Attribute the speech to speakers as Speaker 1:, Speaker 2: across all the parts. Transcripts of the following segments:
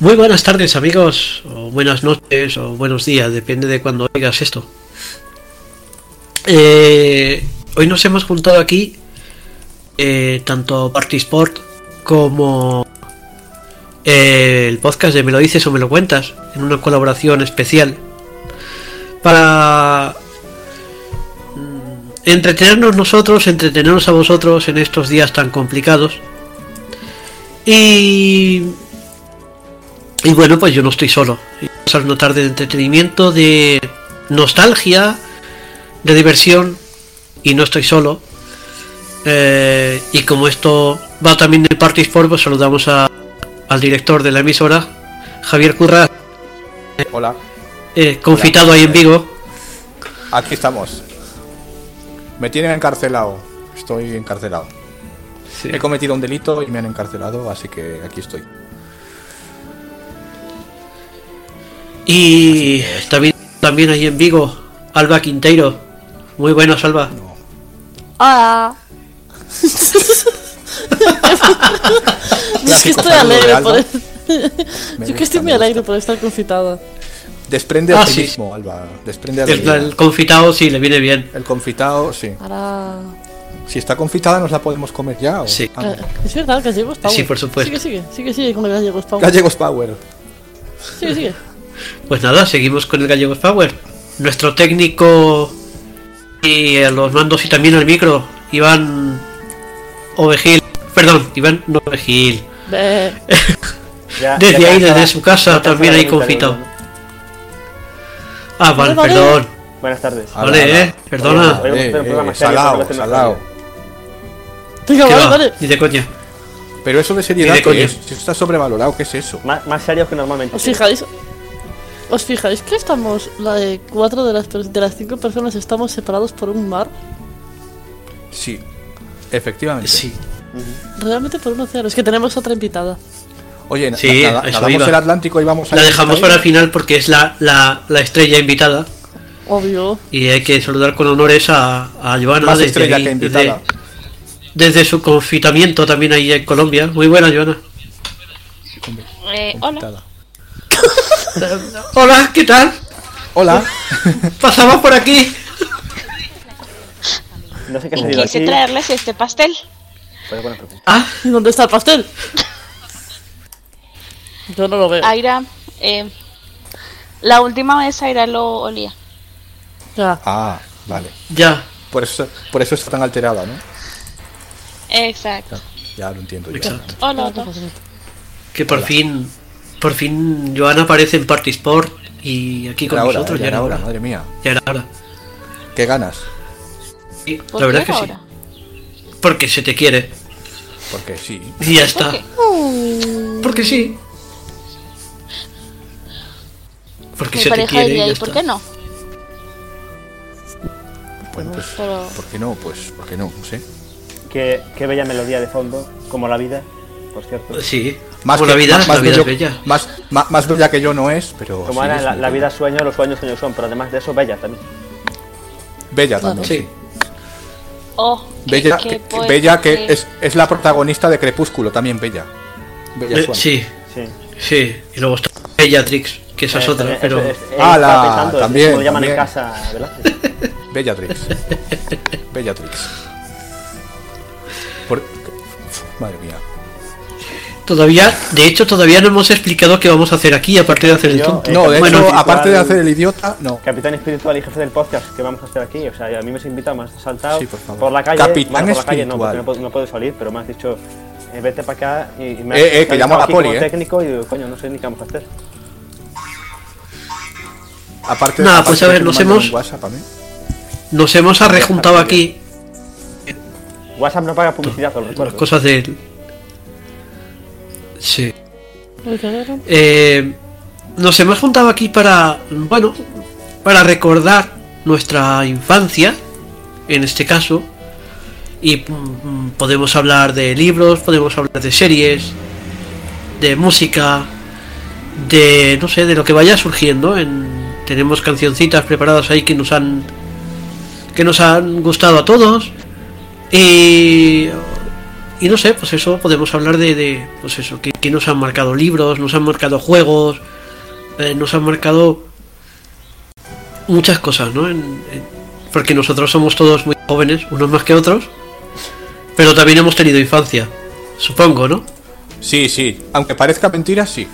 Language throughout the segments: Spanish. Speaker 1: Muy buenas tardes amigos, o buenas noches, o buenos días, depende de cuando oigas esto. Eh, hoy nos hemos juntado aquí, eh, tanto Partisport como eh, el podcast de Me lo dices o me lo cuentas, en una colaboración especial, para mm, entretenernos nosotros, entretenernos a vosotros en estos días tan complicados. Y y bueno, pues yo no estoy solo. Pasar una tarde de entretenimiento, de nostalgia, de diversión. Y no estoy solo. Eh, y como esto va también del Party Sport, pues saludamos a- al director de la emisora, Javier Curra,
Speaker 2: Hola,
Speaker 1: eh, confitado ahí en Vigo.
Speaker 2: aquí estamos. Me tienen encarcelado. Estoy encarcelado. He cometido un delito y me han encarcelado, así que aquí estoy.
Speaker 1: Y también, también ahí en Vigo, Alba Quinteiro. Muy buenas, Alba.
Speaker 3: Hola. Yo es que
Speaker 2: Clásico
Speaker 3: estoy
Speaker 2: saludo de
Speaker 3: alegre
Speaker 2: Alba.
Speaker 3: por
Speaker 2: Me
Speaker 3: Yo que estoy
Speaker 2: gusta,
Speaker 3: muy
Speaker 2: me
Speaker 3: alegre
Speaker 2: gusta.
Speaker 3: por estar confitada.
Speaker 2: Desprende
Speaker 1: Ah, sí.
Speaker 2: optimismo, Alba. Desprende
Speaker 1: El,
Speaker 2: alegría.
Speaker 1: el confitado sí le viene bien.
Speaker 2: El confitado, sí.
Speaker 3: Ahora.
Speaker 2: Si está confitada, ¿nos la podemos comer ya? o-
Speaker 1: Sí.
Speaker 2: Ah, no.
Speaker 3: Es verdad, gallegos Power.
Speaker 1: Sí, por supuesto.
Speaker 3: Sigue, sigue, sigue, sigue con el gallegos Power.
Speaker 2: Gallegos Power.
Speaker 3: sigue, sigue.
Speaker 1: Pues nada, seguimos con el Gallegos Power. Nuestro técnico y a los mandos y también al micro, Iván Ovejil. Perdón, Iván no Ovejil.
Speaker 3: Ve,
Speaker 4: Ya-
Speaker 1: Desde
Speaker 4: ya
Speaker 1: ahí,
Speaker 4: cansaba-
Speaker 1: desde su casa,
Speaker 4: ya cansaba
Speaker 1: también
Speaker 4: de
Speaker 1: ahí
Speaker 4: mi
Speaker 1: confitado.
Speaker 4: saludo.
Speaker 1: Ah, vale,
Speaker 3: vale.
Speaker 1: perdón.
Speaker 4: Buenas tardes.
Speaker 2: Ah,
Speaker 1: Vale,
Speaker 2: Ala, ala.
Speaker 1: eh, perdona.
Speaker 4: Oye,
Speaker 2: Eh,
Speaker 4: pero un programa
Speaker 2: eh,
Speaker 4: serio,
Speaker 2: salao,
Speaker 4: pero que no-
Speaker 2: salao.
Speaker 3: Venga,
Speaker 1: Que
Speaker 3: vale,
Speaker 1: va,
Speaker 3: vale.
Speaker 1: Ni de coña.
Speaker 2: Pero eso de seriedad,
Speaker 1: Ni de
Speaker 2: ¿qué
Speaker 1: coña.
Speaker 2: es? Si está sobrevalorado, ¿qué es eso?
Speaker 4: Más, más serios que normalmente.
Speaker 3: ¿Os fijáis? ¿Os fijáis que estamos, la de cuatro de las, per- de las cinco personas estamos separados por un mar?
Speaker 2: Sí. Efectivamente.
Speaker 1: Sí.
Speaker 3: Realmente por un océano. Es que tenemos otra invitada.
Speaker 2: Oye, na-
Speaker 1: Sí,
Speaker 2: nada-
Speaker 1: eso
Speaker 2: nadamos
Speaker 1: iba.
Speaker 2: el Atlántico y vamos a.
Speaker 1: La dejamos para el final porque es la, la, la estrella invitada.
Speaker 3: Obvio.
Speaker 1: Y hay que saludar con honores a, a Joana
Speaker 2: Más
Speaker 1: desde,
Speaker 2: estrella
Speaker 1: ahí,
Speaker 2: que
Speaker 1: desde,
Speaker 2: invitada.
Speaker 1: desde su confitamiento también ahí en Colombia. Muy buena, Joana.
Speaker 5: Eh,
Speaker 2: Invitada.
Speaker 1: Hola, ¿qué tal?
Speaker 2: Hola.
Speaker 1: Pasamos por aquí.
Speaker 4: No sé qué ha
Speaker 6: Y
Speaker 4: salido
Speaker 6: quise
Speaker 4: aquí,
Speaker 6: traerles este pastel.
Speaker 4: pero bueno, en fin.
Speaker 1: Ah,
Speaker 3: ¿Y dónde está el pastel? Yo no lo veo.
Speaker 6: Aira, eh, la última vez Aira lo olía.
Speaker 3: Ya.
Speaker 2: Ah, vale.
Speaker 1: ya.
Speaker 2: Por eso, por eso está tan alterada, ¿no?
Speaker 6: Exacto.
Speaker 2: Ya, ya lo entiendo. ya.
Speaker 1: Exacto.
Speaker 6: Hola, Otto.
Speaker 1: Que por fin, por fin Joana aparece en Party Sport y aquí con
Speaker 2: Era hora,
Speaker 1: nosotros
Speaker 2: ya era hora,
Speaker 1: hora.
Speaker 2: madre mía.
Speaker 1: Ya era hora.
Speaker 2: Qué ganas.
Speaker 1: Sí,
Speaker 6: ¿Por
Speaker 1: la verdad es
Speaker 6: qué
Speaker 1: que sí.
Speaker 6: ahora?
Speaker 1: Porque se te quiere.
Speaker 2: Porque sí.
Speaker 1: Y ya está. Uh.
Speaker 6: qué?
Speaker 1: Porque sí. Porque
Speaker 6: Mi
Speaker 1: se te
Speaker 6: pareja
Speaker 1: quiere. y
Speaker 6: diría,
Speaker 1: ya
Speaker 6: ¿y por
Speaker 1: está.
Speaker 6: qué no?
Speaker 2: Bueno, pues.
Speaker 6: Pero-
Speaker 2: ¿Por qué no? Pues, ¿por qué no? No sé.
Speaker 4: Qué, qué bella melodía de fondo, como la vida, por cierto.
Speaker 1: Sí. Como la
Speaker 2: que-
Speaker 1: vida, la vida
Speaker 2: bello-
Speaker 1: es bella.
Speaker 2: Más, más, más bella que yo no es, pero.
Speaker 4: Como
Speaker 2: sí,
Speaker 4: era
Speaker 2: es
Speaker 4: la,
Speaker 2: muy
Speaker 4: la
Speaker 2: bella.
Speaker 4: vida sueño, los sueños sueños son, pero además de eso, bella también.
Speaker 2: Bella también.
Speaker 1: Sí.
Speaker 6: Oh, qué-
Speaker 2: Bella,
Speaker 6: qué
Speaker 2: que, que-
Speaker 6: poeta,
Speaker 2: bella que
Speaker 6: qué-
Speaker 2: es, es la protagonista de Crepúsculo, también Bella. Bella
Speaker 1: Eh,
Speaker 2: Swan.
Speaker 1: sí,
Speaker 4: Sí.
Speaker 1: sí. Y luego está Bellatrix, que esa es
Speaker 4: Eh,
Speaker 1: otra,
Speaker 4: también-
Speaker 1: pero.
Speaker 4: es- es-
Speaker 2: ¡Hala!
Speaker 4: estaba pensando, es
Speaker 2: También,
Speaker 4: como lo llaman en
Speaker 2: también.
Speaker 4: casa, Velázquez.
Speaker 2: Bellatrix. Bellatrix. Por- Madre mía.
Speaker 1: Todavía, de hecho, todavía no hemos explicado qué vamos a hacer aquí, aparte de hacer el
Speaker 4: Yo,
Speaker 1: tonto.
Speaker 4: Eh,
Speaker 2: No, de
Speaker 1: bueno,
Speaker 2: hecho,
Speaker 4: igual-
Speaker 2: aparte de hacer el idiota, no.
Speaker 4: Capitán espiritual y jefe del podcast, ¿qué vamos a hacer aquí? O sea, a mí me has invitado, me has saltado
Speaker 2: Sí, por favor.
Speaker 4: la calle.
Speaker 2: Capitán
Speaker 4: bueno, por la calle no,
Speaker 2: espiritual.
Speaker 4: porque no puedo, no puedo salir, pero me has dicho, eh, vete para acá y, y me
Speaker 2: Eh,
Speaker 4: has
Speaker 2: eh, que
Speaker 4: me has
Speaker 2: llamo a la
Speaker 4: dejado aquí como
Speaker 2: poli, eh.
Speaker 4: técnico y digo, coño, no sé ni qué vamos a hacer.
Speaker 2: Aparte,
Speaker 1: Nada,
Speaker 2: aparte
Speaker 1: pues a ver,
Speaker 2: que me
Speaker 1: nos
Speaker 2: mandan
Speaker 1: hemos-
Speaker 2: un WhatsApp a mí.
Speaker 1: Nos hemos arrejuntado aquí
Speaker 4: WhatsApp no paga publicidad, os
Speaker 1: las
Speaker 4: recuerdo.
Speaker 1: cosas del. Sí.
Speaker 3: Uy, qué raro.
Speaker 1: Eh, nos hemos juntado aquí para, bueno, para recordar nuestra infancia, en este caso, y mm, mm, podemos hablar de libros, podemos hablar de series, de música, de, no sé, de lo que vaya surgiendo. En, tenemos cancioncitas preparadas ahí que nos han, que nos han gustado a todos. Y Y no sé, pues eso podemos hablar de, de, pues eso, que, que nos han marcado libros, nos han marcado juegos, eh, nos han marcado muchas cosas, ¿no? En- en- porque nosotros somos todos muy jóvenes, unos más que otros, pero también hemos tenido infancia, supongo, ¿no?
Speaker 2: Sí, sí. Aunque parezca mentira, sí.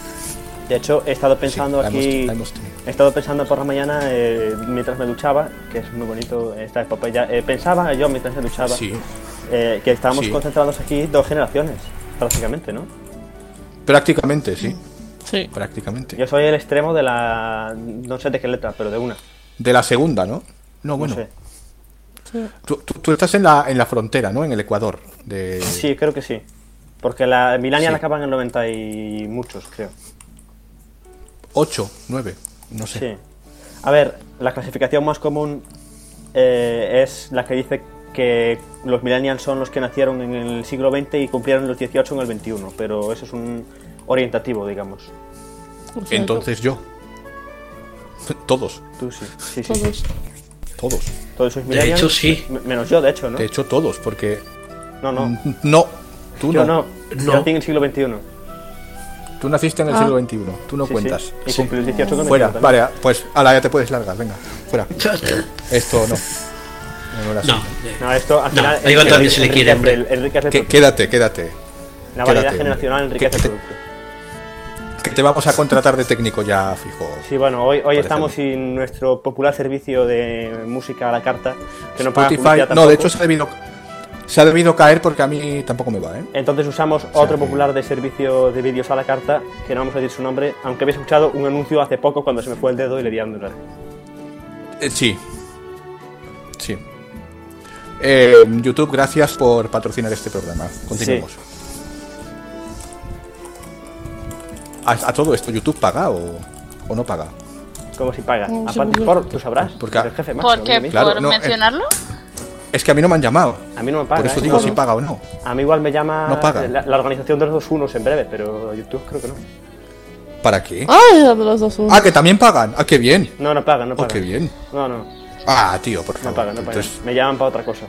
Speaker 4: De hecho, he estado pensando
Speaker 2: la hemos-
Speaker 4: aquí.
Speaker 2: la hemos tenido.
Speaker 4: he estado pensando por la mañana eh, mientras me duchaba, que es muy bonito esta epopeya. eh, pensaba yo mientras me duchaba
Speaker 2: Sí.
Speaker 4: eh, que estábamos
Speaker 2: Sí.
Speaker 4: concentrados aquí dos generaciones, prácticamente, ¿no?
Speaker 2: Prácticamente, sí.
Speaker 3: Sí.
Speaker 2: Prácticamente.
Speaker 4: Yo soy el extremo de la. No sé de qué letra, pero de una.
Speaker 2: De la segunda, ¿no? No, bueno.
Speaker 4: No sé.
Speaker 2: tú, tú- tú estás en la, en la frontera, ¿no? En el Ecuador. De...
Speaker 4: Sí, creo que sí. Porque la Milania
Speaker 2: Sí.
Speaker 4: la acaban en el 90 y muchos, creo.
Speaker 2: 8, 9. No sé.
Speaker 4: Sí. A ver, la clasificación más común eh, es la que dice que los millennials son los que nacieron en el siglo XX y cumplieron los 18 en el XXI, pero eso es un orientativo, digamos.
Speaker 3: O sea,
Speaker 2: Entonces yo. Todos,
Speaker 4: Tú sí, sí, sí.
Speaker 3: Todos.
Speaker 2: todos.
Speaker 4: Todos sois
Speaker 1: De
Speaker 4: millennials.
Speaker 1: hecho, sí.
Speaker 4: me- menos yo, de hecho, ¿no?
Speaker 2: De hecho, todos, porque.
Speaker 4: No, no.
Speaker 2: Mm, No, tú
Speaker 4: Yo
Speaker 2: no.
Speaker 4: no.
Speaker 1: No.
Speaker 4: Yo nací en el siglo XXI.
Speaker 2: Tú naciste en el
Speaker 3: Ah.
Speaker 2: siglo XXI. Tú no
Speaker 4: Sí,
Speaker 2: cuentas.
Speaker 4: sí. Y
Speaker 2: Sí.
Speaker 4: cumplí los 18 con el
Speaker 2: Fuera,
Speaker 4: 21 también.
Speaker 2: vale, pues a la ya te puedes largar, venga, fuera. Esto no. No, no era así.
Speaker 1: No, eh,
Speaker 4: No, esto al
Speaker 1: No,
Speaker 4: final.
Speaker 1: a Iván
Speaker 4: enriquece-
Speaker 1: también se le quiere,
Speaker 4: enriquece el-
Speaker 1: hombre.
Speaker 4: enriquece el
Speaker 2: Qué-
Speaker 4: producto.
Speaker 2: Quédate, quédate.
Speaker 4: La variedad
Speaker 2: quédate,
Speaker 4: generacional
Speaker 2: hombre.
Speaker 4: enriquece el
Speaker 2: Que-
Speaker 4: producto.
Speaker 2: Que te vamos a contratar de técnico ya fijo.
Speaker 4: Sí, bueno, hoy, hoy
Speaker 2: Parece
Speaker 4: estamos
Speaker 2: bien.
Speaker 4: sin nuestro popular servicio de música a la carta, que no paga
Speaker 2: Spotify.
Speaker 4: publicidad
Speaker 2: No, de hecho
Speaker 4: tampoco.
Speaker 2: se ha debido. Se ha debido caer porque a mí tampoco me va, ¿eh?
Speaker 4: Entonces usamos otro popular de servicio de vídeos a la carta, que no vamos a decir su nombre, aunque habéis escuchado un anuncio hace poco cuando se me fue el dedo y le di a anular.
Speaker 2: Eh, sí. Sí. Eh, YouTube, gracias por patrocinar este programa. Continuemos. ¿A, a todo esto YouTube paga o, o no paga?
Speaker 4: Como si paga.
Speaker 3: Mm,
Speaker 4: A
Speaker 3: sí,
Speaker 4: Aparte,
Speaker 3: sí.
Speaker 4: por, tú sabrás.
Speaker 2: Porque-
Speaker 4: tú eres jefe, macho,
Speaker 6: ¿Por qué?
Speaker 4: a, mí,
Speaker 2: Claro,
Speaker 6: ¿Por
Speaker 2: no, eh.
Speaker 6: mencionarlo?
Speaker 2: Es que a mí no me han llamado.
Speaker 4: a mí no me paga.
Speaker 2: por eso
Speaker 4: ¿eh?
Speaker 2: digo
Speaker 4: No,
Speaker 2: si
Speaker 4: no.
Speaker 2: paga o no.
Speaker 4: A mí igual me llama
Speaker 2: No paga.
Speaker 4: La, la organización de los dos unos en breve, pero YouTube creo que no.
Speaker 2: ¿Para qué?
Speaker 3: Ay, dame los dos unos.
Speaker 2: Ah, que también pagan. Ah, qué bien.
Speaker 4: No, no paga, no
Speaker 2: Oh,
Speaker 4: paga.
Speaker 2: qué bien.
Speaker 4: No, no,
Speaker 2: Ah, tío, por favor.
Speaker 4: no paga, no paga.
Speaker 2: Entonces-
Speaker 4: Me llaman para otra cosa.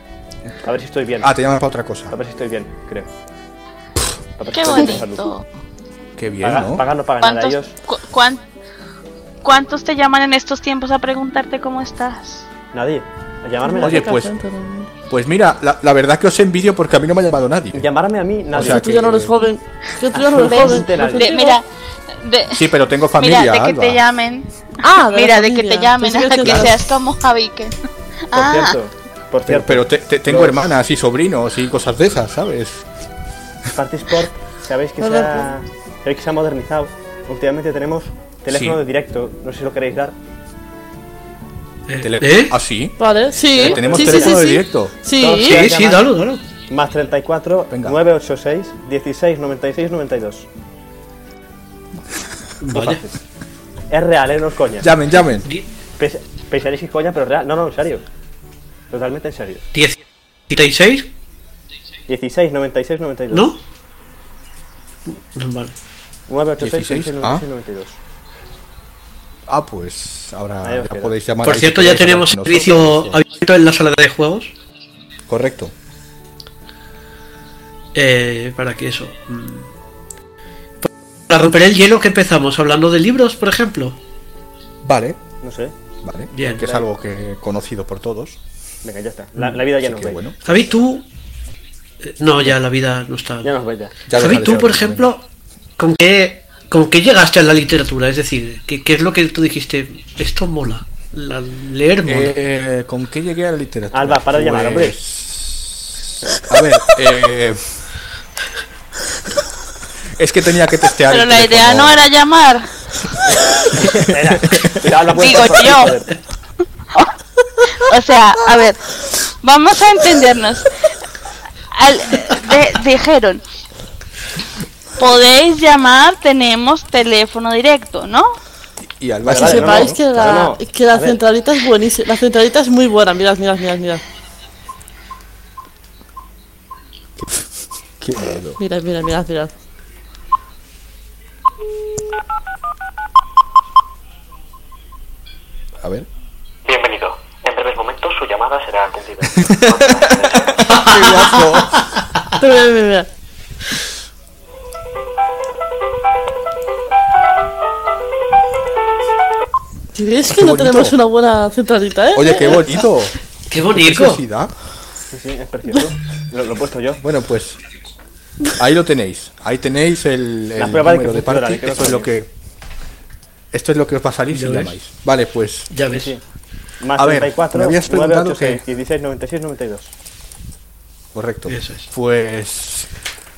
Speaker 4: A ver si estoy bien.
Speaker 2: Ah, te llaman para otra cosa.
Speaker 4: A ver si estoy bien, creo. A ver si
Speaker 6: Qué
Speaker 4: estoy bien de salud.
Speaker 6: bonito.
Speaker 2: Qué bien,
Speaker 4: Paga,
Speaker 2: ¿no?
Speaker 4: paga, no paga nada
Speaker 6: ¿Cuántos,
Speaker 4: ellos.
Speaker 6: cu- cuán- ¿Cuántos te llaman en estos tiempos a preguntarte cómo estás?
Speaker 4: Nadie. A llamarme,
Speaker 2: Oye,
Speaker 4: nadie.
Speaker 2: pues-
Speaker 3: Gente, no.
Speaker 2: Pues mira, la, la verdad que os envidio porque a mí no me ha llamado nadie.
Speaker 4: Llamarme a mí, nadie.
Speaker 2: sea,
Speaker 3: Tú ya no eres
Speaker 2: que-
Speaker 3: joven. Que tú ya no
Speaker 4: ¿Ves?
Speaker 3: eres joven.
Speaker 4: De-
Speaker 3: ¿No te
Speaker 6: De-
Speaker 3: digo?
Speaker 6: mira, de,
Speaker 2: Sí, pero tengo familia.
Speaker 6: mira, de que te
Speaker 2: Alba.
Speaker 6: llamen.
Speaker 3: Ah, de la
Speaker 6: mira, de que
Speaker 3: familia. Pues
Speaker 6: te llamen,
Speaker 3: Pensé que
Speaker 6: a que
Speaker 3: decías-
Speaker 6: seas como Javique.
Speaker 4: Por
Speaker 6: Ah,
Speaker 4: cierto, por
Speaker 2: Pero,
Speaker 4: cierto,
Speaker 2: pero te- te- tengo
Speaker 4: Los-
Speaker 2: hermanas y sobrinos y cosas de esas, ¿sabes?
Speaker 4: Party Sport, sabéis que, se ha,
Speaker 3: Perdón.
Speaker 4: sabéis que se ha modernizado. Últimamente tenemos teléfono
Speaker 2: Sí.
Speaker 4: de directo, no sé si lo queréis dar.
Speaker 2: Tele-
Speaker 1: ¿Eh?
Speaker 2: ¿Ah, sí?
Speaker 3: Vale, sí.
Speaker 2: Pero Eh, tenemos
Speaker 3: sí, sí,
Speaker 2: teléfono
Speaker 3: sí,
Speaker 2: de
Speaker 3: sí.
Speaker 2: directo.
Speaker 3: Sí.
Speaker 1: Sí, sí, dalo, dalo.
Speaker 4: Más 34
Speaker 2: Venga.
Speaker 4: 986 16 96 92.
Speaker 1: Vaya.
Speaker 4: Es real, ¿eh? No es coña.
Speaker 2: Llamen, llamen.
Speaker 1: Die-
Speaker 4: Pens- Pensaréis que es coña, pero es real. No, no, en serio. Totalmente en serio.
Speaker 1: 16,
Speaker 4: 16 96 92.
Speaker 1: ¿no? Vale.
Speaker 2: ¿ah?
Speaker 4: 986
Speaker 2: 16,
Speaker 4: 16 96 92.
Speaker 2: Ah, pues ahora
Speaker 4: Ahí os
Speaker 2: ya
Speaker 4: queda.
Speaker 2: podéis llamar.
Speaker 1: Por
Speaker 2: ahí
Speaker 1: cierto,
Speaker 2: si
Speaker 1: ya
Speaker 2: queréis hablar
Speaker 1: tenemos
Speaker 2: con
Speaker 1: servicio
Speaker 2: nosotros.
Speaker 1: abierto en la sala de juegos.
Speaker 2: Correcto.
Speaker 1: Eh, para que eso. mm. Para romper el hielo que empezamos hablando de libros, por ejemplo.
Speaker 2: Vale,
Speaker 4: No sé.
Speaker 2: vale.
Speaker 1: Bien.
Speaker 2: que es algo que conocido por todos.
Speaker 4: Venga, ya está. La, la vida ya
Speaker 2: así
Speaker 4: nos
Speaker 2: que
Speaker 4: ve.
Speaker 2: bueno.
Speaker 1: Javi, tú. eh, No, ya la vida no está.
Speaker 4: Ya nos ve ya.
Speaker 2: Ya deja
Speaker 1: Javi,
Speaker 2: de
Speaker 1: tú,
Speaker 2: ser
Speaker 1: por
Speaker 2: algo,
Speaker 1: ejemplo, ¿con qué, ¿con qué llegaste a la literatura? Es decir, ¿qué, qué es lo que tú dijiste? Esto mola. La- leer mola.
Speaker 2: Eh, eh, ¿Con qué llegué a la literatura? Pues,
Speaker 4: Alba, para de llamar, hombre.
Speaker 2: A ver, eh, es que tenía que testear.
Speaker 6: pero
Speaker 2: el
Speaker 6: la idea
Speaker 2: teléfono.
Speaker 6: no era llamar.
Speaker 4: Espera, dale la vuelta
Speaker 6: Digo
Speaker 4: por aquí,
Speaker 6: yo.
Speaker 4: joder.
Speaker 6: O sea, a ver, vamos a entendernos. Al- de- dijeron, podéis llamar, tenemos teléfono directo, ¿no?
Speaker 2: Y Alba
Speaker 4: Que
Speaker 3: Que
Speaker 2: sí,
Speaker 4: Vale,
Speaker 3: sepáis
Speaker 4: no,
Speaker 3: que la,
Speaker 4: claro, no.
Speaker 3: que la
Speaker 4: A ver.
Speaker 3: centralita es buenísima. La centralita es muy buena. Mirad, mirad, mirad, mirad.
Speaker 2: qué miedo.
Speaker 3: Mirad, mirad, mirad, mirad.
Speaker 2: A ver.
Speaker 7: Bienvenido. En breves momentos su llamada será atendida.
Speaker 2: Oh. Qué guapo.
Speaker 3: Pero mira, mira, mira. Si ves que
Speaker 2: Qué
Speaker 3: no
Speaker 2: bonito.
Speaker 3: tenemos una buena centralita, ¿eh?
Speaker 2: Oye, qué bonito.
Speaker 1: ¡Qué
Speaker 2: Qué
Speaker 1: bonito!
Speaker 2: preciosidad.
Speaker 4: Sí, sí, es precioso. Lo, lo he puesto yo.
Speaker 2: Bueno, pues ahí lo tenéis. Ahí tenéis el,
Speaker 4: La
Speaker 2: el
Speaker 4: prueba de
Speaker 2: número
Speaker 4: que
Speaker 2: de
Speaker 4: funciona,
Speaker 2: party.
Speaker 4: de que no
Speaker 2: Esto es lo que esto es lo que os va a salir si
Speaker 1: ¿Ya ves?
Speaker 2: llamáis. Vale, pues
Speaker 1: Ya ves.
Speaker 4: Sí. Más
Speaker 2: A ver,
Speaker 4: 34,
Speaker 2: me habías
Speaker 4: 9,
Speaker 2: preguntado
Speaker 4: 8,
Speaker 2: que-
Speaker 4: 6, 16, 96, 92.
Speaker 2: correcto.
Speaker 1: Eso es.
Speaker 2: Pues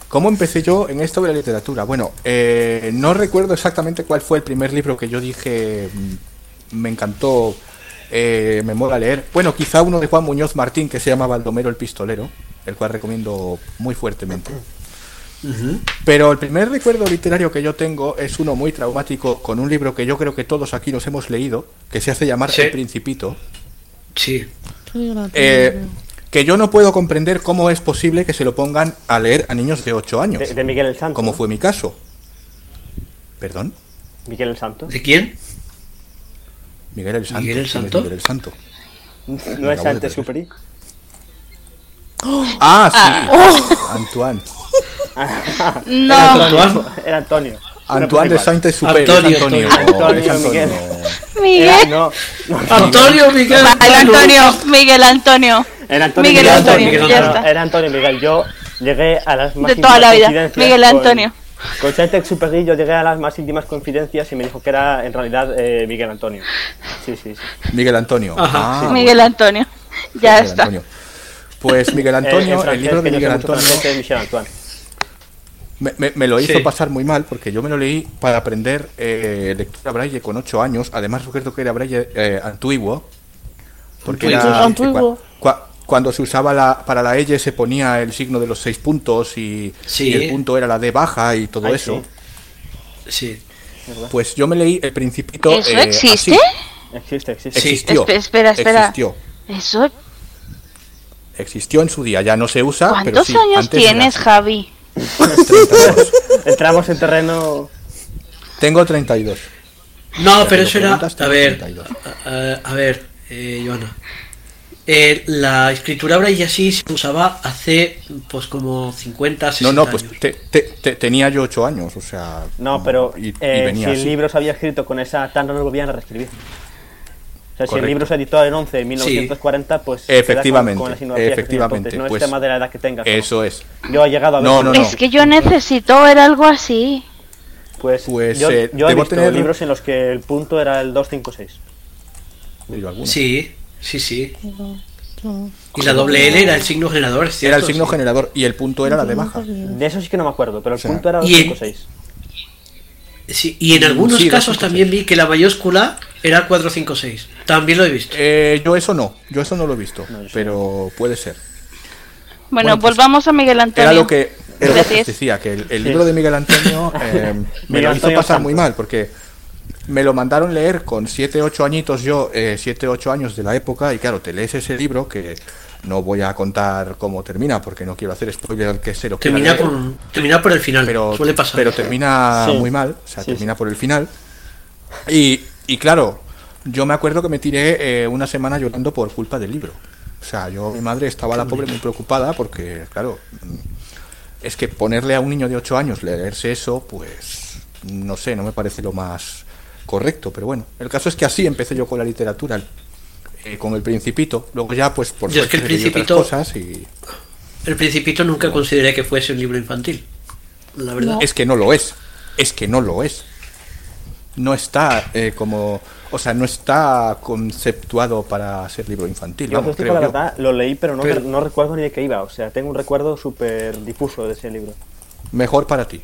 Speaker 2: ¿Cómo empecé yo en esto de la literatura? Bueno, eh, no recuerdo exactamente cuál fue el primer libro que yo dije mm, me encantó, eh, me mola leer. Bueno, quizá uno de Juan Muñoz Martín que se llama Baldomero el Pistolero, el cual recomiendo muy fuertemente. Pero el primer recuerdo literario que yo tengo es uno muy traumático con un libro que yo creo que todos aquí nos hemos leído, que se hace llamar
Speaker 1: Sí.
Speaker 2: El Principito,
Speaker 1: Sí.
Speaker 3: Soy una
Speaker 2: eh,
Speaker 3: tía.
Speaker 2: que yo no puedo comprender cómo es posible que se lo pongan a leer a niños de 8 años,
Speaker 4: De, de Miguel el Santo.
Speaker 2: como
Speaker 4: ¿no?
Speaker 2: fue mi caso. ¿Perdón?
Speaker 4: Miguel el Santo.
Speaker 1: ¿De quién?
Speaker 2: Miguel el Santo.
Speaker 1: ¿Miguel el
Speaker 2: ¿Quién es
Speaker 1: Santo?
Speaker 2: Miguel el Santo.
Speaker 4: ¿No es
Speaker 2: acabo de
Speaker 4: Santo
Speaker 2: perder.
Speaker 4: Superi?
Speaker 2: Ah, sí. Antoine.
Speaker 6: No,
Speaker 1: Era Antoine.
Speaker 4: Era Antonio. Una
Speaker 2: Antoine de
Speaker 4: puta igual.
Speaker 2: Saint-Exupéry.
Speaker 1: Antonio,
Speaker 2: Antonio.
Speaker 4: Antonio.
Speaker 2: Es
Speaker 4: Antonio Miguel. Era,
Speaker 6: Miguel.
Speaker 4: no, no,
Speaker 1: Antonio Miguel.
Speaker 6: Vale, Antonio, Miguel Antonio.
Speaker 4: era Antonio
Speaker 6: Miguel
Speaker 1: Antonio,
Speaker 4: Miguel
Speaker 1: ya
Speaker 4: Antonio.
Speaker 6: está.
Speaker 4: Era Antonio Miguel. Yo llegué a las más
Speaker 6: De toda la vida,
Speaker 4: íntimas
Speaker 6: Miguel
Speaker 4: confidencias
Speaker 6: Antonio.
Speaker 4: Con, con Saint-Exupéry yo llegué a las más íntimas confidencias y me dijo que era en realidad eh, Miguel Antonio. Sí, sí, sí.
Speaker 2: Miguel Antonio.
Speaker 1: Ajá.
Speaker 2: Ah,
Speaker 6: Miguel Antonio. Ya
Speaker 2: Miguel
Speaker 6: está.
Speaker 2: Antonio. Pues Miguel
Speaker 4: Eh, en
Speaker 2: Antonio,
Speaker 4: francés,
Speaker 2: el libro
Speaker 4: que
Speaker 2: de
Speaker 4: yo
Speaker 2: Miguel
Speaker 4: sé mucho
Speaker 2: Antonio
Speaker 4: francés, es Michel Antoine.
Speaker 2: me, me- me lo hizo
Speaker 1: Sí.
Speaker 2: pasar muy mal porque yo me lo leí para aprender eh, lectura braille con 8 años. Además, recuerdo que era braille eh, antiguo. Porque
Speaker 1: Antiguo.
Speaker 2: era,
Speaker 3: Antiguo.
Speaker 2: cua- cua- cuando se usaba la, para la L se ponía el signo de los seis puntos y,
Speaker 1: Sí.
Speaker 2: y el punto era la D baja y todo
Speaker 4: Ay,
Speaker 2: eso.
Speaker 1: Sí.
Speaker 2: Pues yo me leí El Principito.
Speaker 6: ¿Eso
Speaker 2: eh,
Speaker 6: existe?
Speaker 2: así.
Speaker 4: Existe, existe.
Speaker 1: Sí.
Speaker 2: Existió.
Speaker 6: Espe- espera, espera.
Speaker 2: Existió.
Speaker 6: Eso.
Speaker 2: Existió en su día. Ya no se usa. pero
Speaker 6: ¿Cuántos
Speaker 2: sí,
Speaker 6: años
Speaker 2: antes era
Speaker 6: tienes, Javi?
Speaker 2: 32.
Speaker 4: Entramos en terreno.
Speaker 2: Tengo 32.
Speaker 1: No,
Speaker 2: Ya,
Speaker 1: pero
Speaker 2: lo
Speaker 1: eso era.
Speaker 2: preguntas,
Speaker 1: A ver.
Speaker 2: 32.
Speaker 1: A, a- a ver, eh, Joana. Eh, la escritura braille así se usaba hace, pues, como 50, 60
Speaker 2: No, no, pues
Speaker 1: años.
Speaker 2: te- te- te- tenía yo ocho años, o sea.
Speaker 4: No, pero
Speaker 2: y- y
Speaker 4: eh, si
Speaker 2: venía
Speaker 4: el
Speaker 2: así.
Speaker 4: libro se había escrito con esa tanda, no lo volvían a reescribir. O sea, si el
Speaker 2: Correcto.
Speaker 4: libro se editó en 11, en 1940, pues. se queda con-
Speaker 2: Efectivamente,
Speaker 4: con la sinografía que tenía
Speaker 2: efectivamente,
Speaker 4: entonces. No
Speaker 2: pues,
Speaker 4: es tema de la edad que tengas. ¿no?
Speaker 2: Eso es.
Speaker 4: Yo he llegado a ver.
Speaker 2: No, no,
Speaker 6: Es que yo necesito ver algo así.
Speaker 4: Pues,
Speaker 2: Pues,
Speaker 4: yo,
Speaker 2: eh,
Speaker 4: yo he
Speaker 2: debo
Speaker 4: visto
Speaker 2: tener-
Speaker 4: libros en los que el punto era el 256.
Speaker 2: Digo, alguno.
Speaker 1: Sí, sí, sí. Y la doble L era el signo generador, ¿cierto?
Speaker 2: Era el signo
Speaker 1: Sí.
Speaker 2: generador y el punto era la de baja.
Speaker 4: De eso sí que no me acuerdo, pero el
Speaker 2: sea,
Speaker 4: punto era
Speaker 1: y el-
Speaker 4: 256.
Speaker 1: Sí, y en algunos
Speaker 2: mm, Sí,
Speaker 1: casos
Speaker 2: 256.
Speaker 1: también vi que la mayúscula era 456. También lo he visto.
Speaker 2: Eh, yo eso no, yo eso no lo he visto,
Speaker 4: No, yo sí.
Speaker 2: pero puede ser.
Speaker 6: Bueno,
Speaker 2: Bueno, pues,
Speaker 6: volvamos a Miguel Antonio.
Speaker 2: Era lo que, era lo que
Speaker 6: Gracias.
Speaker 2: os decía, que el, el libro de Miguel Antonio eh, me
Speaker 4: Miguel
Speaker 2: lo hizo
Speaker 4: Antonio
Speaker 2: pasar
Speaker 4: Santos.
Speaker 2: muy mal, porque me lo mandaron leer con 7, 8 añitos yo, 7, 8 años de la época, y claro, te lees ese libro que no voy a contar cómo termina, porque no quiero hacer spoiler al que se lo quiera
Speaker 1: Termina,
Speaker 2: leer.
Speaker 1: con, termina por el final,
Speaker 2: pero,
Speaker 1: suele pasar.
Speaker 2: pero termina
Speaker 4: Sí.
Speaker 2: muy mal, o sea,
Speaker 4: Sí,
Speaker 2: termina por el final. Y, y claro, yo me acuerdo que me tiré eh, una semana llorando por culpa del libro. O sea, yo, mi madre estaba la pobre muy preocupada porque, claro, mm, es que ponerle a un niño de 8 años leerse eso, pues, no sé, no me parece lo más correcto, pero bueno, el caso es que así empecé yo con la literatura, eh, con el principito, luego ya, pues, por
Speaker 1: Yo es que El
Speaker 2: suerte leí otras
Speaker 1: Principito-
Speaker 2: cosas y...
Speaker 1: El Principito nunca consideré que fuese un libro infantil. La verdad.
Speaker 2: Es que no lo es. Es que no lo es. No está eh, como. O sea, no está conceptuado para ser libro infantil.
Speaker 4: Yo,
Speaker 2: Vamos,
Speaker 4: os digo la
Speaker 2: creo yo.
Speaker 4: verdad, lo leí, pero no,
Speaker 1: Pero-
Speaker 4: no recuerdo ni de qué iba. O sea, tengo un recuerdo súper difuso de ese libro.
Speaker 2: Mejor para ti.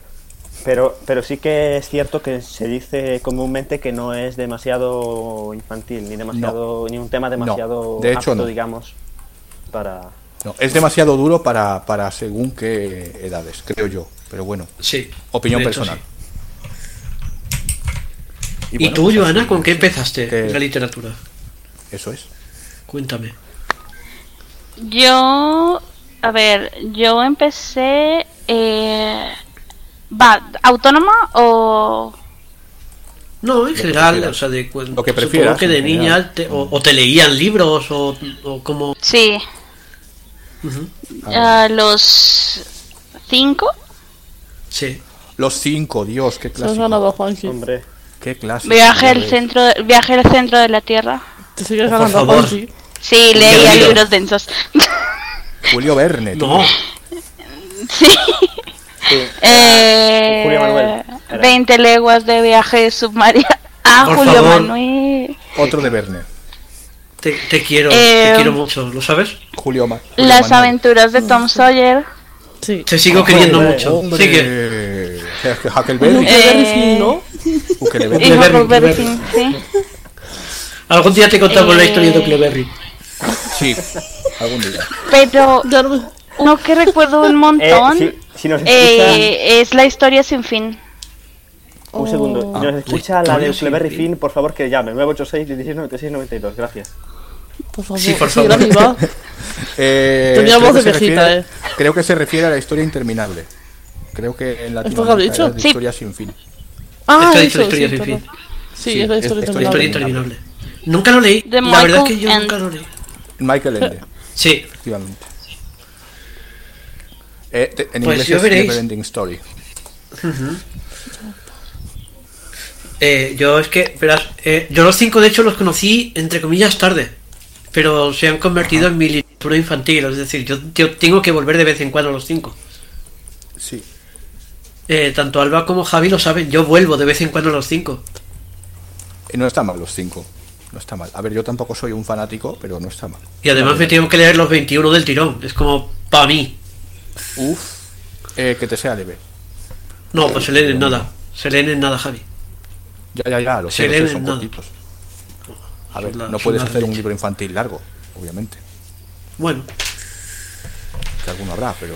Speaker 4: Pero, pero sí que es cierto que se dice comúnmente que no es demasiado infantil, ni demasiado, ni un tema demasiado
Speaker 2: De hecho,
Speaker 4: apto,
Speaker 2: no.
Speaker 4: digamos, para.
Speaker 2: No, es demasiado duro para, para según qué edades, creo yo. Pero bueno,
Speaker 1: Sí.
Speaker 2: opinión
Speaker 1: de hecho,
Speaker 2: personal.
Speaker 1: sí.
Speaker 2: Y
Speaker 1: ¿Y,
Speaker 2: bueno,
Speaker 1: tú,
Speaker 2: pues así,
Speaker 1: Joana, con qué empezaste
Speaker 2: Que-
Speaker 1: en la literatura?
Speaker 2: Eso es.
Speaker 1: Cuéntame.
Speaker 6: Yo, a ver, yo empecé, eh, va, autónoma o
Speaker 1: No, en
Speaker 2: que
Speaker 1: general,
Speaker 2: prefieras.
Speaker 1: o sea, de, cuen-
Speaker 2: Lo que
Speaker 1: supongo
Speaker 2: prefieras,
Speaker 1: que de
Speaker 2: en general.
Speaker 1: niña te- o, o te leían libros o, o como...
Speaker 6: sí,
Speaker 1: Ah, Ujú.
Speaker 6: a los ¿Cinco?
Speaker 1: Sí.
Speaker 2: Los cinco, Dios,
Speaker 3: Se
Speaker 2: qué
Speaker 3: nos
Speaker 2: clásico.
Speaker 3: ganaba Juanqui.
Speaker 4: Hombre,
Speaker 2: Qué clásico.
Speaker 6: Viaje al
Speaker 2: Joder.
Speaker 6: centro, de- viaje al centro de la Tierra.
Speaker 3: Te sigues
Speaker 1: Por
Speaker 3: ganando
Speaker 1: favor.
Speaker 3: Juanqui.
Speaker 6: Sí,
Speaker 1: Ya
Speaker 6: leía
Speaker 1: lo digo.
Speaker 6: libros densos.
Speaker 2: Julio Verne. tú.
Speaker 1: No,
Speaker 6: sí.
Speaker 4: sí.
Speaker 6: Eh,
Speaker 4: Julio Manuel. Era.
Speaker 6: 20 leguas de viaje submarino. Ah,
Speaker 1: Por
Speaker 6: Julio
Speaker 1: favor.
Speaker 6: Manuel.
Speaker 2: Otro de Verne.
Speaker 1: te, te quiero,
Speaker 6: Eh,
Speaker 1: te quiero mucho, ¿lo sabes?
Speaker 2: Julio Ma. Julio
Speaker 6: Las
Speaker 2: Manuel.
Speaker 6: aventuras de Tom Sawyer.
Speaker 3: Mm, Sí.
Speaker 1: Te sigo queriendo
Speaker 4: Hombre,
Speaker 1: mucho.
Speaker 2: Hombre. eh,
Speaker 1: Sigue.
Speaker 2: Huckleberry.
Speaker 6: Eh,
Speaker 3: Huckleberry Finn, ¿no?
Speaker 2: Huckleberry.
Speaker 6: Y
Speaker 1: Huckleberry,
Speaker 6: Huckleberry
Speaker 1: Huckleberry.
Speaker 6: Finn, sí.
Speaker 1: Algún día te contamos la
Speaker 6: Eh,
Speaker 1: historia de Cleberry.
Speaker 2: Sí, algún día.
Speaker 6: Pero
Speaker 3: Ya no me-
Speaker 6: uno que recuerdo un
Speaker 4: Eh,
Speaker 6: montón
Speaker 4: si, si nos escucha,
Speaker 6: eh, es la historia sin fin.
Speaker 4: un segundo, si nos escucha
Speaker 1: Ah,
Speaker 4: la
Speaker 1: Victoria,
Speaker 4: de Cleberry
Speaker 1: sí.
Speaker 4: Finn, por favor que llame, 986 16 96 92, gracias.
Speaker 3: Por favor.
Speaker 1: Sí, por
Speaker 3: gran
Speaker 1: favor.
Speaker 3: rival.
Speaker 2: Eh,
Speaker 3: Tenía
Speaker 2: creo
Speaker 3: voz
Speaker 2: que
Speaker 3: de
Speaker 2: se
Speaker 3: viejita,
Speaker 2: refiere-
Speaker 3: eh.
Speaker 2: Creo que se refiere a la historia interminable. Creo que en
Speaker 3: lo que has
Speaker 2: Latinoamérica
Speaker 3: dicho?
Speaker 2: era de
Speaker 6: Sí.
Speaker 2: historia sin fin.
Speaker 3: Ah,
Speaker 1: Esta es
Speaker 3: eso,
Speaker 1: la historia
Speaker 3: sí,
Speaker 1: sin fin.
Speaker 3: perdón. Sí,
Speaker 2: Sí,
Speaker 3: es la
Speaker 2: es
Speaker 3: historia
Speaker 2: la
Speaker 1: La historia
Speaker 3: interminable.
Speaker 2: Interminable.
Speaker 1: interminable. Nunca lo leí.
Speaker 6: De
Speaker 1: la verdad es
Speaker 6: Michael
Speaker 1: que yo
Speaker 6: and-
Speaker 1: nunca lo leí.
Speaker 2: Michael Ende,
Speaker 1: Sí,
Speaker 2: efectivamente. Eh, te- en
Speaker 1: Pues
Speaker 2: inglés
Speaker 1: ya
Speaker 2: es
Speaker 1: veréis.
Speaker 2: Neverending Story.
Speaker 1: eh, yo es que, verás, eh, yo los cinco de hecho los conocí entre comillas tarde, pero se han convertido en mi literatura infantil, es decir, yo, yo tengo que volver de vez en cuando a los cinco.
Speaker 2: Sí.
Speaker 1: Eh, tanto Alba como Javi lo saben, yo vuelvo de vez en cuando a los cinco.
Speaker 2: Eh, No está mal los cinco. No está mal. A ver, yo tampoco soy un fanático, pero no está mal.
Speaker 1: Y además me tengo que leer los 21 del tirón, es como para mí.
Speaker 2: Uf. Eh, que te sea leve.
Speaker 1: No, pues se leen en nada, se leen en nada, Javi.
Speaker 2: Ya, ya, ya, los
Speaker 1: Se
Speaker 2: sé, lo sé,
Speaker 1: leen
Speaker 2: son
Speaker 1: nada.
Speaker 2: cortitos. A ver,
Speaker 1: Son la-
Speaker 2: no
Speaker 1: son
Speaker 2: puedes
Speaker 1: la
Speaker 2: hacer un
Speaker 1: leche.
Speaker 2: libro infantil largo, obviamente.
Speaker 1: Bueno,
Speaker 2: que alguno habrá, pero.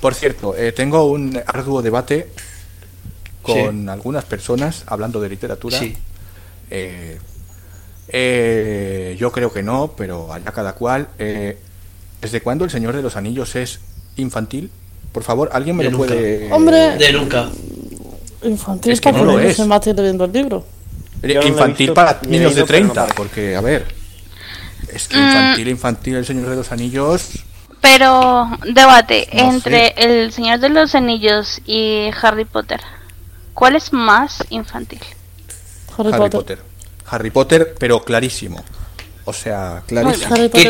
Speaker 2: Por cierto, eh, tengo un arduo debate con algunas personas hablando de literatura.
Speaker 1: sí.
Speaker 2: Eh, eh, yo creo que no, pero allá cada cual. Eh, ¿Desde cuándo El Señor de los Anillos es infantil? Por favor, alguien me
Speaker 1: De
Speaker 2: lo
Speaker 1: nunca.
Speaker 2: puede.
Speaker 3: Hombre.
Speaker 1: De nunca.
Speaker 3: Infantil
Speaker 2: Es que
Speaker 3: para
Speaker 2: no
Speaker 3: que
Speaker 2: lo
Speaker 3: no
Speaker 2: es.
Speaker 3: se mate leyendo el libro.
Speaker 2: Eh,
Speaker 4: Yo no lo he
Speaker 2: infantil
Speaker 4: visto
Speaker 2: para
Speaker 4: ni
Speaker 2: niños de
Speaker 4: leído, pero no
Speaker 2: 30,
Speaker 4: pasa.
Speaker 2: porque, a ver. Es
Speaker 3: Mm.
Speaker 2: que infantil, infantil, El Señor de los Anillos.
Speaker 6: Pero debate
Speaker 2: No
Speaker 6: entre
Speaker 2: sé.
Speaker 6: El Señor de los Anillos y Harry Potter. ¿Cuál es más infantil?
Speaker 3: Harry,
Speaker 2: Harry
Speaker 3: Potter.
Speaker 2: Potter. Harry Potter, pero clarísimo. O sea, clarísimo.
Speaker 3: Harry
Speaker 1: Que
Speaker 3: Potter-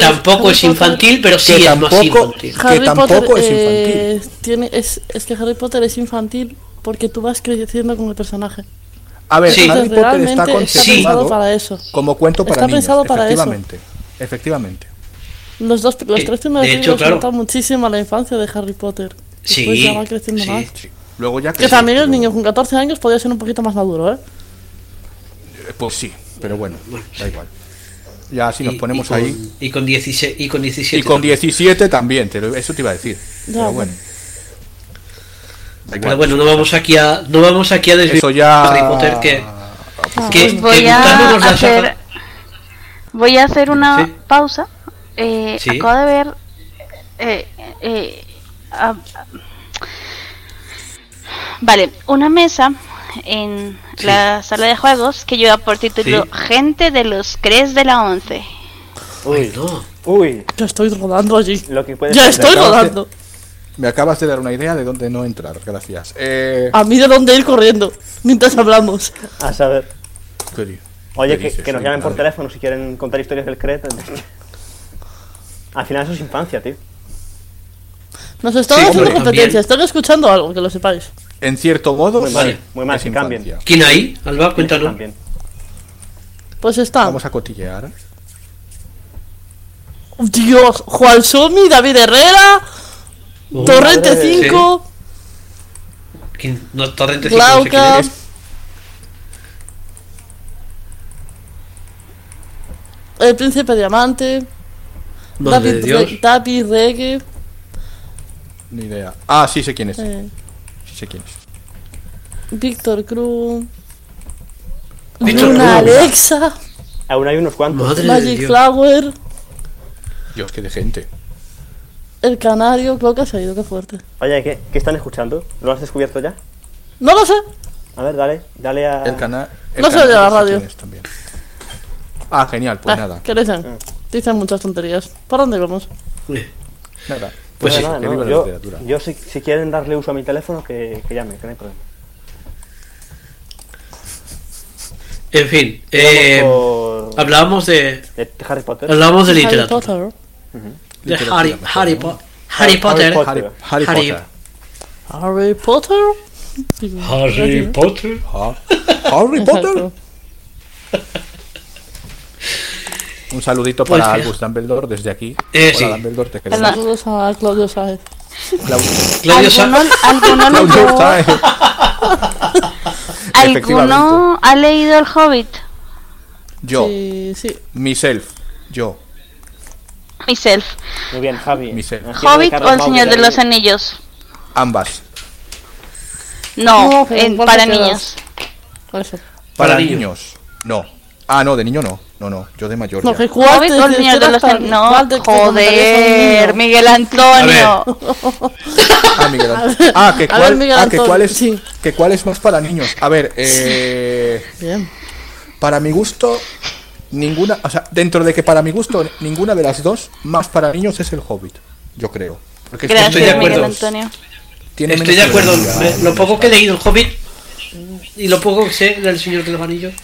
Speaker 3: Harry
Speaker 1: tampoco es
Speaker 3: Potter-
Speaker 1: infantil, pero sí
Speaker 2: Que
Speaker 1: es más
Speaker 2: tampoco-
Speaker 1: infantil.
Speaker 2: que tampoco es
Speaker 3: eh, tiene, es, es que Harry Potter es infantil porque tú vas creciendo con el personaje.
Speaker 2: A ver,
Speaker 1: Sí.
Speaker 2: Harry
Speaker 3: Entonces,
Speaker 2: Potter está
Speaker 3: realmente está
Speaker 2: concebido
Speaker 3: pensado para eso.
Speaker 2: como cuento para
Speaker 3: Está
Speaker 2: niños.
Speaker 3: pensado para eso.
Speaker 2: efectivamente, efectivamente.
Speaker 3: Los, dos, los
Speaker 1: Eh,
Speaker 3: tres primeros
Speaker 1: de hecho,
Speaker 3: libros
Speaker 1: claro.
Speaker 3: notan muchísimo la infancia de Harry Potter.
Speaker 1: Sí,
Speaker 3: Después ya va creciendo
Speaker 1: sí.
Speaker 3: más.
Speaker 2: Sí. Luego ya
Speaker 3: Que también el
Speaker 2: pero-
Speaker 3: niño con 14 años podría ser un poquito más maduro, ¿eh?
Speaker 2: eh, Pues sí, pero bueno, da igual. Ya si nos
Speaker 1: Y-
Speaker 2: ponemos
Speaker 1: y con-
Speaker 2: ahí.
Speaker 1: Y con 16 y con 17.
Speaker 2: Y con
Speaker 1: también.
Speaker 2: 17 también, te lo- eso te iba a decir.
Speaker 3: Ya,
Speaker 2: pero bueno.
Speaker 3: bueno.
Speaker 2: Da
Speaker 1: Pero
Speaker 2: igual.
Speaker 1: bueno, no vamos aquí a no vamos aquí a desviar
Speaker 2: Eso ya- Ah.
Speaker 1: Harry Potter que que,
Speaker 6: Pues voy
Speaker 1: que Gustavo
Speaker 6: a
Speaker 1: nos la saca-
Speaker 6: hacer voy a hacer una
Speaker 1: Sí.
Speaker 6: pausa Eh,
Speaker 1: Sí.
Speaker 6: acabo de ver eh, eh, ah, ah. vale una mesa en
Speaker 1: Sí.
Speaker 6: la sala de juegos que lleva por título
Speaker 1: Sí.
Speaker 6: gente de los cres de la once
Speaker 1: Ay,
Speaker 4: Uy,
Speaker 1: no.
Speaker 4: uy,
Speaker 3: Ya estoy rodando allí.
Speaker 4: lo que puede
Speaker 3: Ya
Speaker 4: ser.
Speaker 3: estoy
Speaker 2: acabas de-
Speaker 3: rodando.
Speaker 2: Me acabas de dar una idea de dónde no entrar, gracias. Eh,
Speaker 3: A mí de dónde ir corriendo mientras hablamos.
Speaker 4: A saber.
Speaker 2: ¿qué di-
Speaker 4: Oye,
Speaker 2: qué
Speaker 4: que,
Speaker 2: dices?
Speaker 4: que nos
Speaker 2: Sí,
Speaker 4: llamen por
Speaker 2: madre.
Speaker 4: teléfono si quieren contar historias del CRET. Al final eso es infancia, tío.
Speaker 3: Nos están
Speaker 1: Sí,
Speaker 3: haciendo
Speaker 1: hombre,
Speaker 3: competencia,
Speaker 1: también.
Speaker 3: están escuchando algo, que lo sepáis.
Speaker 2: En cierto modo,
Speaker 4: Muy mal,
Speaker 2: sí,
Speaker 4: muy mal,
Speaker 2: es
Speaker 4: que cambien.
Speaker 2: infancia.
Speaker 1: ¿Quién hay? Alba, cuéntanos.
Speaker 4: También.
Speaker 3: Pues está.
Speaker 2: Vamos a cotillear. ¿eh?
Speaker 3: Dios, Juan Somi, David Herrera,
Speaker 1: Oh,
Speaker 3: Torrente
Speaker 4: madre.
Speaker 3: 5,
Speaker 1: ¿Quién? No, Torrente sí, no sé quién
Speaker 3: Glauca.
Speaker 1: eres.
Speaker 3: El Príncipe Diamante,
Speaker 1: Madre de
Speaker 3: David,
Speaker 1: Dios.
Speaker 3: Re- David Reggae,
Speaker 2: Ni idea. Ah, sí sé quién es.
Speaker 3: eh,
Speaker 2: Sí sé quién es.
Speaker 3: Víctor Cruz,
Speaker 1: Víctor
Speaker 3: Luna
Speaker 1: Cruz.
Speaker 3: Alexa,
Speaker 4: Aún hay unos cuantos.
Speaker 1: Madre de
Speaker 3: Magic
Speaker 1: Dios.
Speaker 3: Flower,
Speaker 2: Dios, qué de gente.
Speaker 3: El Canario, creo que se ha ido, qué fuerte.
Speaker 4: Oye, ¿qué, qué están escuchando? ¿Lo has descubierto ya?
Speaker 3: No lo sé,
Speaker 4: A ver, dale, dale a.
Speaker 2: El canal.
Speaker 3: No se oye la radio.
Speaker 2: También. Ah, genial, pues
Speaker 3: Ah,
Speaker 2: nada.
Speaker 3: ¿qué dicen? Dicen muchas tonterías. ¿Para dónde vamos?
Speaker 1: Eh,
Speaker 2: Nada.
Speaker 1: Pues
Speaker 4: No,
Speaker 1: sí,
Speaker 4: nada,
Speaker 2: que
Speaker 4: no,
Speaker 2: viva la
Speaker 4: yo,
Speaker 2: literatura.
Speaker 4: yo si, si quieren darle uso a mi teléfono, que, que llamen, que no hay problema.
Speaker 1: En fin,
Speaker 4: Vamos
Speaker 1: eh,
Speaker 4: por-
Speaker 1: hablábamos de
Speaker 4: de Harry Potter.
Speaker 1: hablábamos de
Speaker 3: Harry
Speaker 1: literatura,
Speaker 3: Potter.
Speaker 1: de
Speaker 2: Literatura,
Speaker 1: Harry,
Speaker 2: mejor,
Speaker 1: Harry,
Speaker 2: ¿no?
Speaker 1: Po- Harry Potter,
Speaker 4: Potter.
Speaker 2: Harry, Harry
Speaker 1: Harry.
Speaker 2: Potter.
Speaker 3: Harry Potter. Digo,
Speaker 1: Harry
Speaker 3: gracias.
Speaker 1: Potter.
Speaker 2: Ah, Harry Potter.
Speaker 3: Exacto.
Speaker 2: Un saludito
Speaker 1: Pues
Speaker 2: para
Speaker 1: sí.
Speaker 2: Albus Dumbledore desde aquí.
Speaker 1: Eh,
Speaker 2: Hola,
Speaker 1: sí.
Speaker 2: Dumbledore, te queremos.
Speaker 6: Hola.
Speaker 3: Saludos a Claudio Sáez.
Speaker 2: Clau-
Speaker 1: Claudio
Speaker 6: ¿Alguno,
Speaker 1: Sánchez.
Speaker 6: alguno, lo-
Speaker 2: Claudio Sáenz.
Speaker 6: alguno ha leído El Hobbit?
Speaker 2: Yo,
Speaker 3: Sí, sí.
Speaker 2: myself, yo.
Speaker 6: Myself.
Speaker 4: Muy bien, Javi.
Speaker 2: Mi ser.
Speaker 4: Nos quiere
Speaker 6: ¿Hobbit
Speaker 4: dejar
Speaker 6: o El
Speaker 4: Mau
Speaker 6: Señor de
Speaker 4: Villarreal.
Speaker 6: los Anillos?
Speaker 2: Ambas.
Speaker 6: No,
Speaker 3: No, pero
Speaker 6: en-
Speaker 3: ¿cuál
Speaker 6: para
Speaker 3: te quedas?
Speaker 6: niños.
Speaker 3: Eso.
Speaker 2: Para,
Speaker 1: Para niños.
Speaker 2: niños. No. Ah, no, de niño no. No, no. Yo de mayor.
Speaker 3: No,
Speaker 2: ya.
Speaker 3: que
Speaker 6: ¿Hobbit
Speaker 3: cuarto
Speaker 6: o El Señor de los Anillos? No, joder, Miguel Antonio.
Speaker 2: Ah, Miguel Antonio.
Speaker 3: ver.
Speaker 2: Ah, que
Speaker 3: A ver,
Speaker 2: cuál,
Speaker 3: Miguel
Speaker 2: ah, que
Speaker 3: Antonio,
Speaker 2: cuál es,
Speaker 3: sí.
Speaker 2: que cuál es más para niños. A ver, eh,
Speaker 3: Bien.
Speaker 2: para mi gusto ninguna, o sea, dentro de que para mi gusto ninguna de las dos más para niños es el Hobbit, yo creo. Porque es que
Speaker 1: Estoy de
Speaker 6: Gracias, Miguel
Speaker 1: acuerdo.
Speaker 6: Antonio.
Speaker 2: tiene
Speaker 1: Estoy de
Speaker 2: menos
Speaker 1: acuerdo.
Speaker 2: teoría.
Speaker 1: me- Lo poco que he leído el Hobbit y lo poco que sé del Señor de los Anillos,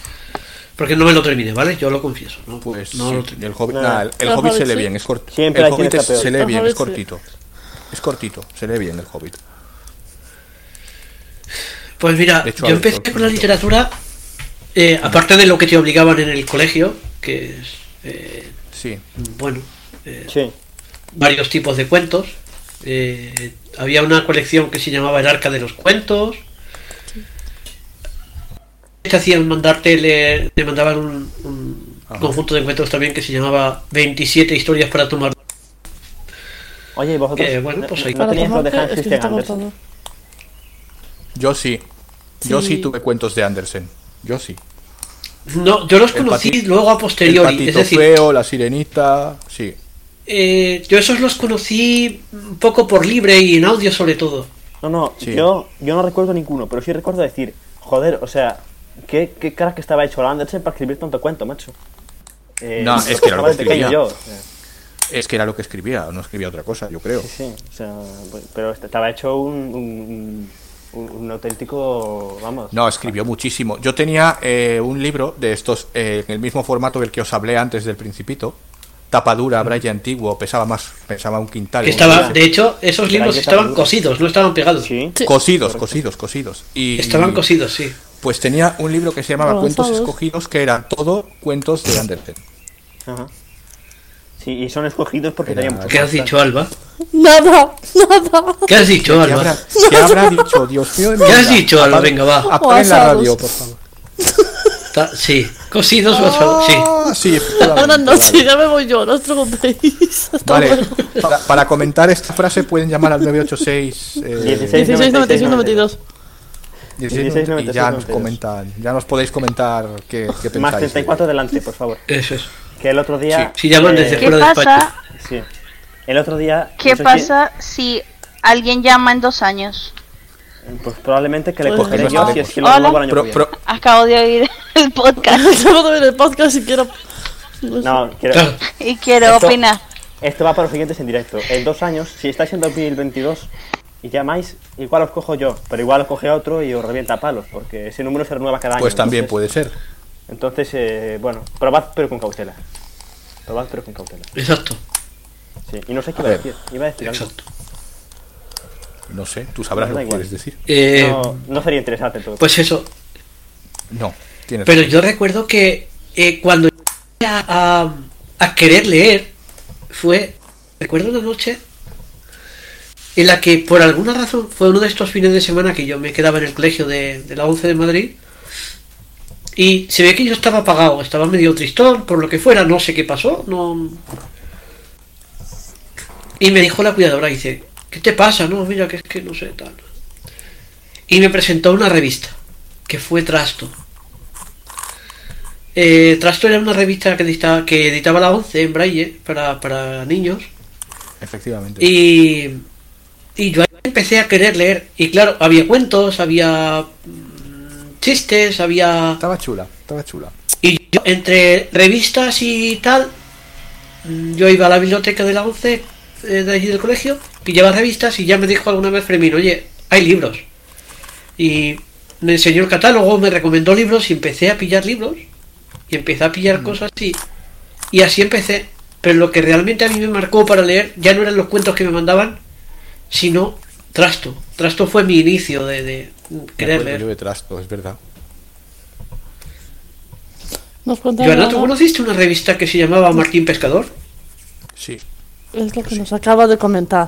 Speaker 1: porque no me lo terminé, ¿vale? Yo lo confieso. No,
Speaker 2: Pues sí,
Speaker 1: no lo terminé.
Speaker 2: el Hobbit,
Speaker 4: No,
Speaker 2: nada, el, el
Speaker 3: El
Speaker 2: Hobbit se
Speaker 3: Hobbit
Speaker 2: lee
Speaker 3: sí.
Speaker 2: bien, es cortito.
Speaker 4: Siempre
Speaker 2: el
Speaker 4: hay quien
Speaker 2: Hobbit
Speaker 4: está
Speaker 2: es-
Speaker 4: peor.
Speaker 2: se lee
Speaker 3: El
Speaker 2: bien,
Speaker 3: Hobbit
Speaker 2: es
Speaker 3: sí.
Speaker 2: cortito. Es cortito, se lee bien el Hobbit.
Speaker 1: Pues mira,
Speaker 2: De hecho,
Speaker 1: yo
Speaker 2: hay
Speaker 1: empecé
Speaker 2: otro
Speaker 1: con la
Speaker 2: punto.
Speaker 1: literatura, eh, aparte de lo que te obligaban en el colegio, que es, eh,
Speaker 2: Sí.
Speaker 1: bueno, eh,
Speaker 4: Sí.
Speaker 1: varios tipos de cuentos. Eh, había una colección que se llamaba El Arca de los Cuentos. Te hacían mandarte, leer- te mandaban un, un
Speaker 2: Ajá.
Speaker 1: conjunto de cuentos también que se llamaba 27 historias para tomar.
Speaker 4: Oye, ¿y vosotros?
Speaker 1: Eh, bueno, pues ahí-
Speaker 4: ¿No
Speaker 3: Para
Speaker 4: tenías lo de
Speaker 3: tomarte,
Speaker 4: Hans
Speaker 3: es que se
Speaker 4: Christian
Speaker 3: está
Speaker 4: Andersen?
Speaker 3: cortando.
Speaker 2: Yo sí. Yo sí
Speaker 3: Sí.
Speaker 2: tuve cuentos de Andersen. Yo sí.
Speaker 1: No, yo los
Speaker 2: El
Speaker 1: conocí
Speaker 2: pati-
Speaker 1: luego a
Speaker 2: El
Speaker 1: posteriori, es
Speaker 2: patito
Speaker 1: decir,
Speaker 2: feo, la sirenita, sí.
Speaker 1: eh, yo esos los conocí un poco por libre y en audio sobre todo.
Speaker 4: No, no,
Speaker 2: Sí.
Speaker 4: yo, yo no recuerdo ninguno, pero sí recuerdo decir, joder, o sea, ¿qué, qué cara que estaba hecho el Andersen para escribir tanto cuento, macho? Eh,
Speaker 2: No, es que era lo
Speaker 4: estaba
Speaker 2: que
Speaker 4: de pequeño
Speaker 2: escribía.
Speaker 4: yo. o sea,
Speaker 2: Es que era lo que escribía, no escribía otra cosa, yo creo.
Speaker 4: Sí, sí, o sea, pues, pero est- estaba hecho un, un, un- un auténtico, vamos.
Speaker 2: No, escribió muchísimo. Yo tenía eh, un libro de estos, eh, en el mismo formato del que os hablé antes del Principito. Tapadura, braille antiguo, pesaba más, pesaba un quintal.
Speaker 1: Que estaba,
Speaker 4: sí.
Speaker 1: de hecho, esos libros
Speaker 4: Galleta
Speaker 1: estaban
Speaker 4: madura.
Speaker 1: cosidos, no estaban pegados.
Speaker 4: Sí,
Speaker 3: Sí.
Speaker 2: Cosidos, cosidos, cosidos. Y,
Speaker 1: Estaban cosidos, sí.
Speaker 2: Pues tenía un libro que se llamaba
Speaker 3: Avanzados.
Speaker 2: Cuentos Escogidos, que eran todo cuentos de Andersen.
Speaker 4: ajá. Sí, y son escogidos porque
Speaker 2: Era-
Speaker 4: tenían mucho
Speaker 1: ¿Qué has dicho, Alba?
Speaker 3: Nada, nada.
Speaker 1: ¿Qué has dicho,
Speaker 2: ¿Qué
Speaker 1: Alba?
Speaker 2: habrá, qué habrá dicho? Dios mío de mi
Speaker 1: ¿Qué has
Speaker 2: vida.
Speaker 1: dicho, Alba?
Speaker 2: Apague-
Speaker 1: Venga, va.
Speaker 2: apaguen la
Speaker 3: Avanzados.
Speaker 2: radio, por favor.
Speaker 1: Ta- sí, cosidos basados, sí.
Speaker 2: Ah, sí, efectivamente,
Speaker 3: Buenas noches,
Speaker 2: vale.
Speaker 3: ya me voy yo, no os preocupéis. Hasta
Speaker 2: Vale,
Speaker 3: luego.
Speaker 2: para, para comentar esta frase pueden llamar al 986 eh,
Speaker 4: 16.
Speaker 3: 16, 96, 92.
Speaker 2: 16,
Speaker 4: 16,
Speaker 2: y ya
Speaker 4: 96.
Speaker 2: nos comentan, ya nos podéis comentar qué, qué pensáis.
Speaker 4: Más 34 delante, por favor.
Speaker 1: Eso es.
Speaker 4: Que el otro día... Eh,
Speaker 1: Sí, llaman desde
Speaker 6: ¿Qué
Speaker 1: fuera de España.
Speaker 6: pasa?
Speaker 4: Sí. El otro día...
Speaker 6: ¿Qué
Speaker 4: no
Speaker 1: ¿Pues
Speaker 4: sé
Speaker 6: pasa si alguien llama en dos años?
Speaker 4: quién- Pues probablemente que le
Speaker 3: Pues
Speaker 4: cogeré
Speaker 2: no
Speaker 4: yo si
Speaker 2: sabemos.
Speaker 4: es que lo hago el año que
Speaker 2: Pro-
Speaker 4: viene.
Speaker 2: pro-
Speaker 6: Acabo de oír el podcast
Speaker 3: Acabo de ver el podcast y quiero. No sé.
Speaker 4: No, quiero...
Speaker 1: Claro,
Speaker 6: y quiero
Speaker 4: Esto-
Speaker 6: opinar.
Speaker 4: Esto va para los siguientes en directo. En dos años, si estáis en 2022 y llamáis, igual os cojo yo, pero igual os coge otro y os revienta a palos, porque ese número se renueva cada año.
Speaker 2: Pues también puede
Speaker 4: entonces,
Speaker 2: ser.
Speaker 4: Entonces, eh, bueno, probad pero con cautela. Probad pero con cautela.
Speaker 1: exacto,
Speaker 4: Sí, y no sé
Speaker 2: A
Speaker 4: qué iba a
Speaker 2: ver.
Speaker 4: decir. Iba a decir algo.
Speaker 1: exacto.
Speaker 2: No sé, tú sabrás
Speaker 4: Da
Speaker 2: lo que
Speaker 4: igual.
Speaker 2: quieres decir.
Speaker 1: Eh,
Speaker 4: No, no sería interesante todo.
Speaker 1: Pues eso.
Speaker 2: No, tienes.
Speaker 1: Pero yo recuerdo que eh, cuando llegué a, a- a querer leer, fue. Recuerdo una noche en la que, por alguna razón, fue uno de estos fines de semana que yo me quedaba en el colegio de, de la 11 de Madrid. Y se ve que yo estaba apagado, estaba medio tristón, por lo que fuera, no sé qué pasó, no. Y me dijo la cuidadora, dice, ¿qué te pasa? No, mira, que es que no sé, tal. Y me presentó una revista, que fue Trasto. Eh, Trasto era una revista que editaba, que editaba la 11 en braille para, para niños.
Speaker 2: Efectivamente.
Speaker 1: Y, y yo ahí empecé a querer leer. Y claro, había cuentos, había mm, chistes, había...
Speaker 2: Estaba chula, estaba chula.
Speaker 1: Y yo, entre revistas y tal, mm, yo iba a la biblioteca de la 11, eh, de allí del colegio que lleva revistas y ya me dijo alguna vez Fermín, oye, hay libros. Y me enseñó el catálogo, me recomendó libros y empecé a pillar libros. Y empecé a
Speaker 2: Mm.
Speaker 1: pillar cosas y, y así empecé. Pero lo que realmente a mí me marcó para leer ya no eran los cuentos que me mandaban, sino Trasto. Trasto fue mi inicio de, de
Speaker 2: Me
Speaker 1: querer
Speaker 2: acuerdo yo
Speaker 1: leer.
Speaker 2: de trasto, es verdad.
Speaker 3: Nos contaron.
Speaker 1: Joana, ¿tú
Speaker 3: ahora-
Speaker 1: conociste una revista que se llamaba Martín Pescador?
Speaker 2: Sí.
Speaker 3: Es lo que nos acaba de comentar.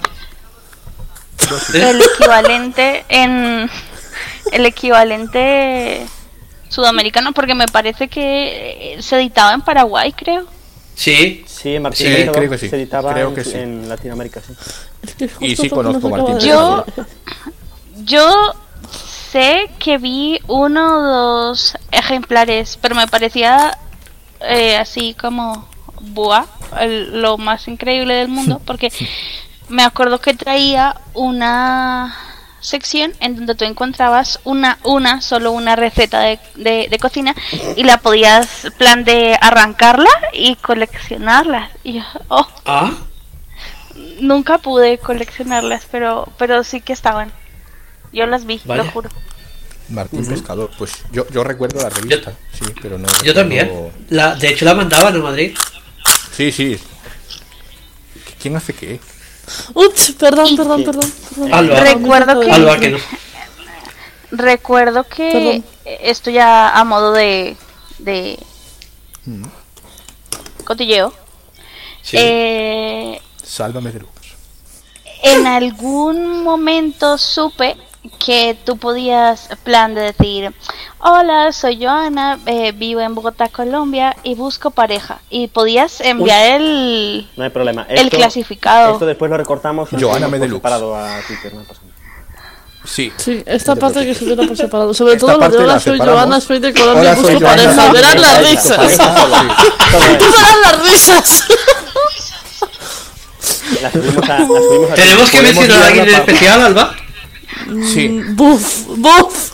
Speaker 1: ¿Eh?
Speaker 6: El equivalente en. El equivalente sudamericano, porque me parece que eh, se editaba en Paraguay, creo.
Speaker 1: Sí,
Speaker 4: Sí, Martín
Speaker 1: Sí,
Speaker 4: Pescador
Speaker 2: creo que sí.
Speaker 4: se editaba
Speaker 2: Creo
Speaker 4: en,
Speaker 2: que sí.
Speaker 4: en Latinoamérica, sí.
Speaker 3: Es que justo
Speaker 2: Y sí
Speaker 3: es lo que nos
Speaker 2: conozco a
Speaker 3: acaba
Speaker 2: Martín
Speaker 3: de
Speaker 6: Yo-
Speaker 3: decir.
Speaker 6: Yo sé que vi uno o dos ejemplares, pero me parecía eh, así como buah, el- lo más increíble del mundo, porque me acuerdo que traía una sección en donde tú encontrabas una, una, solo una receta de, de- de cocina y la podías, plan de arrancarla y coleccionarla. Y yo, oh,
Speaker 1: ah,
Speaker 6: nunca pude coleccionarlas, pero, pero sí que estaban. Yo las vi,
Speaker 1: Vaya.
Speaker 6: lo juro.
Speaker 2: Martín Pescador, pues yo, yo recuerdo la revista, sí, pero no.
Speaker 1: yo también.
Speaker 2: recuerdo-
Speaker 1: La, de hecho, la mandaban a Madrid.
Speaker 2: Sí, sí. ¿Quién hace qué?
Speaker 3: Ups, perdón, perdón, perdón. perdón.
Speaker 1: Alba.
Speaker 6: Recuerdo que-
Speaker 1: Alba, que no.
Speaker 6: Recuerdo que
Speaker 3: Perdón.
Speaker 6: eh, esto ya a modo de, de
Speaker 1: Mm.
Speaker 6: cotilleo.
Speaker 1: Sí.
Speaker 6: eh,
Speaker 2: Sálvame de luz.
Speaker 6: en algún momento supe que tú podías plan de decir, hola, soy Joana, eh, vivo en Bogotá, Colombia y busco pareja. Y podías enviar el...
Speaker 4: No hay problema.
Speaker 6: El clasificado.
Speaker 4: Esto después lo recortamos. y lo
Speaker 2: Joana
Speaker 4: subimos por
Speaker 2: Medelux.
Speaker 4: separado a Twitter, no pasa nada.
Speaker 2: Sí.
Speaker 3: Sí, esta parte que se queda por separado. Sobre
Speaker 2: pues, Esta
Speaker 3: todo lo de
Speaker 2: parte la
Speaker 3: hola, soy
Speaker 2: separamos.
Speaker 3: Joana, soy de Colombia,
Speaker 2: Hola, soy
Speaker 3: busco
Speaker 2: Joana,
Speaker 3: pareja.
Speaker 2: soy
Speaker 3: Verán
Speaker 2: de
Speaker 3: las
Speaker 2: Colombia,
Speaker 3: risas.
Speaker 2: busco pareja, sí.
Speaker 3: Verán las risas.
Speaker 4: La subimos a, la subimos a
Speaker 1: ¿Tenemos que
Speaker 2: Podemos
Speaker 1: mencionar a alguien en
Speaker 2: liarla, Pablo.
Speaker 1: especial, Alba?
Speaker 2: Sí.
Speaker 3: Mm, Buf, buf.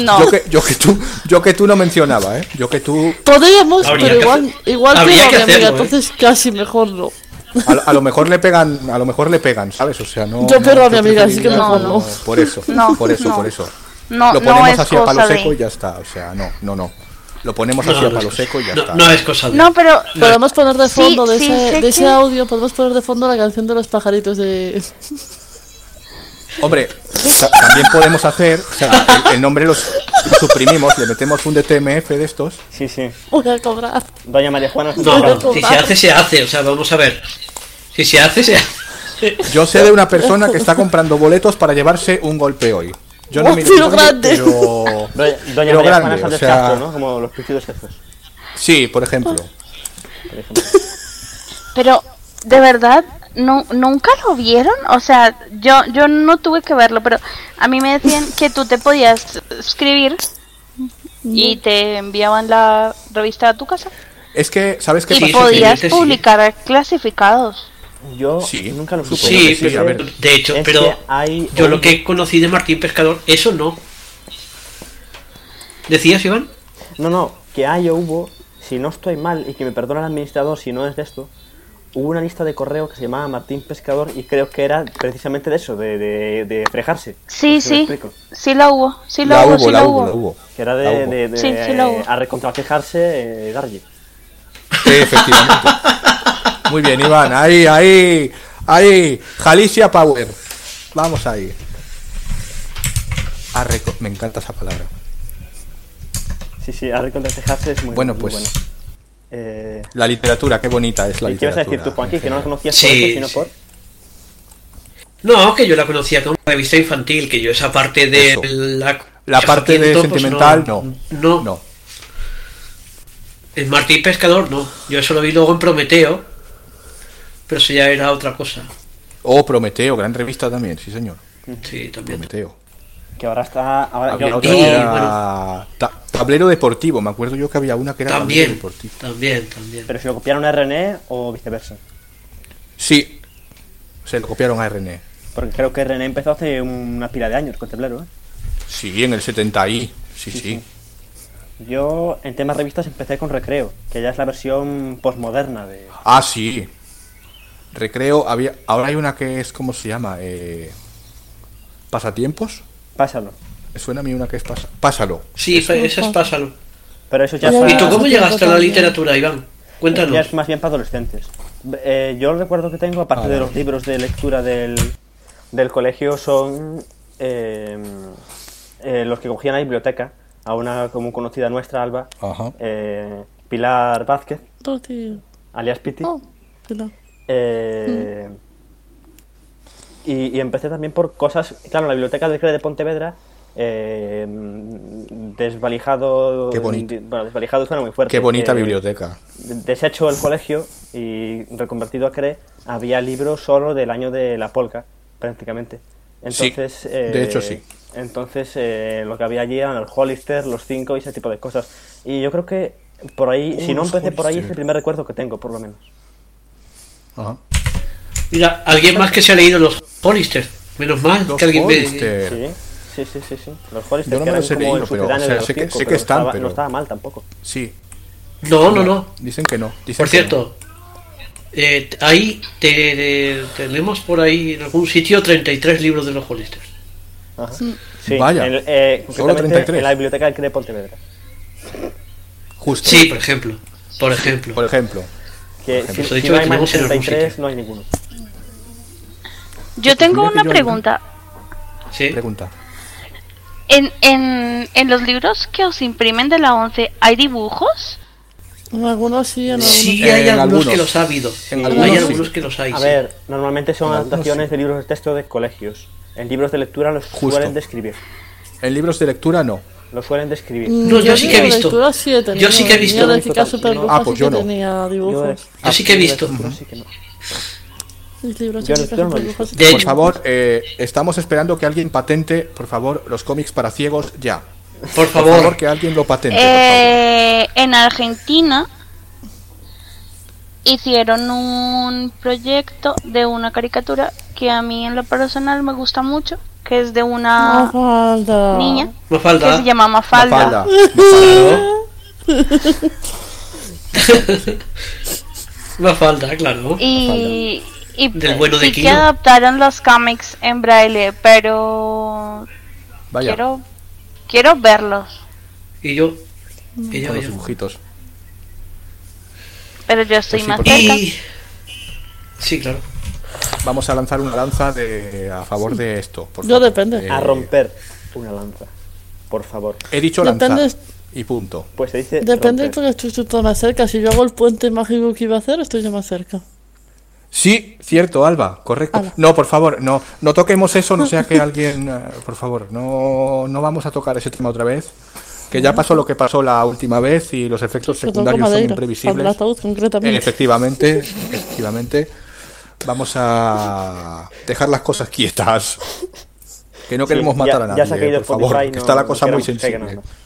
Speaker 6: No.
Speaker 2: Yo, que, yo, que tú, yo que tú no mencionaba, ¿eh? Yo que tú.
Speaker 3: Podríamos,
Speaker 1: Habría
Speaker 3: pero
Speaker 1: que
Speaker 3: igual,
Speaker 1: hacer-
Speaker 3: igual
Speaker 1: habría
Speaker 3: tengo
Speaker 1: que
Speaker 3: a mi amiga,
Speaker 1: hacerlo, ¿eh?
Speaker 3: entonces casi mejor no.
Speaker 2: A, lo- a lo mejor le pegan, a lo mejor le pegan, ¿sabes? O sea, no.
Speaker 3: Yo
Speaker 2: no,
Speaker 3: pero a mi amiga,
Speaker 2: preferiría-
Speaker 3: así que mejor no.
Speaker 2: Por eso,
Speaker 6: No,
Speaker 2: por eso,
Speaker 6: no.
Speaker 2: por eso.
Speaker 6: No,
Speaker 2: lo
Speaker 6: no
Speaker 2: ponemos
Speaker 6: es
Speaker 2: así a
Speaker 6: cosa
Speaker 2: palo
Speaker 6: de...
Speaker 2: seco y ya está. O sea, no, no, no. Lo ponemos así
Speaker 1: No,
Speaker 2: a palo
Speaker 1: no,
Speaker 2: seco y ya
Speaker 1: no,
Speaker 2: está.
Speaker 1: no es cosa de...
Speaker 6: No, pero...
Speaker 3: Podemos poner de
Speaker 6: Sí,
Speaker 3: fondo de,
Speaker 6: sí,
Speaker 3: ese,
Speaker 6: sé
Speaker 3: de ese
Speaker 6: que-
Speaker 3: audio, podemos poner de fondo la canción de los pajaritos de...
Speaker 2: Hombre, ta- también podemos hacer, o sea, el, el nombre los suprimimos, le metemos un DTMF de estos.
Speaker 4: Sí, sí.
Speaker 3: Voy a cobrar.
Speaker 4: Doña María Juana.
Speaker 1: No,
Speaker 3: no,
Speaker 1: no, si
Speaker 3: no.
Speaker 1: se hace, se hace. O sea, vamos a ver. Si se hace, se hace.
Speaker 2: Yo sé de una persona que está comprando boletos para llevarse un golpe hoy. Yo
Speaker 3: Un
Speaker 1: Oh,
Speaker 2: me lo
Speaker 3: tiro
Speaker 2: doy,
Speaker 3: grande.
Speaker 2: pero-
Speaker 4: Doña, Doña
Speaker 2: pero
Speaker 4: María Juana
Speaker 2: grande,
Speaker 4: Sánchez
Speaker 2: o sea-
Speaker 4: Castro, ¿no? Como los pichidos jefes.
Speaker 2: Sí, por ejemplo.
Speaker 4: por ejemplo.
Speaker 6: Pero, de verdad, no, ¿nunca lo vieron? O sea, yo, yo no tuve que verlo, pero a mí me decían que tú te podías escribir y te enviaban la revista a tu casa.
Speaker 2: Es que, ¿sabes qué
Speaker 6: Y
Speaker 1: sí,
Speaker 2: pasa? Que-
Speaker 6: podías
Speaker 1: sí, sí.
Speaker 6: publicar clasificados.
Speaker 4: Yo
Speaker 2: Sí.
Speaker 4: nunca lo supe.
Speaker 2: Supongo que
Speaker 1: Sí,
Speaker 2: sí, a
Speaker 1: pero,
Speaker 2: ver.
Speaker 1: de hecho,
Speaker 4: Es que
Speaker 1: pero
Speaker 4: hay
Speaker 1: yo
Speaker 4: un-
Speaker 1: lo que conocí de Martín Pescador, eso no. ¿Decías, Iván?
Speaker 4: No, no, que hay o hubo, si no estoy mal, y que me perdona el administrador si no es de esto, hubo una lista de correo que se llamaba Martín Pescador y creo que era precisamente de eso, de, de, de frejarse.
Speaker 6: Sí,
Speaker 4: Si
Speaker 6: sí,
Speaker 4: me explico.
Speaker 6: sí la hubo, sí la,
Speaker 2: la
Speaker 6: hubo,
Speaker 2: hubo,
Speaker 6: sí
Speaker 2: la
Speaker 6: la
Speaker 2: hubo, la
Speaker 6: hubo.
Speaker 2: hubo.
Speaker 4: Que era
Speaker 2: La
Speaker 4: de,
Speaker 2: hubo.
Speaker 4: de, de-
Speaker 6: Sí, sí la hubo.
Speaker 4: a recontra quejarse, eh, darle.
Speaker 2: Sí, efectivamente. Muy bien, Iván. Ahí, ahí, ahí. Jalicia Power. Vamos ahí. A reco- Me encanta esa palabra.
Speaker 4: Sí, sí, a recontra quejarse es muy
Speaker 2: Bueno,
Speaker 4: muy
Speaker 2: pues
Speaker 4: bueno. Eh,
Speaker 2: la literatura, qué bonita es la
Speaker 4: ¿Y qué vas a
Speaker 2: literatura.
Speaker 4: decir tú, Juanqui, que no la conocías
Speaker 1: Sí,
Speaker 4: por eso, sino
Speaker 1: sí.
Speaker 4: por...?
Speaker 1: No, que yo la conocía como revista infantil, que yo esa parte de
Speaker 2: Eso.
Speaker 1: la...
Speaker 2: La parte de
Speaker 1: pues,
Speaker 2: sentimental, no.
Speaker 1: No,
Speaker 2: No.
Speaker 1: El Martín Pescador, no. Yo eso lo vi luego en Prometeo, pero eso ya era otra cosa.
Speaker 2: Oh, Prometeo, gran revista también, sí, señor.
Speaker 1: Sí, también.
Speaker 2: Prometeo.
Speaker 4: Que ahora está... Ahora,
Speaker 2: Había
Speaker 4: Ah, yo-
Speaker 2: otra
Speaker 1: y,
Speaker 2: que
Speaker 4: yo-
Speaker 2: era ta- tablero deportivo. Me acuerdo yo que había una que era tablero
Speaker 1: También,
Speaker 2: deportivo.
Speaker 1: también, también.
Speaker 4: Pero si lo copiaron a René o viceversa.
Speaker 2: Sí. Se lo copiaron a René.
Speaker 4: Porque creo que René empezó hace una pila de años con Tablero, ¿eh?
Speaker 2: Sí, en el 70 y. Sí, sí.
Speaker 4: Yo en temas revistas empecé con Recreo, que ya es la versión posmoderna de...
Speaker 2: Ah, sí. Ah, Recreo, había, ahora hay una que es, ¿cómo se llama? Eh, ¿Pasatiempos?
Speaker 4: Pásalo.
Speaker 2: Me suena a mí una que es pasa- Pásalo.
Speaker 1: Sí, esa esa es pásalo.
Speaker 4: Pero eso ya,
Speaker 3: Pero
Speaker 1: ¿Y
Speaker 4: es,
Speaker 1: tú
Speaker 3: Ah,
Speaker 1: cómo
Speaker 3: sí,
Speaker 1: llegaste a la
Speaker 3: también.
Speaker 1: literatura, Iván?
Speaker 4: para- ya
Speaker 1: Cuéntanos.
Speaker 4: es más bien para adolescentes. Eh, yo el recuerdo que tengo, aparte
Speaker 2: Ah,
Speaker 4: de
Speaker 2: vale.
Speaker 4: los libros de lectura del, del colegio, son eh, eh, los que cogían a la biblioteca, a una como conocida nuestra, Alba,
Speaker 2: Ajá.
Speaker 4: eh, Pilar Vázquez,
Speaker 3: No, tío.
Speaker 4: alias Piti.
Speaker 3: No, no.
Speaker 4: Eh, y, y empecé también por cosas. Claro, en la biblioteca del CRE de Pontevedra, eh, desvalijado.
Speaker 2: Qué bonito.
Speaker 4: di- Bueno, desvalijado suena muy fuerte.
Speaker 2: Qué bonita
Speaker 4: eh,
Speaker 2: biblioteca.
Speaker 4: de- Deshecho el colegio y reconvertido a CRE, había libros solo del año de la polca, prácticamente.
Speaker 2: Sí,
Speaker 4: Entonces,
Speaker 2: de
Speaker 4: eh,
Speaker 2: hecho, sí.
Speaker 4: Entonces, eh, lo que había allí eran el Hollister, los 5 y ese tipo de cosas. Y yo creo que por ahí, si
Speaker 2: Uh,
Speaker 4: no
Speaker 2: los
Speaker 4: empecé por ahí, es
Speaker 2: Hollister.
Speaker 4: el primer recuerdo que tengo, por lo menos.
Speaker 2: Ajá.
Speaker 1: Mira, alguien más que se ha leído los Hollister. Menos mal
Speaker 2: Los
Speaker 1: que alguien me-
Speaker 2: Hollister.
Speaker 4: Sí, sí, sí, sí, sí. Los Hollister
Speaker 2: Yo no
Speaker 4: que
Speaker 2: me
Speaker 4: eran
Speaker 2: los he
Speaker 4: como
Speaker 2: leído,
Speaker 4: el
Speaker 2: pero,
Speaker 4: subterráneo
Speaker 2: o sea,
Speaker 4: de los
Speaker 2: sé que-
Speaker 4: circos,
Speaker 2: sé que
Speaker 4: pero
Speaker 2: están,
Speaker 4: no estaba,
Speaker 2: pero-
Speaker 4: no estaba mal tampoco.
Speaker 2: Sí.
Speaker 1: No, no, no.
Speaker 2: Dicen que no. Dicen
Speaker 1: Por
Speaker 2: que
Speaker 1: cierto, eh, t- ahí te- te- tenemos por ahí en algún sitio 33 libros de los Hollister.
Speaker 4: Ajá.
Speaker 2: Vaya,
Speaker 4: en el- eh,
Speaker 2: solo
Speaker 4: concretamente
Speaker 2: 33.
Speaker 4: En la biblioteca del CRE de Pontevedra.
Speaker 2: no. Justo.
Speaker 1: Sí, por ejemplo. Por ejemplo.
Speaker 2: Por ejemplo.
Speaker 4: Que
Speaker 2: Por
Speaker 4: si,
Speaker 1: ejemplo,
Speaker 4: si
Speaker 1: dicho
Speaker 4: no
Speaker 1: que
Speaker 4: hay más de
Speaker 1: tenemos en algún
Speaker 4: 33,
Speaker 1: sitio.
Speaker 4: no hay ninguno.
Speaker 6: Yo tengo
Speaker 2: mira que
Speaker 6: una
Speaker 2: yo-
Speaker 6: pregunta.
Speaker 1: Sí.
Speaker 2: Pregunta.
Speaker 6: En, en, en los libros que os imprimen de la 11, ¿hay dibujos?
Speaker 3: En algunos sí, en algunos
Speaker 1: Sí,
Speaker 2: Eh,
Speaker 1: hay
Speaker 2: en
Speaker 1: algunos,
Speaker 2: algunos.
Speaker 1: que los ha habido.
Speaker 2: En
Speaker 1: hay
Speaker 2: algunos sí.
Speaker 1: algunos que los hay.
Speaker 4: A
Speaker 1: sí.
Speaker 4: ver, normalmente son
Speaker 2: Algunos
Speaker 4: adaptaciones
Speaker 2: sí.
Speaker 4: de libros de texto de colegios. En libros de lectura los
Speaker 2: Justo.
Speaker 4: suelen describir.
Speaker 2: En libros de lectura no.
Speaker 4: Los suelen describir.
Speaker 1: No, yo sí que he
Speaker 3: Mm, de
Speaker 1: visto.
Speaker 3: lectura sí he
Speaker 1: Yo
Speaker 3: tenido.
Speaker 1: sí que he visto.
Speaker 3: Yo de Kika Superlupa
Speaker 2: Ah, pues
Speaker 3: sí
Speaker 2: yo
Speaker 3: que
Speaker 2: no.
Speaker 3: tenía dibujos.
Speaker 1: Yo sí que he visto.
Speaker 4: Yo sí que no.
Speaker 3: Mis libros
Speaker 4: Yo
Speaker 3: de
Speaker 4: de
Speaker 3: Kika
Speaker 4: lectura no he
Speaker 3: Superlupa sí
Speaker 1: De
Speaker 2: Por
Speaker 1: hecho,
Speaker 2: favor, eh, estamos esperando que alguien patente, por favor, los cómics para ciegos ya.
Speaker 1: por
Speaker 2: Por
Speaker 1: favor.
Speaker 2: favor, que alguien lo patente. por favor.
Speaker 6: Eh, en Argentina hicieron un proyecto de una caricatura que a mí en lo personal me gusta mucho, que es de una
Speaker 3: Mafalda.
Speaker 6: niña
Speaker 1: me
Speaker 6: que
Speaker 1: falta.
Speaker 6: se llama Mafalda.
Speaker 2: Mafalda.
Speaker 1: Claro. me falta, claro.
Speaker 6: Y, y pues,
Speaker 1: Del bueno de
Speaker 6: sí que
Speaker 1: Kino.
Speaker 6: adaptaron los cómics en braille, pero
Speaker 2: Vaya,
Speaker 6: quiero quiero verlos.
Speaker 1: Y yo. Y yo,
Speaker 2: con los
Speaker 1: yo.
Speaker 2: dibujitos.
Speaker 6: Pero yo estoy
Speaker 2: Pues sí,
Speaker 6: más
Speaker 2: porque-
Speaker 6: cerca.
Speaker 1: Y. Sí, claro.
Speaker 2: Vamos a lanzar una lanza de, a favor de esto. por
Speaker 3: Yo
Speaker 2: favor.
Speaker 3: depende.
Speaker 2: Eh,
Speaker 4: A romper una lanza. Por favor.
Speaker 2: He dicho
Speaker 3: Depende-
Speaker 2: lanzar. Y punto.
Speaker 4: Pues se dice.
Speaker 3: Depende
Speaker 4: romper.
Speaker 3: porque estoy tú más cerca. Si yo hago el puente mágico que iba a hacer, estoy yo más cerca.
Speaker 2: Sí, cierto, Alba, correcto.
Speaker 3: Ala.
Speaker 2: No, por favor, no, no toquemos eso, no sea que alguien, eh, por favor, no, no vamos a tocar ese tema otra vez. Que ya pasó lo que pasó la última vez y los efectos
Speaker 3: Yo toco
Speaker 2: secundarios son
Speaker 3: madera. Al
Speaker 2: imprevisibles.
Speaker 3: ataúd,
Speaker 2: Eh,
Speaker 3: concretamente.
Speaker 2: efectivamente, efectivamente, vamos a dejar las cosas quietas. Que no
Speaker 4: Sí,
Speaker 2: queremos matar
Speaker 4: ya-
Speaker 2: a
Speaker 4: ya
Speaker 2: nadie, eh,
Speaker 4: se ha caído
Speaker 2: por favor.
Speaker 4: Spotify,
Speaker 2: que
Speaker 4: no-
Speaker 2: está la
Speaker 4: no
Speaker 2: cosa muy
Speaker 4: queremos que caiga nada
Speaker 2: sensible.
Speaker 4: más.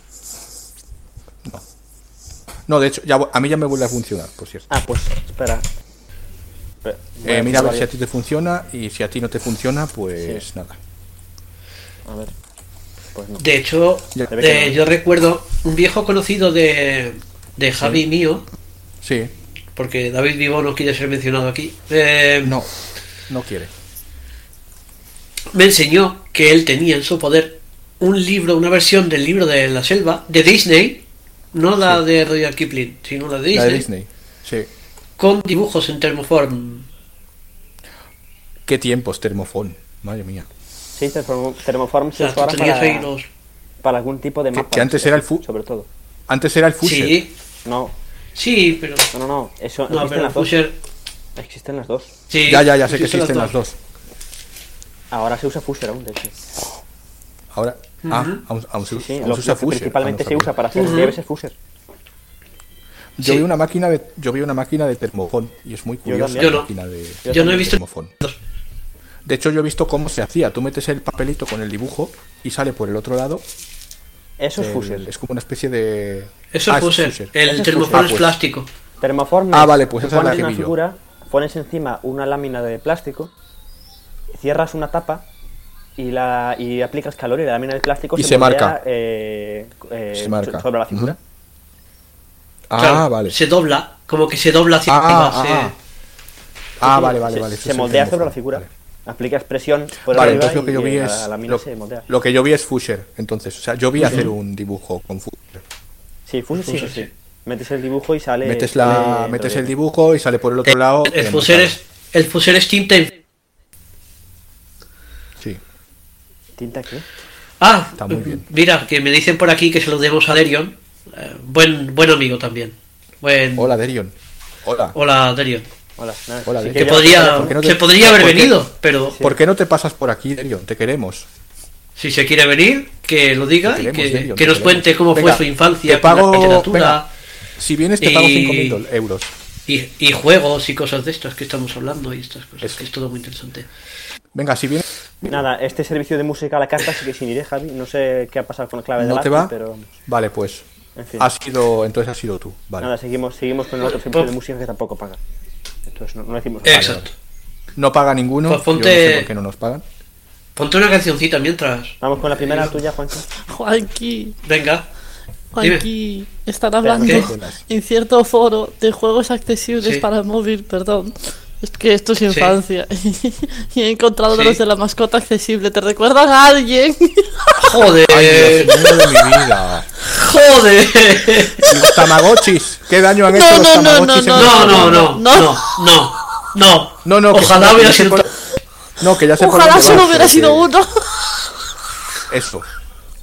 Speaker 2: No, de hecho, ya, a mí ya me vuelve a funcionar, por cierto.
Speaker 4: Ah, pues espera. Espera, voy
Speaker 2: Eh,
Speaker 4: a
Speaker 2: mira a ver si a
Speaker 4: varias-
Speaker 2: ti te funciona y si a ti no te funciona, pues nada.
Speaker 4: A ver. Pues no.
Speaker 1: De hecho,
Speaker 2: Ya.
Speaker 1: eh, yo recuerdo un viejo conocido de, de Javi mío,
Speaker 2: Sí,
Speaker 1: porque David Vivo no quiere ser mencionado aquí. eh,
Speaker 2: no, no quiere.
Speaker 1: me enseñó que él tenía en su poder un libro, una versión del libro de la selva de Disney, no la de Roger Kipling, sino la de
Speaker 2: La
Speaker 1: Disney,
Speaker 2: de Disney. Sí.
Speaker 1: con dibujos en termoform.
Speaker 2: Qué tiempos, termofón. Madre mía.
Speaker 4: Sí, termo- Termoform se
Speaker 1: O sea,
Speaker 4: usó
Speaker 1: tú
Speaker 4: ahora
Speaker 1: tenías ahí
Speaker 4: para,
Speaker 1: los-
Speaker 4: para algún tipo de
Speaker 2: Que-
Speaker 4: mapa.
Speaker 2: que antes era el fu-
Speaker 4: Ah, pues, Sobre todo.
Speaker 2: Antes era el Fusher.
Speaker 1: Sí,
Speaker 4: No,
Speaker 1: sí, pero.
Speaker 4: no, no. no, Eso
Speaker 1: No,
Speaker 4: existen
Speaker 1: pero el
Speaker 4: las dos.
Speaker 1: Fusher.
Speaker 4: Existen las dos.
Speaker 1: sí,
Speaker 2: Ya, ya, ya sé que
Speaker 1: existen
Speaker 2: existen las dos.
Speaker 4: Ahora se usa Fusher aún, de hecho.
Speaker 2: Ahora. Ah, aún, aún se,
Speaker 4: Sí,
Speaker 2: aún
Speaker 4: lo
Speaker 2: se usa
Speaker 4: que
Speaker 2: Fusher.
Speaker 4: principalmente
Speaker 2: Ah, no
Speaker 4: se
Speaker 2: sabía.
Speaker 4: usa para hacer nieves es Fusher.
Speaker 2: Yo
Speaker 1: Sí.
Speaker 2: vi una máquina de, yo vi una máquina de termofón y es muy curiosa
Speaker 4: también.
Speaker 2: la
Speaker 1: Yo no.
Speaker 2: máquina de,
Speaker 1: Yo no he
Speaker 2: de
Speaker 1: visto-
Speaker 2: termofón. De hecho, yo he visto cómo se hacía. Tú metes el papelito con el dibujo y sale por el otro lado.
Speaker 4: Eso es
Speaker 2: El-
Speaker 4: Fusher.
Speaker 2: Es como una especie de.
Speaker 1: Eso
Speaker 2: Ah,
Speaker 1: es Fusher.
Speaker 2: Eso
Speaker 1: El
Speaker 4: Fusher.
Speaker 1: termoform
Speaker 2: Ah,
Speaker 1: es
Speaker 2: pues.
Speaker 1: plástico.
Speaker 4: Termoform
Speaker 2: Ah,
Speaker 4: es-
Speaker 2: vale, pues esa es la
Speaker 4: pones
Speaker 2: que
Speaker 4: una
Speaker 2: vi yo.
Speaker 4: figura, pones encima una lámina de plástico, cierras una tapa y la y aplicas calor y la lámina de plástico
Speaker 2: Y se
Speaker 4: moldea,
Speaker 2: marca.
Speaker 4: eh, eh,
Speaker 2: Se marca.
Speaker 4: sobre la figura.
Speaker 2: Ujú. Ah,
Speaker 1: Claro,
Speaker 2: vale.
Speaker 1: Se dobla, como que se dobla hacia
Speaker 2: Ah,
Speaker 1: arriba.
Speaker 2: ah,
Speaker 1: se-
Speaker 2: ah. Ah,
Speaker 4: Sí,
Speaker 2: vale, vale,
Speaker 4: se,
Speaker 2: vale.
Speaker 4: Se moldea sobre la figura. Aplicas presión por
Speaker 2: Vale,
Speaker 4: arriba
Speaker 2: entonces lo que
Speaker 4: y
Speaker 2: yo vi
Speaker 4: eh,
Speaker 2: es
Speaker 4: la, la mina
Speaker 2: lo,
Speaker 4: se moldea.
Speaker 2: lo que yo vi es Fusher, entonces, o sea, yo vi hacer un dibujo con Fusher.
Speaker 4: Sí, fuso, sí,
Speaker 1: Fuso,
Speaker 4: sí,
Speaker 1: sí.
Speaker 4: Metes el dibujo y sale.
Speaker 2: metes la
Speaker 4: sale
Speaker 2: metes el
Speaker 4: relieve.
Speaker 2: dibujo y sale por el otro lado.
Speaker 1: Eh, El
Speaker 2: en-
Speaker 1: fuser es, el fuser es tinta. en-
Speaker 2: Sí.
Speaker 4: ¿Tinta qué?
Speaker 1: Ah,
Speaker 2: Está muy bien.
Speaker 1: mira, que me dicen por aquí que se lo demos a Derion. Eh, buen, buen amigo también. Buen,
Speaker 2: Hola, Derion. Hola.
Speaker 1: hola, Derion.
Speaker 4: Hola, nada.
Speaker 2: Hola,
Speaker 4: sí
Speaker 2: de-
Speaker 1: Que
Speaker 4: ya-
Speaker 1: podría,
Speaker 2: ¿por qué no te-
Speaker 1: se podría haber
Speaker 2: por qué?
Speaker 1: venido, pero
Speaker 2: ¿Por qué no te pasas por aquí, Derion? Te queremos.
Speaker 1: si se quiere venir, que lo diga
Speaker 2: Te
Speaker 1: y
Speaker 2: queremos,
Speaker 1: que,
Speaker 2: Derion,
Speaker 1: que
Speaker 2: te queremos.
Speaker 1: nos cuente cómo
Speaker 2: Venga,
Speaker 1: fue su infancia,
Speaker 2: te pago-
Speaker 1: la literatura
Speaker 2: venga, Si vienes te pago
Speaker 1: Y-
Speaker 2: 5.000 dol- euros.
Speaker 1: y, y juegos y cosas de estas que estamos hablando y estas cosas,
Speaker 2: Eso.
Speaker 1: que es todo muy interesante.
Speaker 2: Venga, si vienes
Speaker 4: Nada, este servicio de música a la carta sí que sin iré, Javi. No sé qué ha pasado con la clave de
Speaker 2: no
Speaker 4: la
Speaker 2: te va.
Speaker 4: pero.
Speaker 2: Vale, pues.
Speaker 4: En fin.
Speaker 2: Ha sido, entonces has sido tú. Vale.
Speaker 4: Nada, seguimos, seguimos con el otro servicio de música que tampoco paga. Entonces no, no decimos nada.
Speaker 1: Exacto.
Speaker 2: No paga ninguno.
Speaker 1: Pues
Speaker 2: yo no
Speaker 1: ponte-
Speaker 2: sé por qué no nos pagan.
Speaker 1: Ponte una cancioncita mientras.
Speaker 4: Vamos con la primera tuya, Juancho.
Speaker 3: Juanqui,
Speaker 1: Venga.
Speaker 3: Juanqui, están hablando
Speaker 1: ¿Qué?
Speaker 3: en cierto foro de juegos accesibles
Speaker 1: Sí.
Speaker 3: para móvil, perdón. Es que esto es
Speaker 1: Sí.
Speaker 3: infancia. y he encontrado
Speaker 1: Sí.
Speaker 3: los de la mascota accesible. ¿Te recuerdan a alguien?
Speaker 1: Joder,
Speaker 2: Ay, Dios mío de mi vida.
Speaker 1: joder.
Speaker 2: Los tamagotchis. ¿Qué daño han hecho
Speaker 3: No,
Speaker 2: los
Speaker 3: no, no,
Speaker 2: tamagotchis? en-
Speaker 1: No, no, no,
Speaker 3: No.
Speaker 1: no, no, no.
Speaker 2: No, no, que-
Speaker 1: Ojalá
Speaker 2: que
Speaker 1: hubiera
Speaker 2: ya sé
Speaker 1: sido.
Speaker 2: por- No, que ya sé por
Speaker 3: Ojalá
Speaker 2: dónde
Speaker 3: solo
Speaker 2: vas,
Speaker 3: hubiera
Speaker 2: eh,
Speaker 3: sido
Speaker 2: que-
Speaker 3: uno.
Speaker 2: Eso.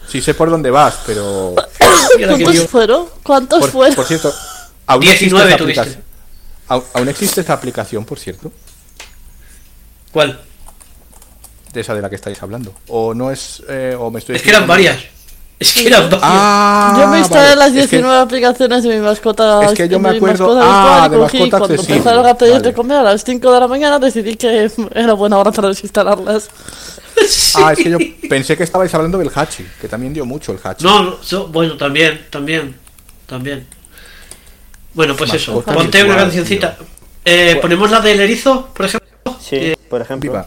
Speaker 2: Sí sé por dónde vas, pero... Pues
Speaker 1: Mira que
Speaker 3: ¿Cuántos
Speaker 1: yo-
Speaker 3: fueron? ¿Cuántos
Speaker 2: Por,
Speaker 3: fueron?
Speaker 2: por cierto, aún
Speaker 1: 19
Speaker 2: existe esta
Speaker 1: tuviste.
Speaker 2: aplicación. Au- Aún existe esta aplicación, por cierto,
Speaker 1: ¿Cuál?
Speaker 2: de esa de la que estáis hablando. O no es... eh, o me estoy
Speaker 1: Es que eran
Speaker 2: equivocando.
Speaker 1: varias. Es que eran varias.
Speaker 2: Ah,
Speaker 3: yo me instalé
Speaker 2: vale.
Speaker 3: las
Speaker 2: Es que-
Speaker 3: 19 aplicaciones de mi mascota.
Speaker 2: es que yo me
Speaker 3: de mi
Speaker 2: acuerdo-
Speaker 3: mascota virtual
Speaker 2: ah,
Speaker 3: y
Speaker 2: de
Speaker 3: cogí,
Speaker 2: mascota
Speaker 3: cuando
Speaker 2: accesible,
Speaker 3: empezaron a pedirte
Speaker 2: vale.
Speaker 3: comer a las 5 de la mañana, decidí que era buena hora para desinstalarlas.
Speaker 2: Ah, es que yo pensé que estabais hablando del Hachi, que también dio mucho el Hachi.
Speaker 1: No, no, so- bueno, también, también, también. Bueno, pues eso.
Speaker 2: Mascota
Speaker 1: Ponte una
Speaker 2: virtual,
Speaker 1: cancioncita. Eh, ¿Ponemos la del erizo, por ejemplo?
Speaker 4: Pues- Sí,
Speaker 1: Eh,
Speaker 4: por ejemplo.
Speaker 2: Viva.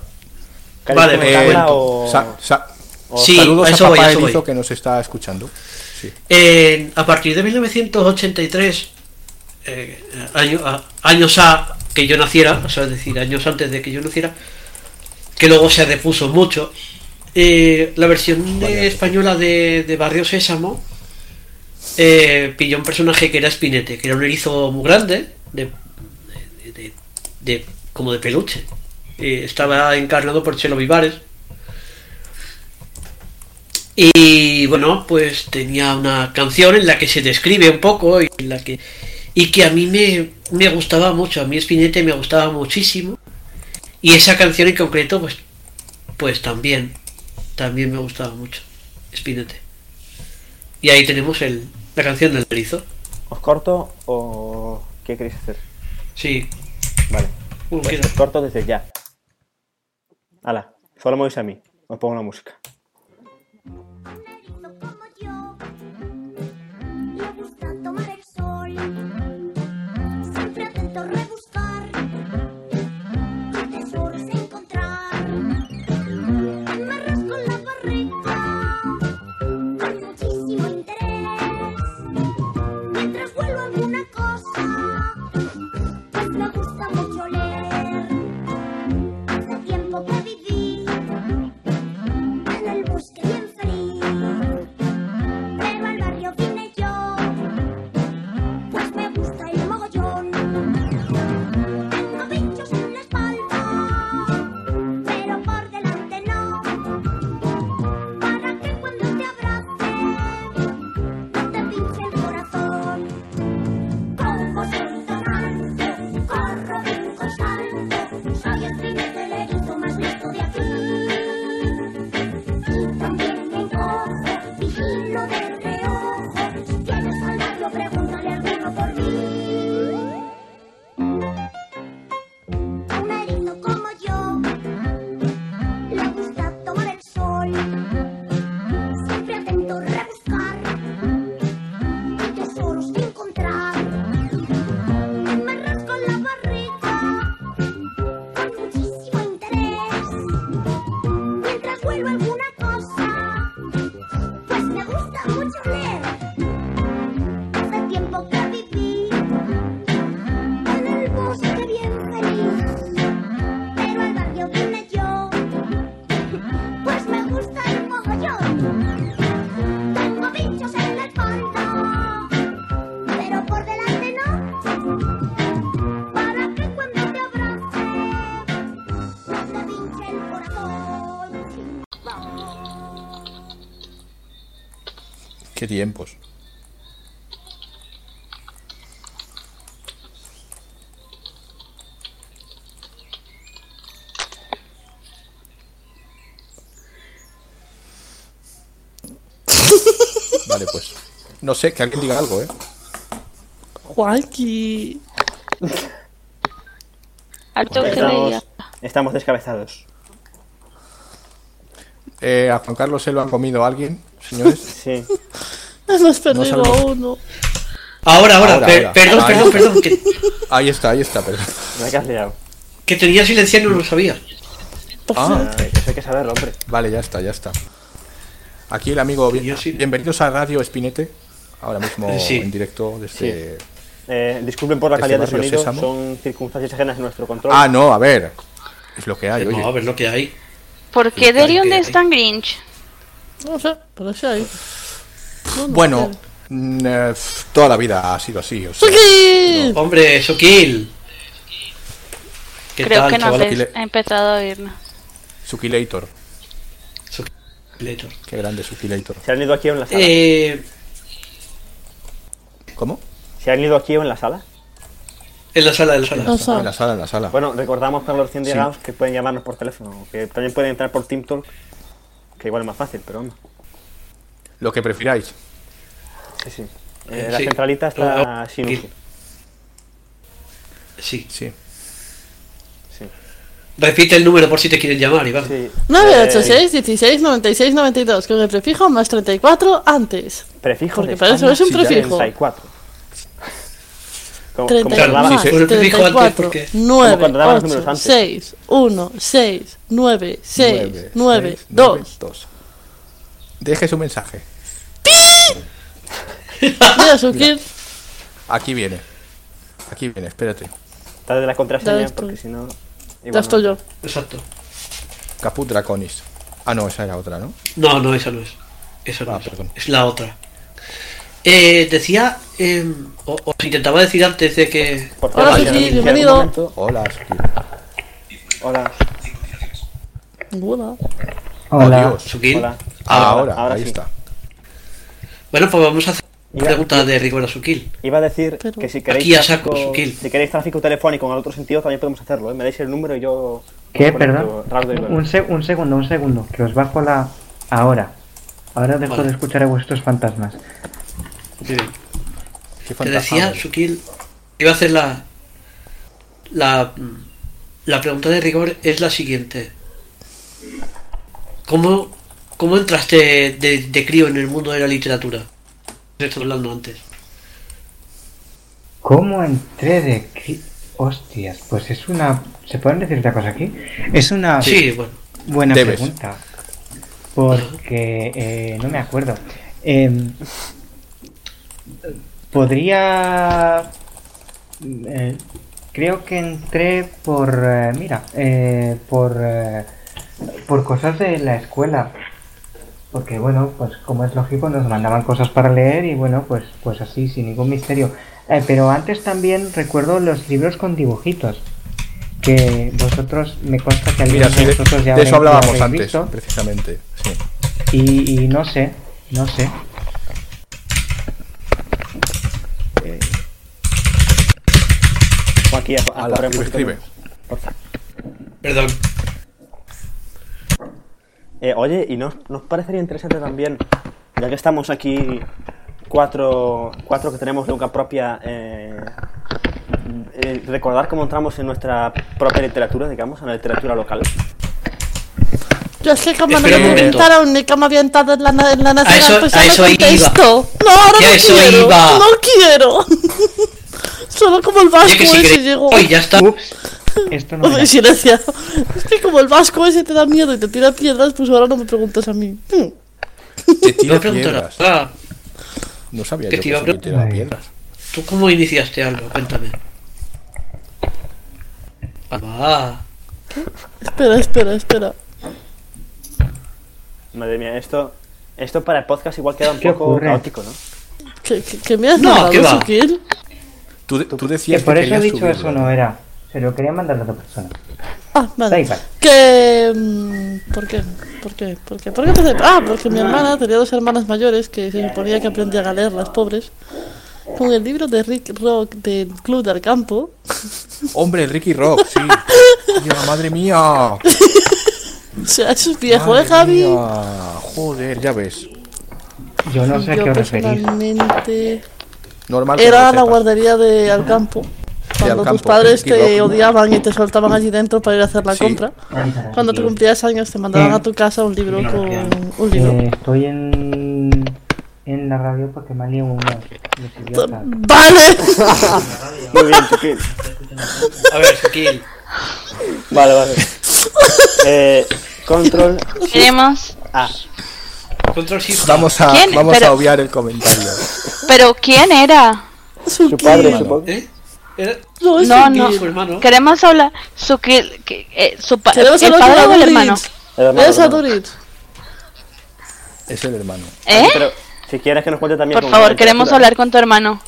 Speaker 4: ¿Queréis
Speaker 1: Vale,
Speaker 2: Eh,
Speaker 4: comentarla
Speaker 1: cuento.
Speaker 4: o-
Speaker 2: sa- sa-
Speaker 4: o-
Speaker 1: Sí,
Speaker 2: Oh, saludos
Speaker 1: a eso
Speaker 2: a
Speaker 1: voy, a
Speaker 2: papá
Speaker 1: eso
Speaker 2: Erizo
Speaker 1: voy.
Speaker 2: que nos está escuchando. Sí.
Speaker 1: En- a partir de 1983, eh, año- a- años a que yo naciera, o sea, es decir, años antes de que yo naciera, que luego se repuso mucho, eh, la versión de- española de, de Barrio Sésamo eh, pilló un personaje que era Spinete, que era un erizo muy grande, de, de- de- de- como de peluche. Eh, estaba encarnado por Chelo Vivares. Y bueno, pues tenía una canción en la que se describe un poco y, en la que, y que a mí me, me gustaba mucho, a mí Spinete me gustaba muchísimo. Y esa canción en concreto, pues, pues también, también me gustaba mucho, Spinete. Y ahí tenemos el, la canción del erizo.
Speaker 4: ¿Os corto o qué queréis hacer?
Speaker 1: Sí,
Speaker 4: Vale.
Speaker 1: como
Speaker 4: Pues,
Speaker 1: quiera.
Speaker 4: os corto desde ya. Hala, solo me oís a mí. Os pongo la música.
Speaker 8: como yo. Le gusta tomar el sol, siempre atento a rebuscar, qué tesoros encontrar. Me rasco la barriga con muchísimo interés, mientras vuelo alguna cosa, pues me gusta mucho leer. Hace tiempo que viví en el bosque bien frío. Pero al barrio vine yo, pues me gusta el mogollón. Tengo bichos en la espalda, pero por delante no. Para que cuando te abrace, no te pinche el corazón. Como soy donante, corro, brinco y salto. Soy el primer telerito más listo de aquí. Y también me encojo, vigilo de reojo. Si tienes al novio, pregúntale alguno por mí. A un erizo como yo le gusta tomar el sol. Siempre atento a rebuscar y tesoros que encontrar. Me rasco la barriga con muchísimo interés. Mientras vuelvo alguna cosa, pues me gusta mucho leer. Hace tiempo que viví en el bosque bien feliz. Pues
Speaker 2: Qué tiempos. Vale, pues. No sé, que alguien diga algo, ¿eh?
Speaker 3: Juanqui.
Speaker 6: Arturo, ¿qué le diga?
Speaker 4: Estamos, estamos descabezados.
Speaker 2: Eh, a Juan Carlos se lo han comido alguien, señores.
Speaker 4: Sí.
Speaker 3: Hemos perdido a
Speaker 2: salgo.
Speaker 3: uno.
Speaker 1: Ahora, ahora,
Speaker 2: Ahora,
Speaker 1: per-
Speaker 2: ahora.
Speaker 1: perdón,
Speaker 2: Ahora.
Speaker 1: perdón, perdón, que,
Speaker 2: Ahí está, ahí está, perdón.
Speaker 4: Me has liado.
Speaker 1: que tenía silenciado y no lo sabía.
Speaker 3: Por
Speaker 2: Ah,
Speaker 4: Ay, eso hay que saberlo, hombre.
Speaker 2: vale, ya está, ya está. Aquí el amigo. bien-
Speaker 1: Yo sí.
Speaker 2: Bienvenidos a Radio Espinete. Ahora mismo
Speaker 1: Sí.
Speaker 2: en directo desde.
Speaker 4: Eh, disculpen por la
Speaker 2: Este
Speaker 4: calidad del
Speaker 2: barrio
Speaker 4: sonido,
Speaker 2: Sésamo.
Speaker 4: son circunstancias ajenas a nuestro control.
Speaker 2: Ah, no, a ver. Es lo que hay,
Speaker 1: Vamos a
Speaker 2: oye.
Speaker 1: ver lo que hay.
Speaker 6: ¿Por
Speaker 1: Sí,
Speaker 2: Pues
Speaker 6: qué Derion
Speaker 1: hay que-
Speaker 6: es tan grinch?
Speaker 3: No sé, pero sí hay. No, no
Speaker 2: Bueno,
Speaker 3: sé.
Speaker 2: mm, eh, pf, toda la vida ha sido así. O sea,
Speaker 3: ¡Suki!
Speaker 1: Hombre, Sokil. ¿Qué
Speaker 6: Creo
Speaker 1: tal,
Speaker 6: que nos
Speaker 1: chaval?
Speaker 6: ves-
Speaker 2: Kile?
Speaker 6: ha empezado a oírnos.
Speaker 2: Sukilator.
Speaker 1: Letor.
Speaker 2: Qué grande Sukilator.
Speaker 4: ¿Se han ido aquí o en la sala?
Speaker 1: Eh,
Speaker 2: ¿Cómo?
Speaker 4: ¿Se han ido aquí o en la sala?
Speaker 1: en la sala, en la sala.
Speaker 3: No sé.
Speaker 2: En la sala, en la sala.
Speaker 4: Bueno, recordamos para los recién
Speaker 2: Sí.
Speaker 4: llegados que pueden llamarnos por teléfono, que también pueden entrar por TeamTalk, que igual es más fácil, pero vamos.
Speaker 2: Lo que prefiráis.
Speaker 4: Sí, sí. Eh, la
Speaker 1: Sí.
Speaker 4: centralita está
Speaker 1: Ah,
Speaker 4: sin
Speaker 1: sí.
Speaker 4: uso.
Speaker 1: Sí.
Speaker 2: Sí.
Speaker 4: Sí.
Speaker 1: Repite el número por si te quieren llamar, Iván.
Speaker 4: Sí.
Speaker 3: 986 16 96 92 con el prefijo más 34 antes.
Speaker 4: Eh, prefijo
Speaker 3: Porque
Speaker 4: de
Speaker 3: para eso
Speaker 4: España,
Speaker 3: es un
Speaker 4: sí,
Speaker 3: prefijo.
Speaker 4: 34. Como, como
Speaker 3: 34,
Speaker 4: cuando
Speaker 1: Claro,
Speaker 4: dabas-
Speaker 1: sí, sí. Te dijo antes
Speaker 3: 34,
Speaker 1: porque-
Speaker 4: Como
Speaker 3: 9,
Speaker 4: cuando daban los
Speaker 3: 8,
Speaker 4: números antes.
Speaker 3: 6, 1, 6, 9, 6,
Speaker 2: Nueve,
Speaker 3: 9,
Speaker 2: seis, nueve,
Speaker 3: 2.
Speaker 2: dos. Deje su mensaje.
Speaker 3: Mira, Sukir,
Speaker 2: Aquí viene. Aquí viene, espérate.
Speaker 4: Dale la
Speaker 3: Ya
Speaker 4: contraseña,
Speaker 3: ves tú.
Speaker 4: porque si no.
Speaker 3: ya
Speaker 4: igual
Speaker 3: estoy
Speaker 4: no.
Speaker 3: yo.
Speaker 1: Exacto.
Speaker 2: Caput Draconis. Ah, no, esa era otra, ¿no?
Speaker 1: No, no, esa no es. Esa no
Speaker 2: Ah,
Speaker 1: es.
Speaker 2: perdón.
Speaker 1: Es la otra. Eh, decía, eh, o- os intentaba decir antes de que.
Speaker 4: Porque
Speaker 3: Hola,
Speaker 4: vaya,
Speaker 3: Suki,
Speaker 4: en algún
Speaker 3: bienvenido.
Speaker 4: momento-
Speaker 2: Hola, Suki.
Speaker 4: Hola,
Speaker 3: Hola.
Speaker 2: Oh, Hola.
Speaker 1: Sukil.
Speaker 4: hola.
Speaker 2: Ahora,
Speaker 4: ahora
Speaker 2: ahí
Speaker 4: sí.
Speaker 2: está.
Speaker 1: Bueno, pues vamos a hacer una
Speaker 4: Mira,
Speaker 1: pregunta de rigor a Sukil.
Speaker 4: Iba a decir
Speaker 3: Pero-
Speaker 4: que si queréis,
Speaker 1: Aquí a saco,
Speaker 4: tráfico,
Speaker 1: Suquil.
Speaker 4: si queréis tráfico telefónico en el otro sentido, también podemos hacerlo. ¿eh? Me dais el número y yo.
Speaker 9: ¿Qué?
Speaker 4: conecto
Speaker 9: Perdón.
Speaker 4: radio y
Speaker 9: Un-
Speaker 4: luego.
Speaker 9: Un, se- un segundo, un segundo. Que os bajo la. Ahora. Ahora dejo
Speaker 1: Vale.
Speaker 9: de escuchar a vuestros fantasmas.
Speaker 1: Muy bien.
Speaker 2: Qué
Speaker 1: Te
Speaker 2: fantasma.
Speaker 1: decía, Sukil, iba a hacer la. La. La pregunta de rigor es la siguiente: ¿Cómo, cómo entraste de, de crío en el mundo de la literatura? De esto hablando antes.
Speaker 9: ¿Cómo entré de cri- Hostias, pues es una. ¿Se pueden decir otra cosa aquí? Es una
Speaker 1: Sí, bueno.
Speaker 9: buena
Speaker 2: Debes.
Speaker 9: pregunta. Porque eh, no me acuerdo. Em, podría. eh, creo que entré por. eh, mira, eh, por. eh, por cosas de la escuela. Porque bueno, pues como es lógico, nos mandaban cosas para leer y bueno, pues, pues así, sin ningún misterio. Eh, pero antes también recuerdo los libros con dibujitos. Que vosotros me consta que
Speaker 2: Mira,
Speaker 9: algunos
Speaker 2: sí,
Speaker 9: de
Speaker 2: de,
Speaker 9: vosotros ya
Speaker 2: de
Speaker 9: habréis-
Speaker 2: eso
Speaker 9: ya
Speaker 2: hablábamos
Speaker 9: habréis
Speaker 2: antes,
Speaker 9: visto.
Speaker 2: precisamente. Sí.
Speaker 9: Y, y no sé, no sé. Eh,
Speaker 4: Aquí a, a
Speaker 2: Ala,
Speaker 4: correr un
Speaker 2: escribe,
Speaker 4: poquito.
Speaker 2: escribe.
Speaker 1: Perdón.
Speaker 4: Eh, oye, y nos, nos parecería interesante también, ya que estamos aquí cuatro, cuatro que tenemos nunca propia, eh, eh, recordar cómo entramos en nuestra propia literatura, digamos, en la literatura local.
Speaker 3: Yo es que como no me
Speaker 1: Espera un momento.
Speaker 3: preguntaron ni cómo había entrado en la, na- en la nacional,
Speaker 1: eso-
Speaker 3: pues
Speaker 1: a
Speaker 3: yo no
Speaker 1: eso iba.
Speaker 3: contesto. No, ahora
Speaker 1: Que a
Speaker 3: no
Speaker 1: eso
Speaker 3: quiero.
Speaker 1: iba.
Speaker 3: No quiero. Solo como el vasco
Speaker 1: Oye, que si
Speaker 3: ese
Speaker 1: queréis-
Speaker 3: llegó.
Speaker 1: Uy, ya está.
Speaker 9: ups, esto no
Speaker 3: Uy,
Speaker 9: era.
Speaker 3: silencio. Es que como el vasco ese te da miedo y te tira piedras, pues ahora no me preguntas a mí. Hmm.
Speaker 2: Te
Speaker 1: No
Speaker 2: tira
Speaker 1: preguntarás.
Speaker 2: piedras.
Speaker 1: Ah,
Speaker 2: No sabía
Speaker 1: Que
Speaker 2: yo
Speaker 1: te
Speaker 2: que
Speaker 1: iba a
Speaker 2: eso me
Speaker 1: pre-
Speaker 2: tiraba
Speaker 9: Ay.
Speaker 2: piedras.
Speaker 1: ¿Tú cómo iniciaste algo? Cuéntame. Ah,
Speaker 3: Espera, espera, espera.
Speaker 4: Madre mía, esto, esto para el podcast igual queda un
Speaker 9: ¿Qué
Speaker 4: poco
Speaker 9: ocurre?
Speaker 4: caótico, ¿no?
Speaker 3: ¿Qué, qué, qué me has
Speaker 1: No,
Speaker 3: mandado,
Speaker 1: ¿qué va?
Speaker 3: Sukil?
Speaker 2: Tú, tú
Speaker 9: Que
Speaker 2: decías que
Speaker 9: por eso he
Speaker 2: querías
Speaker 9: dicho
Speaker 2: subirlo.
Speaker 9: eso no era. Se lo quería mandar a otra persona.
Speaker 3: Ah, vale.
Speaker 10: Da igual.
Speaker 3: Que. mm, ¿Por qué? ¿Por qué? ¿Por qué? ¿Por qué empecé? Ah, porque mi hermana tenía dos hermanas mayores que se suponía que aprendían a leer, las pobres. Con el libro de Rick Rock del Club del Campo.
Speaker 2: Hombre, Ricky Rock, sí. Dios, madre mía.
Speaker 3: O sea, eso es viejo,
Speaker 2: Madre
Speaker 3: ¿eh, Javi?
Speaker 2: mía. Joder, ya ves.
Speaker 10: Yo no
Speaker 3: Y
Speaker 10: sé a
Speaker 3: yo
Speaker 10: qué os referís.
Speaker 3: personalmente.
Speaker 2: Normal. que no
Speaker 3: Era
Speaker 2: lo
Speaker 3: la
Speaker 2: sepas.
Speaker 3: guardería de Alcampo. Cuando tus
Speaker 2: Alcampo,
Speaker 3: padres
Speaker 2: Ricky
Speaker 3: te
Speaker 2: Rock.
Speaker 3: odiaban y te soltaban allí dentro para ir a hacer la
Speaker 2: Sí.
Speaker 3: compra.
Speaker 10: Vamos a
Speaker 3: Cuando
Speaker 10: ver.
Speaker 3: tú cumplías años te mandaban a tu casa un libro
Speaker 10: No,
Speaker 3: con
Speaker 10: no,
Speaker 3: un libro.
Speaker 10: Eh, estoy en, en la radio porque me han liado unos, unos idiotas.
Speaker 3: Vale.
Speaker 4: Muy bien, Chiquín.
Speaker 1: A ver, Shaquille.
Speaker 4: Vale, vale. Eh, control
Speaker 6: Tenemos.
Speaker 4: A.
Speaker 1: Control Shift.
Speaker 2: Vamos a,
Speaker 6: ¿Quién?
Speaker 2: vamos a
Speaker 6: Pero-
Speaker 2: obviar el comentario.
Speaker 6: Pero ¿quién era?
Speaker 4: Su padre, supongo.
Speaker 1: ¿Eh? Era-
Speaker 3: No, es
Speaker 6: No,
Speaker 3: Ingrid.
Speaker 6: no.
Speaker 1: Su hermano.
Speaker 6: Queremos hablar. Su, que, que- eh, su pa-
Speaker 3: Queremos
Speaker 6: el
Speaker 3: hablar
Speaker 6: padre
Speaker 3: con
Speaker 6: del
Speaker 3: Duritz.
Speaker 6: hermano.
Speaker 4: El hermano,
Speaker 3: Eres a
Speaker 4: hermano.
Speaker 3: Duritz.
Speaker 2: Es el hermano.
Speaker 6: ¿Eh?
Speaker 4: Ah, Pero si quieres que nos cuente también.
Speaker 6: Por
Speaker 4: con
Speaker 6: favor,
Speaker 4: la
Speaker 6: queremos
Speaker 4: literatura.
Speaker 6: hablar con tu hermano.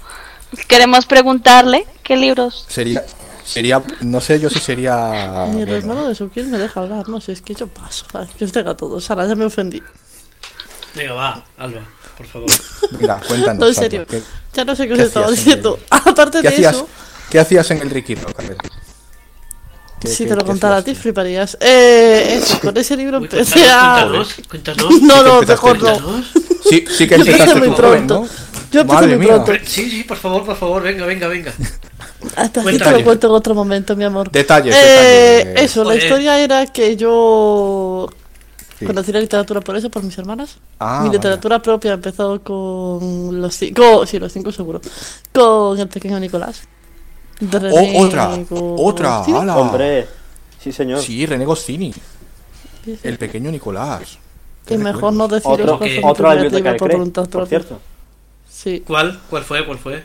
Speaker 6: Queremos preguntarle qué libros.
Speaker 2: Sería. Sería. No sé yo si sería.
Speaker 3: Ni el
Speaker 2: bueno,
Speaker 3: hermano de Sukir me deja hablar, no sé, es que yo paso. Ay, Que os tenga todo. Sara, ya me ofendí.
Speaker 1: Venga, va, Alba, por favor.
Speaker 2: Venga, cuéntanos.
Speaker 3: No, en
Speaker 2: Pablo,
Speaker 3: serio.
Speaker 2: ¿Qué,
Speaker 3: Ya no sé qué os
Speaker 2: ¿Qué
Speaker 3: estaba
Speaker 2: hacías,
Speaker 3: diciendo. Aparte
Speaker 2: qué
Speaker 3: de
Speaker 2: hacías,
Speaker 3: eso,
Speaker 2: ¿Qué hacías en el Ricky Rock? A ver. ¿Qué-
Speaker 3: si
Speaker 2: qué-
Speaker 3: te lo
Speaker 2: qué
Speaker 3: contara a ti,
Speaker 2: hacías?
Speaker 3: fliparías. Eh, eso, con ese libro
Speaker 1: Uy, pues,
Speaker 3: empecé a.
Speaker 1: cuéntanos, cuéntanos,
Speaker 3: No, no,
Speaker 2: Empezaste
Speaker 3: mejor
Speaker 2: ya.
Speaker 3: no.
Speaker 1: cuéntanos.
Speaker 2: Sí, sí que
Speaker 3: Yo empecé
Speaker 2: empezaste
Speaker 3: muy
Speaker 2: muy pronto.
Speaker 3: pronto. Yo empecé
Speaker 2: Madre
Speaker 3: muy
Speaker 2: mía.
Speaker 3: pronto.
Speaker 1: Sí, sí, por favor, por favor, venga, venga, venga.
Speaker 3: Hasta aquí te
Speaker 1: Cuéntame.
Speaker 3: lo cuento en otro momento, mi amor.
Speaker 2: Detalles,
Speaker 3: Eh,
Speaker 2: detalles.
Speaker 3: Eso, la
Speaker 1: Joder.
Speaker 3: historia era que yo
Speaker 2: Sí.
Speaker 3: conocí la literatura por eso, por mis hermanas.
Speaker 2: Ah,
Speaker 3: Mi literatura propia empezó con los cinco, sí, los cinco seguro, con el pequeño Nicolás. De René
Speaker 2: Oh, otra, otra,
Speaker 3: Goscinny.
Speaker 2: ala.
Speaker 4: Hombre, sí, señor.
Speaker 2: Sí, René Goscinny,
Speaker 3: Sí, sí.
Speaker 2: el pequeño Nicolás.
Speaker 3: Y mejor no deciros
Speaker 4: Otro,
Speaker 3: cuál fue mi
Speaker 4: otro de la
Speaker 3: primera
Speaker 4: biblioteca
Speaker 3: actividad
Speaker 4: del
Speaker 3: por
Speaker 4: CRE,
Speaker 3: voluntad
Speaker 4: por
Speaker 3: propia.
Speaker 4: cierto.
Speaker 3: Sí.
Speaker 1: ¿Cuál? ¿Cuál fue? ¿Cuál fue?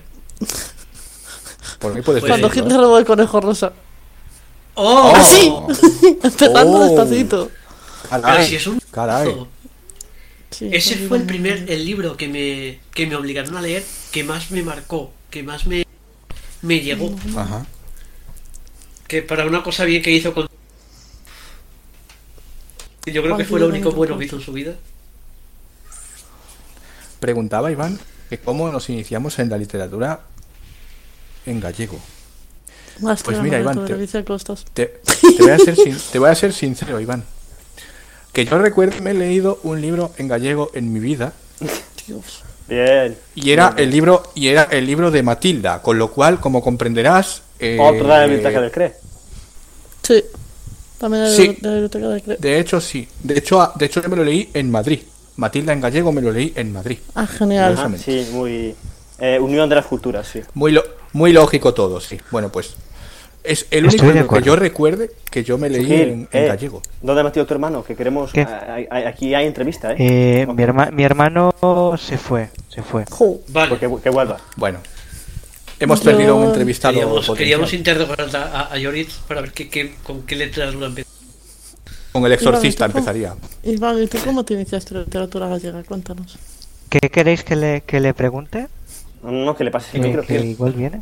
Speaker 2: Por mí puedes
Speaker 1: Pues-
Speaker 3: Cuando
Speaker 2: decirlo,
Speaker 3: Hitler
Speaker 2: ¿eh?
Speaker 3: robó el conejo rosa.
Speaker 1: ¡Oh!
Speaker 2: Oh.
Speaker 3: Así, empezando
Speaker 2: Oh.
Speaker 3: despacito.
Speaker 1: Pero
Speaker 2: Caray,
Speaker 1: si Pues es un...
Speaker 2: caray.
Speaker 3: Sí,
Speaker 1: Ese
Speaker 3: sí,
Speaker 1: fue el
Speaker 3: sí.
Speaker 1: primer el libro que me, que me obligaron a leer, que más me marcó, que más me, me llegó.
Speaker 2: Ajá.
Speaker 1: Que para una cosa bien que hizo con... Yo creo que fue lo único bueno que hizo en su vida.
Speaker 2: Preguntaba Iván que cómo nos iniciamos en la literatura en gallego.
Speaker 3: Más que
Speaker 2: Pues
Speaker 3: la
Speaker 2: mira,
Speaker 3: novela
Speaker 2: Iván,
Speaker 3: de
Speaker 2: te-
Speaker 3: Alicia Costas.
Speaker 2: Te, te voy a ser sin- te voy a ser sincero, Iván. Que yo recuerdo me he leído un libro en gallego en mi vida
Speaker 3: Dios.
Speaker 4: Bien.
Speaker 2: y era el libro y era el libro de Matilda, con lo cual, como comprenderás, eh,
Speaker 4: Otra de la biblioteca del CRE.
Speaker 3: Sí. También era
Speaker 2: Sí.
Speaker 3: de la biblioteca de Cre-
Speaker 2: De hecho, sí. De hecho, a- de hecho, yo me lo leí en Madrid. Matilda en gallego me lo leí en Madrid.
Speaker 3: Ah, genial.
Speaker 4: Ajá,
Speaker 2: Precisamente.
Speaker 4: sí, muy. eh, unión de las culturas, sí.
Speaker 2: Muy, lo- muy lógico todo, sí. Bueno, pues. Es el único
Speaker 10: Estoy de
Speaker 2: libro que
Speaker 10: acuerdo.
Speaker 2: yo recuerde que yo me leí en, en
Speaker 4: Eh,
Speaker 2: gallego.
Speaker 4: ¿Dónde ha metido tu hermano? Que queremos.
Speaker 10: ¿Qué?
Speaker 4: a- a- aquí hay entrevista, ¿eh?
Speaker 10: Eh, mi, herma- mi hermano se fue, se fue.
Speaker 3: Jo.
Speaker 1: Vale.
Speaker 4: Porque que vuelva.
Speaker 2: Bueno. Hemos
Speaker 3: Yo-
Speaker 2: perdido un entrevistado.
Speaker 1: Queríamos,
Speaker 2: potencial.
Speaker 1: queríamos interrogar a, a Yoritz para ver qué, qué- con qué letras lo empezó.
Speaker 2: Con el exorcista
Speaker 3: Iván, ¿tú cómo?
Speaker 2: empezaría.
Speaker 3: Iván, ¿y tú cómo te iniciaste en la literatura gallega? Cuéntanos.
Speaker 10: ¿Qué queréis que le, que le pregunte?
Speaker 4: No, no, que le pases el
Speaker 10: Eh,
Speaker 4: micro.
Speaker 10: que
Speaker 4: tío.
Speaker 10: igual viene.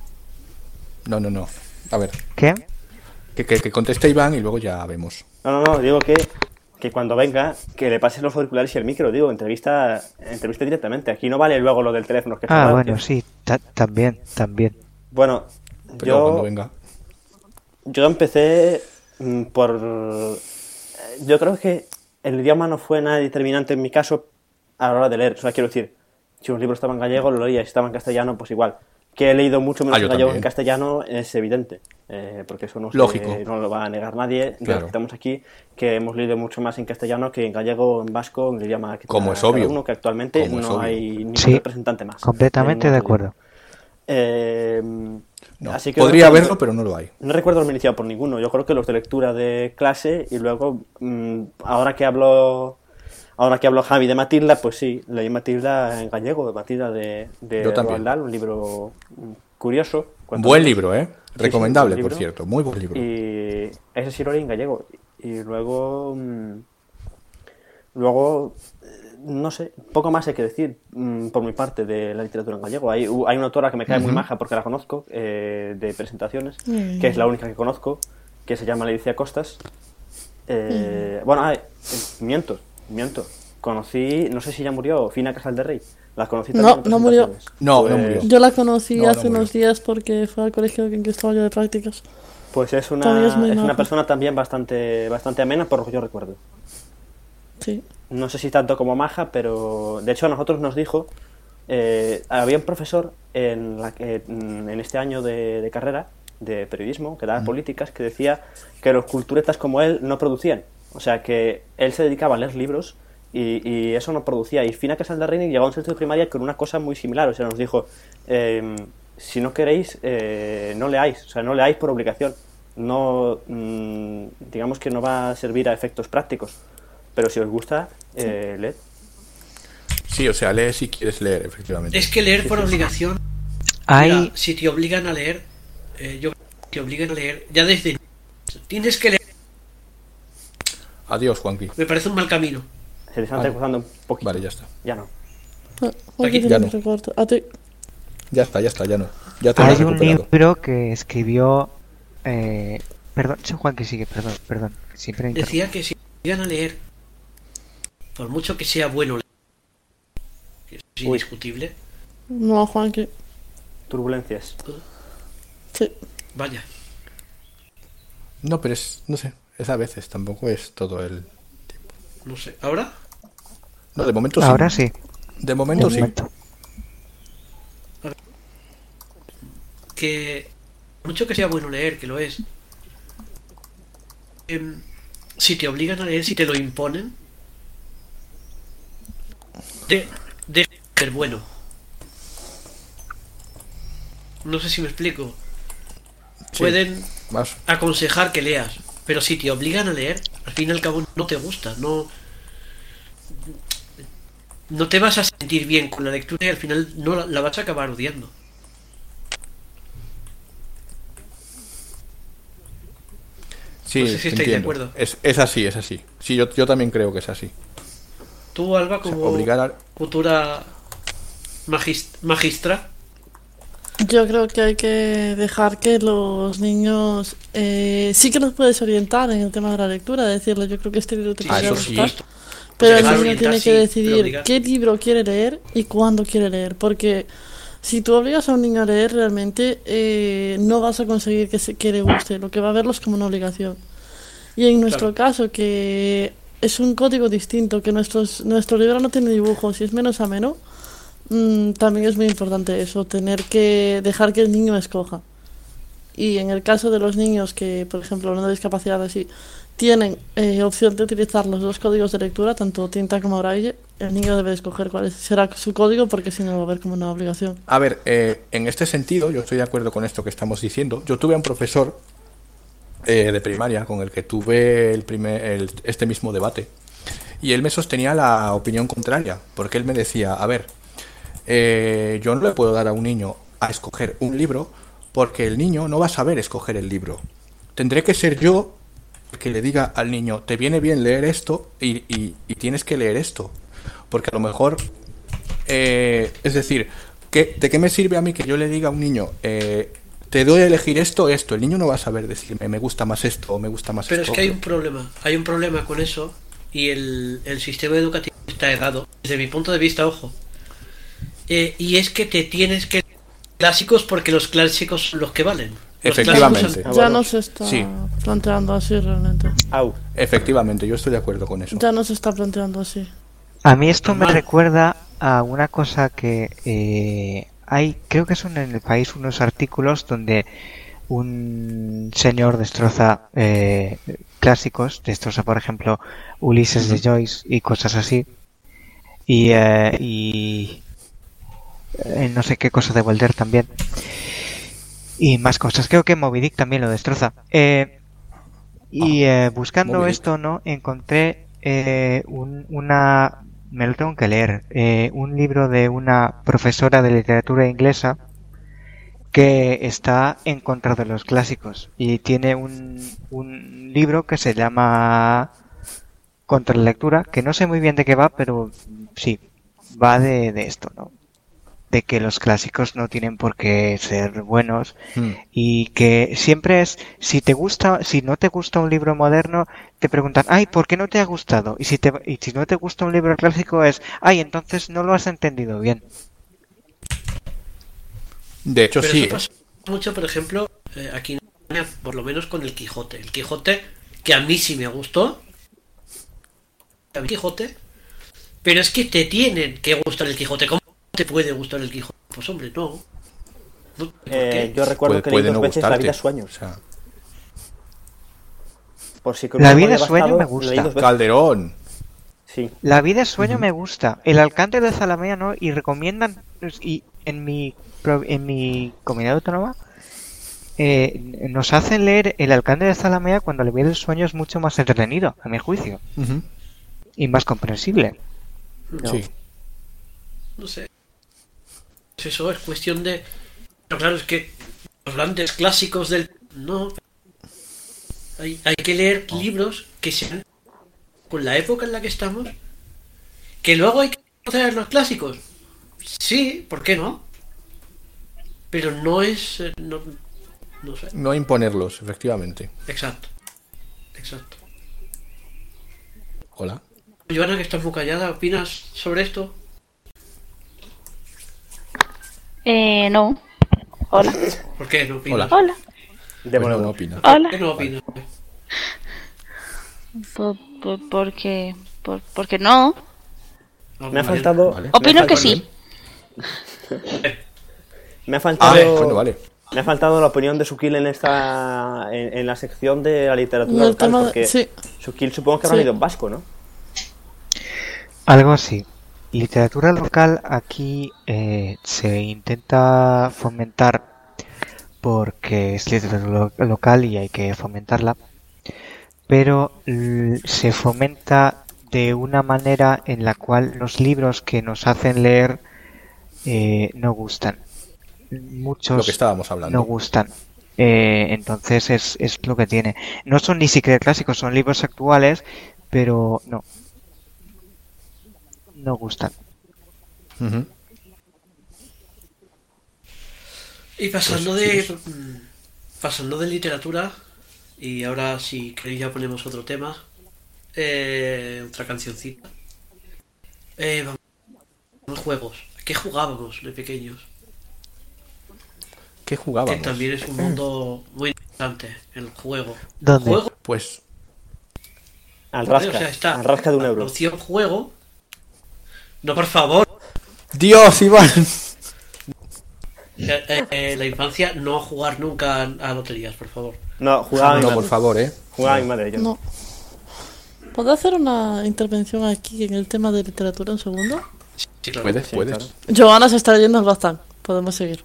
Speaker 2: No, no, no. A ver.
Speaker 10: ¿Qué?
Speaker 2: Que, que- que conteste Iván y luego ya vemos.
Speaker 4: No, no, no, digo que, que cuando venga, que le pases los auriculares y el micro. Digo, entrevista entrevista directamente. Aquí no vale luego lo del teléfono.
Speaker 10: Ah,
Speaker 4: Que está mal,
Speaker 10: bueno,
Speaker 4: tío.
Speaker 10: sí, ta- también, también.
Speaker 4: Bueno,
Speaker 2: Pero
Speaker 4: yo.
Speaker 2: cuando venga.
Speaker 4: Yo empecé mm, por... eh, Yo creo que el idioma no fue nada determinante en mi caso a la hora de leer. O sea, quiero decir, si un libro estaba en gallego, lo leía. Si estaba en castellano, pues igual. Que he leído mucho menos
Speaker 2: Ah, yo
Speaker 4: en gallego que en
Speaker 2: también.
Speaker 4: castellano es evidente. eh, porque eso no, se-
Speaker 2: Lógico.
Speaker 4: no lo va a negar nadie. Ya
Speaker 2: Claro.
Speaker 4: Estamos aquí que hemos leído mucho más en castellano que en gallego, en vasco, en el idioma que
Speaker 2: Como
Speaker 4: tenga
Speaker 2: es
Speaker 4: cada
Speaker 2: obvio.
Speaker 4: uno, que actualmente
Speaker 2: Como es
Speaker 4: no
Speaker 2: obvio.
Speaker 4: hay ningún
Speaker 10: Sí,
Speaker 4: representante más.
Speaker 10: Completamente
Speaker 4: en
Speaker 10: de
Speaker 4: otro
Speaker 10: acuerdo.
Speaker 4: idioma. Eh,
Speaker 2: No.
Speaker 4: así que
Speaker 2: Podría
Speaker 4: recuerdo-
Speaker 2: haberlo, pero no lo hay.
Speaker 4: no recuerdo haberme iniciado por ninguno. Yo creo que los de lectura de clase y luego, mm, ahora que hablo, ahora que hablo Javi de Matilda, pues sí, leí Matilda en gallego, Matilda de, de
Speaker 2: Yo también.
Speaker 4: Roald Dahl, un libro mm, curioso. cuento
Speaker 2: Buen
Speaker 4: corto.
Speaker 2: libro, ¿eh?
Speaker 4: sí,
Speaker 2: Recomendable,
Speaker 4: buen
Speaker 2: por
Speaker 4: libro.
Speaker 2: cierto. Muy buen libro.
Speaker 4: Y ese sí lo leí en gallego. Y luego, mm, luego, eh, no sé, poco más hay que decir mm, por mi parte de la literatura en gallego. Hay, u- hay una autora que me cae muy maja porque la conozco eh, de presentaciones, que es la única que conozco, que se llama Leticia Costas. Eh, Bueno, ah, eh, miento, miento. Conocí, no sé si ya murió, Fina Casal de Rey. La conocí
Speaker 3: No,
Speaker 4: también en
Speaker 3: no murió.
Speaker 4: presentaciones.
Speaker 2: No, no
Speaker 4: Pues-
Speaker 2: murió.
Speaker 3: Yo la conocí
Speaker 2: No, no
Speaker 3: hace unos
Speaker 2: murió.
Speaker 3: días porque fue al colegio en que estaba yo de prácticas.
Speaker 4: Pues es una,
Speaker 3: Todavía es muy
Speaker 4: es una
Speaker 3: maja.
Speaker 4: persona también bastante, bastante amena, por lo que yo recuerdo.
Speaker 3: Sí.
Speaker 4: no sé si tanto como maja, pero de hecho a nosotros nos dijo, eh, había un profesor en, la que- en este año de, de carrera de periodismo que daba políticas que decía que los culturetas como él no producían. O sea, que él se dedicaba a leer libros y, y eso no producía. Y Fina Casal de Reina llegó a un sexto de primaria con una cosa muy similar. O sea, nos dijo, eh, si no queréis, eh, no leáis. O sea, no leáis por obligación. No, mm, digamos que no va a servir a efectos prácticos. Pero si os gusta, eh, leed.
Speaker 2: Sí, o sea, lee si quieres leer, efectivamente.
Speaker 1: Es que leer por obligación.
Speaker 9: Hay,
Speaker 1: mira, si te obligan a leer, eh, yo te obligan a leer ya desde tienes que leer.
Speaker 2: Adiós, Juanqui.
Speaker 1: Me parece un mal camino.
Speaker 4: Se les están
Speaker 2: Vale.
Speaker 4: cruzando un poquito.
Speaker 2: Vale, ya está.
Speaker 4: Ya no.
Speaker 3: Ah, Juanqui
Speaker 1: Aquí,
Speaker 3: tiene
Speaker 2: ya no.
Speaker 3: mucho cuarto. A ti.
Speaker 2: Ya está, ya está, ya no. Ya te lo has
Speaker 9: hay un
Speaker 2: recuperado.
Speaker 9: libro que escribió... eh, perdón, soy Juan que sigue, perdón, perdón. Siempre me
Speaker 1: Decía que si te obligan a leer, por mucho que sea bueno, leer, que es
Speaker 4: Uy.
Speaker 1: indiscutible.
Speaker 3: No, Juanqui.
Speaker 4: Turbulencias.
Speaker 3: Sí.
Speaker 1: Vaya,
Speaker 2: No, pero es, no sé, es a veces, tampoco es todo el...
Speaker 1: no sé. Ahora,
Speaker 2: No, de momento sí.
Speaker 9: interrumpo. Ahora sí,
Speaker 2: De
Speaker 9: de
Speaker 2: momento sí.
Speaker 9: momento.
Speaker 1: que por mucho que sea bueno leer, que lo es. em, si te obligan a leer, si te lo imponen, de, de ser bueno. No sé si me explico.
Speaker 2: Sí,
Speaker 1: Pueden
Speaker 2: Más.
Speaker 1: aconsejar que leas, pero si te obligan a leer, al fin y al cabo no te gusta, no no te vas a sentir bien con la lectura y al final no la, la vas a acabar odiando.
Speaker 2: Sí,
Speaker 1: No sé si
Speaker 2: te
Speaker 1: estáis de
Speaker 2: entiendo.
Speaker 1: acuerdo.
Speaker 2: Es, es así, es así. Sí, yo, yo también creo que es así.
Speaker 1: Tú, Alba,
Speaker 2: O sea,
Speaker 1: como
Speaker 2: obligar a...
Speaker 1: futura magis- magistra,
Speaker 3: Yo creo que hay que dejar que los niños eh, sí que los puedes orientar en el tema de la lectura, decirle yo creo que este libro te
Speaker 2: Ah,
Speaker 3: podría
Speaker 2: eso sí.
Speaker 3: gustar, pero el
Speaker 1: Dejar
Speaker 3: niño
Speaker 1: orientar,
Speaker 3: tiene
Speaker 1: sí,
Speaker 3: que
Speaker 1: pero
Speaker 3: decidir
Speaker 1: obligar.
Speaker 3: qué libro quiere leer y cuándo quiere leer, porque si tú obligas a un niño a leer realmente eh, no vas a conseguir que, se, que le guste, lo que va a verlo es como una obligación. Y en nuestro caso, que es un código distinto, que nuestros, nuestro libro no tiene dibujos y es menos ameno, mm, también es muy importante eso, tener que dejar que el niño escoja. Y en el caso de los niños que, por ejemplo, una discapacidad así, tienen eh, opción de utilizar los dos códigos de lectura, tanto tinta como braille, el niño debe escoger cuál es- será su código porque si no lo va a ver como una obligación.
Speaker 2: A ver, eh, en este sentido, yo estoy de acuerdo con esto que estamos diciendo. Yo tuve a un profesor eh, de primaria con el que tuve el primer, el- este mismo debate. Y él me sostenía la opinión contraria, porque él me decía, a ver, eh, yo no le puedo dar a un niño a escoger un libro porque el niño no va a saber escoger el libro. Tendré que ser yo el que le diga al niño, te viene bien leer esto y, y- y tienes que leer esto. Porque a lo mejor, eh, es decir, ¿qué- ¿de qué me sirve a mí que yo le diga a un niño, eh, te doy a elegir esto o esto? El niño no va a saber decirme, me gusta más esto o me gusta más
Speaker 1: pero es
Speaker 2: esto.
Speaker 1: que hay
Speaker 2: otro".
Speaker 1: un problema, hay un problema con eso y el, el sistema educativo está errado, desde mi punto de vista, ojo. Eh, y es que te tienes que clásicos porque los clásicos son los que valen. Los
Speaker 2: Efectivamente.
Speaker 1: clásicos
Speaker 2: Ah,
Speaker 3: ya
Speaker 2: bueno.
Speaker 3: no se está
Speaker 2: Sí.
Speaker 3: planteando así realmente.
Speaker 4: Au.
Speaker 2: Efectivamente, yo estoy de acuerdo con eso.
Speaker 3: Ya no se está planteando así.
Speaker 9: A mí esto me
Speaker 1: Normal.
Speaker 9: recuerda a una cosa que eh, hay, creo que son en el país unos artículos donde un señor destroza eh, clásicos, destroza por ejemplo Ulises de Joyce y cosas así, y, eh, y eh, no sé qué cosa de Voltaire también, y más cosas, creo que Moby Dick también lo destroza. Eh, y eh, buscando
Speaker 2: Ah, Moby Dick.
Speaker 9: esto, ¿no? Encontré eh, un- una... Me lo tengo que leer. eh, un libro de una profesora de literatura inglesa que está en contra de los clásicos. Y tiene un, un libro que se llama Contra la lectura, que no sé muy bien de qué va, pero sí, va de, de esto, ¿no? de que los clásicos no tienen por qué ser buenos
Speaker 2: Hmm.
Speaker 9: y que siempre es si te gusta si no te gusta un libro moderno te preguntan ay por qué no te ha gustado y si te y si no te gusta un libro clásico es ay entonces no lo has entendido bien
Speaker 2: De hecho,
Speaker 1: Pero
Speaker 2: sí.
Speaker 1: eso pasa mucho, por ejemplo, eh, aquí en España, por lo menos con el Quijote. El Quijote, que a mí sí me gustó. A mí Quijote. Pero es que te tienen que gustar el Quijote. ¿Cómo te puede gustar el Quijote? Pues hombre, no. No, ¿por
Speaker 4: Eh,
Speaker 1: qué?
Speaker 4: yo
Speaker 2: Puede-
Speaker 4: recuerdo que
Speaker 2: Pues puede
Speaker 4: leí
Speaker 2: no
Speaker 4: dos veces La
Speaker 2: gustarte.
Speaker 4: vida
Speaker 2: O
Speaker 4: sueños.
Speaker 2: sea,
Speaker 4: Por si
Speaker 9: La vida es sueño me gusta.
Speaker 2: Calderón.
Speaker 4: Sí.
Speaker 9: la vida es sueño me gusta el alcalde de Zalamea no y recomiendan pues, y en mi pro- en mi comunidad autónoma eh, nos hacen leer el alcalde de Zalamea cuando le vida el sueño es mucho más entretenido a mi juicio
Speaker 2: Ujú.
Speaker 9: y más comprensible
Speaker 2: Sí.
Speaker 1: No sé. Pues Eso es cuestión de. Pero claro, es que los grandes clásicos del. No. Hay, hay que leer libros que sean con la época en la que estamos. Que luego hay que conocer los clásicos. Sí, ¿por qué no? Pero no es. eh, No, no sé.
Speaker 2: No imponerlos, efectivamente.
Speaker 1: Exacto. Exacto.
Speaker 2: Hola.
Speaker 1: Joana, que estás muy callada, ¿opinas sobre esto?
Speaker 6: Eh, no. Hola.
Speaker 1: ¿Por qué no opinas?
Speaker 2: Hola.
Speaker 6: Hola.
Speaker 4: De
Speaker 2: Bueno, no
Speaker 4: nuevo.
Speaker 2: opina.
Speaker 6: Hola.
Speaker 1: ¿Por qué no opinas?
Speaker 6: Po- po- porque, por- porque no.
Speaker 1: No,
Speaker 4: Me
Speaker 1: vale.
Speaker 4: ha faltado.
Speaker 2: Vale.
Speaker 6: Opino que
Speaker 4: Vale.
Speaker 6: sí.
Speaker 4: Me ha faltado.
Speaker 2: Ah, bueno, vale.
Speaker 4: Me ha faltado la opinión de Sukil en esta en, en la sección de la literatura
Speaker 3: No, el
Speaker 4: local,
Speaker 3: tema de-
Speaker 4: porque
Speaker 3: sí.
Speaker 4: Sukil supongo que habrá
Speaker 3: Sí.
Speaker 4: leído en vasco, ¿no?
Speaker 9: Algo así. Literatura local aquí eh, se intenta fomentar porque es literatura lo- local y hay que fomentarla, pero l- se fomenta de una manera en la cual los libros que nos hacen leer eh, no gustan. Muchos
Speaker 2: Lo que estábamos
Speaker 9: no
Speaker 2: hablando.
Speaker 9: gustan. Eh, entonces es, es lo que tiene. No son ni siquiera clásicos, son libros actuales, pero no. No gustan.
Speaker 2: Ujú.
Speaker 1: Y pasando
Speaker 2: Pues,
Speaker 1: de mm, pasando de literatura y ahora si queréis ya ponemos otro tema, eh, otra cancioncita. Eh, vamos vamos a juegos. ¿A qué jugábamos de pequeños?
Speaker 2: ¿Qué
Speaker 1: Que
Speaker 2: jugábamos?
Speaker 1: también es un mundo muy interesante el juego.
Speaker 9: ¿Dónde?
Speaker 1: Juego,
Speaker 2: Pues
Speaker 4: Al
Speaker 1: joder, o
Speaker 4: rasca.
Speaker 1: sea, está
Speaker 4: al rasca de un
Speaker 1: la
Speaker 4: euro.
Speaker 1: opción juego. No, por favor.
Speaker 2: Dios, Iván.
Speaker 1: Eh, eh, eh, la infancia no jugar nunca a loterías, por favor.
Speaker 4: No, jugaba mi
Speaker 2: No,
Speaker 4: madre.
Speaker 2: por favor, ¿eh?
Speaker 4: Jugaba mi madre. Yo.
Speaker 3: No. ¿Puedo hacer una intervención aquí en el tema de literatura un segundo?
Speaker 1: Sí, claro.
Speaker 2: Puedes,
Speaker 4: Sí,
Speaker 2: puedes.
Speaker 4: claro.
Speaker 3: Joana se está leyendo el Bazán. Podemos seguir.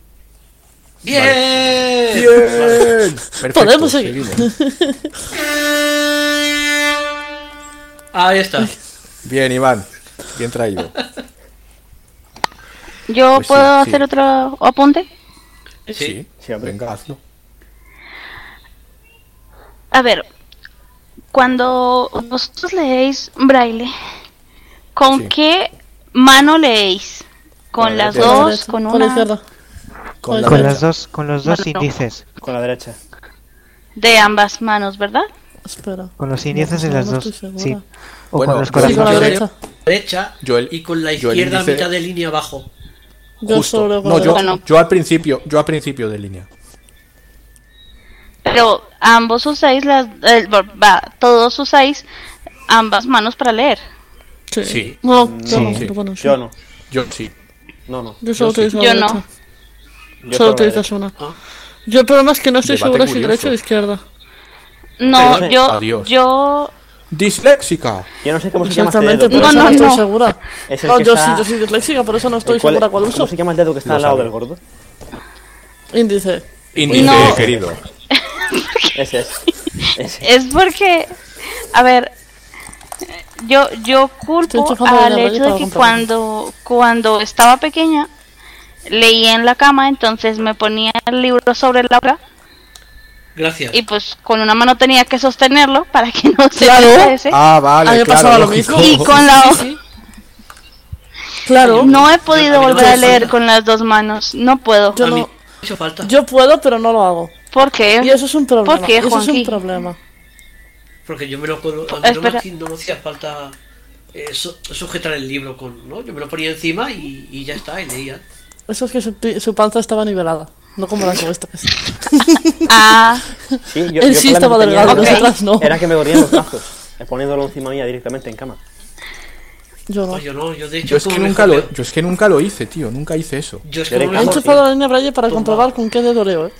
Speaker 1: ¡Bien!
Speaker 2: Bien. Perfecto,
Speaker 3: Podemos seguir.
Speaker 2: seguimos.
Speaker 1: Ahí está.
Speaker 2: Bien, Iván. Bien traído.
Speaker 6: ¿Yo
Speaker 2: Pues sí,
Speaker 6: puedo
Speaker 2: sí.
Speaker 6: hacer otro apunte?
Speaker 1: Sí.
Speaker 4: Sí, hombre.
Speaker 2: Venga, hazlo.
Speaker 6: A ver, cuando vosotros leéis braille, ¿con
Speaker 2: Sí.
Speaker 6: qué mano leéis? ¿Con
Speaker 2: Con la
Speaker 6: las
Speaker 2: derecha.
Speaker 3: Con la
Speaker 6: dos?
Speaker 3: derecha,
Speaker 6: ¿Con
Speaker 3: Con la
Speaker 6: una?
Speaker 3: izquierda.
Speaker 2: Con la
Speaker 9: Con
Speaker 2: derecha.
Speaker 9: las dos, con los dos
Speaker 6: Bueno, no.
Speaker 9: índices.
Speaker 4: Con la derecha.
Speaker 6: De ambas manos, ¿verdad?
Speaker 3: Espera.
Speaker 9: Con los índices de
Speaker 3: no,
Speaker 9: las
Speaker 3: no
Speaker 9: dos.
Speaker 3: estoy segura.
Speaker 9: Sí. O
Speaker 2: Bueno,
Speaker 9: con los
Speaker 2: yo- Con
Speaker 3: Sí, con la
Speaker 9: corazones.
Speaker 2: Yo-
Speaker 3: derecha.
Speaker 1: derecha
Speaker 2: Yo el-
Speaker 1: y con la
Speaker 2: yo el
Speaker 1: izquierda a
Speaker 2: índice-
Speaker 1: mitad de línea abajo.
Speaker 3: Yo
Speaker 2: Justo.
Speaker 3: solo con
Speaker 2: No,
Speaker 3: la
Speaker 2: yo,
Speaker 3: derecha.
Speaker 6: Bueno.
Speaker 2: yo al principio, yo al principio de línea.
Speaker 6: Pero ambos usáis las... eh, va, todos usáis ambas manos para leer.
Speaker 3: Sí.
Speaker 2: Sí.
Speaker 3: No, yo
Speaker 9: Sí.
Speaker 3: no, pero bueno, sí.
Speaker 4: Yo no.
Speaker 2: Yo sí.
Speaker 4: No, no.
Speaker 3: Yo solo utilizo
Speaker 6: Yo
Speaker 3: la
Speaker 6: no.
Speaker 3: derecha.
Speaker 4: Yo
Speaker 3: solo
Speaker 4: solo la
Speaker 3: utilizas una.
Speaker 1: Ah.
Speaker 3: Yo el problema es que no estoy
Speaker 2: Debate
Speaker 3: segura si
Speaker 2: curioso.
Speaker 3: derecha o izquierda.
Speaker 6: No,
Speaker 4: Pero-
Speaker 6: yo...
Speaker 2: Adiós.
Speaker 6: Yo...
Speaker 2: Disléxica.
Speaker 4: Yo no sé cómo se llama este
Speaker 3: Exactamente, por
Speaker 4: dedo.
Speaker 6: No,
Speaker 3: eso no,
Speaker 6: no,
Speaker 3: estoy
Speaker 6: no.
Speaker 3: segura.
Speaker 4: Es el
Speaker 3: No,
Speaker 4: que
Speaker 3: yo
Speaker 4: está-
Speaker 3: sí, yo soy disléxica, por eso no estoy
Speaker 4: ¿Cuál- cuál-
Speaker 3: segura cuál
Speaker 4: ¿Cómo
Speaker 3: uso.
Speaker 4: se llama el dedo que está
Speaker 2: Lo
Speaker 4: al lado
Speaker 2: sabe.
Speaker 4: del gordo?
Speaker 3: Índice.
Speaker 2: Índice,
Speaker 6: No.
Speaker 2: querido.
Speaker 4: Ese es. Ese.
Speaker 6: Es porque... A ver... Yo, yo
Speaker 3: Estoy
Speaker 6: culpo
Speaker 3: chafando de
Speaker 6: al
Speaker 3: la
Speaker 6: hecho
Speaker 3: rayita,
Speaker 6: de que
Speaker 3: compra.
Speaker 6: cuando, cuando estaba pequeña leía en la cama, entonces me ponía el libro sobre la obra
Speaker 1: Gracias.
Speaker 6: y pues con una mano tenía que sostenerlo para que no se
Speaker 3: Claro.
Speaker 6: cayese.
Speaker 2: Ah, vale,
Speaker 3: A mí me
Speaker 2: claro,
Speaker 3: pasaba lo
Speaker 2: lógico.
Speaker 3: mismo.
Speaker 6: y con la o-
Speaker 3: Claro.
Speaker 6: No he podido
Speaker 1: Yo-
Speaker 6: volver a
Speaker 1: yo-
Speaker 6: leer con las dos manos. No puedo.
Speaker 3: Yo
Speaker 1: a
Speaker 3: no.
Speaker 1: mí no me hizo falta.
Speaker 3: Yo puedo, pero no lo hago.
Speaker 6: ¿Por qué?
Speaker 3: Y eso es un problema.
Speaker 6: ¿Por qué,
Speaker 3: eso es un
Speaker 6: Juanqui?
Speaker 3: problema.
Speaker 1: Porque yo me lo colo- a
Speaker 6: Pues,
Speaker 1: mí no, me,
Speaker 6: espera.
Speaker 1: hacía- no me hacía falta eh, su- sujetar el libro con, ¿no? Yo me lo ponía encima y, y ya está, y leía.
Speaker 3: Eso es que su, ti- su panza estaba nivelada. No como las vuestras.
Speaker 6: Ah,
Speaker 4: Sí, yo,
Speaker 3: Él
Speaker 4: yo
Speaker 3: sí
Speaker 4: problema
Speaker 3: estaba
Speaker 4: que tenía
Speaker 3: delgado,
Speaker 4: era-
Speaker 3: nosotras no.
Speaker 4: Era que me dolían los brazos, eh, poniéndolo encima mía directamente en cama.
Speaker 3: Yo no.
Speaker 1: No, Pues yo no, yo de hecho.
Speaker 2: Yo es, que
Speaker 1: como me
Speaker 2: nunca lo,
Speaker 1: joleo-
Speaker 2: yo es que nunca lo hice, tío. Nunca hice eso.
Speaker 1: Yo es
Speaker 4: Yo
Speaker 1: que no
Speaker 4: de
Speaker 1: me
Speaker 3: He
Speaker 4: cama-
Speaker 1: joleo.
Speaker 3: enchufado la línea Braille para
Speaker 1: Toma.
Speaker 3: comprobar con qué dedo leo, eh.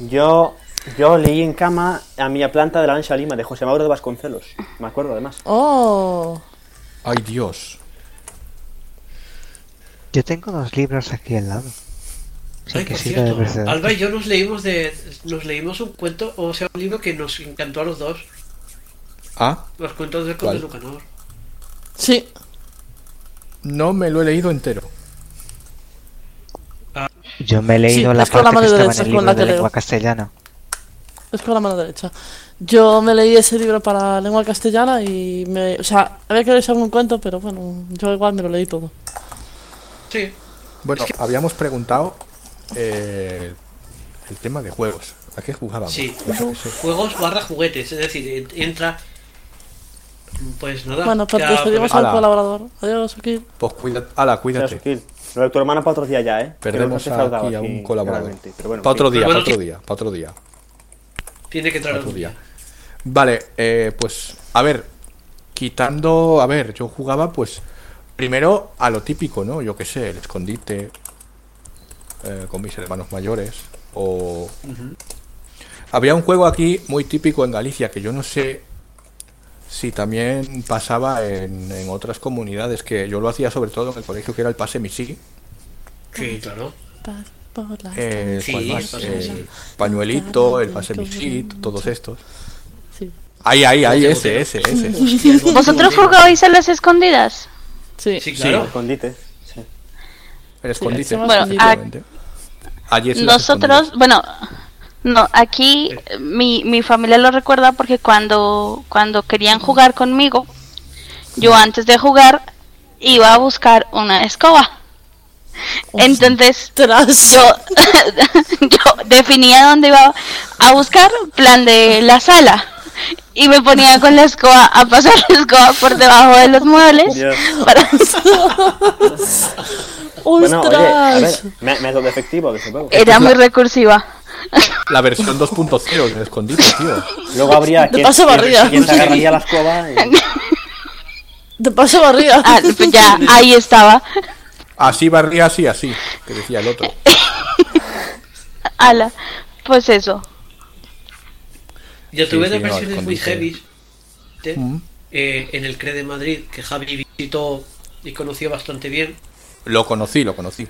Speaker 4: Yo, yo leí en cama a Mia Planta de la Ancha Lima, de José Mauro de Vasconcelos. Me acuerdo además.
Speaker 3: Oh.
Speaker 2: Ay, Dios.
Speaker 9: Yo tengo dos libros aquí al lado. O sea,
Speaker 1: Ay,
Speaker 9: que
Speaker 1: por
Speaker 9: sirve de
Speaker 1: cierto,
Speaker 9: precedente.
Speaker 1: Alba y yo nos leímos de nos leímos un cuento, o sea, un libro que nos encantó a los dos,
Speaker 2: Ah,
Speaker 1: los cuentos del conde
Speaker 2: ¿Cuál?
Speaker 1: Lucanor.
Speaker 3: Sí.
Speaker 2: no me lo he leído entero.
Speaker 9: Yo me he leído
Speaker 3: Sí,
Speaker 9: la
Speaker 3: es con la
Speaker 9: parte que estaba en
Speaker 3: mano derecha,
Speaker 9: el
Speaker 3: es con
Speaker 9: libro
Speaker 3: la
Speaker 9: de
Speaker 3: que
Speaker 9: lengua
Speaker 3: leo.
Speaker 9: castellana.
Speaker 3: Es con la mano derecha. Yo me leí ese libro para lengua castellana y me. O sea, había que leerse algún cuento, pero bueno, yo igual me lo leí todo.
Speaker 1: Sí.
Speaker 2: Bueno, habíamos preguntado eh, el tema de juegos. ¿A qué jugábamos?
Speaker 1: Sí.
Speaker 2: Eso, eso.
Speaker 1: Juegos barra juguetes, es decir, en- entra pues nada.
Speaker 3: Bueno, pues
Speaker 1: ya,
Speaker 3: despedimos al
Speaker 2: ala.
Speaker 3: colaborador. Adiós, aquí.
Speaker 2: Pues cuida, ala,
Speaker 4: Mira,
Speaker 2: cuídate.
Speaker 4: Sutil, Lo de tu hermana para otro día ya, ¿eh? Que
Speaker 2: Perdemos
Speaker 4: nos has defraudado
Speaker 2: aquí a un colaborador.
Speaker 4: realmente, Pero bueno,
Speaker 2: Para otro
Speaker 4: sí.
Speaker 2: día, para
Speaker 1: Bueno,
Speaker 2: otro
Speaker 1: sí.
Speaker 2: día, para otro día,
Speaker 1: tiene que
Speaker 2: pa'
Speaker 1: traer
Speaker 2: otro
Speaker 1: un
Speaker 2: día.
Speaker 1: día.
Speaker 2: Vale, eh, pues a ver, quitando, a ver, yo jugaba pues primero a lo típico, ¿no? Yo qué sé, el escondite eh, con mis hermanos mayores o... Había un juego aquí muy típico en Galicia que yo no sé si también pasaba en, en otras comunidades, que yo lo hacía sobre todo en el colegio que era el pase misí.
Speaker 1: Sí, claro.
Speaker 3: Paz por las
Speaker 2: Eh,
Speaker 1: Sí,
Speaker 2: ¿cuál
Speaker 1: el
Speaker 2: más?
Speaker 1: pase misí.
Speaker 2: Eh, pañuelito, el pase misí, todos estos.
Speaker 3: Sí.
Speaker 2: Ahí, ahí, ahí, ese, ese, ese.
Speaker 6: ¿vosotros jugabais a las escondidas?
Speaker 3: Sí.
Speaker 1: Sí,
Speaker 4: Sí,
Speaker 1: claro.
Speaker 4: escondite. sí.
Speaker 2: El escondite.
Speaker 3: hacemos
Speaker 6: Bueno, escondite. a-
Speaker 2: efectivamente. Allí es el
Speaker 6: Nosotros,
Speaker 2: escondite.
Speaker 6: bueno, no, aquí eh, mi, mi familia lo recuerda porque cuando, cuando querían jugar conmigo, yo antes de jugar iba a buscar una escoba. Entonces,
Speaker 3: Tras.
Speaker 6: yo, yo definía dónde iba a buscar, plan de la sala. Y me ponía con la escoba a pasar la escoba por debajo de los muebles
Speaker 4: Dios.
Speaker 6: para
Speaker 4: Bueno, oye, a ver,
Speaker 3: ¡Ostras!
Speaker 4: me- método efectivo, desde luego.
Speaker 6: Era muy recursiva.
Speaker 2: La versión 2.0 del escondite, tío.
Speaker 4: Luego habría
Speaker 3: De
Speaker 4: quien,
Speaker 3: paso
Speaker 4: quien-
Speaker 3: barría.
Speaker 4: quien se agarraría la escoba. y-
Speaker 3: Te paso barriga.
Speaker 6: Ah, pues ya, ahí estaba.
Speaker 2: Así barría, así, así. Que decía el otro.
Speaker 6: Ala, pues eso.
Speaker 1: Yo tuve
Speaker 2: Sí, sí,
Speaker 1: dos
Speaker 2: no,
Speaker 1: versiones muy
Speaker 2: escondite.
Speaker 1: heavy de-
Speaker 2: Mm.
Speaker 1: eh, en el CRE de Madrid que Javi visitó y conoció bastante bien.
Speaker 2: Lo conocí, lo conocí.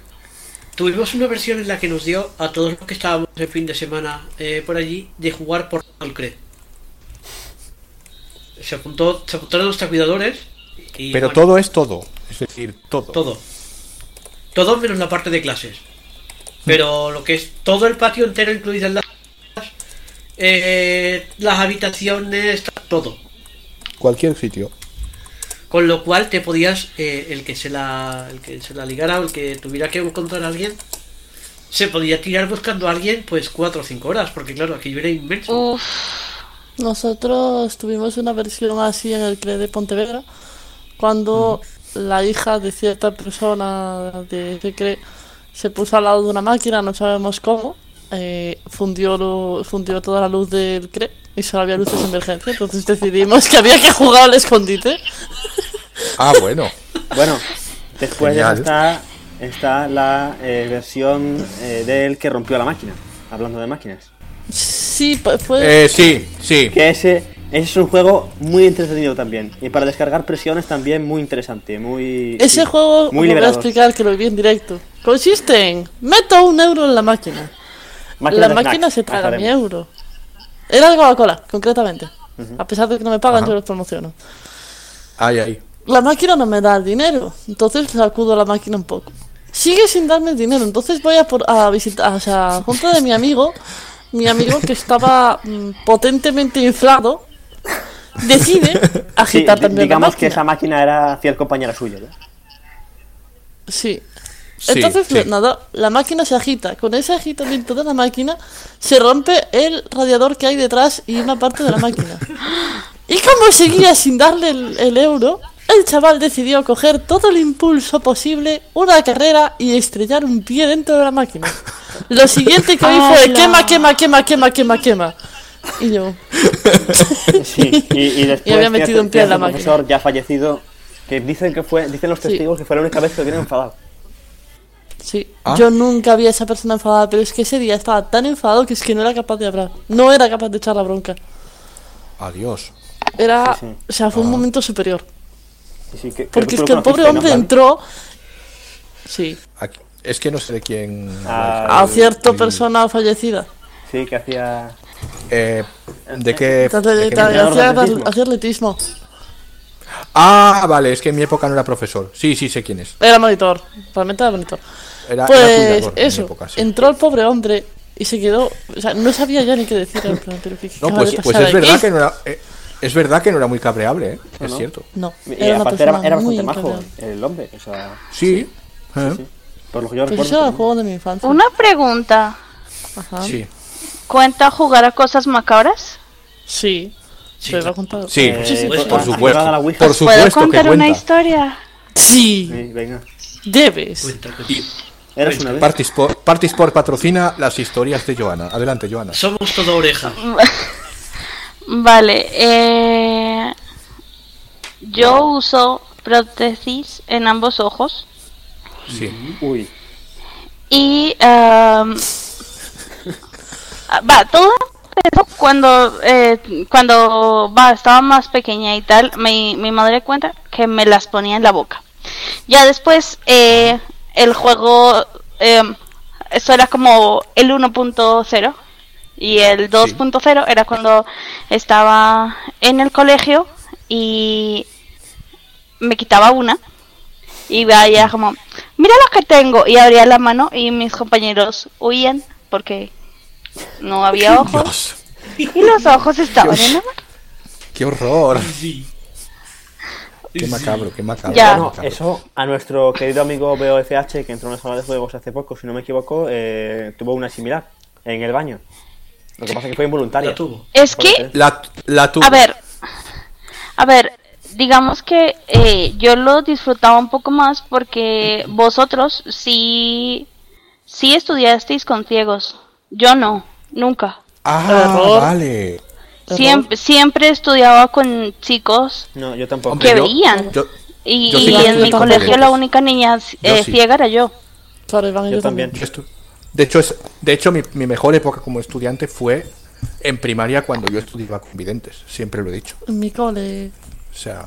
Speaker 1: Tuvimos una versión en la que nos dio a todos los que estábamos el fin de semana eh, por allí de jugar por el CRE. Se apuntó, se apuntaron nuestros cuidadores y
Speaker 2: Pero
Speaker 1: bueno,
Speaker 2: todo es todo. Es decir, todo.
Speaker 1: todo. Todo menos la parte de clases. Pero lo que es todo el patio entero, incluidas las eh, las habitaciones, todo.
Speaker 2: Cualquier sitio.
Speaker 1: Con lo cual te podías, eh, el que se la el que se la ligara o el que tuviera que encontrar a alguien, se podía tirar buscando a alguien pues cuatro o cinco horas, porque claro, aquello era inmenso.
Speaker 6: Uf,
Speaker 3: Nosotros tuvimos una versión así en el CRE de Pontevedra, cuando la hija de cierta persona de ese CRE se puso al lado de una máquina, no sabemos cómo, eh, fundió, lo- fundió toda la luz del CRE y solo había luces de emergencia, entonces decidimos que había que jugar al escondite.
Speaker 2: Ah, bueno.
Speaker 4: Bueno, después de eso
Speaker 2: Genial.
Speaker 4: está, está la eh, versión eh, del que rompió la máquina. Hablando de máquinas.
Speaker 3: Sí, pa- fue...
Speaker 2: Eh, sí, sí.
Speaker 4: Que ese, ese es un juego muy entretenido también. Y para descargar presiones también muy interesante. Muy,
Speaker 3: Ese
Speaker 4: sí,
Speaker 3: juego
Speaker 4: muy
Speaker 3: lo voy a
Speaker 4: liberador.
Speaker 3: explicar que lo vi en directo. Consiste en, meto un euro en la máquina.
Speaker 4: Máquina
Speaker 3: la
Speaker 4: de
Speaker 3: máquina
Speaker 4: snacks,
Speaker 3: se traga mi
Speaker 4: acordaremos.
Speaker 3: euro. Era de Coca-Cola, concretamente. A pesar de que no me pagan,
Speaker 2: Ajá.
Speaker 3: yo los promociono.
Speaker 2: Ay, ay.
Speaker 3: La máquina no me da el dinero, entonces sacudo la máquina un poco. Sigue sin darme el dinero, entonces voy a, por- a visitar, o sea, junto de mi amigo, mi amigo que estaba mm, potentemente inflado, decide
Speaker 4: Sí,
Speaker 3: agitar
Speaker 4: di-
Speaker 3: también la
Speaker 4: digamos que
Speaker 3: máquina.
Speaker 4: esa máquina era fiel compañera suya. ¿no?
Speaker 3: Sí.
Speaker 2: Sí,
Speaker 3: Entonces,
Speaker 2: sí.
Speaker 3: nada, la máquina se agita. Con ese agitamiento de la máquina se rompe el radiador que hay detrás y una parte de la máquina. Y como seguía sin darle el, el euro, el chaval decidió coger todo el impulso posible, una carrera y estrellar un pie dentro de la máquina. Lo siguiente que oí fue
Speaker 6: ¡Hala!
Speaker 3: quema, quema, quema, quema, quema, quema. Y yo,
Speaker 4: Sí, y, y después
Speaker 3: Y había
Speaker 4: tienes-
Speaker 3: metido un pie en
Speaker 4: tienes
Speaker 3: la
Speaker 4: un
Speaker 3: máquina.
Speaker 4: profesor ya fallecido que dicen que fue dicen los
Speaker 3: Sí.
Speaker 4: testigos que fue la única vez que lo vieron enfadado.
Speaker 3: sí,
Speaker 2: Ah.
Speaker 3: yo nunca vi a esa persona enfadada, pero es que ese día estaba tan enfadado que es que no era capaz de hablar. No era capaz de echar la bronca.
Speaker 2: Adiós. Ah.
Speaker 3: Era,
Speaker 4: Sí, sí.
Speaker 3: o sea, fue un momento superior.
Speaker 4: Sí, sí, que- que
Speaker 3: Porque
Speaker 4: tú
Speaker 3: es
Speaker 4: lo
Speaker 3: que el pobre
Speaker 4: conociste, ¿no,
Speaker 3: hombre
Speaker 4: Juan?
Speaker 3: entró. Sí,
Speaker 2: Aquí- es que no sé de quién.
Speaker 4: Ah,
Speaker 3: a
Speaker 4: Al-
Speaker 3: cierta
Speaker 2: el-
Speaker 3: persona fallecida.
Speaker 4: Sí, que hacía
Speaker 2: Eh, ¿De qué?
Speaker 3: Tanto
Speaker 2: de
Speaker 3: de-
Speaker 2: qué-
Speaker 3: tal-
Speaker 4: entrenador de
Speaker 3: Hacía
Speaker 4: atletismo.
Speaker 3: hacía atletismo.
Speaker 2: Ah, vale, es que en mi época no era profesor. Sí, sí, sé quién es.
Speaker 3: Era monitor, realmente era monitor.
Speaker 2: Era, era
Speaker 3: Pues
Speaker 2: cuidador en mi
Speaker 3: eso,
Speaker 2: época, sí.
Speaker 3: entró el pobre hombre y se quedó. O sea, no sabía ya ni qué decir. en plan, pero ¿qué, qué
Speaker 2: No,
Speaker 3: acaba
Speaker 2: pues,
Speaker 3: de
Speaker 2: pues
Speaker 3: pasar
Speaker 2: es verdad
Speaker 3: aquí?
Speaker 2: que no era. eh, es verdad que no era muy cabreable, ¿eh? es cierto.
Speaker 3: No,
Speaker 4: y
Speaker 3: era una
Speaker 4: aparte era,
Speaker 3: persona
Speaker 4: era
Speaker 3: muy
Speaker 4: bastante majo
Speaker 3: increíble.
Speaker 4: el hombre, o sea,
Speaker 2: Sí. ¿eh?
Speaker 4: sí. Por lo que yo
Speaker 3: Pues eso era
Speaker 4: recuerdo.
Speaker 3: el
Speaker 4: también.
Speaker 3: juego de mi infancia.
Speaker 6: Una pregunta.
Speaker 3: Ajá.
Speaker 2: Sí.
Speaker 6: ¿Cuenta jugar a cosas macabras?
Speaker 3: Sí,
Speaker 1: Sí,
Speaker 3: se lo
Speaker 1: claro.
Speaker 3: he contado.
Speaker 2: Sí,
Speaker 4: Eh,
Speaker 3: Sí, sí,
Speaker 4: pues,
Speaker 1: por
Speaker 4: ah,
Speaker 2: supuesto.
Speaker 4: jugada a la Ouija.
Speaker 2: Por su-
Speaker 6: ¿Puedo
Speaker 2: supuesto que
Speaker 6: contar una
Speaker 2: cuenta.
Speaker 6: historia?
Speaker 3: Sí,
Speaker 4: Sí, venga.
Speaker 3: debes.
Speaker 1: Cuenta, cuenta.
Speaker 4: Eras una vez.
Speaker 2: Partisport, Partisport patrocina las historias de Joana. Adelante, Joana.
Speaker 1: Somos toda oreja.
Speaker 6: Vale, eh, yo uso prótesis en ambos ojos
Speaker 2: Sí.
Speaker 4: Uy,
Speaker 6: y am, ah, va todo empezó cuando eh, cuando va estaba más pequeña y tal mi, mi madre cuenta que me las ponía en la boca. Ya después eh, el juego em, eso era como el 1.0 y el 2.0 era cuando estaba en el colegio y me quitaba una y veía como mira lo que tengo y abría la mano y mis compañeros huían porque no había ojos
Speaker 2: Dios,
Speaker 6: y los ojos estaban en la mano.
Speaker 2: qué horror.
Speaker 1: Sí.
Speaker 2: Qué macabro, qué macabro.
Speaker 6: Ya.
Speaker 2: qué
Speaker 4: No,
Speaker 2: macabro.
Speaker 4: eso a nuestro querido amigo BOFH que entró en la sala de juegos hace poco, si no me equivoco, eh, tuvo una similar en el baño. Lo que pasa es que fue involuntaria.
Speaker 1: La tuvo.
Speaker 6: Es que,
Speaker 2: La, la tuvo.
Speaker 6: a ver, a ver, digamos que eh, yo lo disfrutaba un poco más porque vosotros sí, sí estudiasteis con ciegos. Yo no, nunca.
Speaker 2: Ah,
Speaker 3: Error.
Speaker 2: vale.
Speaker 6: Siempre, siempre estudiaba con chicos
Speaker 4: No, yo tampoco.
Speaker 2: Hombre,
Speaker 6: que
Speaker 2: yo-
Speaker 6: veían.
Speaker 2: Yo,
Speaker 6: Y,
Speaker 2: yo sí
Speaker 6: y en
Speaker 2: que
Speaker 6: mi
Speaker 2: estudiaba con
Speaker 6: colegio la
Speaker 2: ciegos.
Speaker 6: única niña eh,
Speaker 2: sí.
Speaker 6: ciega era yo.
Speaker 3: Claro, Iván, y
Speaker 4: Yo
Speaker 3: yo, también.
Speaker 4: también.
Speaker 2: yo estu- de hecho, es, de hecho mi, mi mejor época como estudiante fue en primaria cuando yo estudiaba con videntes. Siempre lo he dicho.
Speaker 3: En mi cole.
Speaker 2: O sea,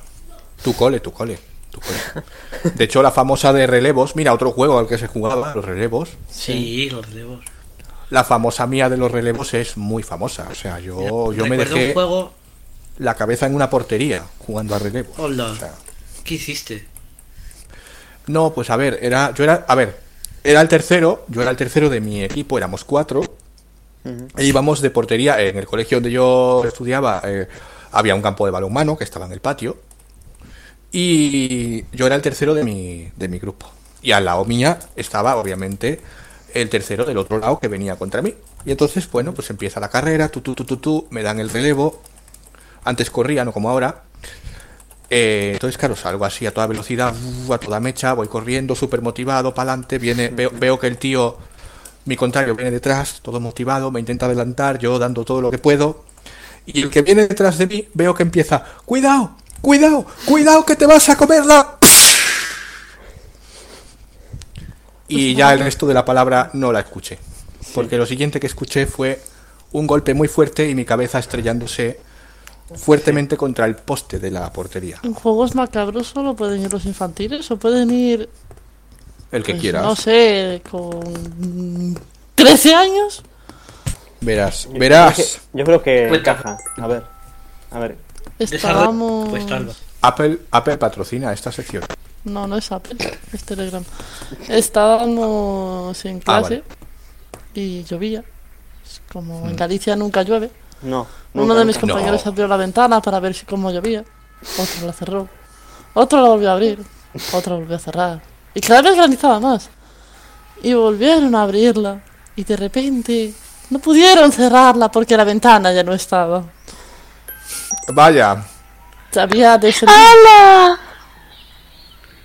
Speaker 2: tu cole, tu cole, tu cole. De hecho, la famosa de relevos, mira, otro juego al que se jugaba, los relevos.
Speaker 1: Sí, los relevos.
Speaker 2: La famosa mía de los relevos es muy famosa. O sea, Oh, yo, yo me
Speaker 1: Recuerdo
Speaker 2: dejé
Speaker 1: un juego.
Speaker 2: la cabeza en una portería jugando a relevos.
Speaker 1: Hola.
Speaker 2: O sea,
Speaker 1: ¿Qué hiciste?
Speaker 2: No, pues a ver, era, yo era, a ver, era el tercero, yo era el tercero de mi equipo, éramos cuatro, e íbamos de portería, en el colegio donde yo estudiaba eh, había un campo de balonmano que estaba en el patio, y yo era el tercero de mi, de mi grupo, y al lado mía estaba obviamente el tercero del otro lado que venía contra mí, y entonces, bueno, pues empieza la carrera, tú, tú, tú, tú, tú, me dan el relevo, antes corría, no como ahora, eh, entonces, claro, salgo así a toda velocidad, uf, a toda mecha, voy corriendo, súper motivado, para adelante, viene, veo, veo que el tío, mi contrario, viene detrás, todo motivado, me intenta adelantar, yo dando todo lo que puedo. Y el que viene detrás de mí, veo que empieza, cuidado, cuidado, cuidado que te vas a comerla. Y ya el resto de la palabra no la escuché. Porque lo siguiente que escuché fue un golpe muy fuerte y mi cabeza estrellándose fuertemente contra el poste de la portería.
Speaker 3: ¿En juegos macabros solo pueden ir los infantiles o pueden ir,
Speaker 2: El que
Speaker 3: pues,
Speaker 2: quieras.
Speaker 3: no sé, con mm, 13 años?
Speaker 2: Verás,
Speaker 4: Yo
Speaker 2: verás.
Speaker 4: creo que- Yo creo que
Speaker 1: Cuenta.
Speaker 4: encaja. A ver. A ver.
Speaker 1: Desarrolla-
Speaker 3: Estábamos...
Speaker 1: Pues Alba.
Speaker 2: Apple, Apple patrocina esta sección.
Speaker 3: No, no es Apple, es Telegram. Estábamos en
Speaker 2: Ah,
Speaker 3: clase y llovía. Es Como en Galicia nunca llueve.
Speaker 4: No.
Speaker 3: Uno
Speaker 4: nunca,
Speaker 3: de mis
Speaker 4: nunca.
Speaker 3: compañeros
Speaker 2: No.
Speaker 3: abrió la ventana para ver si cómo llovía. Otro la cerró. Otro la volvió a abrir. Otro la volvió a cerrar. Y cada vez granizaba más. Y volvieron a abrirla. Y de repente no pudieron cerrarla porque la ventana ya no estaba.
Speaker 2: Vaya.
Speaker 3: Se había descendido.
Speaker 6: ¡Hala!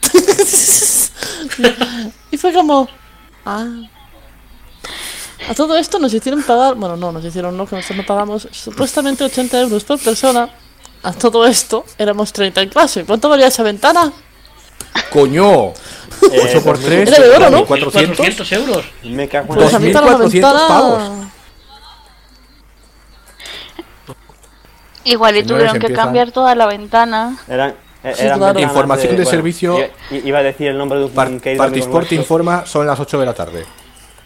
Speaker 3: Y fue como. Ah. A todo esto nos hicieron pagar. Bueno, no, nos hicieron no, que nosotros no pagamos supuestamente 80 euros por persona. A todo esto éramos 30 en clase. ¿Cuánto valía esa ventana?
Speaker 2: Coño. 8 por 3.
Speaker 3: Era Eh, de oro, ¿no?
Speaker 2: 400.
Speaker 1: 400 euros.
Speaker 4: Me cago en
Speaker 3: Pues a
Speaker 4: la-
Speaker 3: mí para la
Speaker 2: 2.400
Speaker 3: ventana.
Speaker 6: Oh.
Speaker 2: pavos.
Speaker 6: Igual y
Speaker 2: Señores,
Speaker 6: tuvieron que
Speaker 2: empieza.
Speaker 6: cambiar toda la ventana.
Speaker 4: Eran, e-
Speaker 3: Sí,
Speaker 4: eran
Speaker 3: claro.
Speaker 4: ventanas
Speaker 2: Información de servicio.
Speaker 4: i- i- Iba a decir el nombre de un
Speaker 2: Par-
Speaker 4: querido amigo
Speaker 2: Partisport
Speaker 4: nuestro.
Speaker 2: informa, son las 8 de la tarde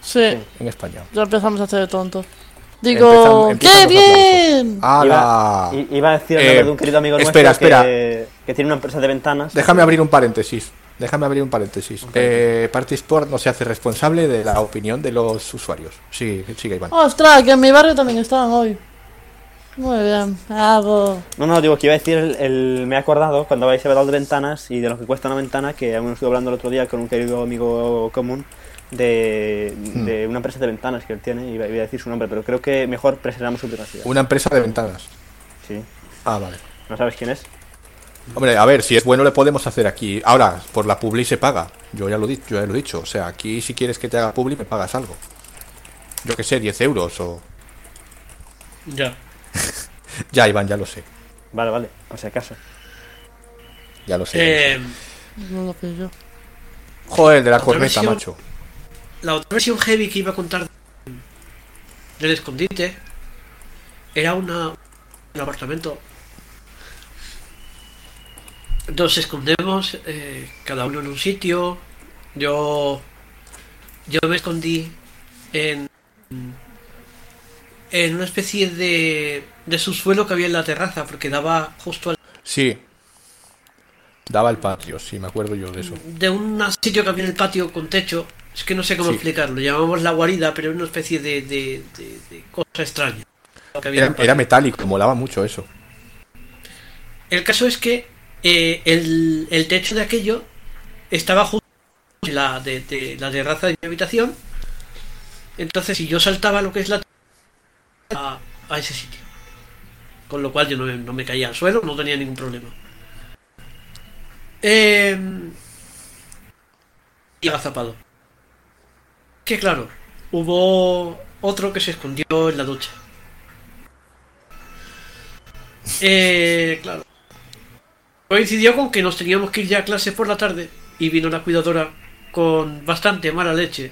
Speaker 3: Sí,
Speaker 2: en España.
Speaker 3: ya empezamos a hacer de tonto. Digo,
Speaker 2: Empezam-
Speaker 3: ¡qué
Speaker 2: empezamos
Speaker 3: bien!
Speaker 2: ¡Hala!
Speaker 4: Iba, i- iba a decir el nombre
Speaker 2: Ah, Eh,
Speaker 4: de un querido amigo
Speaker 2: espera,
Speaker 4: nuestro
Speaker 2: espera.
Speaker 4: Que, que tiene una empresa de ventanas.
Speaker 2: Déjame abrir un paréntesis. Déjame abrir un paréntesis. Eh, Partisport no se hace responsable de la opinión de los usuarios. Sí, sigue Iván.
Speaker 3: ¡Ostras! Que en mi barrio también estaban hoy. Muy bien, bravo.
Speaker 4: No, no, digo que iba a decir, el, el- me he acordado cuando habéis hablado de ventanas y de lo que cuesta una ventana, que aún estuve hablando el otro día con un querido amigo común de,
Speaker 2: Hmm.
Speaker 4: de una empresa de ventanas que él tiene, iba, iba a decir su nombre, pero creo que mejor preservamos su privacidad.
Speaker 2: Una empresa de ventanas.
Speaker 4: Sí,
Speaker 2: Ah, vale.
Speaker 4: ¿no sabes quién es?
Speaker 2: Hombre, a ver, si es bueno le podemos hacer aquí. Ahora, por la publi se paga. Yo ya lo, di- yo ya lo he dicho. O sea, aquí si quieres que te haga publi me pagas algo. Yo que sé, 10 euros o...
Speaker 1: Ya.
Speaker 2: Ya, Iván, ya lo sé.
Speaker 4: Vale, vale, por si acaso.
Speaker 2: Ya lo sé.
Speaker 1: Eh,
Speaker 3: No lo pillo.
Speaker 2: Joder, de la
Speaker 1: otra
Speaker 2: corneta,
Speaker 1: versión.
Speaker 2: macho.
Speaker 1: la otra versión heavy que iba a contar del escondite era una un apartamento. Nos escondemos, eh, cada uno en un sitio. Yo yo me escondí en en una especie de de subsuelo que había en la terraza porque daba justo al
Speaker 2: Sí. Daba el patio, sí, me acuerdo yo de eso.
Speaker 1: de un sitio que había en el patio con techo. Es que no sé cómo
Speaker 2: Sí.
Speaker 1: explicarlo. Llamamos la guarida, pero era una especie de, de- de- de cosa extraña. que había en
Speaker 2: Era,
Speaker 1: el patio.
Speaker 2: era metálico, molaba mucho eso.
Speaker 1: El caso es que eh, el, el techo de aquello estaba justo en la, de, de- la terraza de mi habitación. Entonces, si yo saltaba lo que es la a, a ese sitio. Con lo cual yo no, me- no me caía al suelo, no tenía ningún problema. Eh, y agazapado. Que claro, hubo otro que se escondió en la ducha. Eh, claro. Coincidió con que nos teníamos que ir ya a clases por la tarde y vino la cuidadora con bastante mala leche.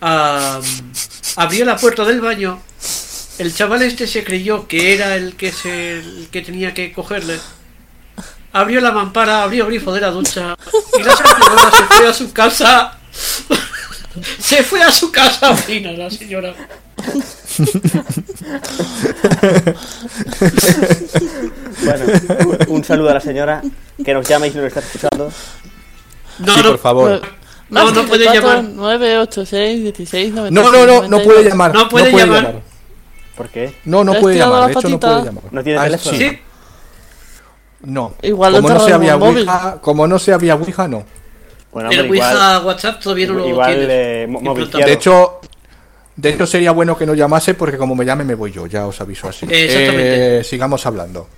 Speaker 1: Ah, abrió la puerta del baño. El chaval este se creyó que era el que se el que tenía que cogerle. Abrió la mampara, abrió el grifo de la ducha y la señora se fue a su casa. se fue a su casa, fina la señora.
Speaker 4: Bueno, un- un saludo a la señora que nos llama y nos está escuchando.
Speaker 1: No,
Speaker 2: sí,
Speaker 1: no,
Speaker 2: por favor.
Speaker 1: No, no puede llamar.
Speaker 3: 9, 8, 6, 16, 90,
Speaker 2: No, no, no, no puede llamar.
Speaker 1: No puede llamar.
Speaker 4: ¿Por qué?
Speaker 2: No, no
Speaker 3: Le has
Speaker 2: puede
Speaker 3: tirado
Speaker 2: llamar. De
Speaker 3: la
Speaker 2: hecho, no
Speaker 3: patita.
Speaker 2: puede llamar.
Speaker 4: No tiene
Speaker 2: Ah,
Speaker 4: teléfono.
Speaker 2: sí.
Speaker 1: sí.
Speaker 2: No.
Speaker 3: Igual lo
Speaker 2: como no se
Speaker 3: cerraron
Speaker 2: había
Speaker 3: el móvil.
Speaker 2: Ouija, como no se había Ouija, no.
Speaker 4: Bueno,
Speaker 1: El
Speaker 4: hombre, igual-
Speaker 1: Ouija pues, WhatsApp todavía no lo
Speaker 4: igual,
Speaker 1: tiene
Speaker 4: eh, mo-
Speaker 1: implantado.
Speaker 4: movilizado.
Speaker 2: De
Speaker 4: Claro.
Speaker 2: hecho, de hecho sería bueno que no llamase porque como me llame me voy yo, ya os aviso así.
Speaker 1: Eh, exactamente.
Speaker 2: Eh, sigamos hablando,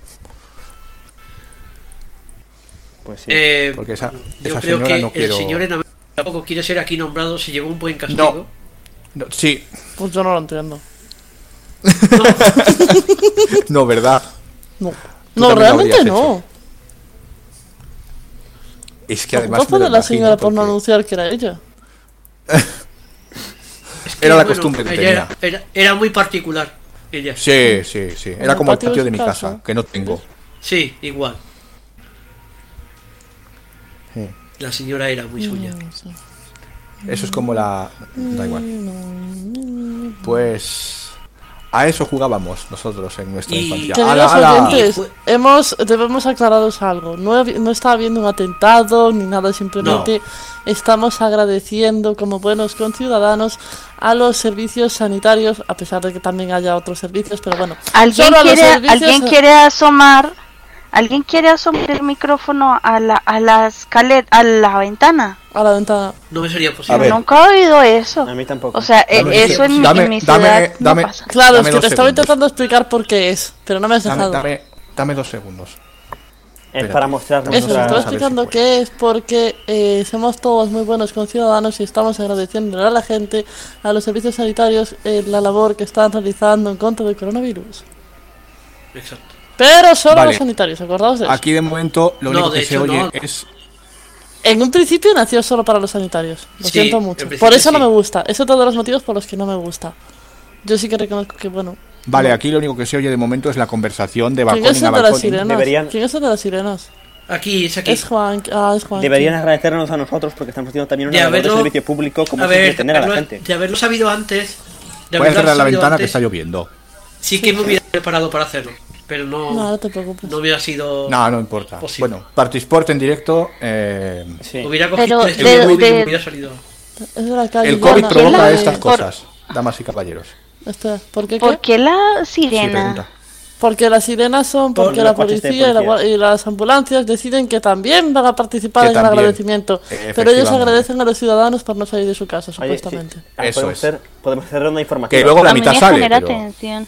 Speaker 4: Pues sí.
Speaker 1: Eh,
Speaker 2: porque esa,
Speaker 1: yo
Speaker 2: esa
Speaker 1: creo
Speaker 2: señora
Speaker 1: que
Speaker 2: no quiero.
Speaker 1: el señor en América tampoco quiere ser aquí nombrado, se llevó un buen castigo.
Speaker 2: No. No, sí,
Speaker 3: Pues yo no lo entiendo.
Speaker 2: no, verdad.
Speaker 3: No, no
Speaker 2: también lo
Speaker 3: realmente
Speaker 2: habrías
Speaker 3: no.
Speaker 2: Es que
Speaker 3: ¿Qué
Speaker 2: además
Speaker 3: fue
Speaker 2: me
Speaker 3: de
Speaker 2: lo
Speaker 3: la
Speaker 2: imagino,
Speaker 3: señora por no
Speaker 2: porque
Speaker 3: anunciar que era ella?
Speaker 1: Es que,
Speaker 2: Era la costumbre que
Speaker 1: ella
Speaker 2: tenía.
Speaker 1: Era, era- era muy particular, ella.
Speaker 2: Sí,
Speaker 1: Sí,
Speaker 2: sí, sí. Era
Speaker 3: Como
Speaker 2: como el
Speaker 3: patio
Speaker 2: patio
Speaker 3: de
Speaker 2: de mi
Speaker 3: casa.
Speaker 2: casa, que no tengo.
Speaker 1: igual.
Speaker 2: Sí.
Speaker 1: La señora era muy suya.
Speaker 3: Mm.
Speaker 2: Eso es como la... Da igual. Pues... A eso jugábamos nosotros en nuestra
Speaker 1: Y-
Speaker 2: infancia.
Speaker 1: Ala,
Speaker 3: Queridos
Speaker 2: ala.
Speaker 3: oyentes, hemos, debemos aclararos algo. No, habi- no está habiendo un atentado ni nada, simplemente estamos agradeciendo como buenos conciudadanos a los servicios sanitarios, a pesar de que también haya otros servicios, pero bueno.
Speaker 6: ¿Alguien
Speaker 3: solo a los
Speaker 6: quiere,
Speaker 3: servicios-
Speaker 6: ¿Alguien quiere asomar ¿Alguien quiere asomar el micrófono a la, a la escalera, a la ventana?
Speaker 3: A la ventana.
Speaker 1: No me sería
Speaker 2: Pues A
Speaker 1: posible.
Speaker 2: ver.
Speaker 6: Nunca he oído eso.
Speaker 4: A mí tampoco.
Speaker 6: O sea, eh,
Speaker 2: Dame-
Speaker 6: eso en, mi-
Speaker 2: dame-
Speaker 6: en mi ciudad
Speaker 2: dame-
Speaker 6: no
Speaker 2: dame-
Speaker 6: pasa.
Speaker 3: Claro, es
Speaker 2: Dame
Speaker 3: que
Speaker 2: dos
Speaker 3: te estaba
Speaker 2: segundos.
Speaker 3: intentando explicar por qué es, pero no me has
Speaker 2: Dame,
Speaker 3: dejado.
Speaker 2: dame, dame dos segundos.
Speaker 4: Es para mostrar
Speaker 3: Eso, te
Speaker 2: Vamos a
Speaker 3: estaba
Speaker 2: ver
Speaker 4: nuestra...
Speaker 2: si
Speaker 3: explicando
Speaker 2: puede.
Speaker 3: que es porque eh, somos todos muy buenos conciudadanos y estamos agradeciendo a la gente, a los servicios sanitarios, eh, la labor que están realizando en contra del coronavirus.
Speaker 1: Exacto.
Speaker 3: Pero solo
Speaker 2: Vale.
Speaker 3: los sanitarios, acordaos de eso.
Speaker 2: Aquí de momento lo
Speaker 1: No,
Speaker 2: único
Speaker 1: de
Speaker 2: que se
Speaker 1: hecho,
Speaker 2: oye
Speaker 1: no.
Speaker 2: es
Speaker 3: En un principio nació solo para los sanitarios. Lo
Speaker 1: Sí,
Speaker 3: siento
Speaker 1: en
Speaker 3: mucho.
Speaker 1: principio
Speaker 3: Por eso no
Speaker 1: sí.
Speaker 3: me gusta. Eso es todos los motivos por los que no me gusta. Yo sí que reconozco que, bueno.
Speaker 2: Vale, aquí lo único que se oye de momento es la conversación de
Speaker 3: ¿Quién
Speaker 2: balcón
Speaker 3: es
Speaker 2: a
Speaker 3: el de las
Speaker 2: balcón.
Speaker 3: sirenas?
Speaker 4: deberían-
Speaker 3: ¿Quién es el de las sirenas?
Speaker 1: Aquí, es aquí.
Speaker 3: Es Juan. Ah, es Juan.
Speaker 4: Deberían agradecernos a nosotros porque estamos haciendo también una
Speaker 1: Ya,
Speaker 4: labor de
Speaker 1: verlo-
Speaker 4: servicio público como
Speaker 1: a
Speaker 4: es
Speaker 1: ver,
Speaker 4: defender a la
Speaker 1: haberlo-
Speaker 4: gente.
Speaker 1: de haberlo sabido antes. De
Speaker 2: Voy a
Speaker 1: haberlo
Speaker 2: cerrar la
Speaker 1: sabido
Speaker 2: ventana que
Speaker 1: antes,
Speaker 2: está lloviendo.
Speaker 1: Sí que me hubiera preparado para hacerlo, pero no,
Speaker 3: No, no
Speaker 1: no,
Speaker 3: te preocupes.
Speaker 1: hubiera sido.
Speaker 2: No, no importa.
Speaker 1: Posible.
Speaker 2: Bueno, Partisport en directo. eh,
Speaker 4: Sí.
Speaker 1: Hubiera cogido
Speaker 6: Pero
Speaker 1: el
Speaker 6: de-
Speaker 1: móvil y
Speaker 6: de-
Speaker 1: hubiera salido.
Speaker 3: Es de la calle.
Speaker 2: el COVID
Speaker 3: Diana.
Speaker 6: ¿Quién
Speaker 2: provoca
Speaker 6: la-
Speaker 2: estas
Speaker 6: por-
Speaker 2: cosas, damas y caballeros. Sí,
Speaker 3: Espera, ¿por qué?
Speaker 6: ¿Por
Speaker 3: qué?
Speaker 6: qué la
Speaker 2: pregunta.
Speaker 6: sirena?
Speaker 3: Porque las sirenas son
Speaker 4: Por
Speaker 3: porque
Speaker 4: los
Speaker 3: la
Speaker 4: coches de
Speaker 3: policía y, la
Speaker 4: policía.
Speaker 3: guar- y las ambulancias deciden que también van a participar
Speaker 2: Que
Speaker 3: en
Speaker 2: también. Eh,
Speaker 3: el agradecimiento. Pero ellos
Speaker 2: Efectivamente.
Speaker 3: agradecen a los ciudadanos por no salir de su casa,
Speaker 4: Oye,
Speaker 3: supuestamente.
Speaker 4: sí. Ah,
Speaker 2: Eso
Speaker 4: podemos,
Speaker 2: es.
Speaker 4: hacer, podemos hacer una información.
Speaker 2: Que luego la
Speaker 6: a mí
Speaker 2: mitad
Speaker 6: me
Speaker 2: sale.
Speaker 6: genera
Speaker 2: pero-
Speaker 6: tensión.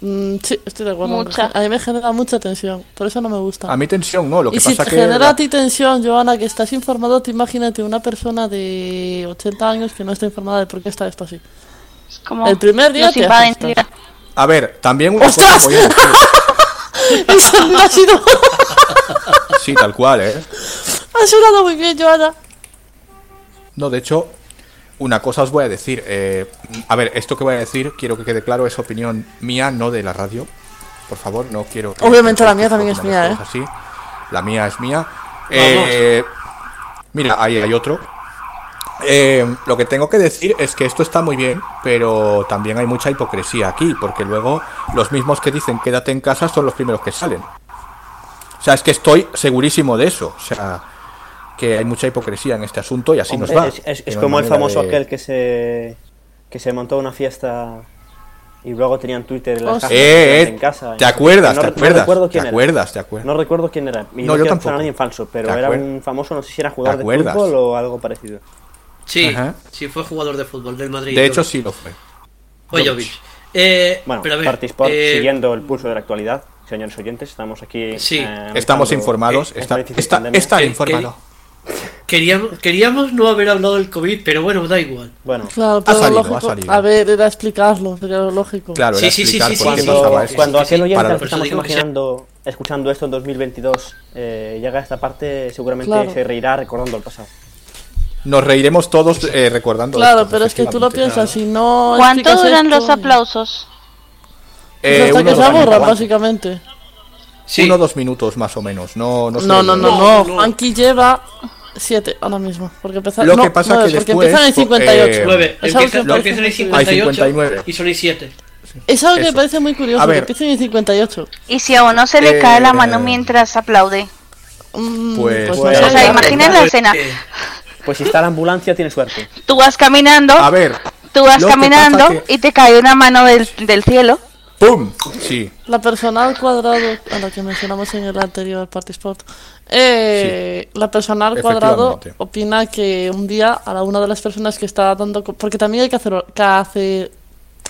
Speaker 3: Mm, sí, estoy de acuerdo.
Speaker 6: Mucha.
Speaker 3: A mí me genera mucha tensión, por eso no me gusta.
Speaker 2: A mí tensión no, Oh, lo que
Speaker 3: y si
Speaker 2: pasa
Speaker 3: te
Speaker 2: que...
Speaker 3: genera
Speaker 2: la-
Speaker 3: a ti tensión, Joana, que estás informado, te imagínate una persona de 80 años que no está informada de por qué está esto así.
Speaker 6: Es como
Speaker 3: El primer día
Speaker 6: nos
Speaker 3: te
Speaker 6: invaden,
Speaker 3: asustas.
Speaker 6: mira.
Speaker 2: A ver, también una cosa
Speaker 3: ¡Ostras!
Speaker 2: voy a decir.
Speaker 3: Eso no ha sido.
Speaker 2: Sí, tal cual, ¿eh?
Speaker 3: ha sonado muy bien, Joana.
Speaker 2: No, de hecho, una cosa os voy a decir. eh, a ver, esto que voy a decir, quiero que quede claro, es opinión mía, no de la radio. Por favor, no quiero. que-
Speaker 3: Obviamente la mía
Speaker 2: que
Speaker 3: también es
Speaker 2: pongamos
Speaker 3: mía, ¿eh?
Speaker 2: cosas así. La mía es mía. Eh, mira, ahí hay otro. Eh, lo que tengo que decir es que esto está muy bien, pero también hay mucha hipocresía aquí, porque luego los mismos que dicen quédate en casa son los primeros que salen. O sea, es que estoy segurísimo de eso. O sea, que hay mucha hipocresía en este asunto y así
Speaker 4: Hombre,
Speaker 2: nos va.
Speaker 4: es, es- es
Speaker 2: Que no hay
Speaker 4: como el
Speaker 2: manera
Speaker 4: famoso
Speaker 2: de-
Speaker 4: aquel que se, que se montó una fiesta y luego tenían Twitter en, las
Speaker 3: Hostia.
Speaker 4: casas,
Speaker 2: Eh, eh,
Speaker 4: en casa.
Speaker 2: ¿te
Speaker 4: y-
Speaker 2: acuerdas?
Speaker 4: no
Speaker 2: ¿Te
Speaker 4: re- no
Speaker 2: acuerdas?
Speaker 4: recuerdo quién
Speaker 2: ¿Te
Speaker 4: era.
Speaker 2: acuerdas? ¿Te acuerdas?
Speaker 4: No recuerdo quién era.
Speaker 2: No, yo
Speaker 4: Y no, quiero acusar
Speaker 2: tampoco.
Speaker 4: a nadie en falso, pero
Speaker 2: ¿Te
Speaker 4: era
Speaker 2: acuerdas?
Speaker 4: un famoso, no sé si era jugador
Speaker 2: ¿Te
Speaker 4: de
Speaker 2: acuerdas?
Speaker 4: fútbol o algo parecido.
Speaker 1: Sí,
Speaker 2: Ajá.
Speaker 1: sí, fue jugador de fútbol del Madrid.
Speaker 2: De hecho,
Speaker 1: Jovic.
Speaker 2: sí lo fue.
Speaker 1: Fue
Speaker 2: Jovic.
Speaker 1: Jovic. Eh,
Speaker 4: Bueno,
Speaker 1: pero a ver,
Speaker 4: Partisport,
Speaker 1: eh,
Speaker 4: siguiendo el pulso de la actualidad, señores oyentes, estamos aquí.
Speaker 1: Sí.
Speaker 2: Estamos
Speaker 4: analizando
Speaker 2: informados.
Speaker 4: esta
Speaker 2: está,
Speaker 4: difícil
Speaker 2: está-
Speaker 4: pandemia.
Speaker 2: está
Speaker 1: ¿Qué-
Speaker 2: informado.
Speaker 1: Queríamos, queríamos no haber hablado del COVID, pero bueno, da igual.
Speaker 4: Bueno,
Speaker 3: Claro, pero
Speaker 2: salido, ha
Speaker 3: lógico.
Speaker 2: salido.
Speaker 3: A ver, era explicarlo, sería lo lógico.
Speaker 2: Claro,
Speaker 1: Sí,
Speaker 2: era
Speaker 1: sí, sí,
Speaker 2: explicar
Speaker 1: sí, sí,
Speaker 2: por qué
Speaker 1: sí,
Speaker 2: pasaba
Speaker 1: sí,
Speaker 4: cuando,
Speaker 1: sí,
Speaker 2: esto.
Speaker 4: cuando
Speaker 1: sí, sí,
Speaker 4: aquel oyente
Speaker 2: para-
Speaker 4: al
Speaker 1: por
Speaker 4: que
Speaker 1: eso
Speaker 4: estamos
Speaker 1: digo que sí.
Speaker 4: imaginando, escuchando esto en 2022, eh, llega a esta parte, seguramente
Speaker 3: Claro.
Speaker 4: se reirá recordando el pasado.
Speaker 2: Nos reiremos todos eh, recordando.
Speaker 3: Claro,
Speaker 2: esto,
Speaker 3: pero es que tú lo
Speaker 2: efectivamente.
Speaker 3: piensas, si no.
Speaker 6: ¿Cuánto
Speaker 3: explicas
Speaker 6: duran
Speaker 3: esto,
Speaker 6: los aplausos?
Speaker 3: pues
Speaker 2: Eh,
Speaker 3: hasta
Speaker 2: uno,
Speaker 3: que se
Speaker 2: dos
Speaker 3: aburran,
Speaker 2: minutos,
Speaker 3: básicamente.
Speaker 1: Sí,
Speaker 2: uno, dos minutos más o menos. No, no, se
Speaker 3: No,
Speaker 2: lo-
Speaker 3: no, no,
Speaker 1: No,
Speaker 3: no.
Speaker 1: no.
Speaker 3: Juanqui lleva 7 ahora mismo. Porque empezaron.
Speaker 2: Lo
Speaker 3: no,
Speaker 2: que pasa
Speaker 3: nueve,
Speaker 2: que
Speaker 3: porque
Speaker 2: después,
Speaker 3: empiezan en
Speaker 2: co-
Speaker 3: 58.
Speaker 2: Pues, eh,
Speaker 1: nueve.
Speaker 3: Es algo que
Speaker 1: Empiezan
Speaker 3: me parece
Speaker 1: empiezan en
Speaker 3: muy curioso.
Speaker 2: Hay
Speaker 1: 58
Speaker 2: 59.
Speaker 1: y son en 7.
Speaker 3: Es algo que me
Speaker 2: Eso.
Speaker 3: parece muy curioso.
Speaker 2: A
Speaker 3: Que
Speaker 2: ver.
Speaker 3: empiecen en 58.
Speaker 6: Y si a uno se le
Speaker 2: Eh,
Speaker 6: cae la mano mientras aplaude.
Speaker 3: Mm,
Speaker 2: Pues- eh,
Speaker 3: pues
Speaker 4: pues-
Speaker 6: O sea,
Speaker 4: claro.
Speaker 6: imagina la escena.
Speaker 4: Pues si está la ambulancia, tiene suerte.
Speaker 6: Tú vas caminando,
Speaker 2: A ver,
Speaker 6: tú vas
Speaker 2: lo que
Speaker 6: caminando
Speaker 2: pasa que-
Speaker 6: y te cae una mano del, del cielo.
Speaker 2: ¡Pum! Sí.
Speaker 3: La personal cuadrado, a la que mencionamos en el anterior Partisport, eh, la personal cuadrado
Speaker 2: efectivamente.
Speaker 3: opina que un día a la una de las personas que está dando... co- Porque también hay que hacer... ¿Alguien puede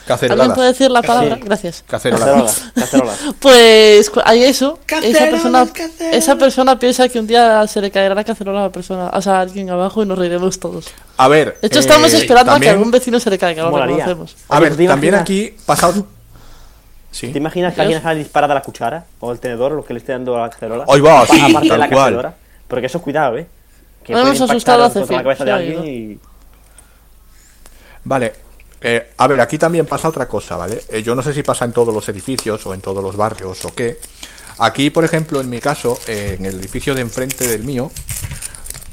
Speaker 2: Caceroladas.
Speaker 3: decir la palabra?
Speaker 4: Sí.
Speaker 3: Gracias.
Speaker 2: Caceroladas.
Speaker 4: Cacerolas, cacerolas.
Speaker 3: Pues cu- hay eso. Esa
Speaker 1: Cacerolas,
Speaker 3: persona,
Speaker 1: cacerolas.
Speaker 3: esa persona piensa que un día se le caerá la cacerola a la persona, o sea, a alguien abajo y nos reiremos todos.
Speaker 2: A ver.
Speaker 3: De hecho,
Speaker 2: eh,
Speaker 3: estamos esperando a que
Speaker 2: también-
Speaker 3: algún vecino se le caiga, lo
Speaker 4: Molaría.
Speaker 3: reconocemos.
Speaker 2: A
Speaker 4: Oye,
Speaker 2: ver,
Speaker 4: ¿te
Speaker 2: también
Speaker 4: imaginas-
Speaker 2: aquí pasado. Sí.
Speaker 4: ¿Te imaginas que
Speaker 3: Dios.
Speaker 4: alguien haga disparada la cuchara o el tenedor, lo que le esté dando a la cacerola?
Speaker 2: Ahí va,
Speaker 4: Apa-
Speaker 2: sí,
Speaker 4: aparte de
Speaker 2: tal
Speaker 4: la
Speaker 2: cual.
Speaker 4: cacerola. Porque eso, cuidado, ¿eh? Que
Speaker 3: No
Speaker 4: puede
Speaker 3: hemos
Speaker 4: impactar
Speaker 3: asustado hace
Speaker 4: contra la
Speaker 3: fin,
Speaker 4: cabeza de
Speaker 3: se ha
Speaker 4: alguien
Speaker 3: ido.
Speaker 4: y...
Speaker 2: Vale. eh, a ver, aquí también pasa otra cosa, ¿vale? Eh, yo no sé si pasa en todos los edificios o en todos los barrios o qué. Aquí, por ejemplo, en mi caso, eh, en el edificio de enfrente del mío,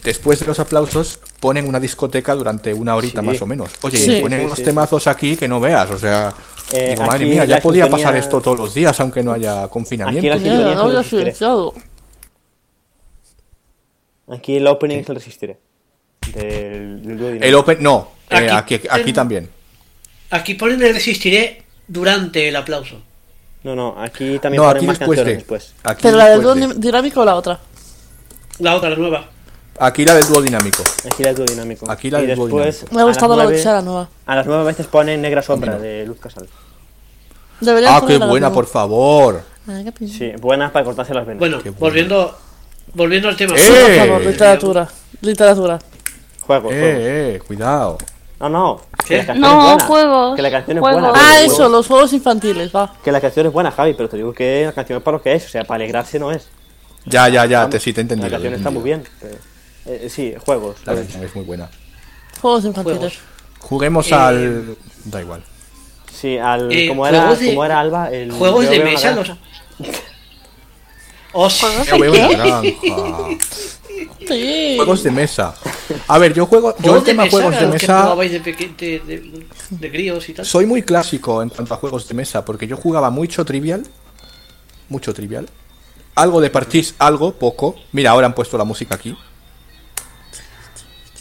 Speaker 2: después de los aplausos ponen una discoteca durante una horita
Speaker 4: Sí.
Speaker 2: más o menos. Oye,
Speaker 3: Sí.
Speaker 2: y ponen
Speaker 4: Sí,
Speaker 2: unos
Speaker 4: sí,
Speaker 2: temazos aquí que no veas, o sea...
Speaker 4: Eh,
Speaker 2: digo, madre
Speaker 4: aquí
Speaker 2: mía, ya
Speaker 4: la
Speaker 2: podía
Speaker 4: sintonía-
Speaker 2: pasar esto todos los días, aunque no haya
Speaker 4: Aquí la
Speaker 2: confinamiento.
Speaker 4: Sí, sintonía-
Speaker 3: Mierda,
Speaker 4: sí,
Speaker 3: no había
Speaker 4: sí, sí, sí.
Speaker 3: silenciado.
Speaker 4: Aquí el opening es el resistiré. Del, del dúo dinámico.
Speaker 2: El Open... No, eh,
Speaker 1: Aquí-
Speaker 2: aquí, aquí también.
Speaker 1: Aquí ponen el resistiré durante el aplauso.
Speaker 4: No, no, aquí también
Speaker 2: No,
Speaker 4: ponen
Speaker 2: aquí
Speaker 4: más
Speaker 2: después de.
Speaker 4: canciones pues. después.
Speaker 2: Aquí,
Speaker 3: ¿Pero la del dúo
Speaker 2: después de.
Speaker 3: din- dinámico o la otra?
Speaker 1: La otra, la nueva.
Speaker 2: Aquí la del dúo dinámico.
Speaker 4: Aquí la del dinámico.
Speaker 2: Aquí la
Speaker 4: y
Speaker 2: del
Speaker 4: después.
Speaker 2: duodinámico.
Speaker 3: Me ha
Speaker 4: a las
Speaker 3: gustado la
Speaker 4: nueve-
Speaker 3: de Chara nueva.
Speaker 4: A las nueve veces ponen Negra Sombra de Luz Casal.
Speaker 3: Deberían
Speaker 2: Ah, qué
Speaker 3: ponerla la
Speaker 2: buena,
Speaker 3: nueva.
Speaker 2: por favor.
Speaker 3: Ah, qué pin-
Speaker 4: Sí, buenas para cortarse las venas.
Speaker 1: Bueno,
Speaker 2: Qué bueno.
Speaker 1: volviendo volviendo al tema.
Speaker 3: Sí, por
Speaker 2: ¡Eh!
Speaker 3: favor, literatura. Literatura.
Speaker 4: Juego, juego.
Speaker 2: Eh, eh, cuidado.
Speaker 4: No, no.
Speaker 1: ¿Qué?
Speaker 4: Que la canción es
Speaker 6: No,
Speaker 4: buena.
Speaker 6: juegos,
Speaker 4: Que la canción es
Speaker 6: juegos.
Speaker 4: buena.
Speaker 3: Ah,
Speaker 4: Javi,
Speaker 3: eso,
Speaker 4: juegos.
Speaker 3: los juegos infantiles, va.
Speaker 4: Que la canción es buena, Javi, pero te digo que la canción es para lo que es. O sea, para alegrarse no es.
Speaker 2: Ya, ya, ya, te, sí, te he entendido.
Speaker 4: La canción
Speaker 2: te he
Speaker 4: está muy
Speaker 2: entendido.
Speaker 4: bien. pero- eh, sí, juegos.
Speaker 2: La canción es muy buena.
Speaker 3: Juegos infantiles.
Speaker 1: Juegos.
Speaker 2: Juguemos
Speaker 1: Eh,
Speaker 2: al. Da igual.
Speaker 4: Sí, al,
Speaker 1: Eh,
Speaker 4: como, era,
Speaker 1: juegos de-
Speaker 4: como era Alba. El
Speaker 1: Juegos
Speaker 4: yo
Speaker 1: de
Speaker 4: veo una
Speaker 1: mesa, los.
Speaker 4: granja.
Speaker 1: Os.
Speaker 2: Yo veo una granja.
Speaker 3: Sí.
Speaker 2: Juegos de mesa. A ver, yo juego. Yo el
Speaker 1: Juegos de
Speaker 2: tema
Speaker 1: mesa,
Speaker 2: juegos de
Speaker 1: los que
Speaker 2: mesa.
Speaker 1: jugabais de, peque- de, de- de críos y tal.
Speaker 2: Soy muy clásico en cuanto a juegos de mesa, porque yo jugaba mucho trivial. Mucho trivial. Algo de partís, algo, poco. Mira, ahora han puesto la música aquí.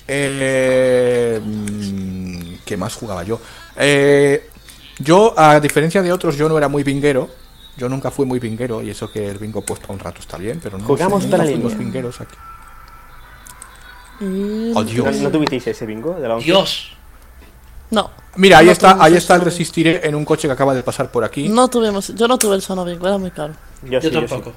Speaker 2: Eh, mm, ¿Qué más jugaba yo? Eh, yo, a diferencia de otros, yo no era muy binguero. Yo nunca fui muy binguero, y eso que el bingo pues para un rato está bien, pero no
Speaker 4: Jugamos
Speaker 2: sé, nunca
Speaker 4: para la
Speaker 2: fuimos
Speaker 4: línea.
Speaker 2: bingueros aquí.
Speaker 3: Mm,
Speaker 2: Oh,
Speaker 4: ¿No,
Speaker 2: Dios.
Speaker 4: no tuvisteis ese bingo de la once?
Speaker 1: Dios.
Speaker 3: No.
Speaker 2: Mira, ahí
Speaker 3: No
Speaker 2: está,
Speaker 3: tuvimos
Speaker 2: ahí
Speaker 3: el
Speaker 2: está el
Speaker 3: Sonobi.
Speaker 2: resistiré en un coche que acaba de pasar por aquí.
Speaker 3: No tuvimos, yo no tuve el Sonobingo, era muy caro.
Speaker 4: Yo, sí,
Speaker 1: Yo tampoco.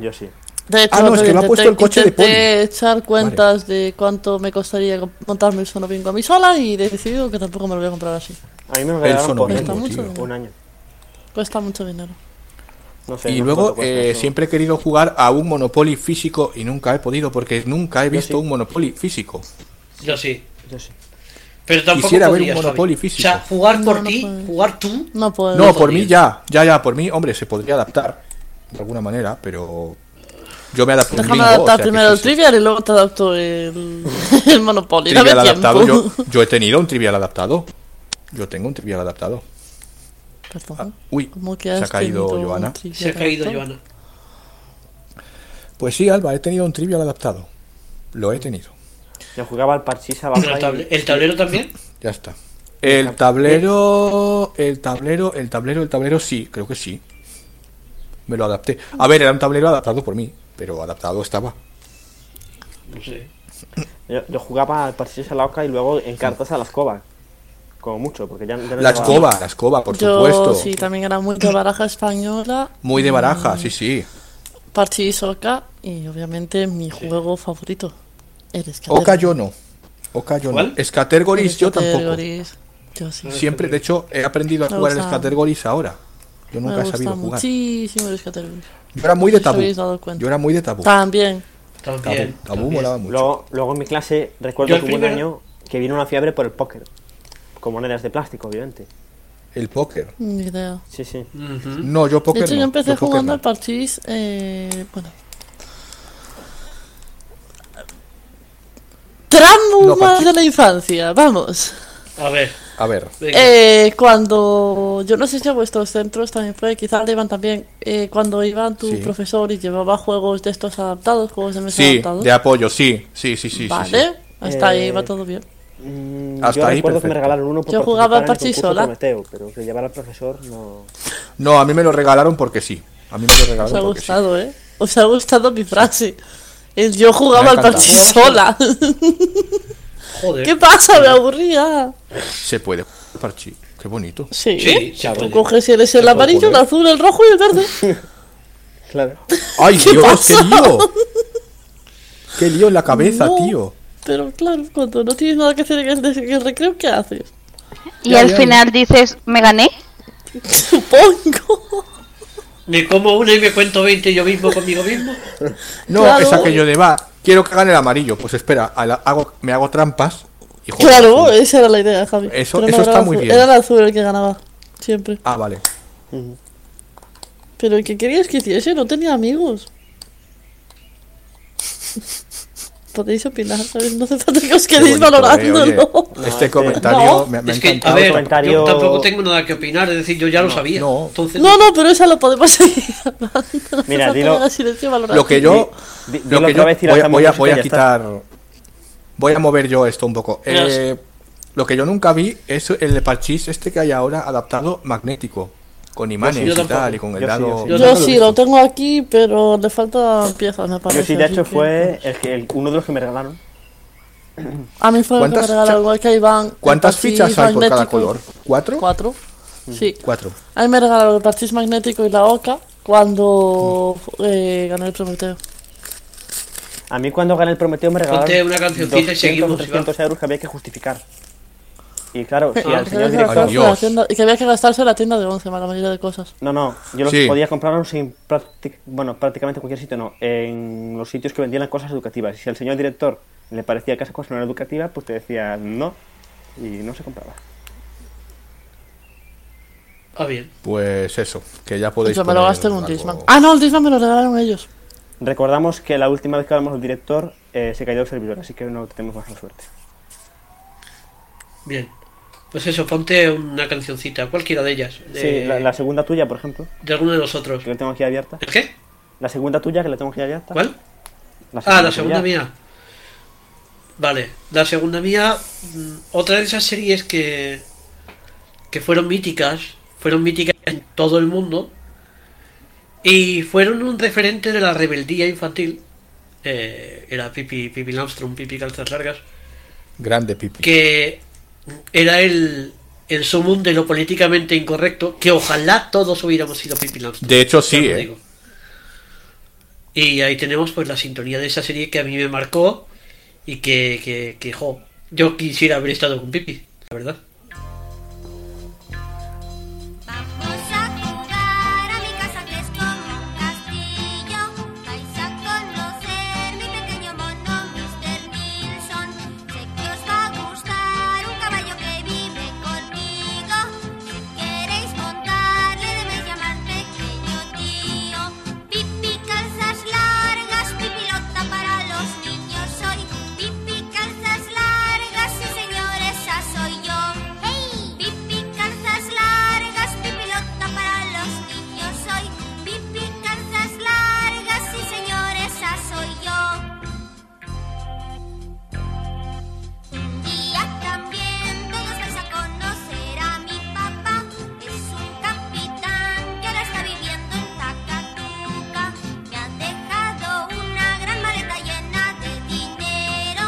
Speaker 4: Yo sí.
Speaker 3: De hecho,
Speaker 2: Ah, no, es que lo ha
Speaker 3: intenté-
Speaker 2: puesto el coche de
Speaker 3: intenté echar cuentas de cuánto me costaría comp- montarme el Sonobingo a mí sola y he decidido que tampoco me lo voy a comprar así.
Speaker 4: A mí me lo regalaron por
Speaker 2: sonobismo,
Speaker 4: un-
Speaker 3: tío.
Speaker 4: un año.
Speaker 3: Cuesta mucho dinero.
Speaker 4: No sé,
Speaker 2: Y
Speaker 4: no
Speaker 2: luego
Speaker 4: cuánto cuesta
Speaker 2: eh,
Speaker 4: eso.
Speaker 2: siempre he querido jugar a un Monopoly físico y nunca he podido porque nunca he visto
Speaker 4: sí.
Speaker 2: un Monopoly físico.
Speaker 1: Yo sí.
Speaker 4: Yo sí.
Speaker 1: Pero tampoco
Speaker 2: Quisiera ver un
Speaker 1: podrías, Javi.
Speaker 2: Monopoly físico.
Speaker 1: O sea, jugar por
Speaker 3: No, no
Speaker 1: ti,
Speaker 3: puedes.
Speaker 1: jugar tú.
Speaker 3: No puedo.
Speaker 2: No,
Speaker 1: lo
Speaker 2: por mí
Speaker 1: podrías.
Speaker 2: ya, ya, ya, por mí, hombre, se podría adaptar de alguna manera, pero yo me adapté a un
Speaker 3: Déjame
Speaker 2: bingo,
Speaker 3: adaptar
Speaker 2: o sea, que
Speaker 3: primero el
Speaker 2: sí, sí.
Speaker 3: Trivial y luego te adapto el, el Monopoly.
Speaker 2: Trivial
Speaker 3: Dame
Speaker 2: adaptado, yo,
Speaker 3: tiempo.
Speaker 2: yo he tenido un trivial adaptado. Yo tengo un trivial adaptado. Ah,
Speaker 3: Perdón.
Speaker 2: uy,
Speaker 3: ¿Cómo que
Speaker 2: se
Speaker 3: has
Speaker 2: ha caído
Speaker 3: tenido un
Speaker 2: Joana.
Speaker 3: Trivial
Speaker 1: Se ha caído,
Speaker 3: adaptado?
Speaker 1: Joana.
Speaker 2: Pues sí, Alba, he tenido un trivial adaptado. Lo he tenido.
Speaker 4: Yo jugaba al parchís abajo.
Speaker 1: Pero el,
Speaker 4: y-
Speaker 1: table- el tablero también.
Speaker 2: Ya está. El tablero, el tablero, el tablero, el tablero, sí, creo que sí. Me lo adapté. A ver, era un tablero adaptado por mí, pero adaptado estaba.
Speaker 1: No sé.
Speaker 4: Yo, yo jugaba al parchís a la oca y luego en cartas a la escoba. Como mucho, porque ya, ya no
Speaker 2: La
Speaker 4: llevaba-
Speaker 2: escoba, la escoba, por
Speaker 3: Yo
Speaker 2: supuesto.
Speaker 3: sí, también era muy de baraja española,
Speaker 2: Muy de
Speaker 3: Mm.
Speaker 2: baraja, sí, sí.
Speaker 3: parche y soca y obviamente mi juego favorito. El Escatergories.
Speaker 2: Oca yo no. Oca yo no.
Speaker 1: ¿Cuál?
Speaker 3: El
Speaker 2: Escatergories yo tampoco.
Speaker 3: Escatergories. Yo sí.
Speaker 2: Siempre, de hecho, he aprendido a
Speaker 3: Me
Speaker 2: jugar el
Speaker 3: gusta.
Speaker 2: Escatergories ahora. Yo
Speaker 3: Me
Speaker 2: nunca he
Speaker 3: gusta
Speaker 2: sabido jugar.
Speaker 3: muchísimo el Escatergories.
Speaker 2: Yo era muy de
Speaker 3: Si os
Speaker 2: tabú.
Speaker 3: habéis dado cuenta.
Speaker 2: Yo era muy de tabú.
Speaker 3: También.
Speaker 1: También.
Speaker 2: Tabú, tabú
Speaker 1: también.
Speaker 2: molaba mucho.
Speaker 4: Luego, luego en mi clase
Speaker 1: Yo
Speaker 4: recuerdo
Speaker 1: el
Speaker 4: que hubo un
Speaker 1: primero-
Speaker 4: año que vino una fiebre por el póker. Con monedas de plástico, obviamente.
Speaker 2: El póker.
Speaker 3: Ni idea.
Speaker 4: Sí, sí.
Speaker 1: Ujú.
Speaker 2: No, yo
Speaker 3: De
Speaker 2: póker
Speaker 3: hecho,
Speaker 2: no.
Speaker 3: yo empecé
Speaker 2: póker
Speaker 3: jugando
Speaker 2: no.
Speaker 3: al parchís. Eh, bueno.
Speaker 2: No,
Speaker 3: Tramo más
Speaker 2: parchís.
Speaker 3: de la infancia, vamos.
Speaker 1: A ver.
Speaker 2: A ver.
Speaker 1: venga.
Speaker 3: Eh, cuando. Yo no sé si a vuestros centros también fue, quizás le iban también. eh, cuando iban tu
Speaker 2: Sí.
Speaker 3: profesor y llevaba juegos de estos adaptados, juegos de mesa
Speaker 2: Sí,
Speaker 3: adaptados.
Speaker 2: de apoyo, sí, sí, sí, sí. sí,
Speaker 3: vale,
Speaker 2: sí.
Speaker 3: hasta ahí
Speaker 4: Eh,
Speaker 3: va todo bien.
Speaker 4: Mm,
Speaker 2: Hasta
Speaker 4: yo
Speaker 2: ahí,
Speaker 4: recuerdo que
Speaker 2: perfecto.
Speaker 4: me regalaron uno por
Speaker 3: Yo jugaba al
Speaker 4: participar en el
Speaker 3: parchís
Speaker 4: concurso
Speaker 3: sola.
Speaker 4: Prometeo, pero que llevar al profesor no...
Speaker 2: No, a mí me lo regalaron porque sí. A mí me lo regalaron
Speaker 3: Os ha
Speaker 2: porque sí.
Speaker 3: gustado, ¿eh? Os ha gustado mi frase. El yo
Speaker 2: Me
Speaker 3: jugaba
Speaker 2: ha
Speaker 3: al
Speaker 2: encantado.
Speaker 3: parchís sola.
Speaker 1: Joder.
Speaker 3: ¿Qué pasa? Me aburría.
Speaker 2: Se puede parchí. Qué bonito.
Speaker 3: Sí.
Speaker 1: Sí, se
Speaker 3: Tú
Speaker 1: puede.
Speaker 3: coges y eres el amarillo, el
Speaker 2: poner.
Speaker 3: azul, el rojo y el verde.
Speaker 4: Claro.
Speaker 2: ¡Ay, Dios!
Speaker 3: pasó?
Speaker 2: ¡Qué lío! ¡Qué lío en la cabeza,
Speaker 3: No.
Speaker 2: tío!
Speaker 3: Pero claro, cuando no tienes nada que hacer en el, des- en el recreo, ¿qué haces?
Speaker 6: Y al final dices, ¿me gané?
Speaker 3: Supongo.
Speaker 1: Me como una y me cuento 20 yo mismo conmigo mismo.
Speaker 2: No,
Speaker 3: Claro.
Speaker 2: es aquello de va. Quiero que gane el amarillo. Pues espera, a la- hago, me hago trampas. Y juego
Speaker 3: claro,
Speaker 2: azul.
Speaker 3: esa era la idea, Javi.
Speaker 2: Eso-
Speaker 3: Pero no,
Speaker 2: eso
Speaker 3: era
Speaker 2: está
Speaker 3: el
Speaker 2: muy
Speaker 3: azul-
Speaker 2: bien.
Speaker 3: Era el azul el que ganaba, siempre.
Speaker 2: Ah, vale.
Speaker 3: Pero el que querías que hiciese no tenía amigos. Podéis opinar, ¿sabes? No hace falta que os
Speaker 2: Qué
Speaker 3: quedéis
Speaker 2: bonito, eh, oye.
Speaker 3: valorándolo.
Speaker 2: este
Speaker 4: No,
Speaker 2: comentario
Speaker 3: no.
Speaker 2: me, me ha
Speaker 1: es que, a
Speaker 2: encantado.
Speaker 1: ver,
Speaker 4: comentario-
Speaker 1: yo tampoco tengo nada que opinar. Es decir, yo ya lo sabía.
Speaker 2: no.
Speaker 1: Entonces,
Speaker 3: No, no, pero esa lo podemos seguir hablando. No
Speaker 4: Mira,
Speaker 3: hace falta
Speaker 4: dilo-
Speaker 3: llegar a silencio valorativo.
Speaker 2: Lo que yo.
Speaker 4: Di- di-
Speaker 2: Lo
Speaker 4: dilo
Speaker 2: que
Speaker 4: otra
Speaker 2: yo
Speaker 4: vez y
Speaker 2: voy, a-
Speaker 4: lanzamos
Speaker 2: voy a,
Speaker 4: música y
Speaker 2: voy a
Speaker 4: ya está.
Speaker 2: quitar. Voy a mover yo esto un poco.
Speaker 1: Mira,
Speaker 2: Eh, lo que yo nunca vi es el parchís este que hay ahora adaptado magnético. con imanes
Speaker 1: Yo
Speaker 2: y
Speaker 1: tampoco.
Speaker 2: tal, y con el
Speaker 4: Yo sí,
Speaker 2: dado.
Speaker 4: yo
Speaker 1: Yo no
Speaker 3: Yo
Speaker 1: lo he
Speaker 3: sí,
Speaker 1: visto.
Speaker 3: lo tengo aquí, pero le faltan piezas, me parece.
Speaker 4: Yo sí, de
Speaker 3: así
Speaker 4: hecho,
Speaker 3: que-
Speaker 4: fue el que- el- uno de los que me regalaron.
Speaker 3: A mí fue el que me
Speaker 2: ¿Cuántas
Speaker 3: regalaron,
Speaker 2: cha-
Speaker 3: igual que a Iván. el
Speaker 2: ¿Cuántas
Speaker 3: parchís
Speaker 2: fichas hay por cada
Speaker 3: magnético.
Speaker 2: color? ¿Cuatro?
Speaker 3: Cuatro.
Speaker 4: Mm.
Speaker 3: Sí.
Speaker 2: Cuatro.
Speaker 3: A mí me regalaron el parchís magnético y la oca cuando
Speaker 2: Mm.
Speaker 3: eh, gané el Prometeo.
Speaker 4: A mí cuando gané el Prometeo me regalaron
Speaker 1: Ponte una cancioncita y
Speaker 4: 200,
Speaker 1: seguimos,
Speaker 4: 300 euros que había que justificar. Y claro, si
Speaker 3: Ah,
Speaker 4: al
Speaker 3: que había que
Speaker 4: señor
Speaker 2: director.
Speaker 3: gastarse
Speaker 2: Adiós.
Speaker 3: la tienda- y que había que gastarse en la tienda de once, la mayoría de cosas.
Speaker 4: No, no, yo los
Speaker 2: Sí.
Speaker 4: podía comprar sin prácti- bueno, prácticamente en cualquier sitio, no, en los sitios que vendían las cosas educativas. Y si al señor director le parecía que esa cosa no era educativa, pues te decía no y no se compraba.
Speaker 1: Ah, bien.
Speaker 2: Pues eso, que ya podéis.
Speaker 3: Yo me lo
Speaker 2: poner
Speaker 3: gasté en un
Speaker 2: algo.
Speaker 3: Disman. Ah, no, el Disman me lo regalaron ellos.
Speaker 4: Recordamos que la última vez que hablamos del director eh, se cayó el servidor, así que no tenemos más suerte.
Speaker 1: Bien. Pues eso, ponte una cancioncita, cualquiera de ellas. De,
Speaker 4: Sí, la, la segunda tuya, por ejemplo,
Speaker 1: de alguno de nosotros.
Speaker 4: que la tengo aquí abierta.
Speaker 1: ¿El qué?
Speaker 4: La segunda tuya, que la tengo aquí abierta.
Speaker 1: ¿Cuál? Ah, la segunda
Speaker 4: tuya.
Speaker 1: mía. Vale, la segunda mía, mm, otra de esas series que, que fueron míticas, fueron míticas en todo el mundo y fueron un referente de la rebeldía infantil. eh, era Pipi, Pipi Armstrong, Pipi Calzas Largas,
Speaker 2: Grande pipi.
Speaker 1: que era el, el sumum de lo políticamente incorrecto, que ojalá todos hubiéramos sido Pipi Armstrong.
Speaker 2: De hecho, sí,
Speaker 1: Ya lo
Speaker 2: eh.
Speaker 1: digo. Y ahí tenemos pues la sintonía de esa serie que a mí me marcó y que, que, que, jo, yo quisiera haber estado con Pipi, la verdad.
Speaker 7: Vamos a jugar a mi casa que es como un castillo. Vais a conocer mi pequeño mono, Mr. Nilsson. Sé que os va a gustar un caballo que vive conmigo. Si queréis montarle, debéis llamar pequeño tío. Pipi calzas largas, pipilota para los niños soy. Pipi calzas largas, sí señor, esa soy yo. ¡Hey! Pipi calzas largas, pipilota para los niños soy. Pipi calzas largas, sí señor, esa soy yo. Un día también todos vais a conocer a mi papá. Es un capitán que ahora está viviendo en Tacatuca. Me ha dejado una gran maleta llena de dinero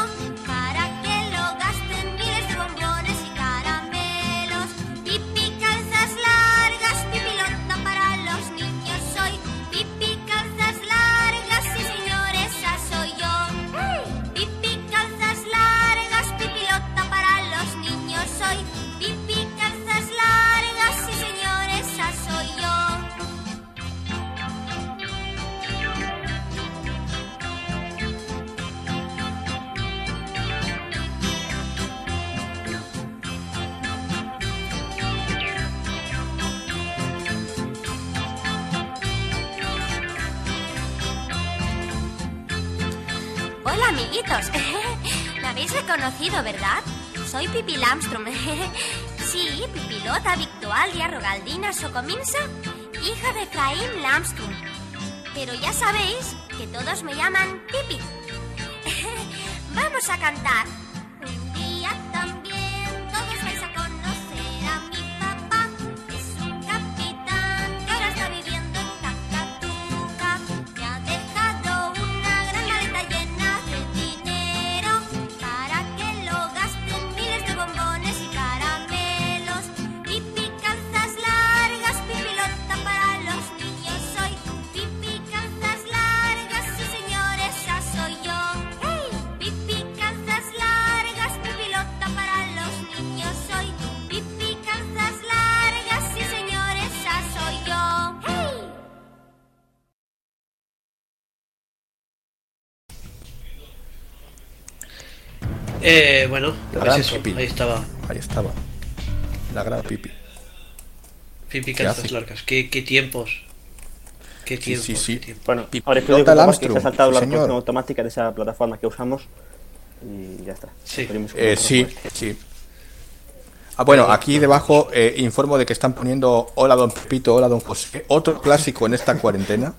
Speaker 7: para que lo gasten miles de bombones y caramelos. Pipi calzas largas, pipilota para los niños soy. Pipi calzas largas, sí señores, esa soy yo. Pipi calzas largas, pipilota para los niños soy. Pipi calzas largas, sí señores, esa soy yo. Hola amiguitos, me habéis reconocido, ¿verdad? Soy Pipi Lamstrom. sí, Pipilota Victualia Rogaldina Socominsa, hija de Efraín Lamstrom. Pero ya sabéis que todos me llaman Pipi. Vamos a cantar. Un día también todos vais a conocer a mi papá. Es un capitán que ahora está viviendo en Tacatuca. Me ha dejado una gran maleta llena de dinero para que lo gasten miles de bombones y caramelos. Pipi calzas largas, pipilota para los niños soy. Pipi calzas largas, sí señores, esa soy yo. Pipi calzas largas, pipilota para los niños soy. Pipi calzas largas, sí señores, esa soy yo.
Speaker 1: Eh, bueno, pues
Speaker 2: gran
Speaker 1: eso,
Speaker 2: Pipi.
Speaker 1: ahí estaba
Speaker 2: Ahí estaba. La gran pipi.
Speaker 1: Pipi
Speaker 2: ¿Qué
Speaker 1: Calzas
Speaker 2: hace?
Speaker 1: Largas. Qué, qué tiempos. Qué tiempos.
Speaker 2: sí, sí.
Speaker 1: qué tiempos.
Speaker 4: Bueno,
Speaker 2: Pipilota
Speaker 4: ahora estoy preocupado que se ha
Speaker 2: Lamström,
Speaker 4: saltado
Speaker 2: sí,
Speaker 4: la
Speaker 2: señor.
Speaker 4: producción automática de esa plataforma que usamos y ya está.
Speaker 1: Sí.
Speaker 4: Seguimos con
Speaker 2: Eh,
Speaker 4: otro
Speaker 2: sí,
Speaker 4: juego.
Speaker 2: sí. Ah, bueno, aquí debajo eh, informo de que están poniendo Hola Don Pepito, Hola Don José, otro clásico en esta cuarentena.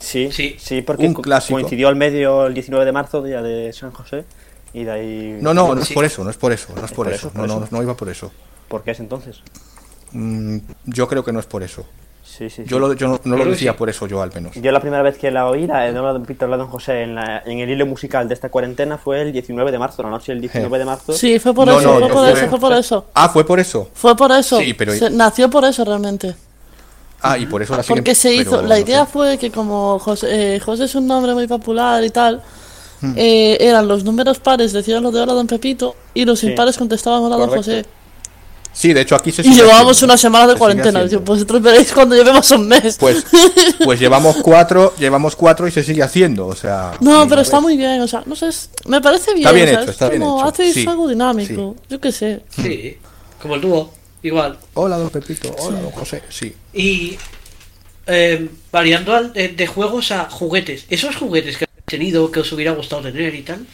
Speaker 4: Sí,
Speaker 1: Sí.
Speaker 4: sí, porque
Speaker 2: Un
Speaker 4: co-
Speaker 2: clásico.
Speaker 4: coincidió al medio el 19 de marzo, día de San José, y de ahí...
Speaker 2: No, no, no es
Speaker 1: Sí.
Speaker 2: por eso, no es por eso, no es por
Speaker 4: por
Speaker 2: eso,
Speaker 4: eso,
Speaker 2: no,
Speaker 4: por
Speaker 2: no,
Speaker 4: eso.
Speaker 2: no iba por eso.
Speaker 4: ¿Por qué es entonces?
Speaker 2: Mm, yo creo que no es por eso.
Speaker 4: Sí, sí,
Speaker 2: Yo,
Speaker 4: sí.
Speaker 2: lo- yo no, no lo
Speaker 1: Pero
Speaker 2: decía
Speaker 1: sí.
Speaker 2: por eso yo al menos.
Speaker 4: Yo la primera vez que la oí, la, no la de Peter, la de José, en, la- en el hilo musical de esta cuarentena fue el 19 de marzo, la noche del 19 de marzo.
Speaker 3: Sí, fue por
Speaker 2: Eh. No,
Speaker 3: eso,
Speaker 2: no,
Speaker 3: fue
Speaker 2: yo
Speaker 3: por
Speaker 2: fue-
Speaker 3: eso, fue por eso.
Speaker 2: Ah, fue por eso.
Speaker 3: Fue por eso.
Speaker 2: Sí, pero-
Speaker 3: Se- nació por eso realmente.
Speaker 2: Ah, y por eso la siguen-
Speaker 3: Porque se
Speaker 2: pero
Speaker 3: hizo.
Speaker 2: no
Speaker 3: La
Speaker 2: sé.
Speaker 3: idea fue que, como José, eh, José es un nombre muy popular y tal,
Speaker 2: Hmm.
Speaker 3: eh, eran los números pares decían lo de hola, don Pepito, y los
Speaker 4: Sí.
Speaker 3: impares contestaban hola, don
Speaker 2: Correcto.
Speaker 3: José.
Speaker 2: Sí, de hecho aquí se
Speaker 3: Y
Speaker 2: sigue
Speaker 3: llevábamos
Speaker 2: haciendo.
Speaker 3: una semana de
Speaker 2: Se sigue
Speaker 3: cuarentena.
Speaker 2: haciendo.
Speaker 3: Yo, vosotros veréis cuando llevemos un mes.
Speaker 2: Pues, pues llevamos cuatro, llevamos cuatro y se sigue haciendo, o sea.
Speaker 3: no, pero está muy bien, o sea, no sé, es- me parece bien.
Speaker 2: Está bien
Speaker 3: o sea,
Speaker 2: hecho,
Speaker 3: es
Speaker 2: está bien
Speaker 3: como
Speaker 2: hecho,
Speaker 3: haces
Speaker 2: sí,
Speaker 3: algo dinámico, yo qué sé.
Speaker 1: Sí, como el dúo, igual.
Speaker 2: Hola, don Pepito. Hola, don José. Sí.
Speaker 1: Y eh, variando al- de, de juegos a juguetes. Esos juguetes que has tenido, que os hubiera gustado tener y tal.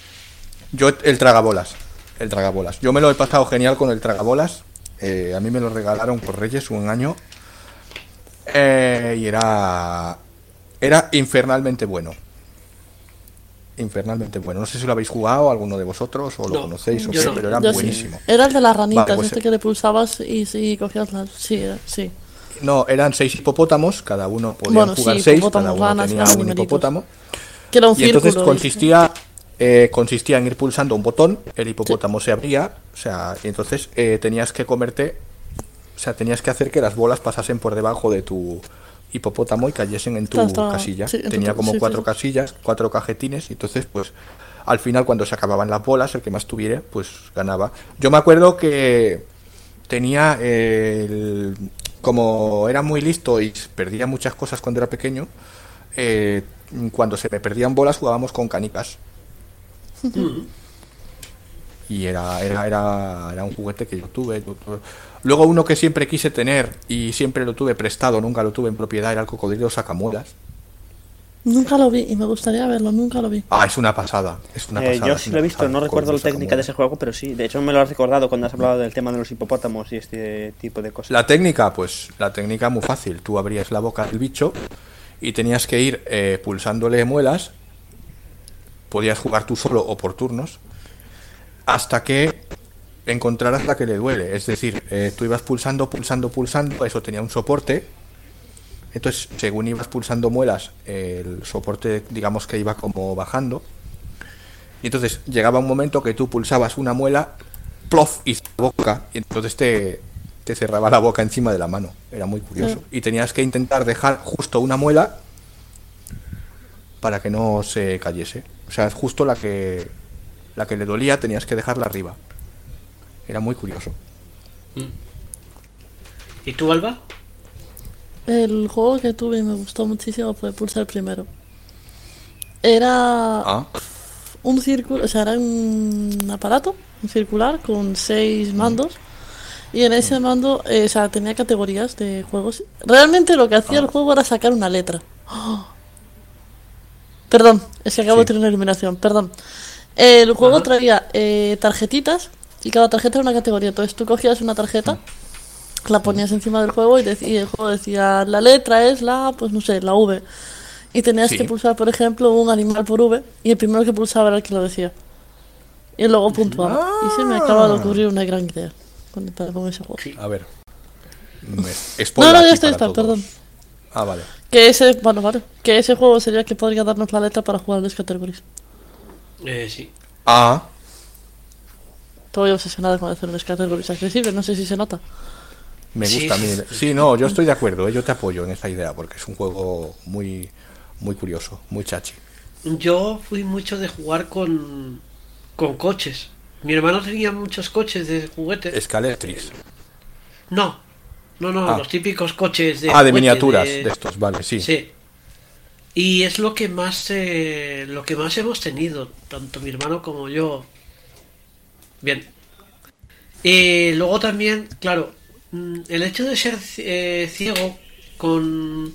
Speaker 2: Yo el tragabolas. El tragabolas. Yo me lo he pasado genial con el tragabolas. Eh, a mí me lo regalaron por Reyes un año. Eh, y era. Era infernalmente bueno. Infernalmente bueno. No sé si lo habéis jugado alguno de vosotros o lo
Speaker 1: No,
Speaker 2: conocéis o
Speaker 1: yo
Speaker 2: qué,
Speaker 1: no.
Speaker 2: pero era
Speaker 3: Yo sí.
Speaker 2: buenísimo.
Speaker 3: Era el de las ranitas,
Speaker 2: Vale, pues,
Speaker 3: este
Speaker 2: eh.
Speaker 3: que le pulsabas y, y cogías las. Sí, era- sí.
Speaker 2: No, eran seis hipopótamos, cada uno podía
Speaker 3: Bueno, sí,
Speaker 2: jugar seis,
Speaker 3: hipopótamos,
Speaker 2: cada uno
Speaker 3: ranas,
Speaker 2: tenía
Speaker 3: eran
Speaker 2: un
Speaker 3: numeritos.
Speaker 2: hipopótamo.
Speaker 3: Que era un
Speaker 2: Y entonces
Speaker 3: círculo, y-
Speaker 2: consistía, eh, consistía en ir pulsando un botón, el hipopótamo se abría, o sea, y entonces eh, tenías que comerte, o sea, tenías que hacer que las bolas pasasen por debajo de tu hipopótamo y cayesen en tu
Speaker 3: Está- está-
Speaker 2: casilla.
Speaker 3: sí, en tu-
Speaker 2: Tenía como
Speaker 3: sí, sí,
Speaker 2: cuatro
Speaker 3: sí.
Speaker 2: casillas, cuatro cajetines, y entonces, pues, al final cuando se acababan las bolas, el que más tuviera, pues ganaba. Yo me acuerdo que tenía eh, el- como era muy listo y perdía muchas cosas cuando era pequeño eh, cuando se me perdían bolas jugábamos con canicas y era era, era era un juguete que yo tuve, yo tuve. luego uno que siempre quise tener y siempre lo tuve prestado nunca lo tuve en propiedad era el cocodrilo sacamuelas
Speaker 3: Nunca lo vi y me gustaría verlo, nunca lo vi.
Speaker 2: ah es una pasada es una
Speaker 4: Eh,
Speaker 2: pasada
Speaker 4: yo
Speaker 2: es
Speaker 4: sí
Speaker 2: una
Speaker 4: lo he visto,
Speaker 2: pasada,
Speaker 4: no recuerdo la
Speaker 2: cocodrilo
Speaker 4: técnica de
Speaker 2: sacamuelas.
Speaker 4: ese juego, pero sí. De hecho, me lo has recordado cuando has hablado del tema de los hipopótamos y este tipo de cosas.
Speaker 2: La técnica, pues la técnica muy fácil. Tú abrías la boca del bicho y tenías que ir eh, pulsándole muelas. Podías jugar tú solo o por turnos. Hasta que encontraras la que le duele. Es decir, eh, tú ibas pulsando, pulsando, pulsando. Eso tenía un soporte. Entonces, según ibas pulsando muelas, el soporte, digamos que iba como bajando. Y entonces llegaba un momento que tú pulsabas una muela, plof, y la boca, y entonces te, te cerraba la boca encima de la mano. Era muy curioso.
Speaker 3: Mm.
Speaker 2: Y tenías que intentar dejar justo una muela para que no se cayese. O sea, justo la que, la que le dolía tenías que dejarla arriba. Era muy curioso.
Speaker 1: ¿Y tú, Alba?
Speaker 3: El juego que tuve y me gustó muchísimo fue Pulsar primero. Era
Speaker 2: Ah,
Speaker 3: un círculo, o sea, era un aparato, un circular con seis mandos. Y en ese mando, eh, o sea, tenía categorías de juegos. Realmente lo que hacía el juego era sacar una letra. ¡Oh! Perdón, es que acabo de
Speaker 2: Sí.
Speaker 3: tener una iluminación, perdón. El juego traía eh, tarjetitas y cada tarjeta era una categoría. Entonces tú cogías una tarjeta,
Speaker 2: Mm.
Speaker 3: la ponías encima del juego y, dec- y el juego decía, la letra es la, pues no sé, la V. Y tenías
Speaker 2: Sí.
Speaker 3: que pulsar, por ejemplo, un animal por V y el primero que pulsaba era el que lo decía. Y luego puntuaba. Y
Speaker 2: Ah.
Speaker 3: se me acaba de ocurrir una gran idea con, para- con ese juego.
Speaker 2: a ver. Me-
Speaker 3: No,
Speaker 2: spoiler
Speaker 3: no, ya
Speaker 2: aquí
Speaker 3: estoy,
Speaker 2: para
Speaker 3: está,
Speaker 2: todos.
Speaker 3: perdón.
Speaker 2: Ah, vale.
Speaker 3: Que ese, bueno, vale, que ese juego sería el que podría darnos la letra para jugar a los categorías.
Speaker 1: Eh, sí.
Speaker 2: Ah,
Speaker 3: Estoy obsesionada con hacer unos categorías accesibles, no sé si se nota.
Speaker 2: Me
Speaker 1: Sí,
Speaker 2: gusta,
Speaker 1: sí,
Speaker 2: mire. Sí, no, yo estoy de acuerdo, ¿eh? yo te apoyo en esta idea, porque es un juego muy, muy curioso, muy chachi.
Speaker 1: Yo fui mucho de jugar con, con coches. Mi hermano tenía muchos coches de juguetes.
Speaker 2: Escaletrix.
Speaker 1: No, no, no,
Speaker 2: Ah.
Speaker 1: los típicos coches de.
Speaker 2: Ah, de
Speaker 1: juguete,
Speaker 2: miniaturas de estos, vale, sí.
Speaker 1: Sí. Y es lo que más eh, lo que más hemos tenido, tanto mi hermano como yo. Bien. Eh, luego también, claro, mm, el hecho de ser eh, ciego con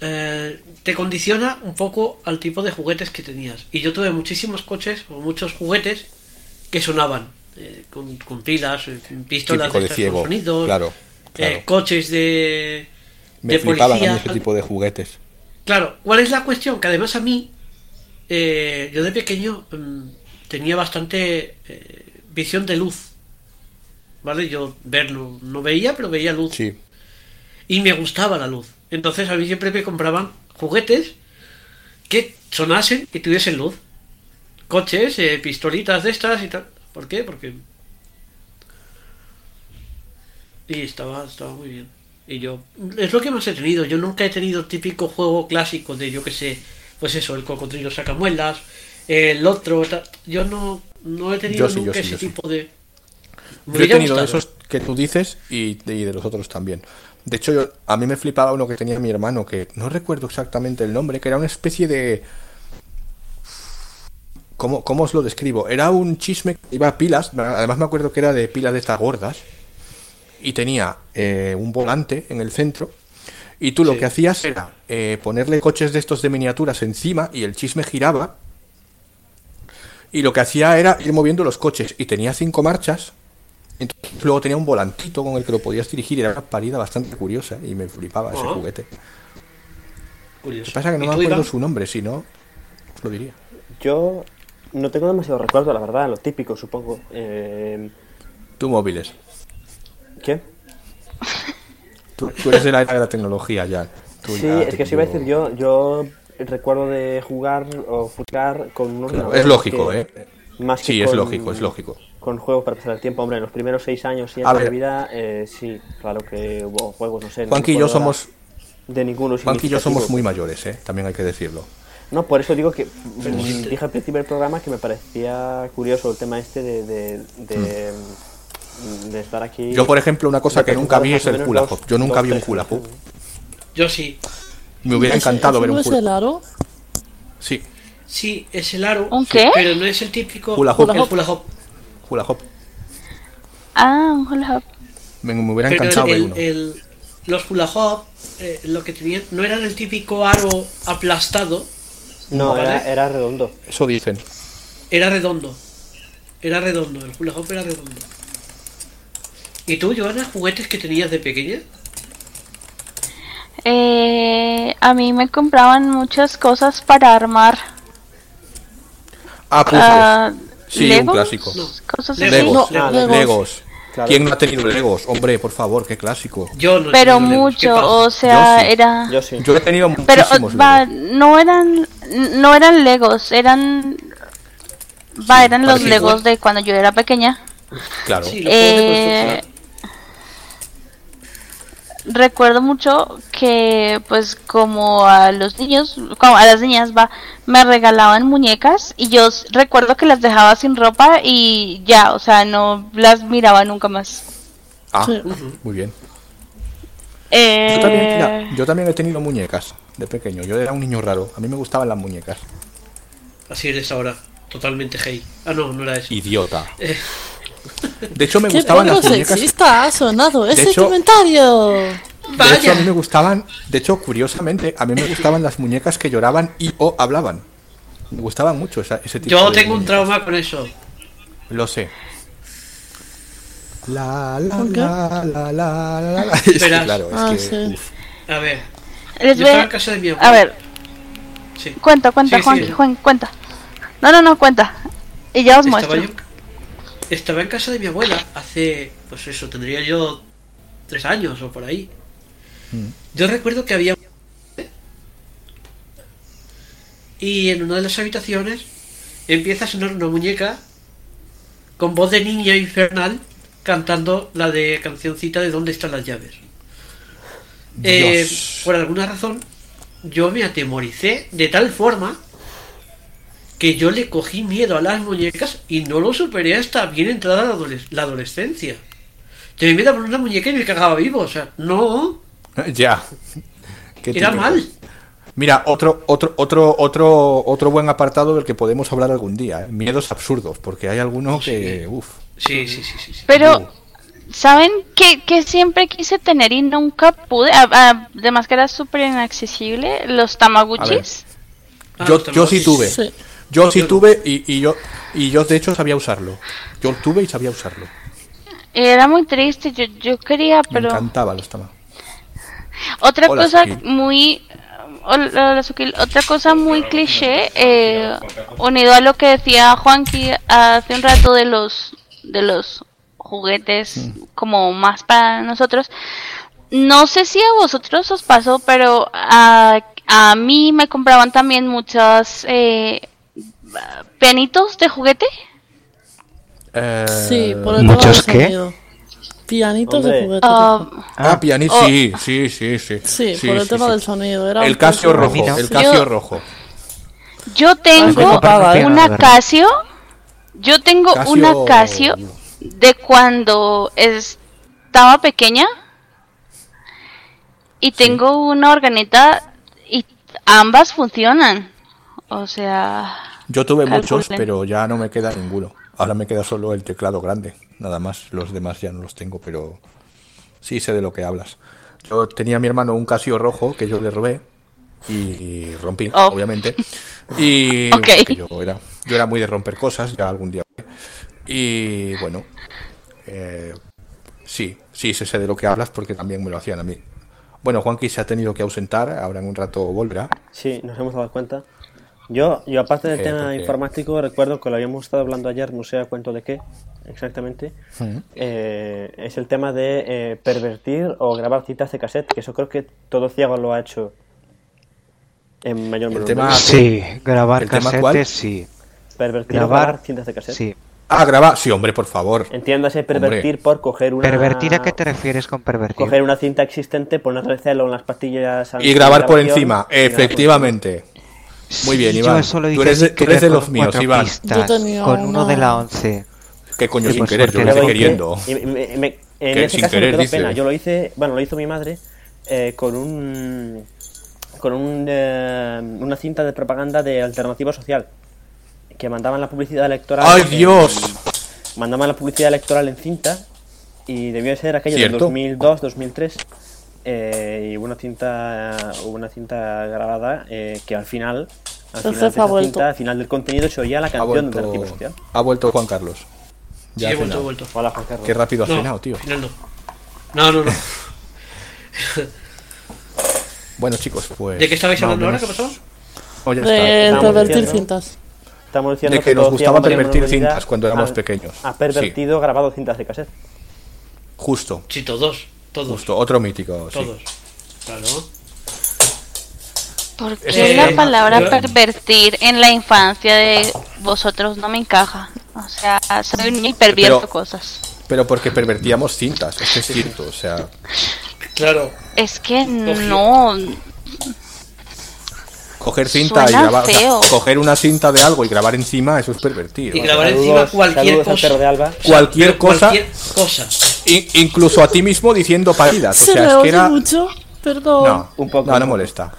Speaker 1: eh, te condiciona un poco al tipo de juguetes que tenías. Y yo tuve muchísimos coches o muchos juguetes que sonaban eh, con, con pilas, eh, pistolas
Speaker 2: Típico de
Speaker 1: estas
Speaker 2: ciego,
Speaker 1: con sonidos,
Speaker 2: claro,
Speaker 1: eh,
Speaker 2: claro.
Speaker 1: coches de
Speaker 2: Me
Speaker 1: de
Speaker 2: flipaban a mí
Speaker 1: policía.
Speaker 2: ese tipo de juguetes.
Speaker 1: Claro, ¿cuál es la cuestión? Que además a mí, eh, yo de pequeño mm, tenía bastante eh, visión de luz. ¿Vale? Yo ver no, no veía, pero veía luz.
Speaker 2: Sí.
Speaker 1: y me gustaba la luz. Entonces a mí siempre me compraban juguetes que sonasen y tuviesen luz. Coches, eh, pistolitas de estas y tal. ¿Por qué? Porque... Y estaba, estaba muy bien. Y yo... Es lo que más he tenido. Yo nunca he tenido típico juego clásico de, yo que sé, pues eso, el cocodrilo sacamuelas, el otro... tal. Yo no, no he tenido
Speaker 2: Yo sí, yo
Speaker 1: nunca
Speaker 2: sí,
Speaker 1: ese
Speaker 2: yo sí.
Speaker 1: tipo de...
Speaker 2: Yo
Speaker 1: Me
Speaker 2: he
Speaker 1: hubiera
Speaker 2: tenido de
Speaker 1: gustado.
Speaker 2: esos que tú dices y, y de los otros también. De hecho, yo- a mí me flipaba uno que tenía mi hermano, que no recuerdo exactamente el nombre, que era una especie de... ¿Cómo, cómo os lo describo? Era un chisme que iba a pilas, además me acuerdo que era de pilas de estas gordas, y tenía eh, un volante en el centro, y tú lo que hacías era eh, ponerle coches de estos de miniaturas encima y el chisme giraba, y lo que hacía era ir moviendo los coches, y tenía cinco marchas, entonces, luego tenía un volantito con el que lo podías dirigir, era una parida bastante curiosa y me flipaba ese
Speaker 1: Ajá.
Speaker 2: juguete. Lo
Speaker 1: Curioso.
Speaker 2: que pasa es que
Speaker 1: Oh.
Speaker 2: no
Speaker 1: ¿Y
Speaker 2: me
Speaker 1: tú,
Speaker 2: acuerdo
Speaker 1: Iván?
Speaker 2: su nombre, si no, os lo diría.
Speaker 4: Yo no tengo demasiado recuerdo, la verdad, lo típico, supongo. Eh,
Speaker 2: Tú móviles.
Speaker 4: ¿Qué?
Speaker 2: Tú, tú eres de la era de la tecnología ya. Tú
Speaker 4: Sí,
Speaker 2: ya
Speaker 4: es
Speaker 2: te
Speaker 4: que os iba a
Speaker 2: pillo-
Speaker 4: decir yo, yo recuerdo de jugar o futar con un
Speaker 2: Claro,
Speaker 4: ordenador
Speaker 2: es lógico,
Speaker 4: que-
Speaker 2: ¿eh?
Speaker 4: Más que
Speaker 2: Sí, es
Speaker 4: con-
Speaker 2: lógico, es lógico.
Speaker 4: Con juegos para pasar el tiempo, hombre, en los primeros seis años y
Speaker 2: A
Speaker 4: en mi
Speaker 2: ver.
Speaker 4: vida, eh, sí, claro que hubo juegos, no sé. no
Speaker 2: Juanqui y
Speaker 4: me
Speaker 2: yo
Speaker 4: acuerdo ahora
Speaker 2: somos-
Speaker 4: De ninguno.
Speaker 2: Juanqui y yo somos muy
Speaker 4: significativo.
Speaker 2: mayores, ¿eh? también hay que decirlo.
Speaker 4: No, por eso digo que
Speaker 2: este
Speaker 4: mm, dije al principio del programa que me parecía curioso el tema este de, de, de, mm, de estar aquí.
Speaker 2: Yo, por ejemplo, una cosa que nunca vi es el hula hoop. Yo nunca vi un hula hoop.
Speaker 1: Yo sí.
Speaker 2: Me hubiera encantado ver
Speaker 3: ¿Ese
Speaker 2: un
Speaker 3: no es
Speaker 2: hula
Speaker 3: el aro?
Speaker 2: Sí,
Speaker 1: Sí, es el aro.
Speaker 6: ¿Un qué?
Speaker 1: Pero no es el típico
Speaker 2: Hula hoop.
Speaker 1: el hula hoop.
Speaker 2: hula hoop.
Speaker 6: Ah, un hula hoop.
Speaker 2: Me, me hubiera
Speaker 1: Pero
Speaker 2: encantado ver
Speaker 1: el,
Speaker 2: uno.
Speaker 1: el- los hula hoop, eh, lo que tenían, no eran el típico aro aplastado,
Speaker 4: No,
Speaker 1: ¿Vale?
Speaker 4: era, era redondo.
Speaker 2: Eso dicen.
Speaker 1: era redondo. Era redondo, el hula hoop era redondo. ¿Y tú, Joana, juguetes que tenías de pequeña?
Speaker 6: Eh, a mí me compraban muchas cosas para armar. Ah,
Speaker 2: Ah, puzzles. Sí, un
Speaker 6: ¿Legos?
Speaker 2: clásico.
Speaker 6: Cosas así.
Speaker 1: Legos.
Speaker 2: Legos.
Speaker 1: No,
Speaker 2: Legos.
Speaker 3: Legos.
Speaker 4: Claro.
Speaker 2: ¿Quién no ha tenido Legos? Hombre, por favor, qué clásico.
Speaker 1: Yo no. he
Speaker 6: Pero
Speaker 1: tenido Legos, ¿qué
Speaker 6: mucho,
Speaker 1: pasa?
Speaker 6: o sea,
Speaker 2: Yo sí,
Speaker 6: era...
Speaker 4: Yo sí.
Speaker 2: Yo he tenido
Speaker 6: Ah. Pero
Speaker 2: muchísimos
Speaker 6: o- va,
Speaker 2: Legos.
Speaker 6: no eran no eran Legos, eran va,
Speaker 2: Sí,
Speaker 6: eran los
Speaker 2: parecido.
Speaker 6: Legos de cuando yo era pequeña.
Speaker 2: Claro.
Speaker 1: Sí, los juegos de
Speaker 6: Eh,
Speaker 1: construcción.
Speaker 6: recuerdo mucho que pues como a los niños, como a las niñas va, me regalaban muñecas y yo s- recuerdo que las dejaba sin ropa y ya, o sea, no las miraba nunca más.
Speaker 2: Ah,
Speaker 3: Sí.
Speaker 2: muy bien.
Speaker 6: Eh,
Speaker 2: Yo también, mira, yo también he tenido muñecas de pequeño. Yo era un niño raro. A mí me gustaban las muñecas.
Speaker 1: Así eres ahora, totalmente gay. Ah, no, no era eso.
Speaker 2: Idiota.
Speaker 1: Eh.
Speaker 2: De hecho, me
Speaker 3: ¡Qué
Speaker 2: gustaban
Speaker 3: poco
Speaker 2: las muñecas.
Speaker 3: sexista ha sonado ese
Speaker 2: hecho-
Speaker 3: comentario!
Speaker 2: De hecho, a mí me gustaban. De hecho, curiosamente, a mí me gustaban las muñecas que lloraban y o hablaban. Me gustaban mucho esa- ese tipo
Speaker 1: Yo
Speaker 2: de
Speaker 1: tengo un
Speaker 2: muñecas.
Speaker 1: trauma con eso.
Speaker 2: Lo sé. La, la,
Speaker 3: ¿Por qué?
Speaker 2: la, la, la, la, la. Es que,
Speaker 1: Verás.
Speaker 2: claro, es
Speaker 3: Ah,
Speaker 2: que,
Speaker 3: sí.
Speaker 2: uf.
Speaker 1: A ver,
Speaker 6: les
Speaker 1: yo
Speaker 6: voy a-
Speaker 1: estaba en casa de mi abuela.
Speaker 6: a ver,
Speaker 1: Sí.
Speaker 6: Cuenta, cuenta,
Speaker 1: Sí,
Speaker 6: Juan,
Speaker 1: sí.
Speaker 6: Juan, cuenta. No, no, no, cuenta. Y ya os
Speaker 1: Estaba,
Speaker 6: muestro.
Speaker 1: yo- estaba en casa de mi abuela hace, pues eso, tendría yo tres años o por ahí. Yo recuerdo que había... Y en una de las habitaciones empieza a sonar una muñeca con voz de niña infernal cantando la de cancioncita de ¿Dónde están las llaves? Eh,
Speaker 2: Dios.
Speaker 1: por alguna razón yo me atemoricé de tal forma que yo le cogí miedo a las muñecas y no lo superé hasta bien entrada la, adoles- la adolescencia. Yo me daba una muñeca y me cagaba vivo, o sea, no,
Speaker 2: Ya. Qué
Speaker 1: era
Speaker 2: típico.
Speaker 1: mal.
Speaker 2: Mira, otro, otro, otro, otro, otro buen apartado del que podemos hablar algún día. ¿eh? Miedos absurdos, porque hay algunos que. Uf.
Speaker 1: Sí, sí, sí, sí. sí.
Speaker 6: Pero, ¿saben qué, qué siempre quise tener y nunca pude? Ah, A- a- Además que era súper inaccesible, los tamaguchis.
Speaker 1: Ah,
Speaker 2: Yo,
Speaker 1: los
Speaker 2: yo sí
Speaker 1: Tamagotchis.
Speaker 2: tuve.
Speaker 3: Sí.
Speaker 2: Yo sí tuve y, y yo y yo de hecho sabía usarlo. Yo tuve y sabía usarlo.
Speaker 6: Era muy triste, yo, yo quería,
Speaker 2: Me
Speaker 6: pero...
Speaker 2: encantaba los tama.
Speaker 6: Otra
Speaker 2: Hola,
Speaker 6: cosa
Speaker 2: Suquil.
Speaker 6: muy... hola, hola, Suquil. Otra cosa muy cliché, eh, unido a lo que decía Juanqui hace un rato de
Speaker 2: Mm.
Speaker 6: los, de los juguetes como más para nosotros, No sé si a vosotros os pasó, pero a, a mí me compraban también muchos eh, pianitos de juguete.
Speaker 2: Eh,
Speaker 3: Sí, por el tema
Speaker 9: ¿Muchos
Speaker 3: del
Speaker 9: qué?
Speaker 3: sonido. Pianitos
Speaker 4: Hombre.
Speaker 3: de juguete.
Speaker 6: Ah,
Speaker 2: Ah, pianito,
Speaker 6: oh.
Speaker 2: sí, sí, sí, sí.
Speaker 3: sí,
Speaker 2: Sí,
Speaker 3: por el
Speaker 2: sí,
Speaker 3: tema
Speaker 2: sí.
Speaker 3: del sonido. Era
Speaker 2: El
Speaker 3: un
Speaker 2: Casio
Speaker 3: poco-
Speaker 2: rojo,
Speaker 9: Mira.
Speaker 2: el Casio
Speaker 6: Yo-
Speaker 2: rojo.
Speaker 6: yo
Speaker 3: me
Speaker 6: tengo
Speaker 3: compraba, ¿eh?
Speaker 6: una
Speaker 9: La verdad.
Speaker 6: Casio. Yo tengo
Speaker 2: Casio-
Speaker 6: una Casio de cuando estaba pequeña. Y tengo una organeta y ambas funcionan. O sea,
Speaker 2: Yo tuve
Speaker 6: Al
Speaker 2: muchos,
Speaker 6: Golden.
Speaker 2: pero ya no me queda ninguno. Ahora me queda solo el teclado grande, nada más. Los demás ya no los tengo, pero sí sé de lo que hablas. Yo tenía a mi hermano un Casio rojo que yo le robé y rompí,
Speaker 6: Oh.
Speaker 2: obviamente. Y
Speaker 6: Ok.
Speaker 2: porque yo era, yo era muy de romper cosas, ya algún día. Y bueno, eh, sí, sí sé, sé de lo que hablas porque también me lo hacían a mí. Bueno, Juanqui se ha tenido que ausentar, ahora en un rato volverá.
Speaker 4: Sí, nos hemos dado cuenta. Yo, yo aparte del
Speaker 2: Eh,
Speaker 4: tema
Speaker 2: porque-
Speaker 4: informático, recuerdo que lo habíamos estado hablando ayer, no sé a cuento de qué exactamente. Eh, es el tema de eh, pervertir o grabar citas de cassette, que eso creo que todo ciego lo ha hecho en mayor o
Speaker 2: El
Speaker 4: menor
Speaker 2: tema-
Speaker 4: medida.
Speaker 9: sí, grabar
Speaker 2: ¿El tema cuál?
Speaker 9: casetes, sí.
Speaker 4: Pervertir o
Speaker 9: Grabar,
Speaker 4: grabar cintas de cassette.
Speaker 9: sí.
Speaker 2: Ah, graba, sí, hombre, por favor.
Speaker 4: Entiéndase pervertir
Speaker 2: Hombre.
Speaker 4: por coger una.
Speaker 9: ¿Pervertir a qué te refieres con pervertir?
Speaker 4: Coger una cinta existente, poner recelo en las pastillas. antes
Speaker 2: Y
Speaker 4: de
Speaker 2: grabar por
Speaker 4: grabación,
Speaker 2: encima,
Speaker 4: y grabar por-
Speaker 2: efectivamente. Muy bien,
Speaker 9: Sí,
Speaker 2: Iván.
Speaker 9: Yo eso lo
Speaker 2: Tú
Speaker 9: hice
Speaker 2: eres de-
Speaker 9: sin
Speaker 2: tú eres de
Speaker 9: querer
Speaker 2: los
Speaker 9: con
Speaker 2: míos,
Speaker 9: cuatro
Speaker 2: Iván.
Speaker 9: pistas,
Speaker 3: Yo tenía
Speaker 9: con uno
Speaker 3: una-
Speaker 9: de la 11.
Speaker 2: ¿Qué coño
Speaker 9: Sí,
Speaker 2: sin
Speaker 9: pues,
Speaker 2: querer? Yo
Speaker 9: porque
Speaker 2: lo
Speaker 9: la
Speaker 2: hice
Speaker 9: doy
Speaker 4: Pero
Speaker 2: queriendo.
Speaker 4: que- y me- me- me- en
Speaker 2: Que
Speaker 4: ese
Speaker 2: sin
Speaker 4: caso
Speaker 2: querer,
Speaker 4: me quedó
Speaker 2: dice.
Speaker 4: pena. Yo lo hice, bueno, lo hizo mi madre eh, con un con un, eh, una cinta de propaganda de alternativa social que mandaban la publicidad electoral.
Speaker 2: ¡Ay,
Speaker 4: en-
Speaker 2: Dios!
Speaker 4: mandaban la publicidad electoral en cinta y debió ser aquello del
Speaker 2: Cierto.
Speaker 4: 2002, 2003 eh, y hubo una cinta hubo una cinta grabada eh, que al final al
Speaker 3: Eso
Speaker 4: final, de
Speaker 3: se ha
Speaker 4: esa
Speaker 3: vuelto.
Speaker 4: cinta, al final del contenido se oía la
Speaker 2: Ha
Speaker 4: canción de alternativa
Speaker 2: vuelto,
Speaker 4: social.
Speaker 2: ha vuelto Juan Carlos. Ya
Speaker 1: sí,
Speaker 2: ha
Speaker 1: he vuelto, he
Speaker 2: cenado.
Speaker 1: vuelto.
Speaker 4: Hola Juan Carlos.
Speaker 2: Qué rápido ha
Speaker 1: No,
Speaker 2: cenado, tío.
Speaker 1: al final no. No, no, no.
Speaker 2: Bueno, chicos, pues.
Speaker 1: ¿De qué estabais
Speaker 2: más o
Speaker 1: hablando ahora? ¿Qué
Speaker 2: menos-
Speaker 1: pasaba?
Speaker 2: No, ya
Speaker 3: De
Speaker 2: está.
Speaker 4: Estamos
Speaker 3: pervertir
Speaker 4: diciendo-
Speaker 3: cintas.
Speaker 4: Estamos diciendo
Speaker 2: De que nos
Speaker 4: todo
Speaker 2: gustaba
Speaker 4: hacíamos
Speaker 2: pervertir
Speaker 4: mayor
Speaker 2: cintas
Speaker 4: mayoría
Speaker 2: cuando éramos
Speaker 4: a-
Speaker 2: pequeños.
Speaker 4: A pervertido grabado cintas de cassette.
Speaker 2: Justo,
Speaker 1: Sí, todos. Todos.
Speaker 2: justo. Otro mítico. sí.
Speaker 1: Todos. Claro.
Speaker 6: ¿por
Speaker 2: Eso
Speaker 6: qué
Speaker 2: es
Speaker 6: la
Speaker 2: tema-
Speaker 6: palabra
Speaker 1: yo-
Speaker 6: pervertir en la infancia de vosotros no me encaja? O sea, soy un niño y pervierto
Speaker 2: Pero-
Speaker 6: cosas.
Speaker 2: Pero porque pervertíamos cintas, es que es cierto. O sea,
Speaker 1: Claro.
Speaker 6: Es que
Speaker 1: Cogí-
Speaker 6: no,
Speaker 2: coger cinta y
Speaker 6: Suena
Speaker 2: grabar. o sea,
Speaker 6: feo.
Speaker 2: coger una cinta de algo y grabar encima, eso es pervertido.
Speaker 1: Y grabar encima cualquier
Speaker 4: saludos al
Speaker 1: cosa.
Speaker 4: perro de Alba.
Speaker 2: Cualquier cosa.
Speaker 1: Cualquier cosa.
Speaker 2: In- incluso a ti mismo diciendo paridas.
Speaker 3: Se
Speaker 2: o sea,
Speaker 3: me
Speaker 2: es que
Speaker 3: oye
Speaker 2: era...
Speaker 3: mucho, perdón.
Speaker 2: No,
Speaker 4: Un poco,
Speaker 2: No,
Speaker 4: un
Speaker 2: no
Speaker 4: poco.
Speaker 2: molesta.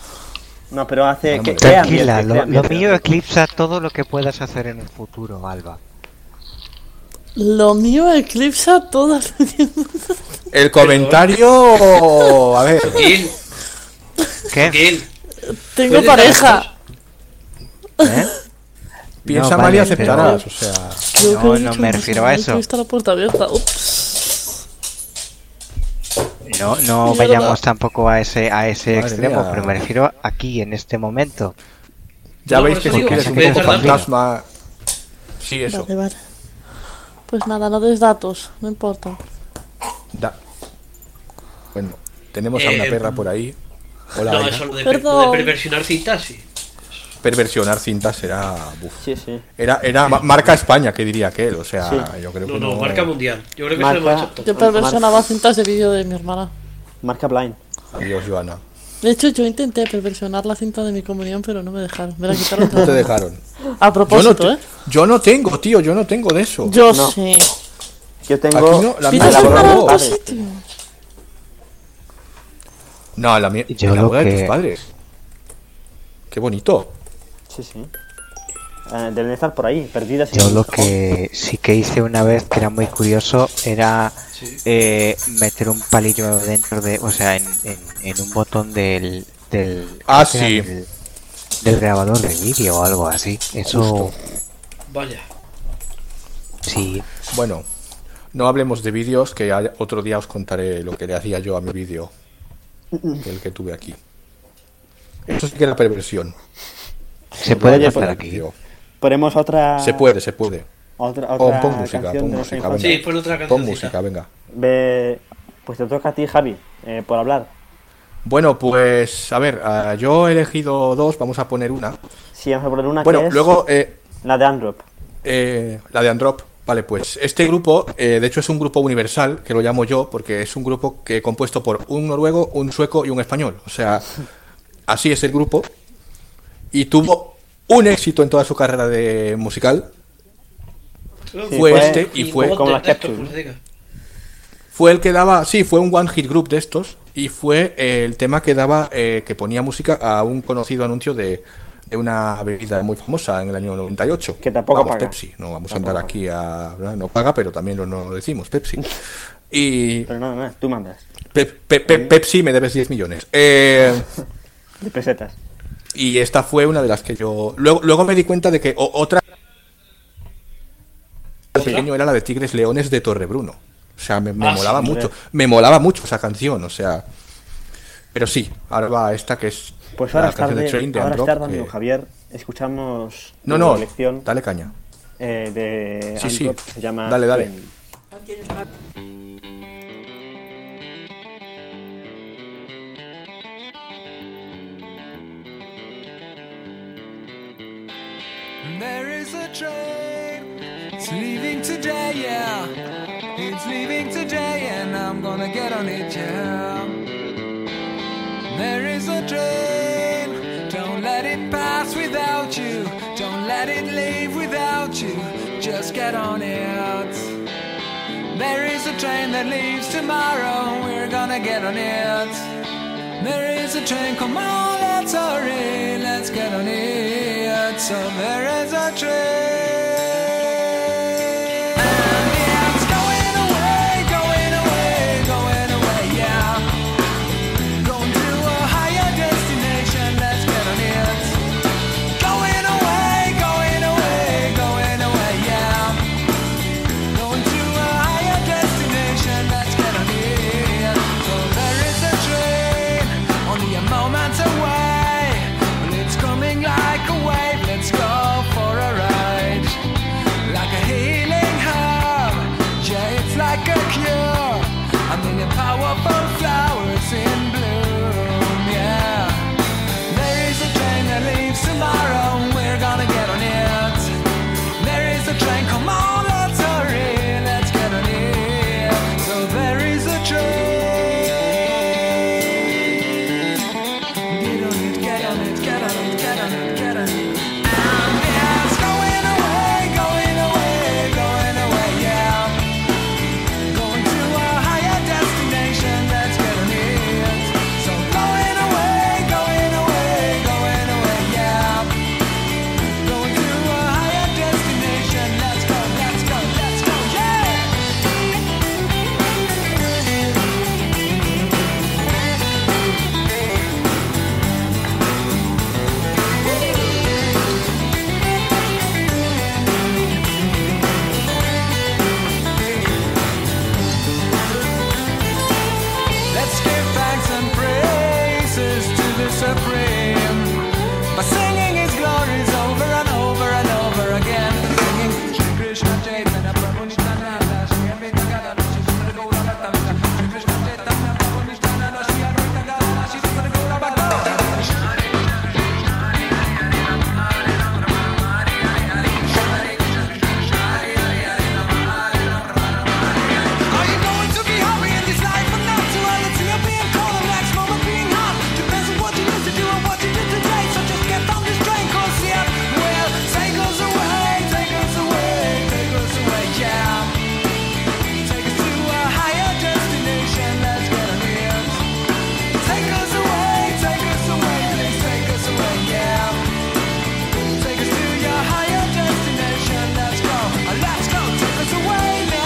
Speaker 4: No, pero hace.
Speaker 2: No,
Speaker 4: que-
Speaker 2: no,
Speaker 4: crea
Speaker 9: Tranquila,
Speaker 4: ambiente,
Speaker 9: lo,
Speaker 4: crea
Speaker 9: lo
Speaker 4: ambiente.
Speaker 9: mío eclipsa todo lo que puedas hacer en el futuro, Alba.
Speaker 3: Lo mío eclipsa todas
Speaker 2: El comentario. A ver.
Speaker 1: Gil,
Speaker 9: ¿Qué?
Speaker 1: Gil.
Speaker 3: Tengo pareja.
Speaker 9: ¿Eh?
Speaker 2: Piensa
Speaker 9: No,
Speaker 2: mal y
Speaker 9: vale,
Speaker 2: aceptarás. O sea.
Speaker 3: Creo que
Speaker 9: No,
Speaker 3: he
Speaker 9: no
Speaker 3: dicho
Speaker 9: me
Speaker 3: un
Speaker 9: refiero a
Speaker 3: personaje
Speaker 9: eso.
Speaker 3: que Está la puerta abierta. Ups.
Speaker 9: pero No, no
Speaker 3: Mierda.
Speaker 9: vayamos tampoco a ese, a ese
Speaker 2: Madre
Speaker 9: extremo,
Speaker 2: mía.
Speaker 9: pero me refiero aquí, en este momento.
Speaker 2: Ya
Speaker 1: No,
Speaker 2: veis
Speaker 1: por
Speaker 2: que
Speaker 1: eso
Speaker 2: si
Speaker 1: digo,
Speaker 2: quieres
Speaker 1: se
Speaker 2: un
Speaker 1: puede
Speaker 2: poco
Speaker 1: tardar.
Speaker 2: fantasma. Sí, eso.
Speaker 3: Vale, vale. Pues nada, no des datos, no importa.
Speaker 2: Da. Bueno, tenemos a una
Speaker 1: Eh,
Speaker 2: perra por ahí. Hola,
Speaker 1: No,
Speaker 2: venga.
Speaker 1: eso lo de, per-
Speaker 3: Perdón.
Speaker 1: lo de perversionar citas, sí.
Speaker 2: Perversionar cintas era. buf.
Speaker 4: Sí, sí.
Speaker 2: Era, era ma- marca España, que diría aquel. O sea,
Speaker 4: Sí.
Speaker 2: yo creo
Speaker 1: No,
Speaker 2: que.
Speaker 1: no,
Speaker 2: No,
Speaker 1: marca mundial. Yo creo que
Speaker 4: Marca-
Speaker 1: se lo hemos hecho todo.
Speaker 3: Yo perversionaba cintas de vídeo de mi hermana.
Speaker 4: Marca Blind.
Speaker 2: Adiós, Joana.
Speaker 3: De hecho, yo intenté perversionar la cinta de mi comunión, pero no me dejaron. Me la quitaron
Speaker 2: No te
Speaker 3: toda.
Speaker 2: dejaron.
Speaker 3: A
Speaker 2: Yo no,
Speaker 3: propósito,
Speaker 2: te-
Speaker 3: ¿eh?
Speaker 2: yo no tengo, tío. Yo no tengo de eso.
Speaker 3: Yo
Speaker 4: No.
Speaker 3: sí.
Speaker 4: Yo
Speaker 2: Aquí
Speaker 4: tengo.
Speaker 2: no, la
Speaker 4: me
Speaker 2: mía
Speaker 3: Pides
Speaker 2: la
Speaker 4: borró
Speaker 3: para
Speaker 2: borró.
Speaker 4: mi
Speaker 3: otro
Speaker 4: padre.
Speaker 3: sitio.
Speaker 2: No, la mía.
Speaker 9: Yo
Speaker 2: la
Speaker 9: lo
Speaker 2: boda de
Speaker 9: que-
Speaker 2: tus padres. Qué bonito.
Speaker 4: Sí, sí. Eh, deben estar por ahí, perdidas. en
Speaker 9: Yo
Speaker 4: el
Speaker 9: lo
Speaker 4: cajón.
Speaker 9: que sí que hice una vez que era muy curioso era eh, meter un palillo dentro de, o sea, en, en- en un botón del, del,
Speaker 2: Ah,
Speaker 9: creo que era
Speaker 2: sí.
Speaker 9: del, del grabador de vídeo o algo así. Eso
Speaker 1: Vaya.
Speaker 9: sí.
Speaker 2: Bueno, no hablemos de vídeos, que hay- otro día os contaré lo que le hacía yo a mi vídeo. El que tuve aquí. Eso sí que era perversión.
Speaker 9: Se puede
Speaker 4: Oye,
Speaker 9: pasar
Speaker 4: pues,
Speaker 9: aquí.
Speaker 2: Digo,
Speaker 4: Ponemos otra.
Speaker 2: Se puede, se puede.
Speaker 4: Otra,
Speaker 2: Pon,
Speaker 4: otra
Speaker 2: pon música,
Speaker 4: canción
Speaker 2: pon
Speaker 4: de
Speaker 2: música,
Speaker 4: nuestra
Speaker 2: venga.
Speaker 4: infancia.
Speaker 1: Sí, pon otra
Speaker 2: Pon
Speaker 1: cancioncita.
Speaker 2: música, venga.
Speaker 4: Ve- Pues te toca a ti, Javi. eh, por hablar.
Speaker 2: Bueno, pues a ver, ah, yo he elegido dos, vamos a poner una.
Speaker 4: Sí, vamos a poner una que
Speaker 2: Bueno,
Speaker 4: es
Speaker 2: luego eh,
Speaker 4: la de Androp.
Speaker 2: Eh, la de Androp. Vale, pues este grupo, eh, de hecho, es un grupo universal, que lo llamo yo, porque es un grupo que compuesto por un noruego, un sueco y un español. O sea, así es el grupo. Y tuvo un éxito en toda su carrera de musical.
Speaker 4: Sí,
Speaker 2: fue
Speaker 4: fue-
Speaker 2: este y fue,
Speaker 4: como la
Speaker 1: Pues
Speaker 2: fue el que daba, sí, fue un one hit group de estos. Y fue eh, el tema que daba, eh, que ponía música a un conocido anuncio de, de una bebida muy famosa en el año 98.
Speaker 4: Que tampoco
Speaker 2: Vamos,
Speaker 4: paga.
Speaker 2: Pepsi. No vamos a andar aquí a. No paga, pero también lo, no lo decimos, Pepsi. Y
Speaker 4: Pero nada, nada, tú mandas.
Speaker 2: Pe- Pe- Pe- Pepsi me debes 10 millones. Eh,
Speaker 4: De pesetas.
Speaker 2: y esta fue una de las que yo. Luego, luego me di cuenta de que o- otra. pequeño era la de Tigres Leones de Torrebruno. O sea, me, me
Speaker 1: Ah, sí,
Speaker 2: molaba
Speaker 4: hombre.
Speaker 2: mucho. Me molaba mucho esa canción, o sea. Pero sí, ahora va esta que es.
Speaker 4: Pues
Speaker 2: la
Speaker 4: ahora es
Speaker 2: canción de
Speaker 4: tarde,
Speaker 2: Train de
Speaker 4: ahora es
Speaker 2: Androp,
Speaker 4: tarde, amigo
Speaker 2: que-
Speaker 4: Javier. Escuchamos
Speaker 2: No, no,
Speaker 4: la lección
Speaker 2: dale caña.
Speaker 4: eh, de
Speaker 2: Sí, sí.
Speaker 4: Androp, que se llama
Speaker 2: Dale, dale.
Speaker 4: Train.
Speaker 5: There is a train. It's leaving today, yeah. It's leaving today, and I'm gonna get on it, yeah. There is a train. Don't let it pass without you. Don't let it leave without you. Just get on it. There is a train that leaves tomorrow. We're gonna get on it. There is a train, come on, let's hurry, let's get on it. So there is a train. And it's going away, going away, going away, yeah. Going to a higher destination, let's get on it. Going away, going away, going away, yeah. Going to a higher destination, let's get on it. So there is a train, only a moment away. Well, it's coming like a wave, let's go for a ride. Like a healing herb, yeah, it's like a cure. A million powerful flowers in bloom, yeah. There is a train that leaves tomorrow, we're gonna get on it. There is a train, come on, let's hurry, let's get on it. So there is a train. Get on it, get on it, get on it, get on it, get on it. And it's going away, going away, going away, yeah. Going to a higher destination, let's get on it. So going away, going away, going away, yeah. Going to a higher destination. Let's go, let's go, let's go, yeah! Let's give thanks and praises to the Supreme. By singing His glories over and over and over again. Singing Shri Krishna Chaitanya Prabhu Nityananda Shri Advaita Gadada Shri Sri Gaura Bhattacharya. Shri Krishna Chaitanya Prabhu Nityananda Shri Advaita Gadada Shri Sri Gaura Bhattacharya. Are you going to be happy in this life or not? So I'll see you being cold and next moment being hot. Depends on what you used to do and what you did today. So just get on this train, cause yeah, well, take us away, take us away, take us away, yeah. Take us to a higher destination, let's get on it. Take us away, take us away, please take us away, yeah. Take us to your higher destination, let's go, let's go, take us away now.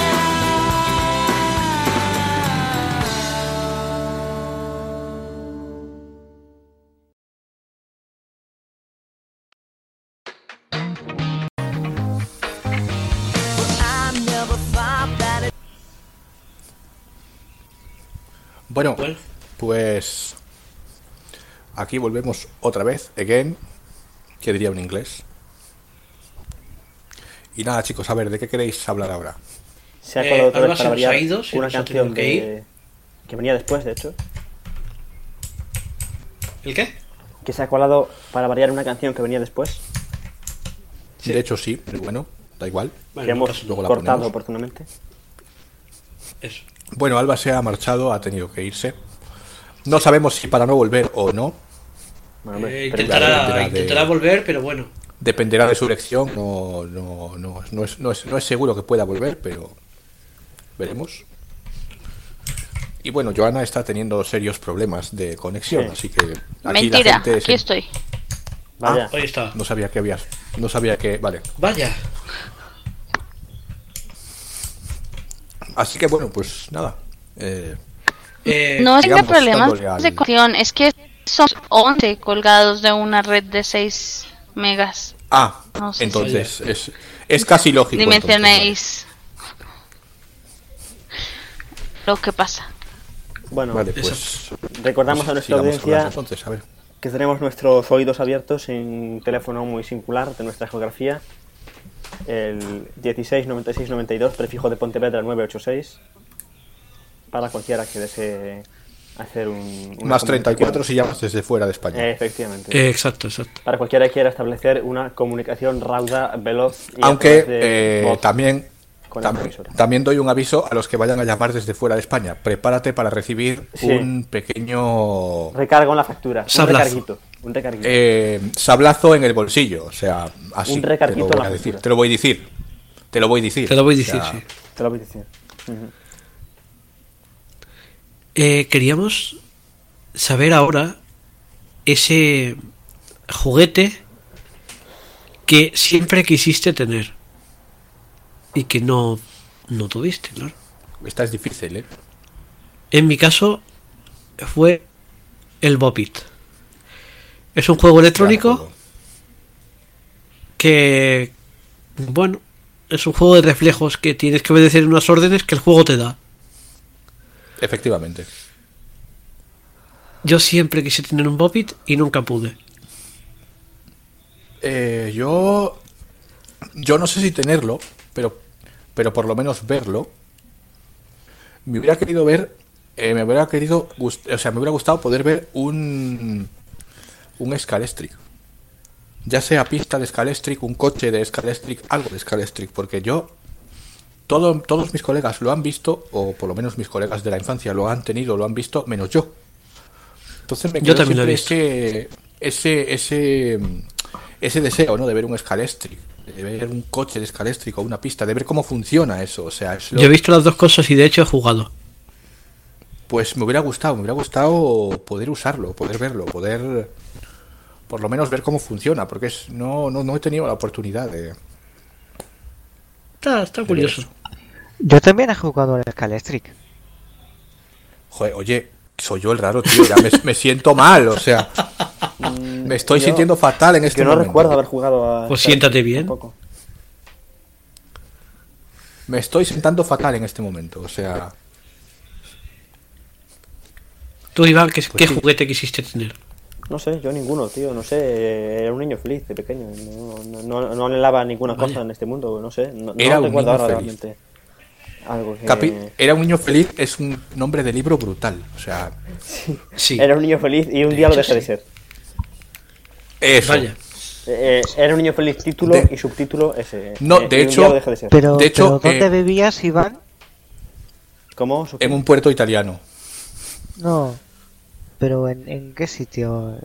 Speaker 2: Bueno, pues aquí volvemos otra vez, again, que diría un inglés. Y nada, chicos, a ver, ¿de qué queréis hablar ahora?
Speaker 4: Se ha
Speaker 1: Eh,
Speaker 4: colado otra
Speaker 1: ahora
Speaker 4: vez
Speaker 1: se
Speaker 4: para
Speaker 1: nos ha
Speaker 4: variar
Speaker 1: ido, se
Speaker 4: una
Speaker 1: nos ha tenido
Speaker 4: canción
Speaker 1: que
Speaker 4: de- que venía después, de hecho.
Speaker 1: ¿El qué?
Speaker 4: Que se ha colado para variar una canción que venía después.
Speaker 1: Sí.
Speaker 2: De hecho, sí, pero bueno, da igual.
Speaker 1: Vale,
Speaker 4: que
Speaker 1: no
Speaker 4: hemos
Speaker 1: pasa-
Speaker 2: luego la
Speaker 4: cortado
Speaker 2: ponemos.
Speaker 4: oportunamente.
Speaker 1: eso.
Speaker 2: Bueno, Alba se ha marchado, ha tenido que irse. No sabemos si para no volver o no.
Speaker 4: Bueno, hombre,
Speaker 1: Eh,
Speaker 4: pero-
Speaker 2: claro,
Speaker 1: intentará,
Speaker 2: dependerá de-
Speaker 1: intentará volver, pero bueno.
Speaker 2: Dependerá de su elección. No, no, no, no, es, no, es, no es seguro que pueda volver, pero veremos. Y bueno, Joana está teniendo serios problemas de conexión,
Speaker 4: Sí.
Speaker 2: así que aquí la
Speaker 6: Mentira,
Speaker 2: gente
Speaker 6: aquí
Speaker 2: se- Ah,
Speaker 6: estoy.
Speaker 4: Vaya.
Speaker 1: Ahí está.
Speaker 2: No sabía que habías, no sabía que, vale.
Speaker 1: Vaya.
Speaker 2: Así que bueno, pues nada. Eh,
Speaker 1: Eh,
Speaker 6: No es que
Speaker 2: digamos,
Speaker 6: problemas
Speaker 2: dándole al-
Speaker 6: de conexión, es que son 11 colgados de una red de 6 megas.
Speaker 2: ah,
Speaker 6: No sé.
Speaker 2: entonces es, es casi lógico. entonces,
Speaker 6: Dimensionéis lo que pasa.
Speaker 4: Bueno,
Speaker 2: Vale, Vale, pues
Speaker 4: recordamos a nuestra
Speaker 2: sigamos hablando,
Speaker 4: audiencia
Speaker 2: Entonces, a ver.
Speaker 4: que tenemos nuestros oídos abiertos en un teléfono muy singular de nuestra geografía, el 169692, prefijo de Pontevedra 986, para cualquiera que desee hacer un... una
Speaker 2: Más 34
Speaker 4: comunicación.
Speaker 2: si llamas desde fuera de España.
Speaker 4: Eh, Efectivamente.
Speaker 1: eh, exacto, exacto.
Speaker 4: Para cualquiera que quiera establecer una comunicación rauda, veloz y a
Speaker 2: Aunque
Speaker 4: través de
Speaker 2: eh,
Speaker 4: voz.
Speaker 2: también,
Speaker 4: con
Speaker 2: tam-
Speaker 4: la televisora.
Speaker 2: también doy un aviso a los que vayan a llamar desde fuera de España. Prepárate para recibir
Speaker 4: Sí.
Speaker 2: un pequeño
Speaker 4: Recargo en la factura. Un
Speaker 1: Sablazo.
Speaker 4: recarguito. Un recarguito.
Speaker 2: eh, sablazo en el bolsillo. O sea, así
Speaker 4: Un
Speaker 2: te
Speaker 4: recarguito
Speaker 2: lo
Speaker 4: a
Speaker 2: voy
Speaker 4: la
Speaker 2: a decir.
Speaker 4: factura.
Speaker 2: Te lo voy a decir. Te lo voy a decir.
Speaker 1: Te lo voy a
Speaker 2: O
Speaker 1: decir,
Speaker 2: sea,
Speaker 1: sí.
Speaker 4: Te lo voy a decir. Ujú.
Speaker 1: Eh, queríamos saber ahora ese juguete que siempre quisiste tener y que no, no tuviste, claro.
Speaker 2: Esta es difícil, ¿eh?
Speaker 1: En mi caso fue el Bopit. Es un juego electrónico
Speaker 2: Gran juego.
Speaker 1: que, bueno, es un juego de reflejos que tienes que obedecer unas órdenes que el juego te da.
Speaker 2: Efectivamente.
Speaker 1: Yo siempre quise tener un Bopit y nunca pude.
Speaker 2: Eh, yo. Yo no sé si tenerlo, pero, pero por lo menos verlo. Me hubiera querido ver. eh, me hubiera querido. gust- O sea, me hubiera gustado poder ver un. Un Scalestric. Ya sea pista de Scalestric, un coche de Scalestric, algo de Scalestric, porque yo. Todo, todos mis colegas lo han visto, o por lo menos mis colegas de la infancia lo han tenido, lo han visto, menos yo. Entonces me
Speaker 1: Yo
Speaker 2: quedó
Speaker 1: también lo he
Speaker 2: siempre Ese, ese, ese, ese deseo, ¿no? De ver un Scalestric, de ver un coche de Scalestric o una pista, de ver cómo funciona eso. O sea, es lo-
Speaker 1: Yo he visto las dos cosas y de hecho he jugado.
Speaker 2: pues me hubiera gustado, me hubiera gustado poder usarlo, poder verlo, poder por lo menos ver cómo funciona, porque es, no, no, no he tenido la oportunidad de...
Speaker 1: Está, está curioso.
Speaker 9: Yo también he jugado al
Speaker 4: Eh.
Speaker 9: Calestric.
Speaker 2: Joder, oye, soy yo el raro, tío, ya me, me siento mal, o sea, me estoy
Speaker 4: Yo-
Speaker 2: sintiendo fatal en este
Speaker 4: Yo no
Speaker 2: momento.
Speaker 4: recuerdo haber jugado a.
Speaker 1: Pues siéntate bien.
Speaker 4: Tampoco.
Speaker 2: Me estoy sentando fatal en este momento, o sea...
Speaker 1: Tú, Iván, ¿qué, qué
Speaker 2: Pues sí.
Speaker 1: juguete quisiste tener?
Speaker 4: No sé, yo ninguno, tío. No sé. Era un niño feliz de pequeño. No, no, no, no anhelaba ninguna cosa en este mundo. No sé. No, no
Speaker 2: Era un
Speaker 4: recuerdo
Speaker 2: niño
Speaker 4: ahora
Speaker 2: feliz.
Speaker 4: realmente algo que.
Speaker 2: Eh, Capi, era un niño feliz, es un nombre de libro brutal, o sea...
Speaker 1: Sí.
Speaker 4: Era un niño feliz y un día lo dejé de ser.
Speaker 2: Eso.
Speaker 1: Vaya.
Speaker 4: Eh, eh, era un niño feliz título
Speaker 2: De-
Speaker 4: y subtítulo ese.
Speaker 2: No,
Speaker 4: Eh,
Speaker 2: de
Speaker 4: y
Speaker 2: hecho-
Speaker 4: Un día lo dejé de ser.
Speaker 9: Pero,
Speaker 2: De hecho,
Speaker 9: pero ¿dónde
Speaker 2: eh,
Speaker 9: vivías, Iván?
Speaker 4: ¿Cómo?
Speaker 2: En un puerto italiano.
Speaker 9: No. Pero ¿en, en qué sitio?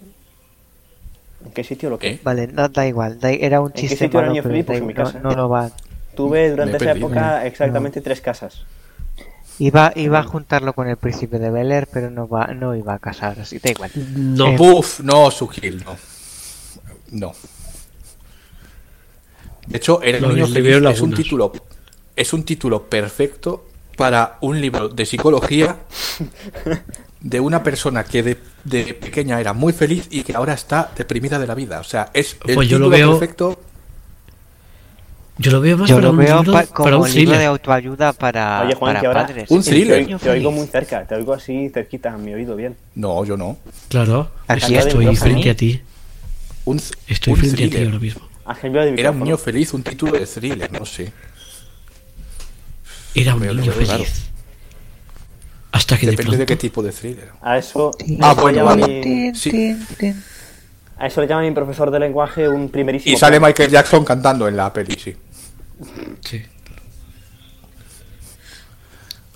Speaker 4: ¿En qué sitio lo que?
Speaker 2: ¿Eh?
Speaker 9: Vale, no, da igual. da- era un
Speaker 4: qué
Speaker 9: chiste
Speaker 4: sitio era
Speaker 9: malo,
Speaker 4: Niño
Speaker 9: pero
Speaker 4: Feliz?
Speaker 9: da
Speaker 4: Pues en mi
Speaker 9: igual,
Speaker 4: casa.
Speaker 9: no, no lo va.
Speaker 4: Tuve
Speaker 2: Me he
Speaker 4: durante esa
Speaker 2: perdido.
Speaker 4: época exactamente tres casas.
Speaker 9: Iba, iba a juntarlo con el príncipe de Bel Air, pero no va, no iba a casar, así da igual.
Speaker 1: No.
Speaker 9: Eh,
Speaker 2: Buf, no, Sugil, no. No. De hecho, el
Speaker 1: Lo
Speaker 2: niño
Speaker 1: del
Speaker 2: feliz
Speaker 1: libro de
Speaker 2: es un
Speaker 1: lagunas.
Speaker 2: título, es un título perfecto para un libro de psicología de una persona que de, de pequeña era muy feliz y que ahora está deprimida de la vida. O sea, es el
Speaker 1: Pues yo lo
Speaker 2: título
Speaker 1: veo-
Speaker 2: perfecto.
Speaker 1: Yo lo veo más
Speaker 9: Yo
Speaker 1: para
Speaker 9: lo
Speaker 1: un
Speaker 9: veo
Speaker 1: libro-
Speaker 9: pa-
Speaker 1: para
Speaker 9: como
Speaker 1: un
Speaker 9: un libro
Speaker 1: thriller.
Speaker 9: de autoayuda para,
Speaker 4: Oye, Juan,
Speaker 9: Ah, para
Speaker 4: que ahora.
Speaker 9: padres.
Speaker 2: Un
Speaker 4: te-
Speaker 2: thriller.
Speaker 4: Te, te oigo muy cerca, te oigo así cerquita a mi oído, bien.
Speaker 2: No, yo no.
Speaker 1: Claro.
Speaker 9: Aquí
Speaker 1: es que
Speaker 4: está
Speaker 1: estoy
Speaker 4: dentro,
Speaker 1: frente
Speaker 4: ¿no?
Speaker 1: a ti.
Speaker 2: Un,
Speaker 1: Estoy
Speaker 2: un
Speaker 1: frente a ti
Speaker 2: thriller.
Speaker 1: ahora mismo.
Speaker 4: Ángel Vila de
Speaker 2: Era un
Speaker 4: micrófono.
Speaker 2: niño feliz, un título de thriller, no sé.
Speaker 1: Era un
Speaker 2: Veo que
Speaker 1: niño
Speaker 2: lo veo raro.
Speaker 1: feliz. Ha Hasta que de
Speaker 2: Depende de
Speaker 1: pronto-
Speaker 2: qué tipo de thriller.
Speaker 4: A eso,
Speaker 2: Ah,
Speaker 4: a eso
Speaker 2: bueno,
Speaker 4: le llama
Speaker 2: vale.
Speaker 4: mi,
Speaker 2: Sí.
Speaker 4: a eso le llama mi profesor de lenguaje un primerísimo.
Speaker 2: Y sale
Speaker 4: plano.
Speaker 2: Michael Jackson cantando en la peli, sí.
Speaker 1: Sí.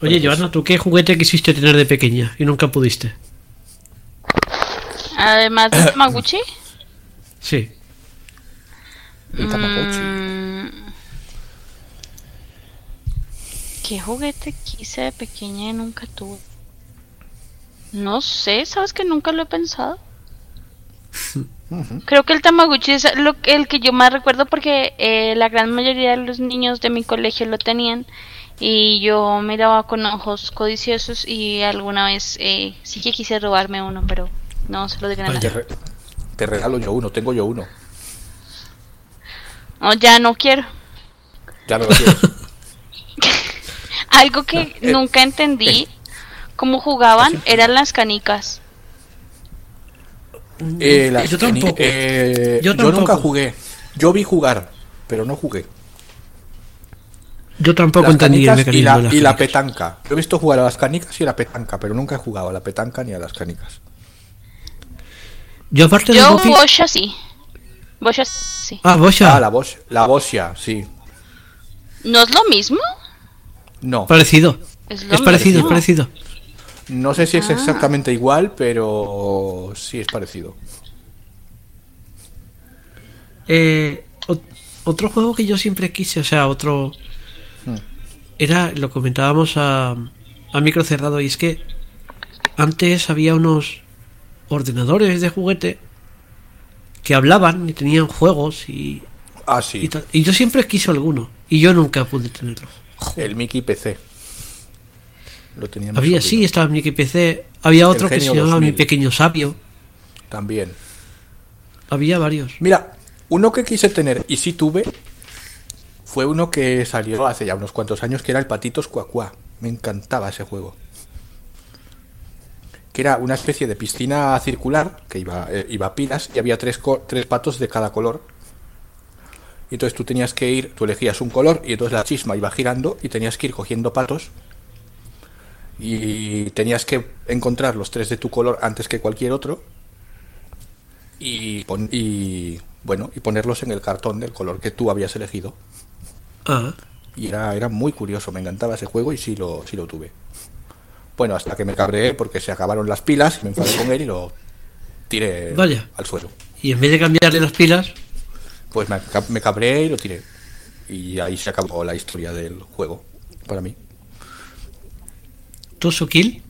Speaker 1: Oye, Joana, ¿tú qué juguete quisiste tener de pequeña y nunca pudiste?
Speaker 6: Además de Tamaguchi.
Speaker 1: Sí.
Speaker 6: mm, ¿Qué juguete quise de pequeña y nunca tuve? No sé, sabes que nunca lo he pensado. Creo que el Tamaguchi es lo, el que yo más recuerdo porque eh, la gran mayoría de los niños de mi colegio lo tenían y yo miraba con ojos codiciosos y alguna vez eh, sí que quise robarme uno, pero no se lo digan a
Speaker 1: Vaya.
Speaker 6: nadie.
Speaker 2: Te, re- te regalo yo uno, tengo yo uno.
Speaker 6: No, ya no quiero.
Speaker 2: Ya me lo tienes.
Speaker 6: Algo que nunca entendí cómo jugaban eran las canicas.
Speaker 2: Eh, las
Speaker 1: Yo tampoco.
Speaker 2: teni- eh,
Speaker 1: Yo
Speaker 2: yo, nunca
Speaker 1: tampoco.
Speaker 2: jugué. Yo vi jugar, pero no jugué.
Speaker 1: Yo tampoco
Speaker 2: Las
Speaker 1: entendí el
Speaker 2: canicas y
Speaker 1: mecanismo
Speaker 2: la,
Speaker 1: de las
Speaker 2: y la
Speaker 1: canicas.
Speaker 2: petanca. Yo he visto jugar a las canicas y a la petanca, pero nunca he jugado a la petanca ni a las canicas.
Speaker 1: Yo aparte de
Speaker 6: Yo
Speaker 1: Goofy-
Speaker 6: Bosch así. Bosch así.
Speaker 1: Ah, Bocha.
Speaker 2: Ah, la voz, la bosia, sí.
Speaker 6: ¿No es lo mismo?
Speaker 2: No,
Speaker 1: Parecido.
Speaker 6: Es, lo
Speaker 1: Es parecido, es
Speaker 6: mismo.
Speaker 1: parecido.
Speaker 2: no sé si
Speaker 6: Ah.
Speaker 2: es exactamente igual, pero sí es parecido.
Speaker 1: Eh, ot- otro juego que yo siempre quise, o sea, otro.
Speaker 2: Hmm.
Speaker 1: Era, lo comentábamos a, a micro cerrado, y es que antes había unos ordenadores de juguete que hablaban y tenían juegos y,
Speaker 2: Ah,
Speaker 1: y,
Speaker 2: sí,
Speaker 1: tal. Y yo siempre quise alguno, y yo nunca pude tenerlo.
Speaker 2: el Mickey PC. Lo tenía mi
Speaker 1: Había, sí,
Speaker 2: sobrino.
Speaker 1: estaba Mickey PC, había otro que se
Speaker 2: Genio
Speaker 1: llamaba
Speaker 2: 2000.
Speaker 1: Mi Pequeño Sabio,
Speaker 2: También.
Speaker 1: había varios.
Speaker 2: Mira, uno que quise tener y sí tuve fue uno que salió hace ya unos cuantos años que era el Patitos Cuacuá. Me encantaba ese juego. Que era una especie de piscina circular que iba, eh, iba a pilas y había tres, co- tres patos de cada color. Y entonces tú tenías que ir, tú elegías un color y entonces la chisma iba girando y tenías que ir cogiendo patos. Y tenías que encontrar los tres de tu color antes que cualquier otro y, pon- y bueno y ponerlos en el cartón del color que tú habías elegido
Speaker 1: Ah,
Speaker 2: y era, era muy curioso me encantaba ese juego y sí lo sí lo tuve bueno hasta que me cabreé porque se acabaron las pilas y me enfadé con él y lo tiré
Speaker 1: Vaya.
Speaker 2: al suelo
Speaker 1: y en vez de cambiarle las pilas,
Speaker 2: pues me, ca- me cabré y lo tiré y ahí se acabó la historia del juego para mí
Speaker 1: Tosu Kill,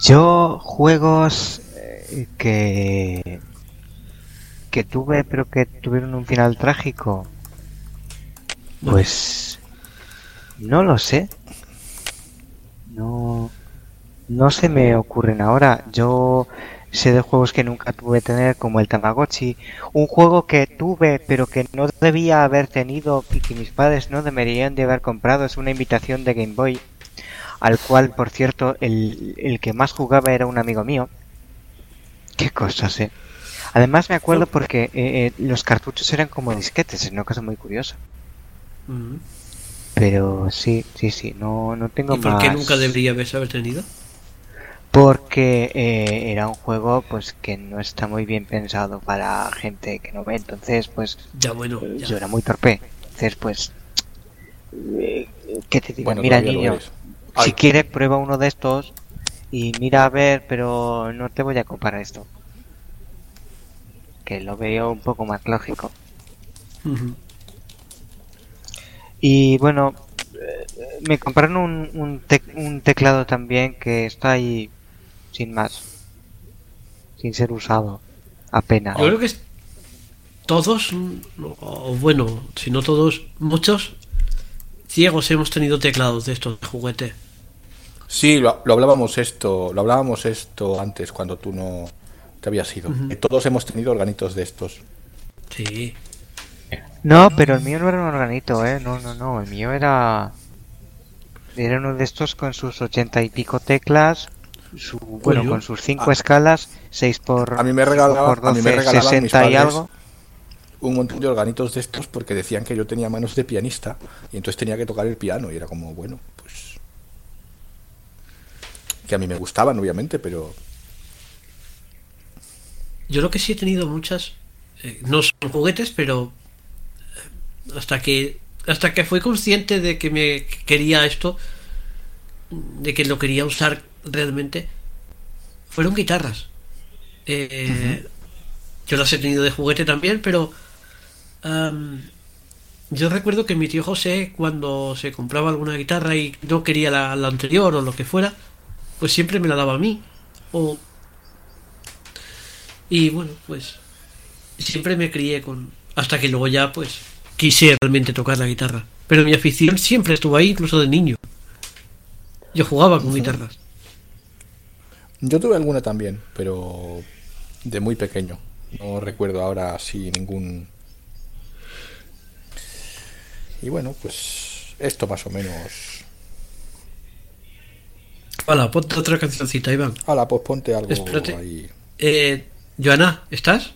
Speaker 9: Yo juegos eh, que que tuve pero que tuvieron un final trágico. Pues no lo sé. No no se me ocurren ahora. Yo sé de juegos que nunca tuve que tener como el Tamagotchi, un juego que tuve pero que no debía haber tenido y que mis padres no deberían de haber comprado es una invitación de Game Boy al cual, por cierto, el, el que más jugaba era un amigo mío. Qué cosas, eh. Además me acuerdo porque eh, eh, los cartuchos eran como disquetes, es una cosa muy curiosa.
Speaker 1: Mm.
Speaker 9: Pero sí, sí, sí, no, no tengo
Speaker 1: ¿y por qué
Speaker 9: más.
Speaker 1: nunca debería haberse haber tenido?
Speaker 9: Porque eh, era un juego pues que no está muy bien pensado para gente que no ve, entonces pues
Speaker 1: Ya bueno, ya.
Speaker 9: yo era muy torpe. Entonces pues... eh, ¿Qué te digo?
Speaker 2: bueno
Speaker 9: Mira
Speaker 2: todavía lo
Speaker 9: niño,
Speaker 2: eres. Ay,
Speaker 9: Si quieres, prueba uno de estos y mira a ver, pero no te voy a comparar esto. Que lo veo un poco más lógico.
Speaker 1: Ujú.
Speaker 9: Y bueno, eh, me compraron un, un, tec- un teclado también que está ahí sin más. Sin ser usado. Apenas.
Speaker 1: Yo creo que es- todos, mm, o bueno, si no todos, muchos ciegos hemos tenido teclados de estos de juguete.
Speaker 2: sí lo, lo hablábamos esto lo hablábamos esto antes cuando tú no te habías ido Que todos hemos tenido organitos de estos
Speaker 1: Sí.
Speaker 9: No, pero el mío no era un organito, ¿eh? No, no, no. El mío era... Era uno de estos con sus ochenta y pico teclas, su, bueno,
Speaker 1: Uy,
Speaker 9: con
Speaker 1: uy.
Speaker 9: sus cinco escalas, seis por,
Speaker 2: Pues A mí me
Speaker 9: cinco
Speaker 2: regalaban-
Speaker 9: por
Speaker 2: a mí me
Speaker 9: 12,
Speaker 2: regalaban mis
Speaker 9: 60 y
Speaker 2: padres.
Speaker 9: algo.
Speaker 2: un montón de organitos de estos porque decían que yo tenía manos de pianista y entonces tenía que tocar el piano y era como, bueno, pues que a mí me gustaban, obviamente, pero
Speaker 1: Yo lo que sí he tenido muchas, eh, no son juguetes, pero eh, hasta que hasta que fui consciente de que me quería esto, de que lo quería usar realmente, fueron guitarras. Eh, Yo las he tenido de juguete también, pero am, yo recuerdo que mi tío José, cuando se compraba alguna guitarra y no quería la, la anterior o lo que fuera, pues siempre me la daba a mí. O y bueno, pues siempre me crié con... Hasta que luego ya, pues, quise realmente tocar la guitarra. Pero mi afición siempre estuvo ahí, incluso de niño. Yo jugaba con guitarras.
Speaker 2: yo tuve alguna también, pero de muy pequeño. No recuerdo ahora así ningún... Y bueno, pues esto más o menos...
Speaker 1: Hola, ponte otra cancioncita, Iván.
Speaker 2: Hala, pues ponte algo
Speaker 1: Espérate.
Speaker 2: ahí.
Speaker 1: Eh, Joana, ¿estás?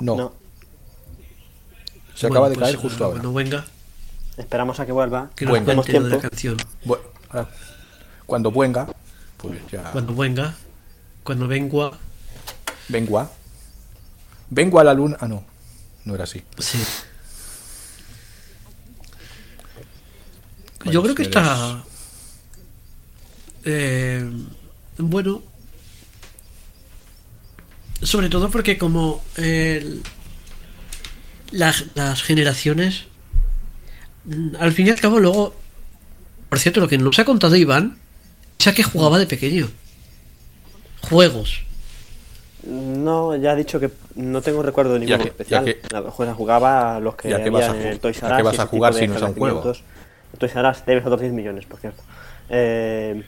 Speaker 2: No,
Speaker 4: No,
Speaker 2: se
Speaker 1: Bueno,
Speaker 2: acaba de
Speaker 1: pues,
Speaker 2: caer justo ahora.
Speaker 1: Cuando venga,
Speaker 4: esperamos a que vuelva.
Speaker 1: que nos
Speaker 2: Bueno.
Speaker 1: cuente lo de la
Speaker 4: Tenemos
Speaker 1: canción.
Speaker 2: Bueno, ahora, ah, cuando venga, pues ya...
Speaker 1: Cuando venga, cuando venga...
Speaker 2: Vengo a... Vengo a la luna... Ah, no, no era así.
Speaker 1: Sí. Yo creo que está... eh, bueno... Sobre todo porque como el- las, las generaciones... mm, Al fin y al cabo luego... Por cierto, lo que nos ha contado Iván es a que jugaba de pequeño. Juegos.
Speaker 4: No, ya he dicho que no tengo recuerdo de
Speaker 2: Ya
Speaker 4: ninguno
Speaker 2: que-
Speaker 4: especial.
Speaker 2: ya que-
Speaker 4: la jueza jugaba a los que
Speaker 2: Ya que
Speaker 4: había
Speaker 2: vas a
Speaker 4: en
Speaker 2: ju-
Speaker 4: el Toys
Speaker 2: ya
Speaker 4: R
Speaker 2: que
Speaker 4: Us y
Speaker 2: vas a
Speaker 4: ese tipo
Speaker 2: jugar
Speaker 4: de
Speaker 2: si no es un juego.
Speaker 4: establecimientos. El Toys R Us debe otros 10 millones, por cierto. Eh,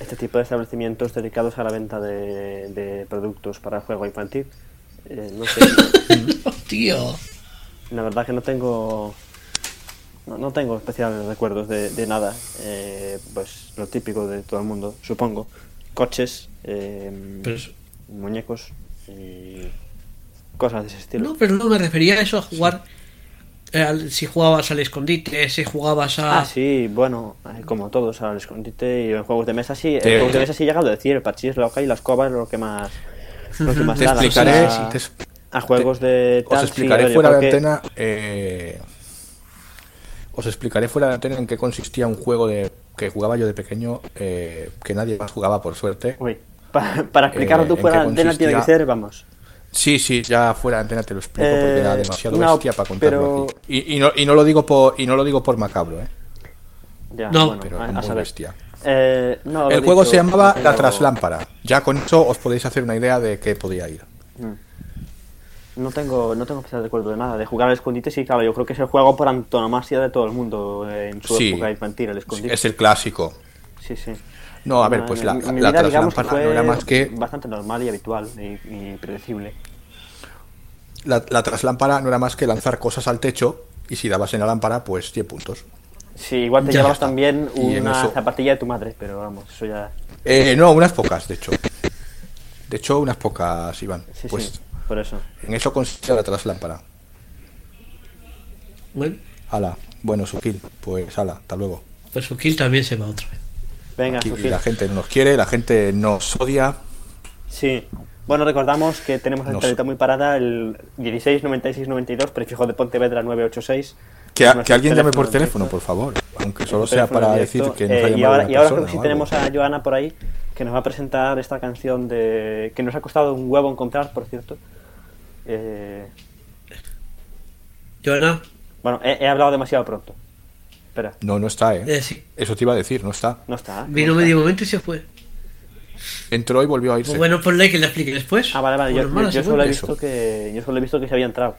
Speaker 4: este tipo de establecimientos dedicados a la venta de, de productos para juego infantil. Eh, no sé,
Speaker 1: Tío.
Speaker 4: la verdad que no tengo... No, no tengo especiales recuerdos de, de nada. Eh, pues lo típico de todo el mundo, supongo. Coches, eh,
Speaker 1: Pero es-
Speaker 4: muñecos y cosas de ese estilo.
Speaker 1: No, pero no me refería a eso, a jugar. eh, al- si jugabas al escondite, si jugabas a.
Speaker 4: Ah, sí, bueno, eh, como todos, al escondite y en juegos de mesa sí,
Speaker 2: Te-
Speaker 4: en juegos de mesa sí he llegado a decir, el parchís, la oca y la escoba es lo que más, lo que más
Speaker 2: Te
Speaker 4: nada, o
Speaker 2: explicaré...
Speaker 4: sea,
Speaker 2: te es-
Speaker 4: a juegos de tal,
Speaker 2: Os
Speaker 4: sí, a
Speaker 2: explicaré
Speaker 4: ver, yo
Speaker 2: fuera de
Speaker 4: creo que-
Speaker 2: antena. eh, os explicaré fuera de antena en qué consistía un juego de que jugaba yo de pequeño eh, que nadie más jugaba por suerte.
Speaker 4: Uy, para, para explicarlo
Speaker 2: Eh,
Speaker 4: tú
Speaker 2: ¿en
Speaker 4: fuera
Speaker 2: qué
Speaker 4: de antena tiene que
Speaker 2: consistía?
Speaker 4: ser, vamos.
Speaker 2: Sí, sí, ya fuera de antena te lo explico porque
Speaker 4: Eh,
Speaker 2: era demasiado
Speaker 4: no,
Speaker 2: bestia para contarlo
Speaker 4: pero-
Speaker 2: aquí. Y, y no, y no lo digo por y no lo digo por macabro, eh,
Speaker 4: Ya,
Speaker 1: No.
Speaker 4: bueno,
Speaker 2: pero
Speaker 4: a, a
Speaker 2: muy
Speaker 4: saber.
Speaker 2: bestia.
Speaker 4: Eh, no, lo
Speaker 2: El juego
Speaker 4: dicho,
Speaker 2: se llamaba
Speaker 4: no
Speaker 2: La
Speaker 4: tengo-
Speaker 2: Traslámpara. Ya con eso os podéis hacer una idea de qué podía ir.
Speaker 4: No tengo, no tengo especial recuerdo de nada. De jugar al escondite, sí, claro, yo creo que es el juego por antonomasia de todo el mundo eh, en su
Speaker 2: Sí.
Speaker 4: época infantil, el escondite.
Speaker 2: Es el clásico.
Speaker 4: Sí, sí.
Speaker 2: No, a ver,
Speaker 4: No,
Speaker 2: pues
Speaker 4: en-
Speaker 2: la,
Speaker 4: en
Speaker 2: la,
Speaker 4: mi
Speaker 2: la
Speaker 4: vida, digamos que
Speaker 2: traslámpara no era
Speaker 4: fue
Speaker 2: más que
Speaker 4: Bastante normal y habitual y, y predecible.
Speaker 2: La, la traslámpara no era más que lanzar cosas al techo y si dabas en la lámpara, pues 10 puntos.
Speaker 4: Sí, igual te
Speaker 2: Ya
Speaker 4: llevabas
Speaker 2: está.
Speaker 4: también
Speaker 2: Y en
Speaker 4: una
Speaker 2: eso-
Speaker 4: zapatilla de tu madre, pero vamos, eso ya.
Speaker 2: Eh, no, unas pocas, de hecho. De hecho, unas pocas, Iván.
Speaker 4: Sí,
Speaker 2: pues
Speaker 4: sí, por eso.
Speaker 2: en eso consistía la traslámpara.
Speaker 1: Bueno,
Speaker 2: Ala, bueno, Sukil, pues ala, hasta luego.
Speaker 1: pues su kill también se va otra vez.
Speaker 4: Venga,
Speaker 2: Aquí
Speaker 4: Sofía.
Speaker 2: la gente no nos quiere, la gente nos odia.
Speaker 4: Sí. Bueno, recordamos que tenemos la
Speaker 2: Nos-
Speaker 4: tarjeta muy parada, el 16 96 92, prefijo de Pontevedra 986.
Speaker 2: Que,
Speaker 4: Es nuestro
Speaker 2: que alguien llame por
Speaker 4: teléfono
Speaker 2: teléfono,
Speaker 4: directo.
Speaker 2: por favor. Aunque solo
Speaker 4: Por
Speaker 2: sea
Speaker 4: teléfono
Speaker 2: para
Speaker 4: directo.
Speaker 2: decir que nos
Speaker 4: Eh,
Speaker 2: ha
Speaker 4: y
Speaker 2: llamado
Speaker 4: ahora,
Speaker 2: una
Speaker 4: y ahora creo
Speaker 2: persona
Speaker 4: que sí
Speaker 2: o
Speaker 4: tenemos
Speaker 2: algo.
Speaker 4: a Joana por ahí, que nos va a presentar esta canción de que nos ha costado un huevo encontrar, por cierto. Eh,
Speaker 1: Joana,
Speaker 4: Bueno, he, he hablado demasiado pronto. Espera,
Speaker 2: No, no está, ¿eh?
Speaker 1: eh, sí.
Speaker 2: Eso te iba a decir, no está.
Speaker 4: no está. ¿eh?
Speaker 1: Vino
Speaker 4: No está.
Speaker 1: medio momento y se fue.
Speaker 2: Entró y volvió a irse.
Speaker 1: Pues bueno, ponle que le explique después.
Speaker 4: Ah, vale, vale. Yo,
Speaker 1: Bueno, hermano,
Speaker 4: yo- yo
Speaker 1: se
Speaker 4: solo he
Speaker 1: fue.
Speaker 2: eso.
Speaker 4: visto que, yo solo he visto que se había entrado.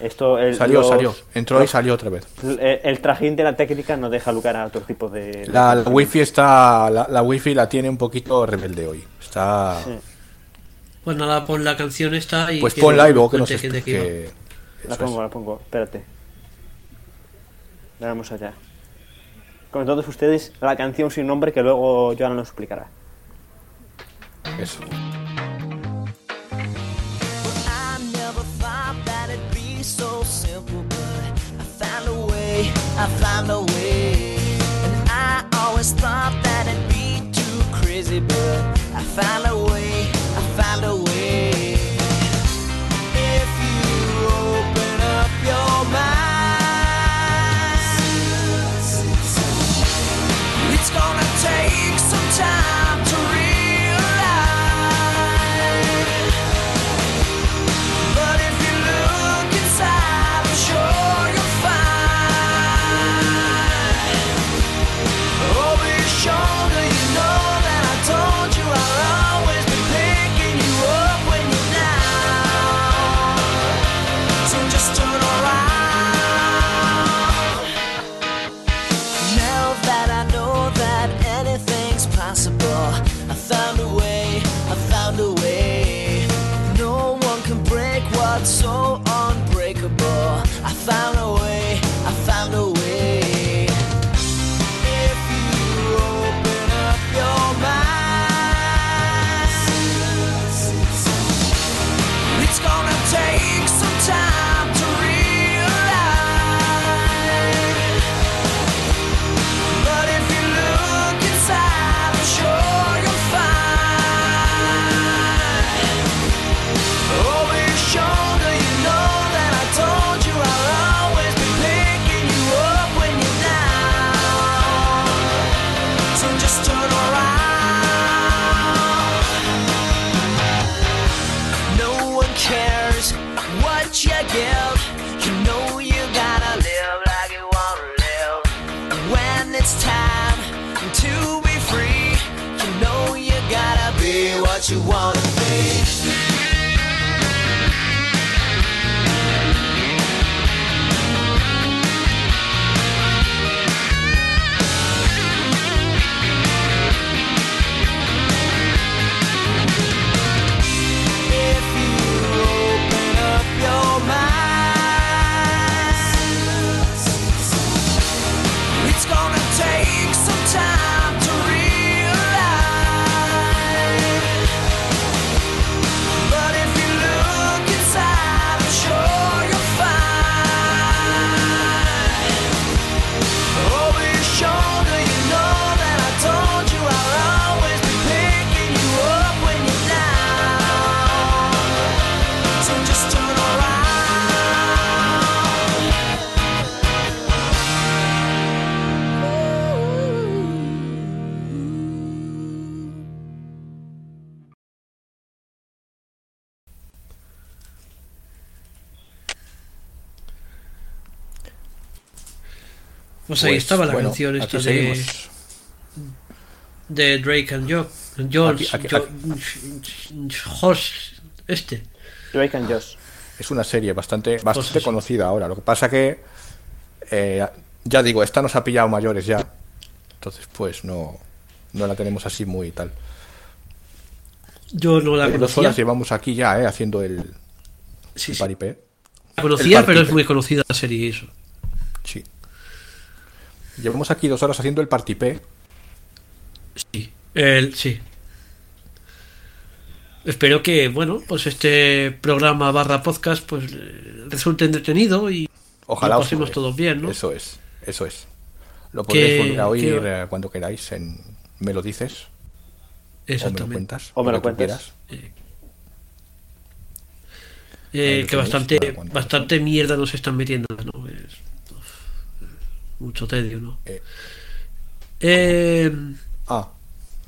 Speaker 4: Esto, el,
Speaker 2: salió,
Speaker 4: los-
Speaker 2: salió. Entró y
Speaker 4: los-
Speaker 2: salió otra vez.
Speaker 4: El, el trajín de la técnica no deja lugar a otro tipo de.
Speaker 2: La, la wifi está. La, la wifi la tiene un poquito rebelde hoy. Está.
Speaker 4: Sí.
Speaker 1: Pues nada, pon la canción esta y.
Speaker 2: Pues
Speaker 1: que
Speaker 2: ponla
Speaker 1: nos
Speaker 2: y luego que nos
Speaker 1: cuente de qué iba.
Speaker 2: explique. Eso
Speaker 4: La
Speaker 2: es.
Speaker 4: pongo, la pongo. Espérate. Vamos allá. Con todos ustedes, la canción sin nombre que luego Joana nos explicará.
Speaker 2: Eso.
Speaker 11: I never thought that it'd be so simple, but I found a way, I found a way. And I always thought that it'd be too crazy, but found a way, I found a way. If you open up your mind, it's gonna take some time to realize. But if you look inside, I'm sure you'll find. Over your shoulder, you know that I told you I'll always be picking you up when you're down. So just turn around. No one cares what you give. You know you gotta live like you wanna live. And when it's time to be free, you know you gotta be what you wanna be. If you open up your mind, it's gonna take some time to realize. But if you look inside, I'm sure you'll find. Over your shoulder, you know that I told you I'll always be picking you up when you're down. So just turn around.
Speaker 1: Pues ahí estaba la
Speaker 2: bueno,
Speaker 1: canción
Speaker 2: aquí
Speaker 1: esta de,
Speaker 2: seguimos.
Speaker 1: de Drake and Jo- Jones.
Speaker 2: Aquí- aquí-
Speaker 1: Jo- Josh, este.
Speaker 4: Drake and Josh.
Speaker 2: Es una serie bastante, bastante
Speaker 1: Pues eso.
Speaker 2: conocida ahora. Lo que pasa que, eh, ya digo, esta nos ha pillado mayores ya. Entonces, pues no, no la tenemos así muy tal.
Speaker 1: Yo no la
Speaker 2: Eh, Dos horas
Speaker 1: conocía.
Speaker 2: llevamos aquí ya, eh, haciendo el,
Speaker 1: Sí,
Speaker 2: el
Speaker 1: sí,
Speaker 2: paripé.
Speaker 1: la conocía,
Speaker 2: el
Speaker 1: pero es
Speaker 2: partícipe.
Speaker 1: muy conocida la serie y eso.
Speaker 2: Sí. Llevamos aquí dos horas haciendo el paripé.
Speaker 1: Sí, el, sí. Espero que, bueno, pues este programa barra podcast pues eh, resulte entretenido y
Speaker 2: Ojalá
Speaker 1: Lo
Speaker 2: os
Speaker 1: pasemos
Speaker 2: mola.
Speaker 1: todos bien, ¿no?
Speaker 2: Eso es, eso es. Lo podéis volver a oír
Speaker 1: que-
Speaker 2: eh, cuando queráis. En, me lo dices o me lo
Speaker 1: exactamente.
Speaker 2: cuentas.
Speaker 4: O me lo
Speaker 2: que tú
Speaker 4: cuentas.
Speaker 2: quieras.
Speaker 1: Eh,
Speaker 2: Ahí lo
Speaker 1: que
Speaker 2: tenéis,
Speaker 1: bastante,
Speaker 2: para cuando-
Speaker 1: bastante mierda nos están metiendo, ¿no? Es- uf, mucho tedio, ¿no?
Speaker 2: Eh.
Speaker 1: Eh,
Speaker 2: Ah,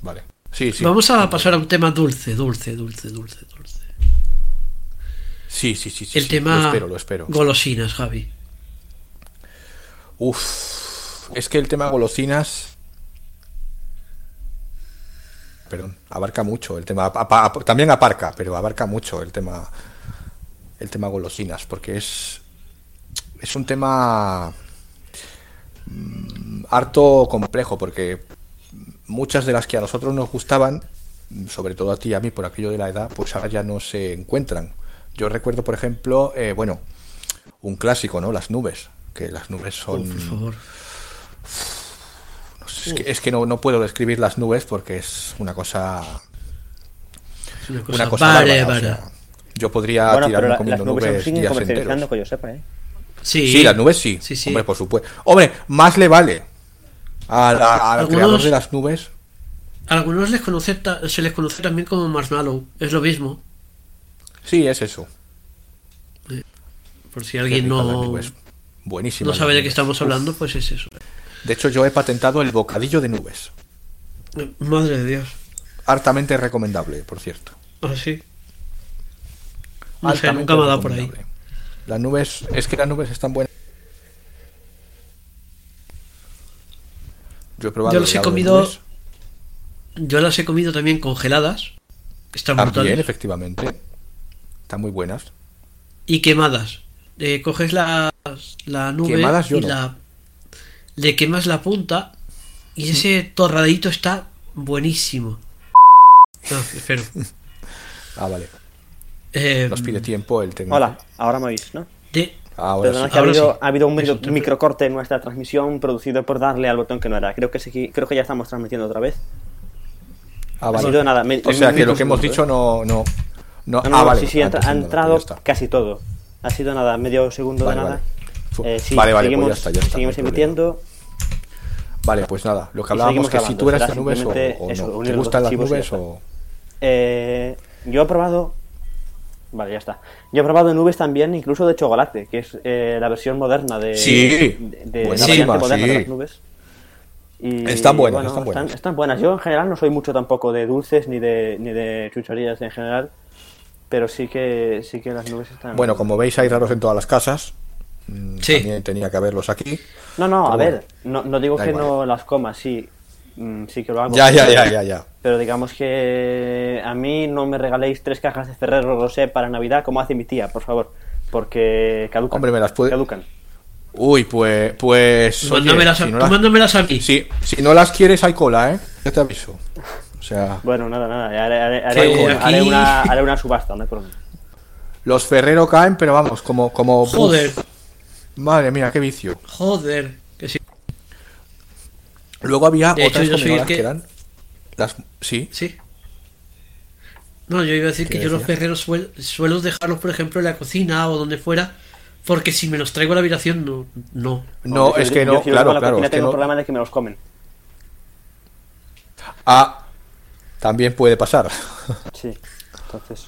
Speaker 2: vale. Sí, sí.
Speaker 1: Vamos a pasar a un tema dulce, dulce, dulce, dulce, dulce.
Speaker 2: Sí, sí, sí. sí,
Speaker 1: El
Speaker 2: sí.
Speaker 1: tema
Speaker 2: Lo espero, lo espero.
Speaker 1: golosinas, Javi.
Speaker 2: Uf. Es que el tema golosinas. Perdón, abarca mucho el tema. apa- apa- también aparca, pero abarca mucho el tema. El tema golosinas, porque es. Es un tema. mm, harto complejo, porque muchas de las que a nosotros nos gustaban, sobre todo a ti y a mí por aquello de la edad, pues ahora ya no se encuentran. Yo recuerdo, por ejemplo, eh, bueno, un clásico, ¿no? Las nubes, que las nubes son...
Speaker 1: Por favor.
Speaker 2: no sé, es que, es que no, no puedo describir las nubes porque es una cosa...
Speaker 1: Es una cosa,
Speaker 2: Una cosa
Speaker 1: bárbara,
Speaker 2: bárbara, o sea,
Speaker 1: bárbara.
Speaker 2: yo podría
Speaker 4: bueno, pero
Speaker 2: tirarme
Speaker 4: la- las
Speaker 2: comiendo
Speaker 4: nubes aún
Speaker 2: nubes
Speaker 4: siguen
Speaker 2: días
Speaker 4: comercializando,
Speaker 2: enteros.
Speaker 4: que yo sepa, ¿eh?
Speaker 1: Sí,
Speaker 2: Sí, las nubes sí.
Speaker 1: Sí, sí.
Speaker 2: Hombre, por supuesto. Hombre, más le vale a la- al
Speaker 1: Algunos-
Speaker 2: creador de las nubes.
Speaker 1: algunos les conoce ta- se les conoce también como Marshmallow. Es lo mismo.
Speaker 2: Sí, es eso.
Speaker 1: Por si
Speaker 2: Qué pues,
Speaker 1: alguien
Speaker 2: ricas
Speaker 1: no,
Speaker 2: las nubes. Buenísimas
Speaker 1: no
Speaker 2: las
Speaker 1: sabe de qué
Speaker 2: nubes.
Speaker 1: estamos
Speaker 2: Uf.
Speaker 1: hablando, pues es eso.
Speaker 2: De hecho, yo he patentado el bocadillo de nubes.
Speaker 1: Madre de Dios. Ah,
Speaker 2: Hartamente recomendable, por cierto.
Speaker 1: Así. No sé,
Speaker 2: Altamente
Speaker 1: nunca me ha dado por ahí.
Speaker 2: recomendable. Las nubes, es que las nubes están buenas. Yo he probado.
Speaker 1: Yo las he
Speaker 2: helado de
Speaker 1: comido
Speaker 2: nubes.
Speaker 1: Yo las he comido también congeladas. que Están
Speaker 2: También,
Speaker 1: brutales.
Speaker 2: efectivamente. Están muy buenas.
Speaker 1: Y quemadas. Eh, coges la, la nube
Speaker 2: Quemadas yo
Speaker 1: y
Speaker 2: no.
Speaker 1: la. Le quemas la punta. Y ese torradito está buenísimo. No, espero.
Speaker 2: Ah, vale.
Speaker 1: Eh,
Speaker 2: Eh, Nos pide tiempo el técnico.
Speaker 4: Hola, ahora me oís, ¿no?
Speaker 1: de-
Speaker 2: Ahora
Speaker 4: Perdona
Speaker 2: sí.
Speaker 4: que ha
Speaker 1: Ahora
Speaker 4: habido,
Speaker 1: sí.
Speaker 4: ha habido un micro-
Speaker 1: Eso, te-
Speaker 4: microcorte en nuestra transmisión producido por darle al botón que no era. Creo que sí- creo que ya estamos transmitiendo otra vez.
Speaker 2: Ah,
Speaker 4: Ha
Speaker 2: vale.
Speaker 4: sido nada, me-
Speaker 2: O sea que lo
Speaker 4: minutos,
Speaker 2: que hemos
Speaker 4: minutos,
Speaker 2: dicho
Speaker 4: ¿eh?
Speaker 2: no. no, no-
Speaker 4: No, no,
Speaker 2: ah,
Speaker 4: no,
Speaker 2: vale.
Speaker 4: sí, sí,
Speaker 2: ah,
Speaker 4: entra-
Speaker 2: entonces
Speaker 4: ha
Speaker 2: no, no,
Speaker 4: entrado
Speaker 2: ya está.
Speaker 4: casi todo. Ha sido nada, medio segundo
Speaker 2: Vale,
Speaker 4: de nada.
Speaker 2: vale.
Speaker 4: Eh, sí,
Speaker 2: Vale, vale, pues
Speaker 4: seguimos,
Speaker 2: ya está, ya está,
Speaker 4: seguimos
Speaker 2: no hay
Speaker 4: emitiendo.
Speaker 2: Vale, pues nada. Lo que
Speaker 4: Y
Speaker 2: hablábamos
Speaker 4: seguimos
Speaker 2: que si
Speaker 4: grabando,
Speaker 2: tú eras
Speaker 4: será
Speaker 2: de nubes o,
Speaker 4: simplemente
Speaker 2: o
Speaker 4: eso,
Speaker 2: no.
Speaker 4: unir
Speaker 2: ¿Te
Speaker 4: los
Speaker 2: gustan las
Speaker 4: archivos y ya
Speaker 2: nubes
Speaker 4: está.
Speaker 2: o.?
Speaker 4: Eh, yo he probado. Vale, ya está. Yo he probado nubes también, incluso de chocolate, que es eh, la versión moderna de,
Speaker 2: Sí,
Speaker 4: de- de la
Speaker 2: buenísima,
Speaker 4: variante moderna
Speaker 2: sí.
Speaker 4: de las nubes. Y,
Speaker 2: Están buenas,
Speaker 4: bueno,
Speaker 2: están buenas.
Speaker 4: buenas. Yo en general no soy mucho tampoco de dulces ni de, ni de chucherías en general, pero sí que sí que las nubes están.
Speaker 2: Bueno, como veis, hay raros en todas las casas. Mm,
Speaker 1: Sí.
Speaker 2: También tenía que haberlos aquí.
Speaker 4: no, no, a
Speaker 2: pero
Speaker 4: ver, no, no digo
Speaker 2: da
Speaker 4: que
Speaker 2: igual.
Speaker 4: no las comas, sí, mm, sí que lo hago.
Speaker 2: Ya, ya, ya, ya, ya.
Speaker 4: Pero digamos que a mí no me regaléis tres cajas de Ferrero Rocher para Navidad como hace mi tía, por favor. Porque caducan.
Speaker 2: Hombre, me las puede-
Speaker 4: Caducan.
Speaker 2: Uy, pues. pues oye,
Speaker 1: Mándamelas a,
Speaker 2: si
Speaker 1: tú
Speaker 2: no las-
Speaker 1: mándamelas a mí.
Speaker 2: Sí, si no las quieres, hay cola, ¿eh? Ya te aviso. O sea,
Speaker 4: Bueno, nada, nada. ya Haré, haré-
Speaker 1: Que
Speaker 4: haré un-
Speaker 1: aquí-
Speaker 4: haré una, haré una subasta, no hay problema.
Speaker 2: los Ferrero caen, pero vamos, como. como
Speaker 1: Joder,
Speaker 2: Madre mía, qué vicio.
Speaker 1: joder. Que sí.
Speaker 2: Luego había
Speaker 1: De hecho,
Speaker 2: otras
Speaker 1: yo soy el
Speaker 2: comidoras
Speaker 1: que-
Speaker 2: que... eran. Las... Sí,
Speaker 1: Sí. No, yo iba a decir
Speaker 2: ¿Qué
Speaker 1: que yo los
Speaker 2: decías?
Speaker 1: perreros suel- suelo dejarlos, por ejemplo, en la cocina o donde fuera, porque si me los traigo a la habitación, no. no.
Speaker 2: no,
Speaker 4: Hombre,
Speaker 2: es
Speaker 4: yo-
Speaker 2: que
Speaker 4: yo-
Speaker 2: no,
Speaker 4: si yo
Speaker 2: claro,
Speaker 4: con la
Speaker 2: claro.
Speaker 4: cocina
Speaker 2: es que
Speaker 4: tengo
Speaker 2: no-
Speaker 4: problemas de que me los comen.
Speaker 2: Ah, también puede pasar.
Speaker 4: Sí. Entonces.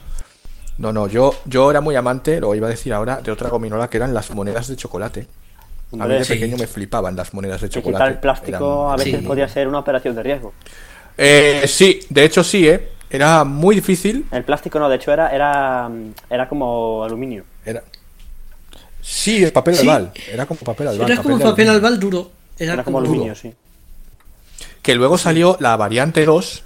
Speaker 2: No, no, yo, yo era muy amante, lo iba a decir ahora, de otra gominola que eran las monedas de chocolate. A mí
Speaker 4: hombre,
Speaker 2: de
Speaker 1: sí.
Speaker 2: pequeño me flipaban las monedas de
Speaker 4: que quitar
Speaker 2: chocolate.
Speaker 4: el plástico
Speaker 2: Eran-
Speaker 4: a veces
Speaker 1: sí.
Speaker 4: podía ser una operación de riesgo.
Speaker 2: Eh, sí, de hecho sí, ¿eh? Era muy difícil.
Speaker 4: El plástico no, de hecho era, era, mm, era como aluminio.
Speaker 2: Era... Sí, el papel
Speaker 1: Sí.
Speaker 2: albal. Era como papel albal.
Speaker 1: Era como un
Speaker 2: de
Speaker 1: papel
Speaker 2: aluminio.
Speaker 1: albal duro. Era,
Speaker 4: Era como
Speaker 1: como-
Speaker 4: aluminio, sí.
Speaker 2: Que luego salió la variante 2,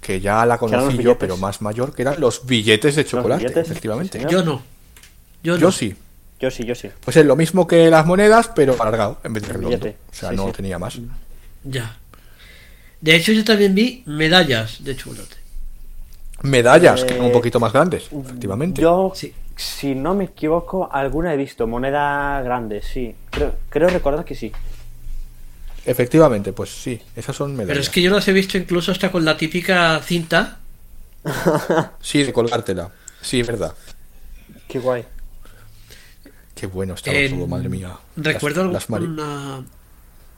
Speaker 2: que ya la
Speaker 4: eran los
Speaker 2: conocí yo,
Speaker 4: billetes.
Speaker 2: pero más mayor, que eran los billetes de chocolate,
Speaker 4: billetes, sí,
Speaker 2: efectivamente.
Speaker 4: señor.
Speaker 1: Yo no. Yo,
Speaker 2: yo
Speaker 1: no.
Speaker 2: sí.
Speaker 4: Yo sí, yo sí.
Speaker 2: Pues es lo mismo que las monedas, pero alargado en vez de redondo.
Speaker 4: billete,
Speaker 2: O sea,
Speaker 4: sí, Mm.
Speaker 2: no
Speaker 4: sí.
Speaker 2: tenía más.
Speaker 1: Ya. De hecho, yo también vi medallas de chocolate.
Speaker 2: Medallas, que
Speaker 4: Eh,
Speaker 2: eran un poquito más grandes, efectivamente.
Speaker 4: Yo,
Speaker 1: Sí.
Speaker 4: si no me equivoco, alguna he visto. Moneda grande, sí. Creo, creo recordar que sí.
Speaker 2: Efectivamente, pues sí, esas son medallas.
Speaker 1: Pero es que yo las he visto incluso hasta con la típica cinta.
Speaker 2: Sí, de colgártela. Sí, es verdad.
Speaker 4: Qué guay.
Speaker 2: Qué bueno estaba
Speaker 1: En-
Speaker 2: todo, madre mía. Las-
Speaker 1: Recuerdo
Speaker 2: las mari-
Speaker 1: una-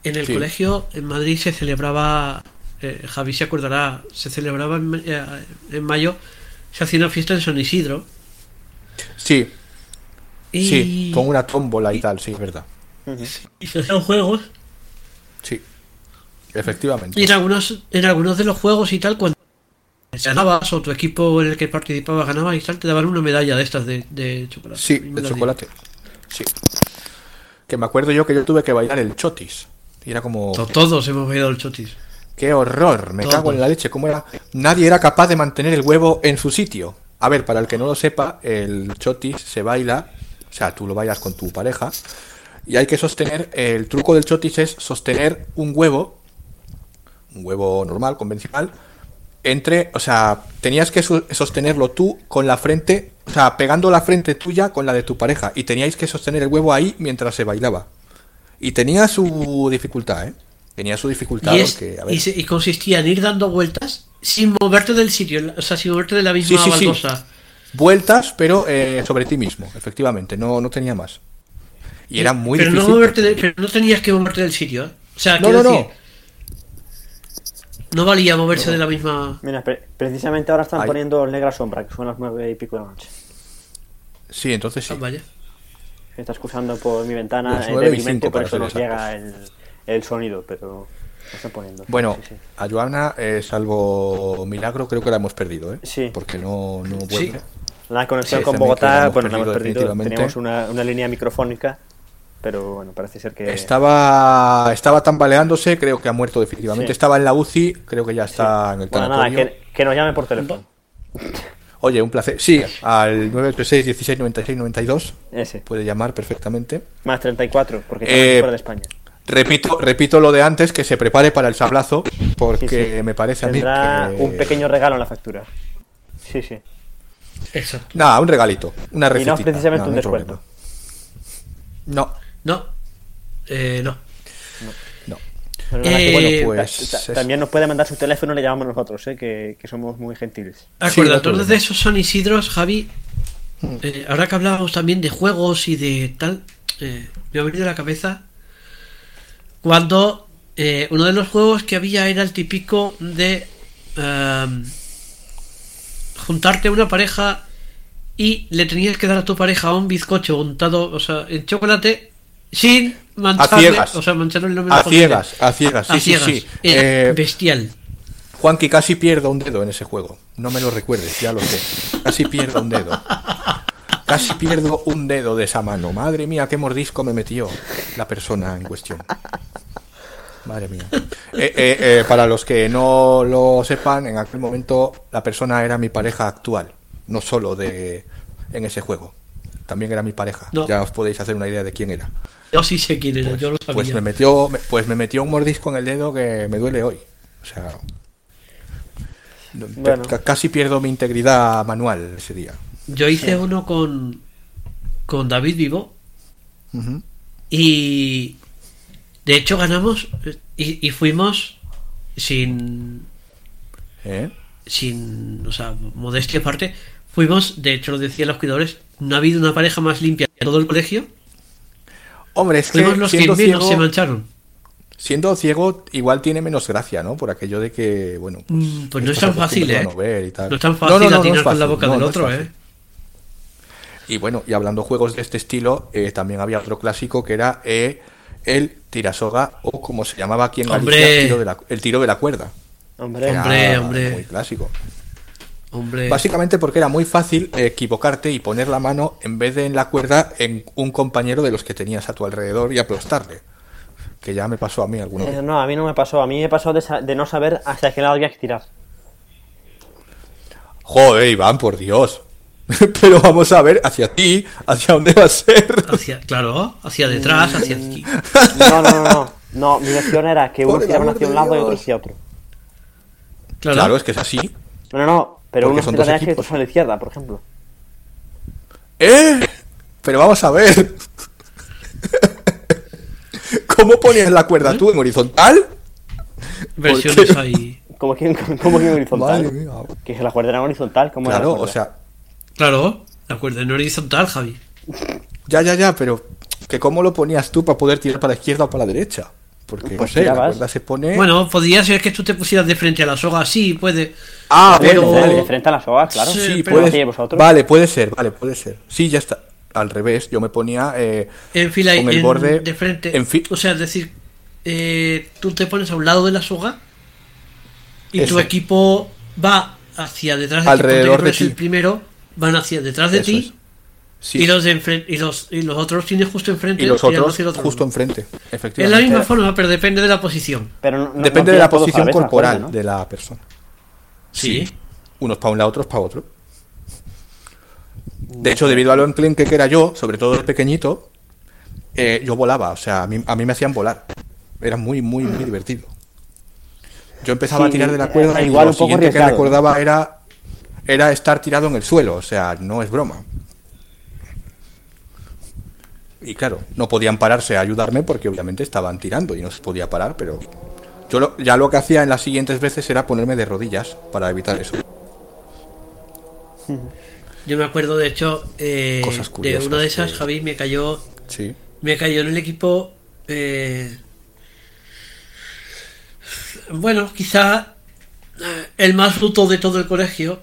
Speaker 1: En el
Speaker 2: Sí.
Speaker 1: colegio en Madrid se celebraba, eh, Javi se acordará, se celebraba en, eh, en mayo, se hacía una fiesta en San Isidro.
Speaker 2: Sí,
Speaker 1: Y,
Speaker 2: sí, con una tómbola y tal, sí, es verdad.
Speaker 1: y se hacían juegos.
Speaker 2: Sí,
Speaker 1: Y
Speaker 2: efectivamente.
Speaker 1: en algunos, en algunos de los juegos y tal, cuando ganabas o tu equipo en el que participabas ganabas y tal, te daban una medalla de estas de, de chocolate.
Speaker 2: Sí,
Speaker 1: A mí me
Speaker 2: de
Speaker 1: la
Speaker 2: chocolate. Sí. Que me acuerdo yo que yo tuve que bailar el chotis. Y era como,
Speaker 1: dieron. To- Todos hemos bailado el chotis.
Speaker 2: qué horror, me
Speaker 1: Todo.
Speaker 2: cago en la leche. ¿Cómo era? Nadie era capaz de mantener el huevo en su sitio. A ver, para el que no lo sepa, el chotis se baila, o sea, tú lo bailas con tu pareja. Y hay que sostener, el truco del chotis es sostener un huevo, un huevo normal, convencional, entre, o sea, tenías que su- sostenerlo tú con la frente, o sea, pegando la frente tuya con la de tu pareja. Y teníais que sostener el huevo ahí mientras se bailaba. Y tenía su dificultad, ¿eh? Tenía su dificultad
Speaker 1: y, es-
Speaker 2: porque, a
Speaker 1: y
Speaker 2: ver,
Speaker 1: se- y consistía en ir dando vueltas sin moverte del sitio, o sea, sin moverte de la misma
Speaker 2: Sí, sí, sí.
Speaker 1: baldosa.
Speaker 2: vueltas, pero eh, sobre ti mismo, efectivamente, no, no tenía más. Y era muy
Speaker 1: pero
Speaker 2: difícil.
Speaker 1: No moverte
Speaker 2: porque-
Speaker 1: de- pero no tenías que moverte del sitio, ¿eh? O sea,
Speaker 2: No,
Speaker 1: quiero
Speaker 2: no, no.
Speaker 1: decir, no valía moverse de la misma.
Speaker 4: Mira, pre- precisamente ahora están
Speaker 2: Ay.
Speaker 4: poniendo Negra Sombra, que son las nueve y pico de la noche.
Speaker 2: Sí, entonces sí.
Speaker 1: Ah, vaya.
Speaker 4: Me está excusando por mi ventana
Speaker 2: Las
Speaker 4: eh,
Speaker 2: nueve y
Speaker 4: débilmente,
Speaker 2: cinco,
Speaker 4: por
Speaker 2: para
Speaker 4: eso
Speaker 2: ser
Speaker 4: nos llega el, el sonido, pero lo están poniendo.
Speaker 2: Bueno,
Speaker 4: sí, sí.
Speaker 2: a Joana, eh, salvo Milagro, creo que la hemos perdido, ¿eh?
Speaker 4: Sí.
Speaker 2: Porque no, no
Speaker 1: Sí.
Speaker 2: vuelve.
Speaker 4: la conexión
Speaker 2: sí,
Speaker 4: con
Speaker 2: también que la
Speaker 4: Bogotá,
Speaker 2: hemos
Speaker 4: bueno, la hemos
Speaker 2: perdido
Speaker 4: perdido.
Speaker 2: definitivamente.
Speaker 4: Teníamos una, una línea microfónica, pero bueno, parece ser que.
Speaker 2: Estaba, estaba tambaleándose, creo que ha muerto definitivamente.
Speaker 4: Sí.
Speaker 2: Estaba en la UCI, creo que ya
Speaker 4: sí.
Speaker 2: está en el
Speaker 4: Bueno,
Speaker 2: tanatorio.
Speaker 4: nada, que, que nos llamen por teléfono.
Speaker 2: Oye, un placer. Sí, al 986 16 96 92
Speaker 4: Ese.
Speaker 2: puede llamar perfectamente.
Speaker 4: Más 34, porque
Speaker 2: Eh,
Speaker 4: estamos fuera de España.
Speaker 2: Repito, repito lo de antes, que se prepare para el sablazo, porque
Speaker 4: Sí, sí.
Speaker 2: me parece a mí
Speaker 4: Tendrá
Speaker 2: que-
Speaker 4: un pequeño regalo en la factura. Sí, sí.
Speaker 1: Exacto.
Speaker 2: Nada, un regalito, una
Speaker 4: Y no
Speaker 2: recetita.
Speaker 4: precisamente
Speaker 2: Nah,
Speaker 4: un
Speaker 2: no hay
Speaker 4: descuento.
Speaker 2: problema. No,
Speaker 1: No. Eh, no.
Speaker 4: Pero la
Speaker 1: Eh,
Speaker 4: verdad que, bueno,
Speaker 2: bueno,
Speaker 4: ta-
Speaker 2: pues.
Speaker 4: ta-
Speaker 2: es-
Speaker 4: También nos puede mandar su teléfono, le llamamos nosotros, eh, que, que somos muy gentiles.
Speaker 1: Ah,
Speaker 2: Sí, Mm. no hay
Speaker 1: Acordadores
Speaker 2: problema.
Speaker 1: de esos San Isidros, Javi. eh, ahora que hablábamos también de juegos y de tal, eh, me ha venido a la cabeza cuando eh, uno de los juegos que había era el típico de ehm, juntarte a una pareja y le tenías que dar a tu pareja un bizcocho untado, o sea, en chocolate sin mancharle,
Speaker 2: ciegas.
Speaker 1: o sea, mancharle el nombre de
Speaker 2: A
Speaker 1: la familia.
Speaker 2: ciegas, a ciegas, sí,
Speaker 1: A
Speaker 2: sí,
Speaker 1: ciegas.
Speaker 2: sí.
Speaker 1: Era
Speaker 2: Eh,
Speaker 1: bestial.
Speaker 2: Juanqui, casi pierdo un dedo en ese juego. No me lo recuerdes, ya lo sé. Casi pierdo un dedo. Casi pierdo un dedo de esa mano. Madre mía, qué mordisco me metió la persona en cuestión. Madre mía. Eh, eh, eh, para los que no lo sepan, en aquel momento la persona era mi pareja actual, no solo de en ese juego. También era mi pareja.
Speaker 1: No.
Speaker 2: Ya os podéis hacer una idea de quién era.
Speaker 1: Yo sí sé quién era, yo lo sabía.
Speaker 2: Pues me metió, me- pues me metió un mordisco en el dedo que me duele hoy. O sea, no- te-
Speaker 4: Bueno.
Speaker 2: ca- casi pierdo mi integridad manual ese día.
Speaker 1: Yo hice uno con, con David Vivo
Speaker 2: Ujú.
Speaker 1: y de hecho ganamos eh, y, y fuimos sin,
Speaker 2: ¿Eh?
Speaker 1: sin, o sea, modestia aparte, fuimos, de hecho lo decían los cuidadores, no ha habido una pareja más limpia en todo el colegio.
Speaker 2: Hombre, es que
Speaker 1: Fuimos los que
Speaker 2: siendo
Speaker 1: menos
Speaker 2: ciego,
Speaker 1: se mancharon.
Speaker 2: siendo ciego igual tiene menos gracia, ¿no? Por aquello de que, bueno,
Speaker 1: Mm, Pues no es
Speaker 2: estás
Speaker 1: tan fácil, ¿eh?
Speaker 2: acostumbrado a no ver y tal.
Speaker 1: No es tan
Speaker 2: No, no,
Speaker 1: fácil
Speaker 2: no, no es
Speaker 1: atinar con la
Speaker 2: fácil,
Speaker 1: boca
Speaker 2: no,
Speaker 1: del
Speaker 2: no es
Speaker 1: otro,
Speaker 2: fácil.
Speaker 1: ¿eh?
Speaker 2: Y bueno, y hablando juegos de este estilo, eh, también había otro clásico que era eh, el tirasoga o como se llamaba aquí en Galicia,
Speaker 1: Hombre.
Speaker 2: tiro de la- el tiro de la cuerda.
Speaker 4: Hombre,
Speaker 1: Hombre.
Speaker 2: Era Ah, Muy clásico.
Speaker 1: Hombre,
Speaker 2: Básicamente porque era muy fácil eh, equivocarte y poner la mano en vez de en la cuerda en un compañero de los que tenías a tu alrededor y aplastarle. Que ya me pasó a mí alguna
Speaker 4: eh,
Speaker 2: vez.
Speaker 4: no, a mí no me pasó. A mí me pasó de, sa- de no saber hasta qué lado había que tirar.
Speaker 2: Joder, Iván, por Dios. Pero vamos a ver hacia ti, hacia dónde va a ser.
Speaker 1: hacia, claro, hacia detrás, hacia aquí.
Speaker 4: Mm, No, no, no, no. No, mi lección era que uno
Speaker 2: Por el
Speaker 4: tiraba
Speaker 2: amor
Speaker 4: hacia un
Speaker 2: de
Speaker 4: lado y otro
Speaker 2: Dios.
Speaker 4: hacia otro.
Speaker 1: Claro,
Speaker 2: Claro, es que es así.
Speaker 4: No, no, no. Pero
Speaker 2: Porque
Speaker 4: uno
Speaker 2: son
Speaker 4: se
Speaker 2: dos
Speaker 4: tira derecha y otro
Speaker 2: equipos.
Speaker 4: a la izquierda, por ejemplo.
Speaker 2: ¿Eh? Pero vamos a ver. ¿Cómo ponías la cuerda tú en horizontal?
Speaker 1: versiones
Speaker 2: porque-
Speaker 1: ahí.
Speaker 4: Como que, como que en horizontal.
Speaker 2: Madre mía.
Speaker 4: Que la cuerda era horizontal. ¿cómo era la
Speaker 2: Claro, o
Speaker 4: cuerda?
Speaker 2: sea,
Speaker 1: Claro, la cuerda en horizontal, Javi.
Speaker 2: Ya, ya, ya, pero que cómo lo ponías tú para poder tirar para la izquierda o para la derecha. Porque no
Speaker 4: Pues
Speaker 2: sé, la
Speaker 4: tirabas.
Speaker 2: cuerda se pone.
Speaker 1: Bueno, podría ser que tú te pusieras de frente a la soga, sí, puede.
Speaker 2: ah,
Speaker 4: Diferente,
Speaker 2: bueno,
Speaker 1: pero-
Speaker 2: vale.
Speaker 4: Diferente a las sogas, claro.
Speaker 1: Sí,
Speaker 2: Sí,
Speaker 1: pero-
Speaker 2: puedes-
Speaker 4: Sí, vosotros.
Speaker 2: Vale, puede ser, vale, puede ser. Sí, ya está. Al revés, yo me ponía. eh,
Speaker 1: En fila y
Speaker 2: Con el
Speaker 1: en-
Speaker 2: borde
Speaker 1: de frente.
Speaker 2: en fi-
Speaker 1: o sea, es decir, eh, tú te pones a un lado de la soga y
Speaker 2: Eso.
Speaker 1: tu equipo va hacia detrás de
Speaker 2: Alrededor
Speaker 1: ti. porque tú
Speaker 2: de
Speaker 1: eres el
Speaker 2: ti.
Speaker 1: primero, van hacia detrás de
Speaker 2: Eso
Speaker 1: ti
Speaker 2: es. Sí,
Speaker 1: y los de enfren- y los y los otros tienes justo enfrente
Speaker 2: y los
Speaker 1: tirando
Speaker 2: otros
Speaker 1: hacia el otro
Speaker 2: justo
Speaker 1: lado.
Speaker 2: enfrente.
Speaker 1: Es la
Speaker 2: Efectivamente.
Speaker 1: misma forma, pero depende de la posición.
Speaker 4: Pero no- no-
Speaker 2: Depende
Speaker 4: no
Speaker 2: de la
Speaker 4: tiras todos a
Speaker 2: posición
Speaker 4: vez, me acuerdo,
Speaker 2: corporal
Speaker 4: ¿no?
Speaker 2: de la persona.
Speaker 1: Sí.
Speaker 2: Unos para un lado, otros para otro. De hecho, debido a lo enclenque que era yo, sobre todo el pequeñito, eh, yo volaba. O sea, a mí, a mí me hacían volar. Era muy, muy, muy divertido. Yo empezaba
Speaker 4: Sí,
Speaker 2: a tirar de la
Speaker 4: eh,
Speaker 2: cuerda y
Speaker 4: igual
Speaker 2: lo
Speaker 4: un poco
Speaker 2: siguiente que
Speaker 4: arriesgado.
Speaker 2: recordaba era, era estar tirado en el suelo. O sea, no es broma. Y claro, no podían pararse a ayudarme porque obviamente estaban tirando y no se podía parar, pero yo lo- ya lo que hacía en las siguientes veces era ponerme de rodillas para evitar eso.
Speaker 1: Yo me acuerdo, de hecho, eh,
Speaker 2: Cosas
Speaker 1: de
Speaker 2: curiosas
Speaker 1: una de esas,
Speaker 2: que-
Speaker 1: Javi, me cayó
Speaker 2: Sí.
Speaker 1: Me cayó en el equipo. eh, bueno, quizá eh, el más bruto de todo el colegio.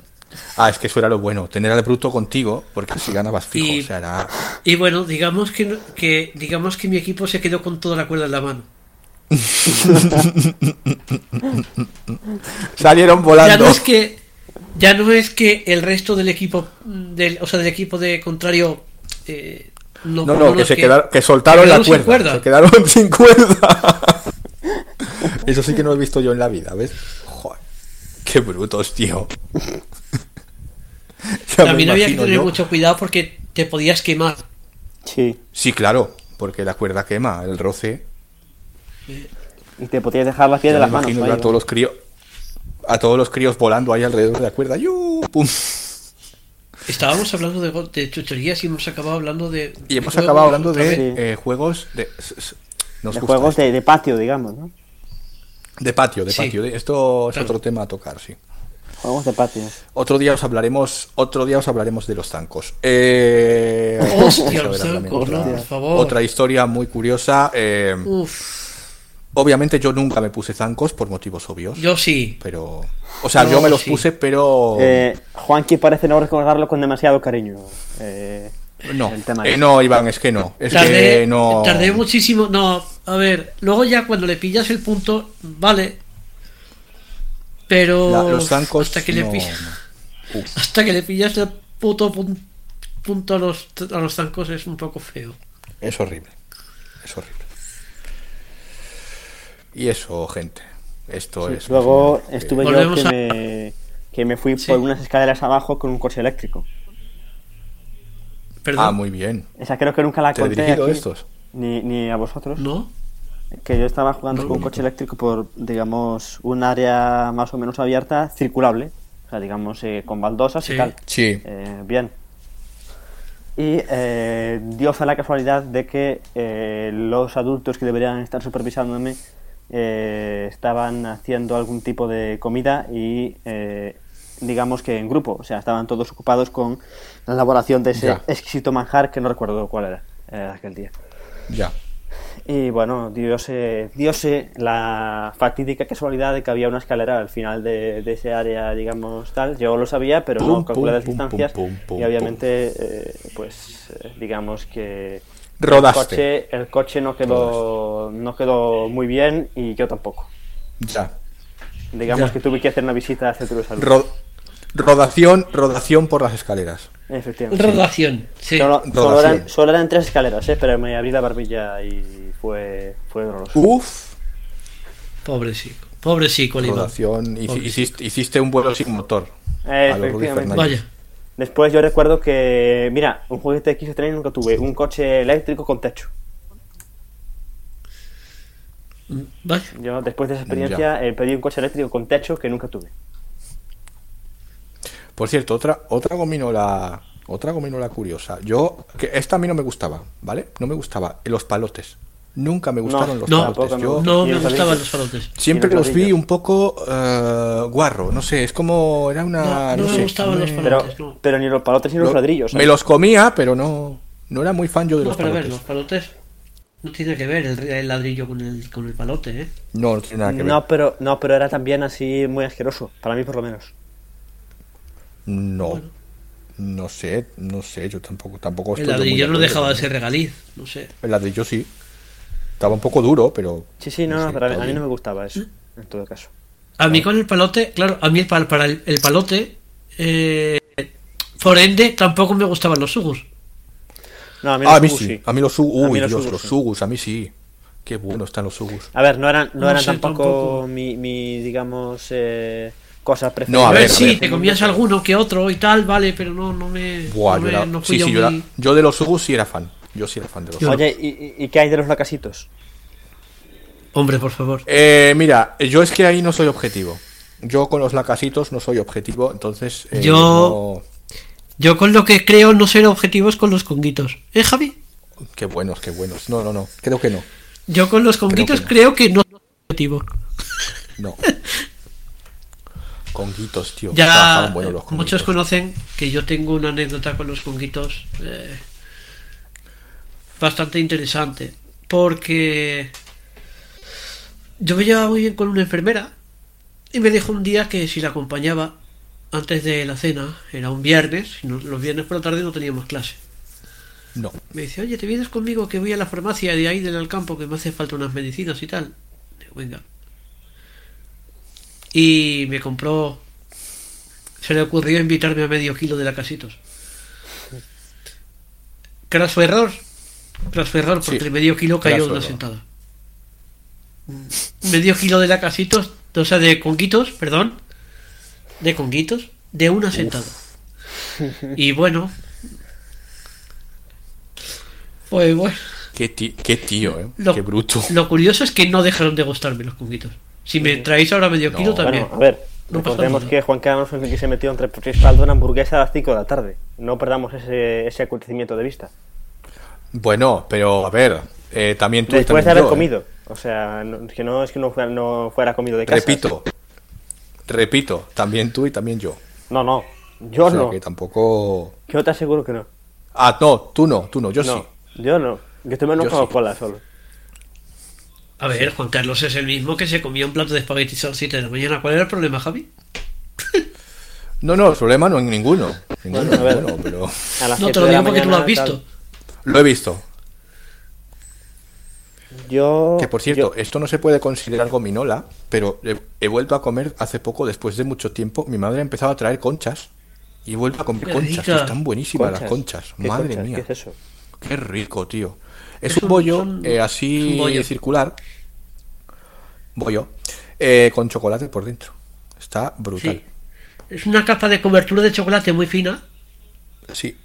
Speaker 2: Ah, es que eso era lo bueno, tener al bruto contigo, porque así ganabas fijo.
Speaker 1: Y-
Speaker 2: O sea, era-
Speaker 1: Y bueno, digamos que, no- que digamos que mi equipo se quedó con toda la cuerda en la mano.
Speaker 2: Salieron
Speaker 1: Ya
Speaker 2: volando.
Speaker 1: no es que ya no es que el resto del equipo mm, del, o sea, del equipo de contrario eh,
Speaker 2: No, no, que, se quedaron, que soltaron
Speaker 1: se
Speaker 2: la
Speaker 1: quedaron sin
Speaker 2: cuerda,
Speaker 1: cuerda.
Speaker 2: Se quedaron sin cuerda. Eso sí que no lo he visto yo en la vida, ¿ves? Joder, qué brutos, tío. Ya me
Speaker 1: También había que
Speaker 2: imagino
Speaker 1: tener
Speaker 2: yo.
Speaker 1: mucho cuidado porque te podías quemar.
Speaker 4: Sí.
Speaker 2: Sí, claro, porque la cuerda quema, el roce.
Speaker 4: Y te podías dejar la piel de
Speaker 2: Ya me
Speaker 4: las manos.
Speaker 2: imagino yo
Speaker 4: vaya.
Speaker 2: a todos los críos a todos los críos volando ahí alrededor de la cuerda. ¡Yu! ¡Pum!
Speaker 1: Estábamos hablando de, go- de chucherías y hemos acabado hablando de.
Speaker 2: Y hemos
Speaker 1: de juegos
Speaker 2: acabado hablando
Speaker 1: otra
Speaker 2: de
Speaker 1: vez.
Speaker 4: vez.
Speaker 2: eh, juegos de. s- s- nos
Speaker 4: de
Speaker 2: gusta
Speaker 4: juegos
Speaker 2: esto.
Speaker 4: de, de patio, digamos, ¿no?
Speaker 2: de patio, de
Speaker 1: Sí.
Speaker 2: patio. Esto es
Speaker 1: Claro.
Speaker 2: otro tema a tocar, sí.
Speaker 4: Juegos de patio.
Speaker 2: Otro día os hablaremos, otro día os hablaremos de los zancos. Eh,
Speaker 1: Hostia,
Speaker 2: eso
Speaker 1: los
Speaker 2: era también
Speaker 1: zancos,
Speaker 2: otra-
Speaker 1: no, por favor.
Speaker 2: Otra historia muy curiosa. eh,
Speaker 1: Uf,
Speaker 2: obviamente yo nunca me puse zancos por motivos obvios,
Speaker 1: yo sí.
Speaker 2: pero, o sea,
Speaker 1: No,
Speaker 2: yo me los
Speaker 1: sí.
Speaker 2: puse, pero
Speaker 4: Eh, Juanqui parece no recordarlo con demasiado cariño. Eh,
Speaker 2: no,
Speaker 4: el tema
Speaker 2: Eh,
Speaker 4: es-
Speaker 2: no, Iván, es que no, es
Speaker 1: Tardé,
Speaker 2: que no.
Speaker 1: tardé muchísimo. No, a ver, luego ya cuando le pillas el punto, vale. Pero.
Speaker 2: La- los zancos.
Speaker 1: Hasta que le
Speaker 2: no,
Speaker 1: pillas.
Speaker 2: no. Uf.
Speaker 1: Hasta que le pillas el puto pun- punto a los, a los zancos es un poco feo.
Speaker 2: Es horrible. Es horrible. Y eso, gente. Esto es.
Speaker 4: Luego
Speaker 2: más o menos lo que-
Speaker 4: estuve yo
Speaker 1: Volvemos
Speaker 4: que,
Speaker 1: a-
Speaker 4: me, que me fui
Speaker 1: Sí.
Speaker 4: por unas escaleras abajo con un coche eléctrico.
Speaker 1: Perdón.
Speaker 2: Ah, muy bien.
Speaker 4: Esa creo que nunca la
Speaker 2: ¿Te he
Speaker 4: conté.
Speaker 2: dirigido
Speaker 4: aquí,
Speaker 2: estos?
Speaker 4: Ni, ni a vosotros.
Speaker 1: ¿No?
Speaker 4: Que yo estaba jugando con un coche eléctrico por, digamos, un área más o menos abierta, circulable. O sea, digamos, eh, con baldosas
Speaker 1: Sí.
Speaker 4: y tal.
Speaker 2: Sí.
Speaker 4: Eh, bien. Y eh, dio fe la casualidad de que eh, los adultos que deberían estar supervisándome eh, estaban haciendo algún tipo de comida y eh, digamos que en grupo, o sea, estaban todos ocupados con la elaboración de ese
Speaker 2: Ya.
Speaker 4: exquisito manjar que no recuerdo cuál era eh, aquel día.
Speaker 2: Ya.
Speaker 4: Y bueno, diose, diose la fatídica casualidad de que había una escalera al final de, de ese área, digamos, tal. Yo lo sabía, pero
Speaker 2: Pum,
Speaker 4: no calculé
Speaker 2: pum,
Speaker 4: las
Speaker 2: pum,
Speaker 4: distancias.
Speaker 2: pum, pum, pum,
Speaker 4: y obviamente, eh, pues, eh, digamos que el
Speaker 2: Rodaste.
Speaker 4: coche, el coche no quedó, no quedó muy bien y yo tampoco.
Speaker 2: Ya.
Speaker 4: Digamos
Speaker 1: Ya.
Speaker 4: que tuve que hacer una visita al centro de salud.
Speaker 2: Ro- rodación, rodación por las escaleras.
Speaker 4: Efectivamente.
Speaker 1: Rodación. Sí.
Speaker 4: Solo, solo
Speaker 2: Rodación.
Speaker 4: eran, solo eran tres escaleras, eh, pero me abrí la barbilla y fue, fue doloroso.
Speaker 2: Uf.
Speaker 1: Pobre chico. Pobre chico, Iván.
Speaker 2: Rodación. Hici-
Speaker 1: Pobre.
Speaker 2: Hiciste, hiciste un vuelo sin motor.
Speaker 4: Eh,
Speaker 2: a lo Rudy
Speaker 4: efectivamente.
Speaker 2: Fernández.
Speaker 1: Vaya.
Speaker 4: Después yo recuerdo que, mira, un juguete que quise tener nunca tuve, un coche eléctrico con techo.
Speaker 1: Mm, Vaya.
Speaker 4: Yo después de esa experiencia eh, pedí un coche eléctrico con techo que nunca tuve.
Speaker 2: Por cierto, otra, otra gominola. Otra gominola curiosa. Yo, que esta a mí no me gustaba, ¿vale? No me gustaba. Los palotes. Nunca me gustaron los
Speaker 1: no,
Speaker 2: palotes.
Speaker 4: tampoco me
Speaker 2: Yo
Speaker 4: gustan.
Speaker 1: No
Speaker 4: Y
Speaker 1: me
Speaker 4: los
Speaker 1: gustaban
Speaker 4: anillos.
Speaker 1: los farotes.
Speaker 2: siempre
Speaker 4: Y los
Speaker 2: los vi
Speaker 4: ladrillos.
Speaker 2: un poco eh, guarro. No sé, es como. Era una.
Speaker 1: No, no me
Speaker 2: Ah, sé,
Speaker 1: gustaban los
Speaker 2: me-
Speaker 4: Pero,
Speaker 1: Palotes, no.
Speaker 4: pero ni los palotes ni los
Speaker 2: lo-
Speaker 4: ladrillos.
Speaker 2: Me
Speaker 4: ¿eh?
Speaker 2: los comía, pero no. No era muy fan yo de
Speaker 1: No,
Speaker 2: los
Speaker 1: pero a ver,
Speaker 2: palotes.
Speaker 1: los palotes no tiene que ver el, el ladrillo con el, con el palote, ¿eh?
Speaker 2: No, no tiene nada que ver.
Speaker 4: No, pero, no, pero era también así muy asqueroso, para mí por lo menos.
Speaker 2: No. No sé, no sé, yo tampoco, tampoco
Speaker 1: El
Speaker 2: estoy muy
Speaker 1: ladrillo
Speaker 2: de
Speaker 1: no
Speaker 2: acuerdo
Speaker 1: dejaba de
Speaker 2: con-
Speaker 1: ser regaliz, no sé.
Speaker 2: El ladrillo sí. Estaba un poco duro, pero.
Speaker 4: Sí, sí, no, no,
Speaker 2: sé,
Speaker 4: pero a mí-
Speaker 2: está
Speaker 4: a mí
Speaker 2: bien.
Speaker 4: no me gustaba
Speaker 1: ¿Eh?
Speaker 4: eso, en todo caso.
Speaker 1: A mí con el palote, claro, a mí el pal- para el, el palote, eh, por ende, tampoco me gustaban los sugus.
Speaker 4: No, a mí,
Speaker 2: Ah,
Speaker 4: los
Speaker 2: a mí
Speaker 4: Sugus
Speaker 2: sí.
Speaker 4: sí.
Speaker 2: A mí los sugus.
Speaker 4: A mí
Speaker 2: Uy,
Speaker 4: los
Speaker 2: Dios,
Speaker 4: Sugus
Speaker 2: los
Speaker 4: sí.
Speaker 2: sugus. A mí sí. Qué bueno están los sugus.
Speaker 4: A ver, no eran, no
Speaker 1: No
Speaker 4: eran
Speaker 1: sé,
Speaker 4: tampoco,
Speaker 1: tampoco.
Speaker 4: Mi, mi, digamos, eh, cosa preferida.
Speaker 2: No,
Speaker 1: A,
Speaker 2: A
Speaker 1: ver,
Speaker 2: ver, a
Speaker 1: sí,
Speaker 2: ver.
Speaker 1: te comías alguno que otro y tal, vale, pero no, no me.
Speaker 2: Buah,
Speaker 1: no
Speaker 2: yo
Speaker 1: me-
Speaker 2: era.
Speaker 1: no fui
Speaker 2: sí,
Speaker 1: yo
Speaker 2: sí, yo era-
Speaker 1: muy-
Speaker 2: Yo de los sugus sí era fan. Yo sí era fan de los
Speaker 1: Yo-
Speaker 2: sugus.
Speaker 4: Oye, ¿y, y- y qué hay de los lacasitos?
Speaker 1: Hombre, por favor.
Speaker 2: Eh, mira, yo es que ahí no soy objetivo. Yo con los lacasitos no soy objetivo, entonces. eh,
Speaker 1: Yo- Yo con lo que creo no ser objetivos con los conguitos. ¿Eh, Javi?
Speaker 2: no- Qué buenos, qué buenos. No, no, no. Creo que no.
Speaker 1: Yo con los conguitos
Speaker 2: no.
Speaker 1: creo que no soy objetivo.
Speaker 2: No. Conguitos, tío. Ah,
Speaker 1: Ya
Speaker 2: estaban buenos los conguitos.
Speaker 1: muchos conocen que yo tengo una anécdota con los conguitos eh, bastante interesante. Porque yo me llevaba muy bien con una enfermera y me dijo un día que si la acompañaba antes de la cena, era un viernes, y no- los viernes por la tarde no teníamos clase.
Speaker 2: No.
Speaker 1: Me dice, oye, ¿te vienes conmigo que voy a la farmacia de ahí del campo que me hace falta unas medicinas y tal? Digo, venga. Y me compró... Se le ocurrió invitarme a medio kilo de lacasitos. Tras su error. Tras su error, porque
Speaker 2: Sí,
Speaker 1: el medio kilo
Speaker 2: tras
Speaker 1: cayó
Speaker 2: su
Speaker 1: de una
Speaker 2: error.
Speaker 1: sentada. Mm, Medio kilo de lacasitos, o sea, de conguitos, perdón. De conguitos, de una sentada. Y bueno... Pues bueno...
Speaker 2: Qué, ti- qué tío, ¿eh?
Speaker 1: Lo-
Speaker 2: Qué bruto.
Speaker 1: Lo curioso es que no dejaron de gustarme los conguitos. Si me traéis ahora medio
Speaker 2: No.
Speaker 1: kilo también.
Speaker 4: Bueno, a ver,
Speaker 1: No pasa
Speaker 4: Recordemos
Speaker 1: nada.
Speaker 4: que Juan Carlos fue el que se metió entre respaldo una hamburguesa a las 5 de la tarde. No perdamos ese, ese acontecimiento de vista.
Speaker 2: Bueno, pero a ver, eh, también tú y
Speaker 4: Después
Speaker 2: también
Speaker 4: de haber
Speaker 2: yo, eh.
Speaker 4: comido. O sea, no- es que no es que no fuera, no fuera comido de casa.
Speaker 2: Repito, repito, también tú y también yo.
Speaker 4: No, no. Yo
Speaker 2: o sea
Speaker 4: no.
Speaker 2: que tampoco.
Speaker 4: Yo te aseguro que no.
Speaker 2: Ah, no, tú no, tú no, yo
Speaker 4: no,
Speaker 2: sí.
Speaker 4: yo no. Yo tomé una
Speaker 2: Yo sí.
Speaker 4: Coca-Cola solo.
Speaker 1: A ver, Juan Carlos es el mismo que se comió un plato de espaguetis a las 7 de la mañana. ¿Cuál era el problema, Javi?
Speaker 2: No, no, el problema no en ninguno. Ninguno,
Speaker 4: Bueno, a ver.
Speaker 2: ninguno, pero
Speaker 4: A las
Speaker 1: No
Speaker 4: siete
Speaker 1: te lo
Speaker 4: de la
Speaker 1: digo porque tú lo has
Speaker 4: mañana,
Speaker 1: visto.
Speaker 2: lo he visto.
Speaker 4: tal. Yo.
Speaker 2: Que por cierto,
Speaker 4: yo-
Speaker 2: esto no se puede considerar gominola, pero he, he vuelto a comer hace poco, después de mucho tiempo. Mi madre ha empezado a traer conchas y he vuelto a comer
Speaker 1: ¡Qué
Speaker 2: conchas. que
Speaker 1: rica!
Speaker 2: Están buenísimas las conchas.
Speaker 4: ¿Qué
Speaker 2: Madre
Speaker 4: conchas?
Speaker 2: mía,
Speaker 4: ¿Qué es eso?
Speaker 2: qué rico, tío. Es,
Speaker 1: Es
Speaker 2: un
Speaker 1: un-
Speaker 2: bollo
Speaker 1: son-
Speaker 2: eh, así
Speaker 1: es un bollo.
Speaker 2: circular, bollo, eh, con chocolate por dentro. Está brutal.
Speaker 1: Sí. Es una capa de cobertura de chocolate muy fina.
Speaker 2: Sí,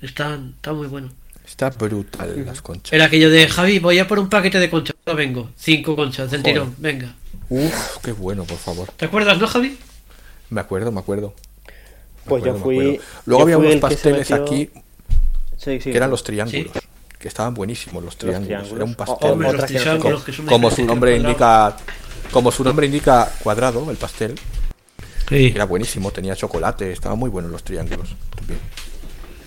Speaker 1: Está, está muy bueno.
Speaker 2: está brutal las conchas.
Speaker 1: Era aquello de Javi, voy a por un paquete de conchas. Ahora vengo. Cinco conchas del
Speaker 2: Joder.
Speaker 1: tirón. Venga.
Speaker 2: Uf, qué bueno, por favor.
Speaker 1: ¿Te acuerdas, no, Javi?
Speaker 2: Me acuerdo, me acuerdo. Me
Speaker 4: Pues
Speaker 2: acuerdo,
Speaker 4: yo
Speaker 2: me
Speaker 4: fui.
Speaker 2: acuerdo.
Speaker 4: yo
Speaker 2: Luego había
Speaker 4: fui
Speaker 2: unos
Speaker 4: el que se
Speaker 2: pasteles
Speaker 4: metió-
Speaker 2: aquí
Speaker 4: Sí, sí.
Speaker 2: que eran los triángulos.
Speaker 1: Sí.
Speaker 2: Que estaban buenísimos los triángulos.
Speaker 4: triángulos.
Speaker 2: Era un
Speaker 4: O-
Speaker 2: pastel.
Speaker 4: Hombre, los
Speaker 2: co-
Speaker 1: triángulos, que son
Speaker 2: como su
Speaker 1: diferentes,
Speaker 2: nombre
Speaker 1: cuadrado.
Speaker 2: indica. Como su nombre indica cuadrado, el pastel.
Speaker 1: Sí.
Speaker 2: Era buenísimo, tenía chocolate, estaban muy buenos los triángulos también.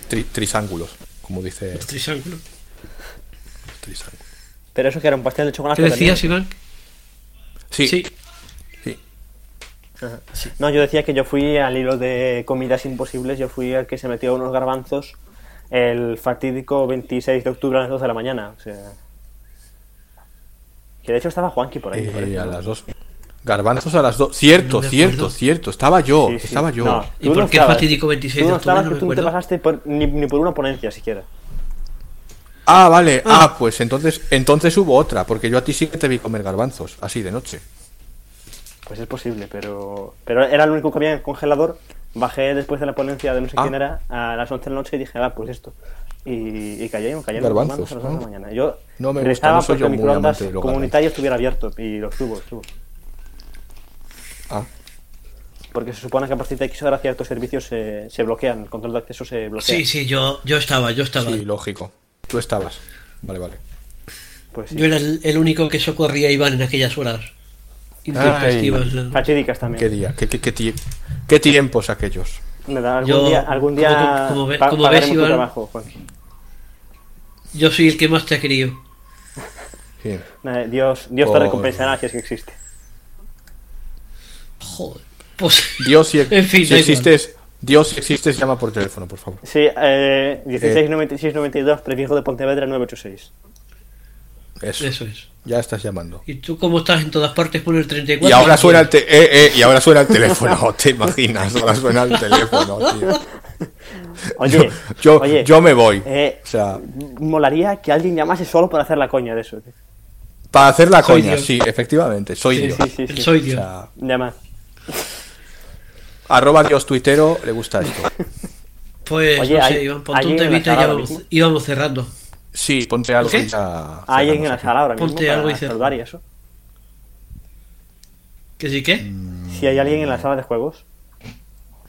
Speaker 2: Tri- trisángulos, como dice
Speaker 1: Triángulo.
Speaker 2: trisángulo.
Speaker 4: Pero eso que era un pastel de chocolate.
Speaker 1: ¿Qué decías,
Speaker 4: también.
Speaker 1: Iván?
Speaker 2: Sí,
Speaker 1: Sí.
Speaker 2: sí.
Speaker 4: No, yo decía que yo fui al hilo de comidas imposibles. Yo fui al que se metió unos garbanzos el fatídico 26 de octubre a las 2 de la mañana. O sea. Que de hecho estaba Juanqui por ahí. me
Speaker 2: Eh,
Speaker 4: parece,
Speaker 2: a
Speaker 4: ¿no?
Speaker 2: las dos. Garbanzos a las dos. Cierto,
Speaker 1: No me
Speaker 2: cierto,
Speaker 1: acuerdo.
Speaker 2: cierto. Estaba yo,
Speaker 4: Sí, sí.
Speaker 2: estaba yo.
Speaker 4: No,
Speaker 1: ¿Y
Speaker 4: tú
Speaker 1: por
Speaker 4: no
Speaker 1: qué
Speaker 4: estabas.
Speaker 1: fatídico 26
Speaker 4: Tú
Speaker 1: de
Speaker 4: no
Speaker 1: octubre?
Speaker 4: estabas,
Speaker 1: No
Speaker 4: que
Speaker 1: me
Speaker 4: tú no te
Speaker 1: acuerdo.
Speaker 4: pasaste por- ni, ni por una ponencia siquiera.
Speaker 2: Ah, vale. Ah, pues entonces, entonces hubo otra, porque yo a ti sí que te vi comer garbanzos, así de noche.
Speaker 4: Pues es posible, pero, pero era el único que había en el congelador. Bajé después de la ponencia de no sé
Speaker 2: Ah.
Speaker 4: quién era a las 11 de la noche y dije, ah, pues esto. Y, y cayeron, cayeron los
Speaker 2: Garbanzos,
Speaker 4: mandos a las 11 de la
Speaker 2: ¿no?
Speaker 4: mañana. Yo
Speaker 2: No me gusta,
Speaker 4: rezaba
Speaker 2: no soy
Speaker 4: porque
Speaker 2: yo
Speaker 4: el
Speaker 2: muy
Speaker 4: microondas
Speaker 2: amante de los
Speaker 4: comunitario estuviera abierto y lo estuvo, estuvo.
Speaker 2: Ah,
Speaker 4: Porque se supone que a partir de X hora ciertos servicios se, se bloquean, el control de acceso se bloquea.
Speaker 1: Sí, sí, yo, yo estaba, yo estaba.
Speaker 2: sí, lógico. Tú estabas. Vale, vale.
Speaker 4: Pues sí.
Speaker 1: Yo era el, el único que socorría a Iván en aquellas horas. Intempestivas. ¿no?
Speaker 4: Fatídicas
Speaker 2: ¿Qué
Speaker 4: también.
Speaker 2: día? ¿Qué, qué, qué, tie- qué tiempos aquellos?
Speaker 4: Nada, algún
Speaker 1: Yo-
Speaker 4: día, algún
Speaker 1: como
Speaker 4: día
Speaker 1: tú- como ve-
Speaker 4: pa-
Speaker 1: como
Speaker 4: pagaremos
Speaker 1: ves,
Speaker 4: tu
Speaker 1: Iván-
Speaker 4: trabajo, pues, Juanqui.
Speaker 1: Yo soy el que más te ha querido.
Speaker 2: Sí.
Speaker 4: Nada, Dios, Dios
Speaker 2: Por-
Speaker 4: te recompensará si es que existe.
Speaker 1: Joder. Pues.
Speaker 2: Dios, si,
Speaker 1: En fin,
Speaker 2: si
Speaker 1: da igual.
Speaker 2: existes, Dios, si existes, llama por teléfono, por favor.
Speaker 4: Sí, eh, 169692, prefijo de Pontevedra 986.
Speaker 2: Eso.
Speaker 1: Eso es.
Speaker 2: Ya estás llamando.
Speaker 1: ¿Y tú cómo estás en todas partes con el 34?
Speaker 2: Y ahora suena el te- eh, eh, y ahora suena el teléfono, ¿te imaginas? Ahora suena el teléfono, tío.
Speaker 4: Oye,
Speaker 2: Yo,
Speaker 4: oye,
Speaker 2: yo me voy.
Speaker 4: eh,
Speaker 2: o sea,
Speaker 4: molaría que alguien llamase solo para hacer la coña de eso. tío.
Speaker 2: para hacer la
Speaker 1: soy
Speaker 2: coña,
Speaker 1: Dios.
Speaker 2: sí, efectivamente, soy Dios.
Speaker 4: Sí, sí,
Speaker 1: El
Speaker 4: sí.
Speaker 1: Soy
Speaker 2: O
Speaker 1: Dios.
Speaker 2: sea,
Speaker 4: Llama.
Speaker 2: arroba Dios tuitero, le gusta esto.
Speaker 1: Pues
Speaker 4: Oye,
Speaker 1: no
Speaker 4: hay-
Speaker 1: sé, Iván, ponte
Speaker 4: hay
Speaker 1: un
Speaker 4: en la
Speaker 1: temita y
Speaker 4: sala
Speaker 1: ya
Speaker 4: ahora
Speaker 1: vamos,
Speaker 4: mismo.
Speaker 1: íbamos cerrando.
Speaker 2: Sí, ponte algo
Speaker 1: ¿Qué?
Speaker 2: y ya
Speaker 4: Hay alguien en la
Speaker 2: Ah, cerramos
Speaker 4: sala ahora mismo
Speaker 1: Ponte
Speaker 4: para
Speaker 1: algo y cierra.
Speaker 4: saludar y eso.
Speaker 1: ¿Que sí qué?
Speaker 4: Si hay alguien en la sala de juegos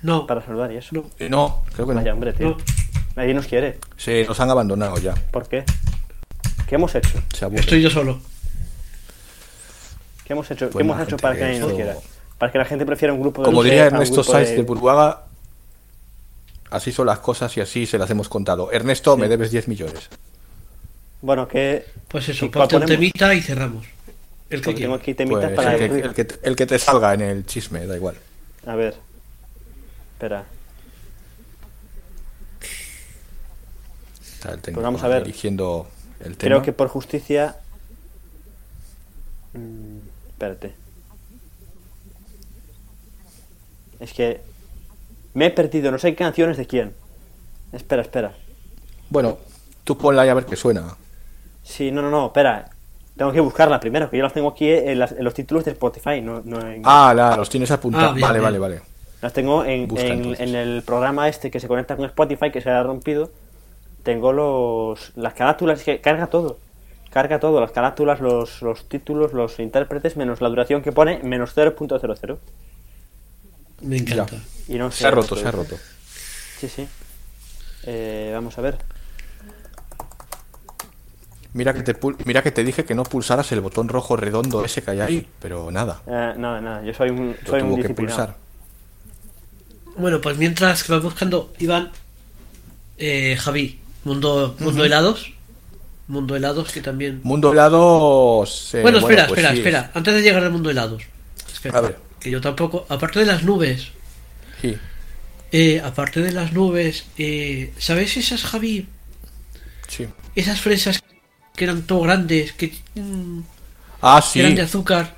Speaker 1: No,
Speaker 4: para saludar y eso.
Speaker 1: No.
Speaker 2: aquí. Eh, No, creo que
Speaker 4: Vaya,
Speaker 2: no.
Speaker 4: hombre, tío.
Speaker 1: no.
Speaker 4: Nadie nos quiere.
Speaker 2: Se nos han abandonado ya.
Speaker 4: ¿Por qué? ¿Qué hemos hecho?
Speaker 2: Se aburren.
Speaker 1: Estoy yo solo.
Speaker 4: ¿Qué hemos hecho? ¿Qué
Speaker 2: Pues
Speaker 4: hemos
Speaker 2: nada,
Speaker 4: hecho
Speaker 2: gente,
Speaker 4: para que nadie
Speaker 2: eso-
Speaker 4: nos quiera? Para que la gente prefiera un grupo de
Speaker 2: Como
Speaker 4: luces
Speaker 2: diría
Speaker 4: a un
Speaker 2: Ernesto
Speaker 4: grupo
Speaker 2: Sáenz de Burbuaga, así son las cosas y así se las hemos contado. Ernesto, me debes 10 millones.
Speaker 4: Bueno, que
Speaker 1: Pues
Speaker 4: ¿Y
Speaker 1: eso,
Speaker 4: cuál
Speaker 1: ponte un
Speaker 4: ponemos?
Speaker 1: temita y cerramos. El que
Speaker 4: porque tengo
Speaker 1: quiera.
Speaker 4: aquí temitas
Speaker 2: Pues,
Speaker 4: para
Speaker 2: el, que, el que- el que te salga en el chisme, da igual.
Speaker 4: A ver. Espera.
Speaker 2: Está el técnico
Speaker 4: pues vamos a ver.
Speaker 2: Dirigiendo el tema.
Speaker 4: Creo que por justicia. Mm, espérate. Es que. Me he perdido, no sé qué canciones de quién. Espera, espera.
Speaker 2: Bueno, tú ponla y a ver qué suena.
Speaker 4: Sí, no, no, no, espera. Tengo que buscarla primero, que yo las tengo aquí eh, en, las- en los títulos de Spotify. No, no en-
Speaker 2: Ah, la, los tienes apuntados.
Speaker 1: Ah, bien,
Speaker 2: vale, vale,
Speaker 1: bien.
Speaker 2: vale.
Speaker 4: Las tengo en,
Speaker 2: Busca,
Speaker 4: en-
Speaker 2: entonces.
Speaker 4: en el programa este que se conecta con Spotify, que se ha rompido. Tengo los las carátulas, es que carga todo. Carga todo, las carátulas, los, los títulos, los intérpretes, menos la duración que pone, menos 0.00.
Speaker 1: Me encanta.
Speaker 4: Y no sé,
Speaker 2: Se ha roto,
Speaker 4: pues,
Speaker 2: se ha roto.
Speaker 4: Sí, sí. Eh, vamos a ver.
Speaker 2: Mira que, te pul- mira que te dije que no pulsaras el botón rojo redondo ese que hay ahí, pero nada,
Speaker 4: Eh, nada, nada, yo soy un,
Speaker 2: lo
Speaker 4: soy un
Speaker 2: tuvo que
Speaker 4: disciplinado.
Speaker 2: pulsar.
Speaker 1: Bueno, pues mientras que vas buscando, Iván, eh, Javi, mundo, mundo helados. Mundo helados que también.
Speaker 2: Mundo helado. se-
Speaker 1: bueno, espera,
Speaker 2: pues
Speaker 1: espera,
Speaker 2: sí,
Speaker 1: espera. Antes de llegar al mundo helados. Espera,
Speaker 2: A ver.
Speaker 1: Que yo tampoco. Aparte de las nubes.
Speaker 2: sí.
Speaker 1: eh, aparte de las nubes. Eh, ¿Sabéis esas, Javi?
Speaker 2: sí.
Speaker 1: Esas fresas que eran todo grandes. Que mm,
Speaker 2: Ah, sí.
Speaker 1: eran de azúcar.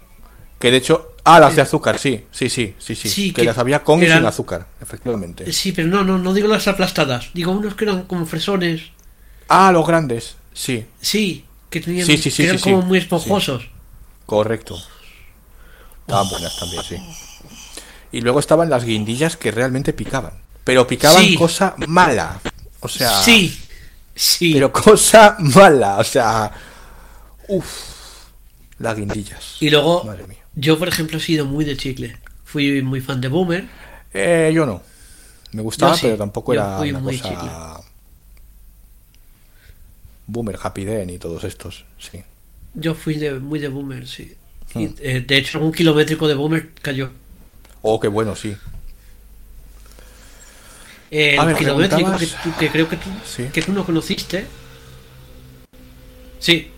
Speaker 2: Que de hecho. Ah, las de azúcar, sí, sí, sí, sí, sí.
Speaker 1: Sí,
Speaker 2: que,
Speaker 1: que-
Speaker 2: las había con
Speaker 1: que
Speaker 2: y sin
Speaker 1: eran-
Speaker 2: azúcar, efectivamente.
Speaker 1: Sí, pero no, no, no digo las aplastadas. Digo unos que eran como fresones.
Speaker 2: Ah, los grandes, sí,
Speaker 1: Sí, que tenían.
Speaker 2: Sí, sí, sí,
Speaker 1: que eran
Speaker 2: sí, sí.
Speaker 1: como muy esponjosos.
Speaker 2: correcto. Estaban buenas también, sí. Y luego estaban las guindillas que realmente picaban. Pero picaban
Speaker 1: Sí.
Speaker 2: cosa mala. O sea.
Speaker 1: Sí, sí.
Speaker 2: Pero cosa mala, o sea. Uf. Las guindillas.
Speaker 1: Y luego,
Speaker 2: Madre mía.
Speaker 1: yo por ejemplo he sido muy de chicle. Fui muy fan de Boomer.
Speaker 2: Eh, yo no. Me gustaba,
Speaker 1: Yo sí.
Speaker 2: pero tampoco
Speaker 1: Yo
Speaker 2: era
Speaker 1: fui
Speaker 2: una
Speaker 1: muy
Speaker 2: cosa.
Speaker 1: chicle.
Speaker 2: Boomer, Happy Den y todos estos, sí.
Speaker 1: Yo fui de, muy de Boomer, sí.
Speaker 2: Ah.
Speaker 1: Y, eh, de hecho, un kilométrico de Boomer cayó.
Speaker 2: Oh, qué bueno, sí.
Speaker 1: Eh,
Speaker 2: A
Speaker 1: el
Speaker 2: ver,
Speaker 1: kilométrico que,
Speaker 2: Ah, preguntabas-
Speaker 1: tú- que creo que tú,
Speaker 2: Sí.
Speaker 1: que tú no conociste. Sí,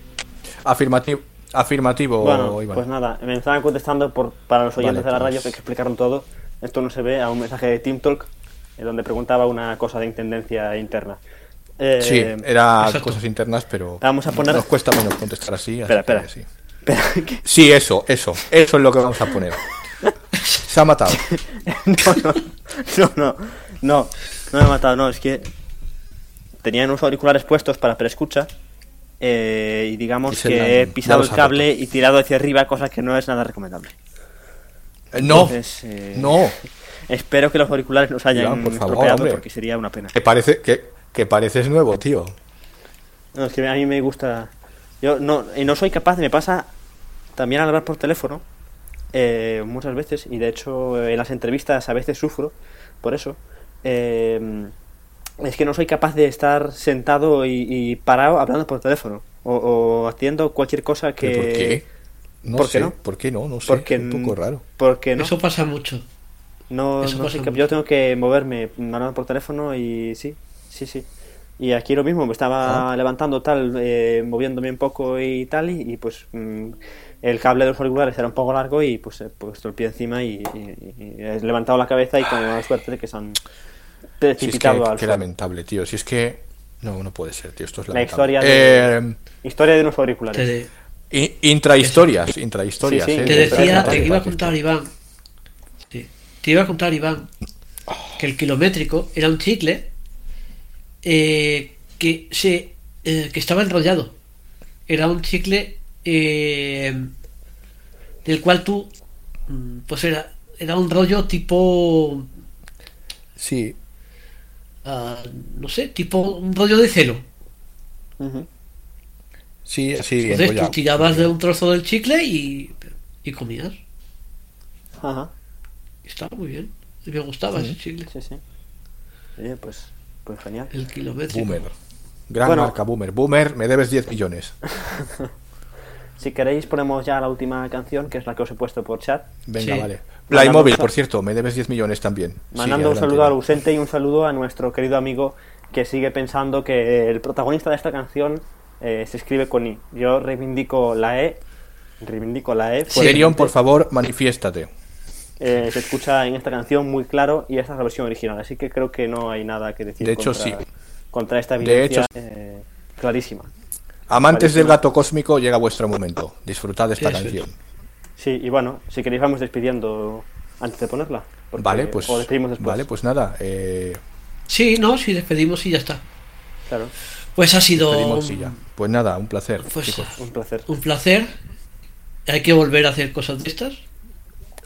Speaker 2: Afirmativo, afirmativo
Speaker 4: Bueno,
Speaker 2: Iván.
Speaker 4: pues nada, me estaban contestando por, para los oyentes
Speaker 2: Vale,
Speaker 4: de la
Speaker 2: pues-
Speaker 4: radio que explicaron todo. Esto no se ve a un mensaje de Team Talk eh, donde preguntaba una cosa de intendencia interna. Eh,
Speaker 2: sí, era
Speaker 1: exacto.
Speaker 2: cosas internas, pero
Speaker 4: Vamos a poner-
Speaker 2: nos cuesta menos contestar así. así
Speaker 4: Espera, espera.
Speaker 2: que sí.
Speaker 4: Espera, que-
Speaker 2: Sí, eso, eso. Eso es lo que vamos a poner. Se ha matado.
Speaker 4: no, no, no, no, no me he matado, no, es que tenían unos auriculares puestos para preescucha eh, y digamos
Speaker 2: Y se
Speaker 4: que
Speaker 2: la-
Speaker 4: he
Speaker 2: ya
Speaker 4: pisado el
Speaker 2: los ha
Speaker 4: cable y tirado hacia arriba, cosa que no es nada recomendable.
Speaker 2: Eh, No,
Speaker 4: Entonces, eh,
Speaker 2: no.
Speaker 4: Espero que los auriculares nos hayan
Speaker 2: Iván, por favor,
Speaker 4: estropeado
Speaker 2: hombre.
Speaker 4: porque sería una pena.
Speaker 2: Que parece que, que pareces nuevo, tío.
Speaker 4: No, es que a mí me gusta. Yo no, y no soy capaz, me pasa también al hablar por teléfono eh, muchas veces, y de hecho en las entrevistas a veces sufro por eso. eh, es que no soy capaz de estar sentado y, y parado hablando por teléfono o, o haciendo cualquier cosa que.
Speaker 2: ¿Pero ¿Por qué? No
Speaker 4: ¿por qué
Speaker 2: sé,
Speaker 4: no?
Speaker 2: ¿Por qué no? No sé.
Speaker 4: Porque,
Speaker 2: un poco raro.
Speaker 4: Porque no.
Speaker 1: eso pasa mucho.
Speaker 4: No,
Speaker 1: Eso
Speaker 4: no
Speaker 1: pasa
Speaker 4: sé, que
Speaker 1: mucho.
Speaker 4: yo tengo que moverme hablando por teléfono y sí, sí, sí. Y aquí lo mismo, me
Speaker 2: Ah.
Speaker 4: estaba levantando tal, eh, moviéndome un poco y tal, y, y, pues mm, el cable de los auriculares era un poco largo y pues he puesto el pie encima y, y- y he levantado la cabeza y con la suerte de que se han
Speaker 2: Sí, es que,
Speaker 4: precipitado al
Speaker 2: qué
Speaker 4: suelo.
Speaker 2: lamentable, tío. Si es que. No, no puede ser, tío. Esto es
Speaker 4: La
Speaker 2: lamentable.
Speaker 4: historia de-
Speaker 2: Eh,
Speaker 4: Historia de unos
Speaker 1: Te,
Speaker 4: auriculares.
Speaker 1: de-
Speaker 2: i- intrahistorias, intrahistorias.
Speaker 4: Sí, sí,
Speaker 2: eh.
Speaker 1: te
Speaker 4: pero es
Speaker 1: decía,
Speaker 4: lamentable,
Speaker 1: te iba a contar Iván. sí, te iba a contar Iván que el kilométrico era un chicle eh, que se eh, que estaba enrollado. Era un chicle eh, del cual tú mm, pues era era un rollo tipo
Speaker 2: Sí,
Speaker 1: ah, no sé, tipo un rollo de celo.
Speaker 4: Ujú.
Speaker 2: sí, sí. pues
Speaker 1: Entonces tú
Speaker 2: enrollado.
Speaker 1: tirabas de un trozo del chicle y, y comías.
Speaker 4: Ajá,
Speaker 1: Estaba muy bien. Me gustaba ese chicle.
Speaker 4: sí, sí. Oye, pues, pues genial.
Speaker 1: El kilométrico.
Speaker 2: Eh, Boomer. Gran
Speaker 4: Bueno.
Speaker 2: marca, Boomer. Boomer, me debes 10 millones.
Speaker 4: Si queréis ponemos ya la última canción, que es la que os he puesto por chat.
Speaker 2: Venga,
Speaker 1: Sí.
Speaker 2: vale. Playmobil,
Speaker 4: Mandando-
Speaker 2: por cierto, me debes 10 millones también.
Speaker 4: Mandando un
Speaker 2: Sí, adelante.
Speaker 4: saludo al ausente y un saludo a nuestro querido amigo que sigue pensando que el protagonista de esta canción eh, se escribe con I. Yo reivindico la E. Reivindico la E. fuertemente.
Speaker 2: Serion, por favor, manifiéstate.
Speaker 4: Eh, se escucha en esta canción muy claro y esta es la versión original. Así que creo que no hay nada que decir
Speaker 2: De hecho,
Speaker 4: contra,
Speaker 2: sí.
Speaker 4: contra esta
Speaker 2: De
Speaker 4: evidencia
Speaker 2: hecho,
Speaker 4: eh, clarísima.
Speaker 2: Amantes del
Speaker 4: Clarísimo.
Speaker 2: gato cósmico, llega vuestro momento. Disfrutad esta
Speaker 1: Eso es.
Speaker 2: canción.
Speaker 4: Sí, y bueno, si queréis vamos despidiendo antes de ponerla. porque-
Speaker 2: Vale, pues,
Speaker 4: O despedimos después.
Speaker 2: vale, pues nada. Eh,
Speaker 1: Sí, no, si despedimos y ya está.
Speaker 4: Claro,
Speaker 1: Pues ha sido
Speaker 2: pedimos silla. Pues nada, un placer.
Speaker 1: pues,
Speaker 2: chicos.
Speaker 4: un placer.
Speaker 1: un placer. Hay que volver a hacer cosas de estas.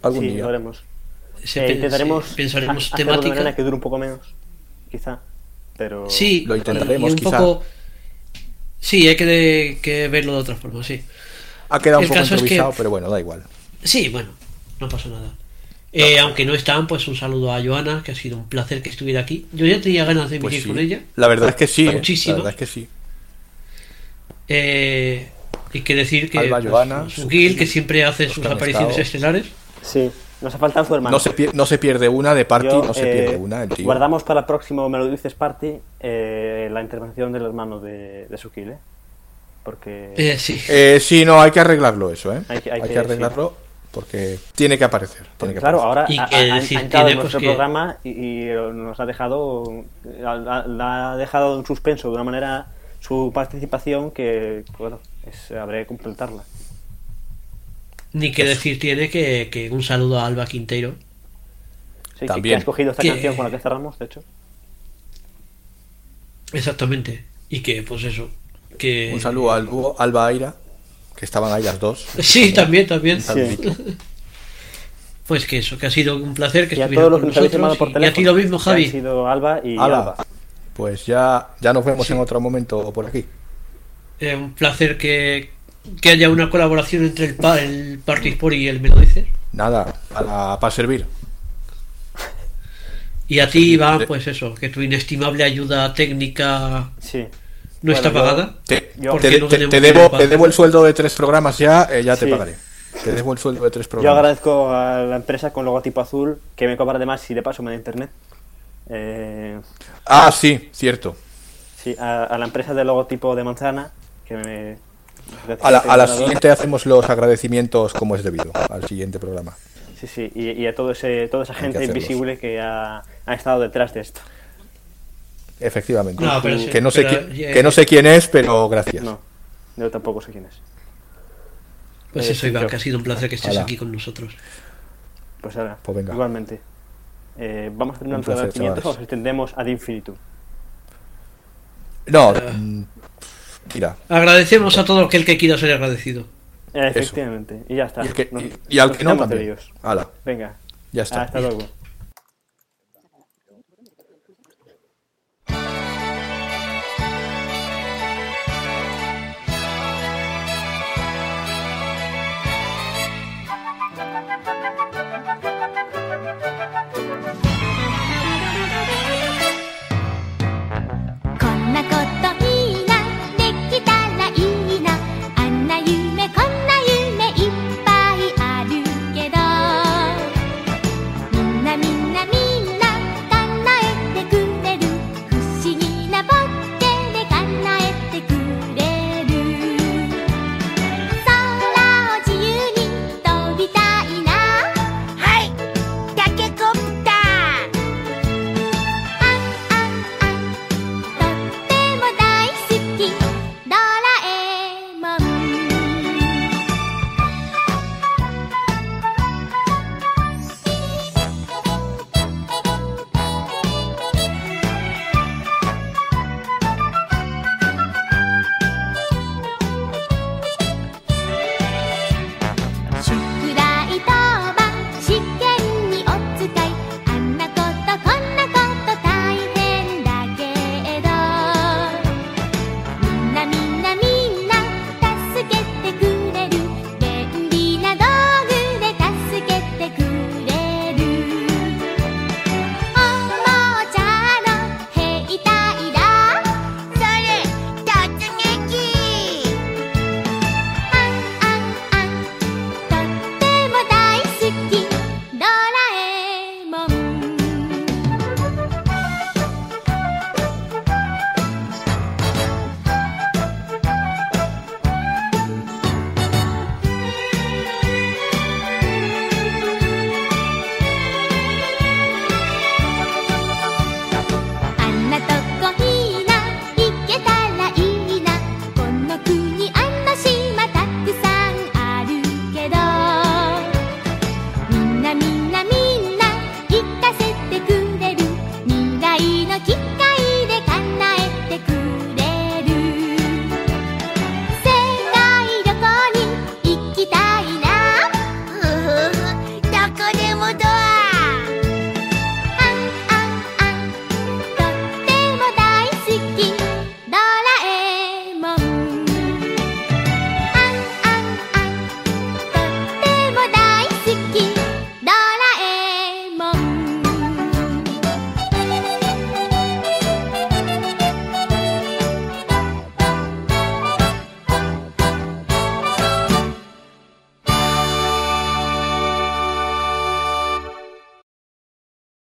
Speaker 2: Algún
Speaker 4: Sí,
Speaker 2: día.
Speaker 4: lo haremos.
Speaker 1: Se
Speaker 4: Eh,
Speaker 1: pe-
Speaker 4: intentaremos
Speaker 1: se- pensaremos
Speaker 4: ha- hacerlo de manera
Speaker 1: temática.
Speaker 4: que dure un poco menos, quizá. Pero
Speaker 1: Sí,
Speaker 2: Lo
Speaker 1: y-
Speaker 2: intentaremos,
Speaker 1: y un
Speaker 2: quizá.
Speaker 1: poco Sí, hay que, que verlo de otra forma, sí.
Speaker 2: Ha quedado
Speaker 1: El
Speaker 2: un poco
Speaker 1: caso es que-
Speaker 2: improvisado, pero bueno, da igual.
Speaker 1: Sí, bueno, no pasa nada. Eh, aunque no están, pues un saludo a Joana, que ha sido un placer que estuviera aquí. Yo ya tenía ganas de venir
Speaker 2: Pues sí.
Speaker 1: con ella.
Speaker 2: La verdad es que sí. eh.
Speaker 1: Muchísimo.
Speaker 2: La verdad es que sí.
Speaker 1: Eh, hay que decir que
Speaker 2: Alba Joana,
Speaker 1: su
Speaker 2: su-
Speaker 1: Gil, que siempre hace sus
Speaker 2: han
Speaker 1: apariciones
Speaker 2: estado.
Speaker 1: estelares.
Speaker 4: Sí, nos ha faltado su hermano.
Speaker 2: No se, pier- no se pierde una de party,
Speaker 4: Yo,
Speaker 2: no se
Speaker 4: eh,
Speaker 2: pierde una el tío.
Speaker 4: Guardamos para el próximo, me lo dices, party, eh, la intervención del hermano de, de Sukil, ¿eh? Porque...
Speaker 1: Eh, sí.
Speaker 2: Eh, sí, no, hay que arreglarlo eso, ¿eh? Hay
Speaker 4: Hay que-
Speaker 2: que,
Speaker 4: hay que-
Speaker 2: arreglarlo porque tiene que aparecer. Tiene que
Speaker 4: claro,
Speaker 2: aparecer.
Speaker 4: ahora
Speaker 1: Y
Speaker 4: ha,
Speaker 1: que
Speaker 4: ha- ha
Speaker 1: si
Speaker 4: entrado
Speaker 1: tiene,
Speaker 4: en nuestro
Speaker 1: pues, que-
Speaker 4: programa y, y, eh, nos ha dejado la, la ha dejado en suspenso de una manera su participación que, bueno, es- habrá que completarla.
Speaker 1: Ni que decir tiene que, que un saludo a Alba Quintero.
Speaker 4: Sí, que-
Speaker 2: También.
Speaker 4: que ha escogido esta
Speaker 1: Que-
Speaker 4: canción con la que cerramos, de hecho.
Speaker 1: Exactamente. Y que, pues eso. Que...
Speaker 2: Un saludo a Alba, Alba Aira, que estaban ahí las dos.
Speaker 1: Sí, también, también.
Speaker 4: Sí.
Speaker 1: Pues que eso, que ha sido un placer que
Speaker 4: Y a
Speaker 1: estuvieras
Speaker 4: todos los
Speaker 1: con
Speaker 4: que nos habéis llamado
Speaker 1: nosotros.
Speaker 4: por
Speaker 1: Y
Speaker 4: teléfono.
Speaker 1: a ti lo mismo,
Speaker 4: que
Speaker 1: Javi.
Speaker 4: Han sido Alba y
Speaker 2: Ala,
Speaker 4: Alba.
Speaker 2: Pues ya, ya nos vemos en otro momento o por aquí.
Speaker 1: Eh, un placer que, que haya una colaboración entre el, pa, el Party Sport y el Me lo dices.
Speaker 2: Nada, para, para servir.
Speaker 1: Y a ti, Iván,
Speaker 2: de-
Speaker 1: pues eso, que tu inestimable ayuda técnica
Speaker 4: Sí.
Speaker 1: no está
Speaker 4: yo-
Speaker 1: pagada.
Speaker 2: Te, te-
Speaker 4: Yo-
Speaker 1: ¿Por qué no
Speaker 2: te-
Speaker 1: tenemos
Speaker 2: te
Speaker 1: que
Speaker 2: debo,
Speaker 1: pagar?
Speaker 2: te debo el sueldo de tres programas ya, eh, ya te
Speaker 4: Sí.
Speaker 2: pagaré. Te debo el sueldo de tres
Speaker 4: Yo
Speaker 2: programas.
Speaker 4: agradezco a la empresa con logotipo azul que me cobra además si de paso me da internet. Eh,
Speaker 2: Ah, sí, cierto.
Speaker 4: sí, a, a la empresa de logotipo de manzana que me.
Speaker 2: A la, a la siguiente hacemos los agradecimientos como es debido, al siguiente programa.
Speaker 4: Sí, sí, y, y a todo ese, toda esa
Speaker 2: que
Speaker 4: gente
Speaker 2: hacerlos.
Speaker 4: invisible que ha, ha estado detrás de esto.
Speaker 2: Efectivamente.
Speaker 1: No, pero sí,
Speaker 2: que, no sé
Speaker 1: pero,
Speaker 2: quién,
Speaker 1: eh,
Speaker 2: que no sé quién es, pero gracias.
Speaker 4: No, yo tampoco sé quién es.
Speaker 1: Pues
Speaker 4: Eh,
Speaker 1: eso, Iván,
Speaker 4: yo-
Speaker 1: que ha sido un placer que estés
Speaker 2: Ala.
Speaker 1: aquí con nosotros.
Speaker 4: Pues ahora,
Speaker 2: Pues venga.
Speaker 4: igualmente. Eh, vamos a hacer
Speaker 2: Un
Speaker 4: un
Speaker 2: placer,
Speaker 4: agradecimiento o
Speaker 2: chavales.
Speaker 4: nos extendemos ad infinitum.
Speaker 2: No, mm, mira.
Speaker 1: Agradecemos a todo aquel que quiera ser agradecido.
Speaker 4: Eh, Efectivamente, y ya está.
Speaker 2: Y, el que-
Speaker 4: Nos-
Speaker 2: y- y al
Speaker 4: nos
Speaker 2: que no
Speaker 4: quitamos de
Speaker 2: también.
Speaker 4: líos.
Speaker 2: Ala,
Speaker 4: Venga,
Speaker 2: ya está.
Speaker 4: hasta luego.